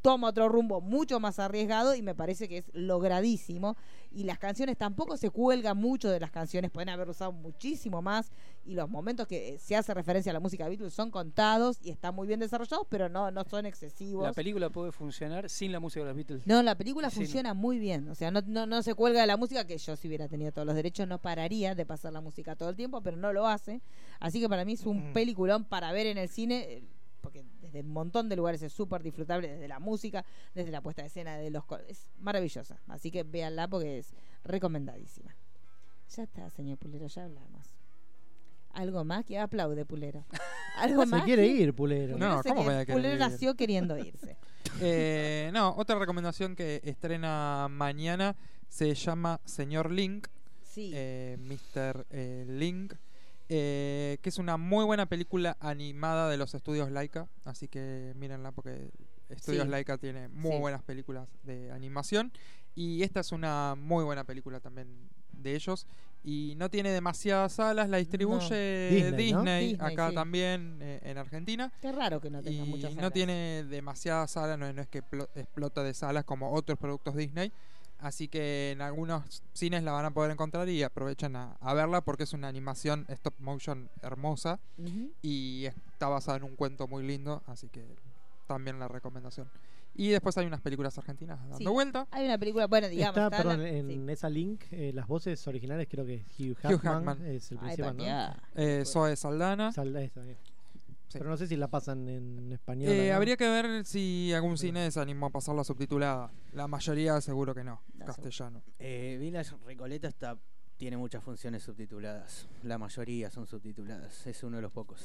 [SPEAKER 5] toma otro rumbo mucho más arriesgado y me parece que es logradísimo y las canciones tampoco se cuelgan mucho de las canciones, pueden haber usado muchísimo más y los momentos que eh, se hace referencia a la música de Beatles son contados y están muy bien desarrollados, pero no, no son excesivos.
[SPEAKER 22] La película puede funcionar sin la música de los Beatles.
[SPEAKER 5] No, la película
[SPEAKER 22] Sin-
[SPEAKER 5] funciona muy bien. O sea, no, no, no se cuelga de la música, que yo si hubiera tenido todos los derechos no pararía de pasar la música todo el tiempo, pero no lo hace. Así que para mí es un
[SPEAKER 11] Mm.
[SPEAKER 5] peliculón para ver en el cine, eh, porque desde un montón de lugares es súper disfrutable, desde la música, desde la puesta de escena, de los... co- Es maravillosa. Así que véanla porque es recomendadísima. Ya está, señor Pulero, ya hablamos. ¿Algo más? Que aplaude, Pulero. ¿Algo
[SPEAKER 7] Se
[SPEAKER 5] más?
[SPEAKER 7] quiere
[SPEAKER 5] que-
[SPEAKER 7] ir, Pulero.
[SPEAKER 6] No,
[SPEAKER 5] se
[SPEAKER 6] ¿cómo
[SPEAKER 5] quiere-
[SPEAKER 6] voy a querer
[SPEAKER 5] Pulero
[SPEAKER 6] ir?
[SPEAKER 5] nació queriendo irse.
[SPEAKER 6] Eh, no, otra recomendación que estrena mañana se llama Señor Link.
[SPEAKER 5] Sí.
[SPEAKER 6] Eh, Mr. eh, Link. eh, que es una muy buena película animada de los estudios Laika. Así que mírenla porque Estudios
[SPEAKER 22] Sí.
[SPEAKER 6] Laika tiene muy
[SPEAKER 22] Sí.
[SPEAKER 6] buenas películas de animación. Y esta es una muy buena película también de ellos. Y no tiene demasiadas salas, la distribuye
[SPEAKER 22] Disney,
[SPEAKER 6] Disney,
[SPEAKER 22] ¿no? Disney,
[SPEAKER 6] acá
[SPEAKER 22] sí.
[SPEAKER 6] también eh, en Argentina.
[SPEAKER 5] Qué raro que no tenga
[SPEAKER 6] Y
[SPEAKER 5] muchas
[SPEAKER 6] No
[SPEAKER 5] salas.
[SPEAKER 6] tiene demasiadas salas, no, no es que plo- explota de salas como otros productos Disney. Así que en algunos cines la van a poder encontrar y aprovechan a, a verla porque es una animación stop motion hermosa
[SPEAKER 5] Ujú.
[SPEAKER 6] y está basada en un cuento muy lindo, así que también la recomendación. Y después hay unas películas argentinas dando
[SPEAKER 5] Sí.
[SPEAKER 6] vuelta.
[SPEAKER 5] Hay una película, bueno, digamos,
[SPEAKER 7] está,
[SPEAKER 5] está la-
[SPEAKER 7] perdón, en esa link, eh, las voces originales creo que es Hugh Hackman,
[SPEAKER 6] Hugh Hackman.
[SPEAKER 7] es el
[SPEAKER 6] Ay,
[SPEAKER 7] principal,
[SPEAKER 6] papiá.
[SPEAKER 7] ¿no?
[SPEAKER 6] Eh, Zoe Saldana.
[SPEAKER 7] Pero no sé si la pasan en español.
[SPEAKER 6] Eh,
[SPEAKER 7] ¿no?
[SPEAKER 6] Habría que ver si algún cine se animó a pasarla subtitulada. La mayoría seguro que no,
[SPEAKER 10] No,
[SPEAKER 6] castellano.
[SPEAKER 10] Eh, Village Recoleta está, tiene muchas funciones subtituladas. La mayoría son subtituladas. Es uno de los pocos.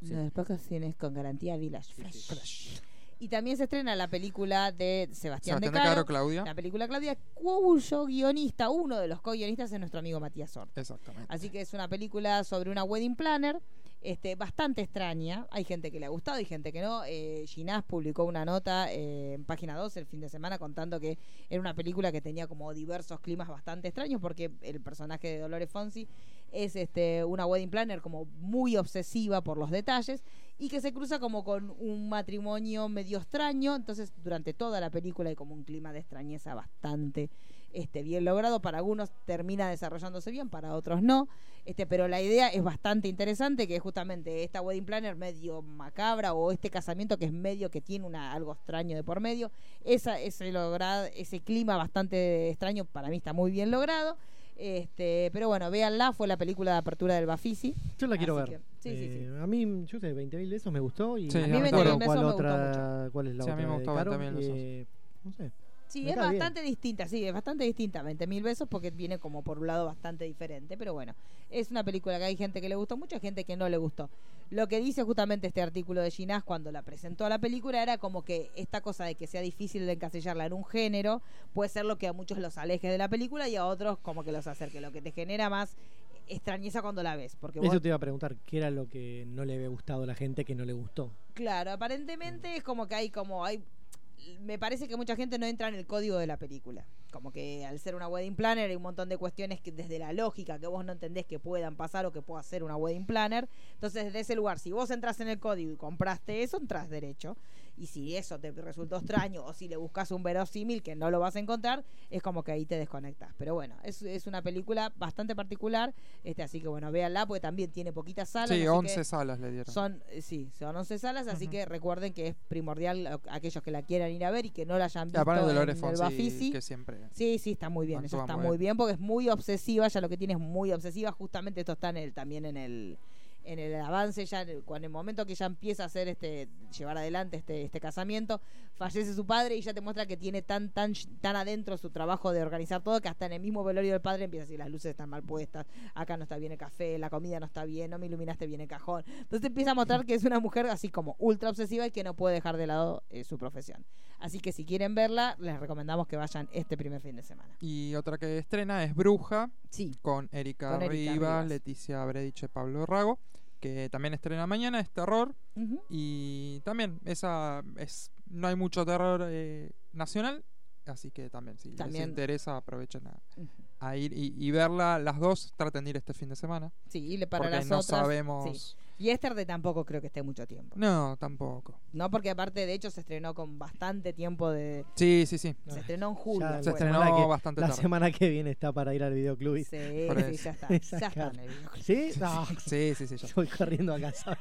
[SPEAKER 10] Sí.
[SPEAKER 5] Uno de los pocos cines con garantía Village Fresh. Y también se estrena la película de Sebastián,
[SPEAKER 6] Sebastián
[SPEAKER 5] de
[SPEAKER 6] de
[SPEAKER 5] Caro,
[SPEAKER 6] Caro, Claudia.
[SPEAKER 5] La película Claudia, cuyo guionista, uno de los co-guionistas es nuestro amigo Matías Horta.
[SPEAKER 6] Exactamente.
[SPEAKER 5] Así que es una película sobre una wedding planner, este, bastante extraña. Hay gente que le ha gustado y gente que no. Eh, Ginás publicó una nota eh, en página 2 el fin de semana contando que era una película que tenía como diversos climas bastante extraños porque el personaje de Dolores Fonsi es este, una wedding planner como muy obsesiva por los detalles y que se cruza como con un matrimonio medio extraño, entonces durante toda la película hay como un clima de extrañeza bastante este, bien logrado, para algunos termina desarrollándose bien, para otros no, este, pero la idea es bastante interesante, que es justamente esta wedding planner medio macabra o este casamiento que es medio que tiene una, algo extraño de por medio, Esa, ese, logrado, ese clima bastante extraño para mí está muy bien logrado. Este, pero bueno, véanla, fue la película de apertura del Bafisi.
[SPEAKER 7] Yo la quiero
[SPEAKER 5] Así
[SPEAKER 7] ver.
[SPEAKER 5] que- sí, sí, sí.
[SPEAKER 7] Eh, A mí, yo sé, 20.000 besos me gustó y
[SPEAKER 6] Sí,
[SPEAKER 7] no
[SPEAKER 6] a mí
[SPEAKER 7] me
[SPEAKER 6] 20.000
[SPEAKER 7] acuerdo
[SPEAKER 6] besos
[SPEAKER 7] cuál
[SPEAKER 6] me
[SPEAKER 7] otra,
[SPEAKER 6] gustó mucho.
[SPEAKER 7] cuál es la
[SPEAKER 6] Sí, a mí
[SPEAKER 7] otra
[SPEAKER 6] me
[SPEAKER 7] de
[SPEAKER 6] gustaba
[SPEAKER 7] Caro,
[SPEAKER 6] también los
[SPEAKER 7] eh, no sé.
[SPEAKER 5] Sí,
[SPEAKER 7] Me
[SPEAKER 5] es
[SPEAKER 7] cae bien.
[SPEAKER 5] bastante distinta, sí, es bastante distinta. 20.000 besos porque viene como por un lado bastante diferente, pero bueno, es una película que hay gente que le gustó mucho, gente que no le gustó. Lo que dice justamente este artículo de Ginás cuando la presentó a la película era como que esta cosa de que sea difícil de encasillarla en un género puede ser lo que a muchos los aleje de la película y a otros como que los acerque, lo que te genera más extrañeza cuando la ves. Porque vos
[SPEAKER 7] Eso te iba a preguntar, ¿qué era lo que no le había gustado a la gente que no le gustó?
[SPEAKER 5] Claro, aparentemente es como que hay como hay me parece que mucha gente no entra en el código de la película. Como que al ser una wedding planner hay un montón de cuestiones que desde la lógica que vos no entendés que puedan pasar o que pueda ser una wedding planner. Entonces, desde ese lugar, si vos entras en el código y compraste eso, entras derecho. Y si eso te resultó extraño o si le buscas un verosímil que no lo vas a encontrar, es como que ahí te desconectas. Pero bueno, es, es una película bastante particular. Este, así que bueno, véanla porque también tiene poquitas salas. así
[SPEAKER 6] Sí,
[SPEAKER 5] que
[SPEAKER 6] 11 salas le dieron.
[SPEAKER 5] Son, eh, sí, son 11 salas, así que recuerden que es primordial a- aquellos que la quieran ir a ver y que no la hayan
[SPEAKER 6] Y
[SPEAKER 5] visto
[SPEAKER 6] aparte
[SPEAKER 5] en
[SPEAKER 6] Ah, Dolores
[SPEAKER 5] el
[SPEAKER 6] Fonsi,
[SPEAKER 5] Bafisi.
[SPEAKER 6] que siempre.
[SPEAKER 5] Sí, sí, está muy bien, eso
[SPEAKER 6] actúa
[SPEAKER 5] está
[SPEAKER 6] muy
[SPEAKER 5] muy
[SPEAKER 6] bien.
[SPEAKER 5] bien. porque es muy obsesiva, ya lo que tiene es muy obsesiva, justamente esto está en el, también en el en el avance ya en el, cuando el momento que ya empieza a hacer este llevar adelante este este casamiento, fallece su padre y ya te muestra que tiene tan tan tan adentro su trabajo de organizar todo que hasta en el mismo velorio del padre empieza a decir las luces están mal puestas, acá no está bien el café, la comida no está bien, no me iluminaste bien el cajón. Entonces te empieza a mostrar que es una mujer así como ultra obsesiva y que no puede dejar de lado eh, su profesión. Así que si quieren verla, les recomendamos que vayan este primer fin de semana.
[SPEAKER 6] Y otra que estrena es Bruja, con Erika,
[SPEAKER 5] Con Erika
[SPEAKER 6] Rivas,
[SPEAKER 5] Rivas.
[SPEAKER 6] Leticia Brediche, Pablo Rago, que también estrena mañana, es terror.
[SPEAKER 5] Ujú.
[SPEAKER 6] Y también esa es no hay mucho terror eh, nacional, así que también si
[SPEAKER 5] También-
[SPEAKER 6] les interesa aprovechen a,
[SPEAKER 5] Ujú.
[SPEAKER 6] a ir y, y verla. Las dos traten de ir este fin de semana.
[SPEAKER 5] Sí, y le para
[SPEAKER 6] porque
[SPEAKER 5] las
[SPEAKER 6] no
[SPEAKER 5] otras,
[SPEAKER 6] sabemos.
[SPEAKER 5] sí. Y Yesterday tampoco creo que esté mucho tiempo.
[SPEAKER 6] No, tampoco.
[SPEAKER 5] No, porque aparte de hecho se estrenó con bastante tiempo de.
[SPEAKER 6] Sí, sí, sí.
[SPEAKER 5] Se estrenó en julio.
[SPEAKER 7] Ya
[SPEAKER 5] fue.
[SPEAKER 7] la semana que- La
[SPEAKER 6] tarde.
[SPEAKER 7] semana que viene está para ir al videoclub.
[SPEAKER 5] Sí,
[SPEAKER 6] Por sí, eso.
[SPEAKER 5] ya está,
[SPEAKER 7] Esa
[SPEAKER 5] ya está
[SPEAKER 7] cara.
[SPEAKER 5] en el videoclub.
[SPEAKER 7] ¿Sí? No.
[SPEAKER 6] Sí, sí, sí. ya.
[SPEAKER 7] Voy corriendo a casa.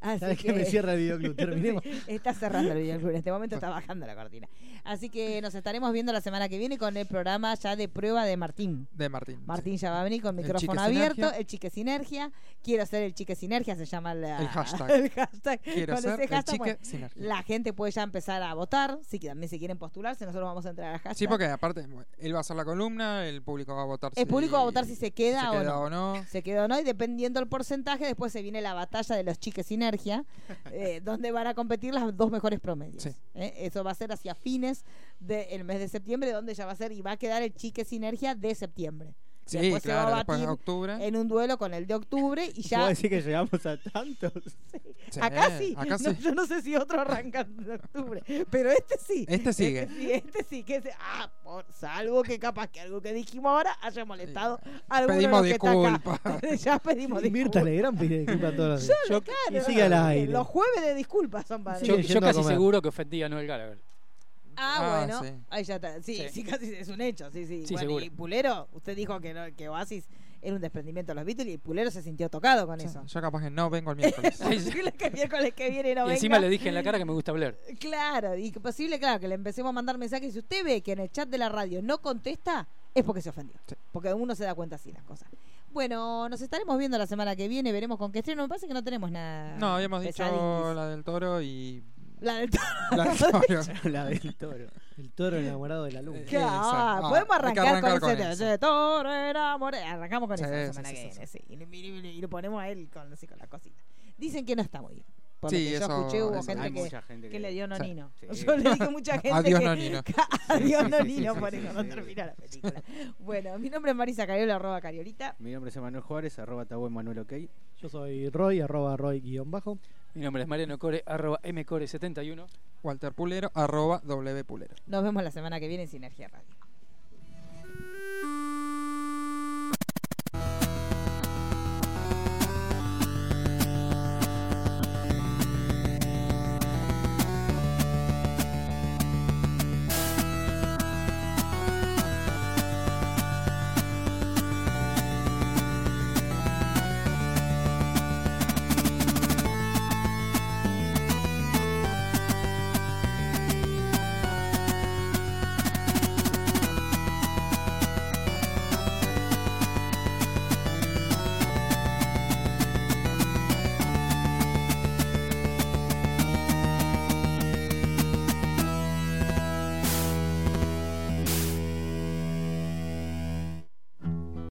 [SPEAKER 5] Así
[SPEAKER 7] Sabes que me cierra el videoclub. Terminemos.
[SPEAKER 5] Sí, está cerrando el videoclub. En este momento está bajando la cortina. Así que nos estaremos viendo la semana que viene con el programa ya de prueba de Martín.
[SPEAKER 6] De Martín.
[SPEAKER 5] Martín ya va a venir con
[SPEAKER 6] El
[SPEAKER 5] micrófono
[SPEAKER 6] Chique
[SPEAKER 5] abierto,
[SPEAKER 6] Sinergia.
[SPEAKER 5] el chique sinergia. Quiero ser el chique sinergia, se llama la-
[SPEAKER 6] El hashtag.
[SPEAKER 5] el hashtag.
[SPEAKER 6] Quiero
[SPEAKER 5] Con
[SPEAKER 6] ser
[SPEAKER 5] ese
[SPEAKER 6] el
[SPEAKER 5] hashtag,
[SPEAKER 6] chique
[SPEAKER 5] bueno,
[SPEAKER 6] sinergia.
[SPEAKER 5] La gente puede ya empezar a votar. Si que también se quieren postularse, nosotros vamos a entrar a hashtag.
[SPEAKER 6] Sí, porque aparte bueno, él va a hacer la columna, el público va a votar.
[SPEAKER 5] El público va a votar si se queda,
[SPEAKER 6] se
[SPEAKER 5] o,
[SPEAKER 6] queda
[SPEAKER 5] no.
[SPEAKER 6] o no.
[SPEAKER 5] Se queda o no, y dependiendo del porcentaje, después se viene la batalla de los chiques sinergia, eh, donde van a competir las dos mejores promedios. ¿eh? Eso va a ser hacia fines del mes de septiembre, donde ya va a ser y va a quedar el chique sinergia de septiembre.
[SPEAKER 6] Sí,
[SPEAKER 5] después se
[SPEAKER 6] claro,
[SPEAKER 5] va a
[SPEAKER 6] después
[SPEAKER 5] batir
[SPEAKER 6] en octubre.
[SPEAKER 5] en un duelo con el de octubre y ya.
[SPEAKER 10] ¿Puedo decir que llegamos a tantos?
[SPEAKER 6] Sí, eh,
[SPEAKER 5] acá sí,
[SPEAKER 6] acá
[SPEAKER 5] no,
[SPEAKER 6] sí.
[SPEAKER 5] yo no sé si otro arranca en octubre, pero este sí.
[SPEAKER 6] Este sigue.
[SPEAKER 5] Este sí, este sí, que se- ah, por, salvo que capaz que algo que dijimos ahora haya molestado a alguno de
[SPEAKER 7] Pedimos
[SPEAKER 5] los que está acá. ya pedimos
[SPEAKER 7] Y Mirta Legrand pide disculpas todos los días.
[SPEAKER 5] Yo,
[SPEAKER 7] y
[SPEAKER 5] claro,
[SPEAKER 7] sigue al
[SPEAKER 5] los-
[SPEAKER 7] aire.
[SPEAKER 5] Los jueves de disculpas son para
[SPEAKER 22] Yo, yo
[SPEAKER 7] yendo a
[SPEAKER 22] casi
[SPEAKER 7] comer.
[SPEAKER 22] seguro que ofendí a Noel Gallagher.
[SPEAKER 5] Ah,
[SPEAKER 22] Ah,
[SPEAKER 5] bueno,
[SPEAKER 22] sí.
[SPEAKER 5] ahí ya está. Sí, sí, casi es un hecho, sí, sí.
[SPEAKER 22] Sí,
[SPEAKER 5] Bueno,
[SPEAKER 22] seguro.
[SPEAKER 5] y Pulero, usted dijo que, no- que Oasis era un desprendimiento de los Beatles y Pulero se sintió tocado con eso.
[SPEAKER 6] Yo capaz que no vengo el miércoles.
[SPEAKER 5] Posible que el miércoles que viene no
[SPEAKER 22] y encima
[SPEAKER 5] venga.
[SPEAKER 22] le dije en la cara que me gusta hablar.
[SPEAKER 5] Claro, y que posible, claro, que le empecemos a mandar mensajes. Si usted ve que en el chat de la radio no contesta, es porque se ofendió. Porque uno se da cuenta así las cosas. Bueno, nos estaremos viendo la semana que viene, veremos con qué estreno. Me parece que no tenemos nada.
[SPEAKER 6] No, habíamos dicho
[SPEAKER 5] pesadín.
[SPEAKER 6] la del toro y.
[SPEAKER 5] La del toro.
[SPEAKER 6] La del toro.
[SPEAKER 7] La del toro. El toro enamorado de la luna.
[SPEAKER 5] Claro, ah, podemos arrancar, con, ese. ese toro enamorado. Arrancamos con
[SPEAKER 7] Sí,
[SPEAKER 5] eso la
[SPEAKER 7] sí,
[SPEAKER 5] semana
[SPEAKER 7] sí,
[SPEAKER 5] que
[SPEAKER 7] sí,
[SPEAKER 5] viene, sí. Y, lo- y lo- y lo ponemos a él con, así, con la cosita. Dicen que no está muy bien. Por lo
[SPEAKER 6] Sí,
[SPEAKER 5] que
[SPEAKER 6] eso-
[SPEAKER 5] yo escuché, hubo
[SPEAKER 6] eso
[SPEAKER 5] gente,
[SPEAKER 6] hay
[SPEAKER 5] que,
[SPEAKER 6] mucha gente
[SPEAKER 5] que
[SPEAKER 6] que-
[SPEAKER 5] le dio
[SPEAKER 6] Sí.
[SPEAKER 5] nonino.
[SPEAKER 6] Sí.
[SPEAKER 5] Yo le dije a mucha gente
[SPEAKER 6] Adiós,
[SPEAKER 5] que,
[SPEAKER 6] nonino.
[SPEAKER 5] que
[SPEAKER 10] Sí,
[SPEAKER 5] adiós
[SPEAKER 10] sí,
[SPEAKER 5] nonino,
[SPEAKER 10] sí,
[SPEAKER 5] por
[SPEAKER 10] sí,
[SPEAKER 5] eso
[SPEAKER 10] sí,
[SPEAKER 5] no
[SPEAKER 10] sí.
[SPEAKER 5] termina la película. Bueno, mi nombre es Marisa Cariola, arroba Cariolita.
[SPEAKER 10] Mi nombre es Emanuel Juárez, arroba tabú Emanuel OK.
[SPEAKER 7] Yo soy Roy, arroba Roy guión bajo.
[SPEAKER 22] Mi nombre es Mariano Core, arroba mcore71.
[SPEAKER 6] Walter Pulero, arroba W Pulero.
[SPEAKER 5] Nos vemos la semana que viene en Sinergia Radio.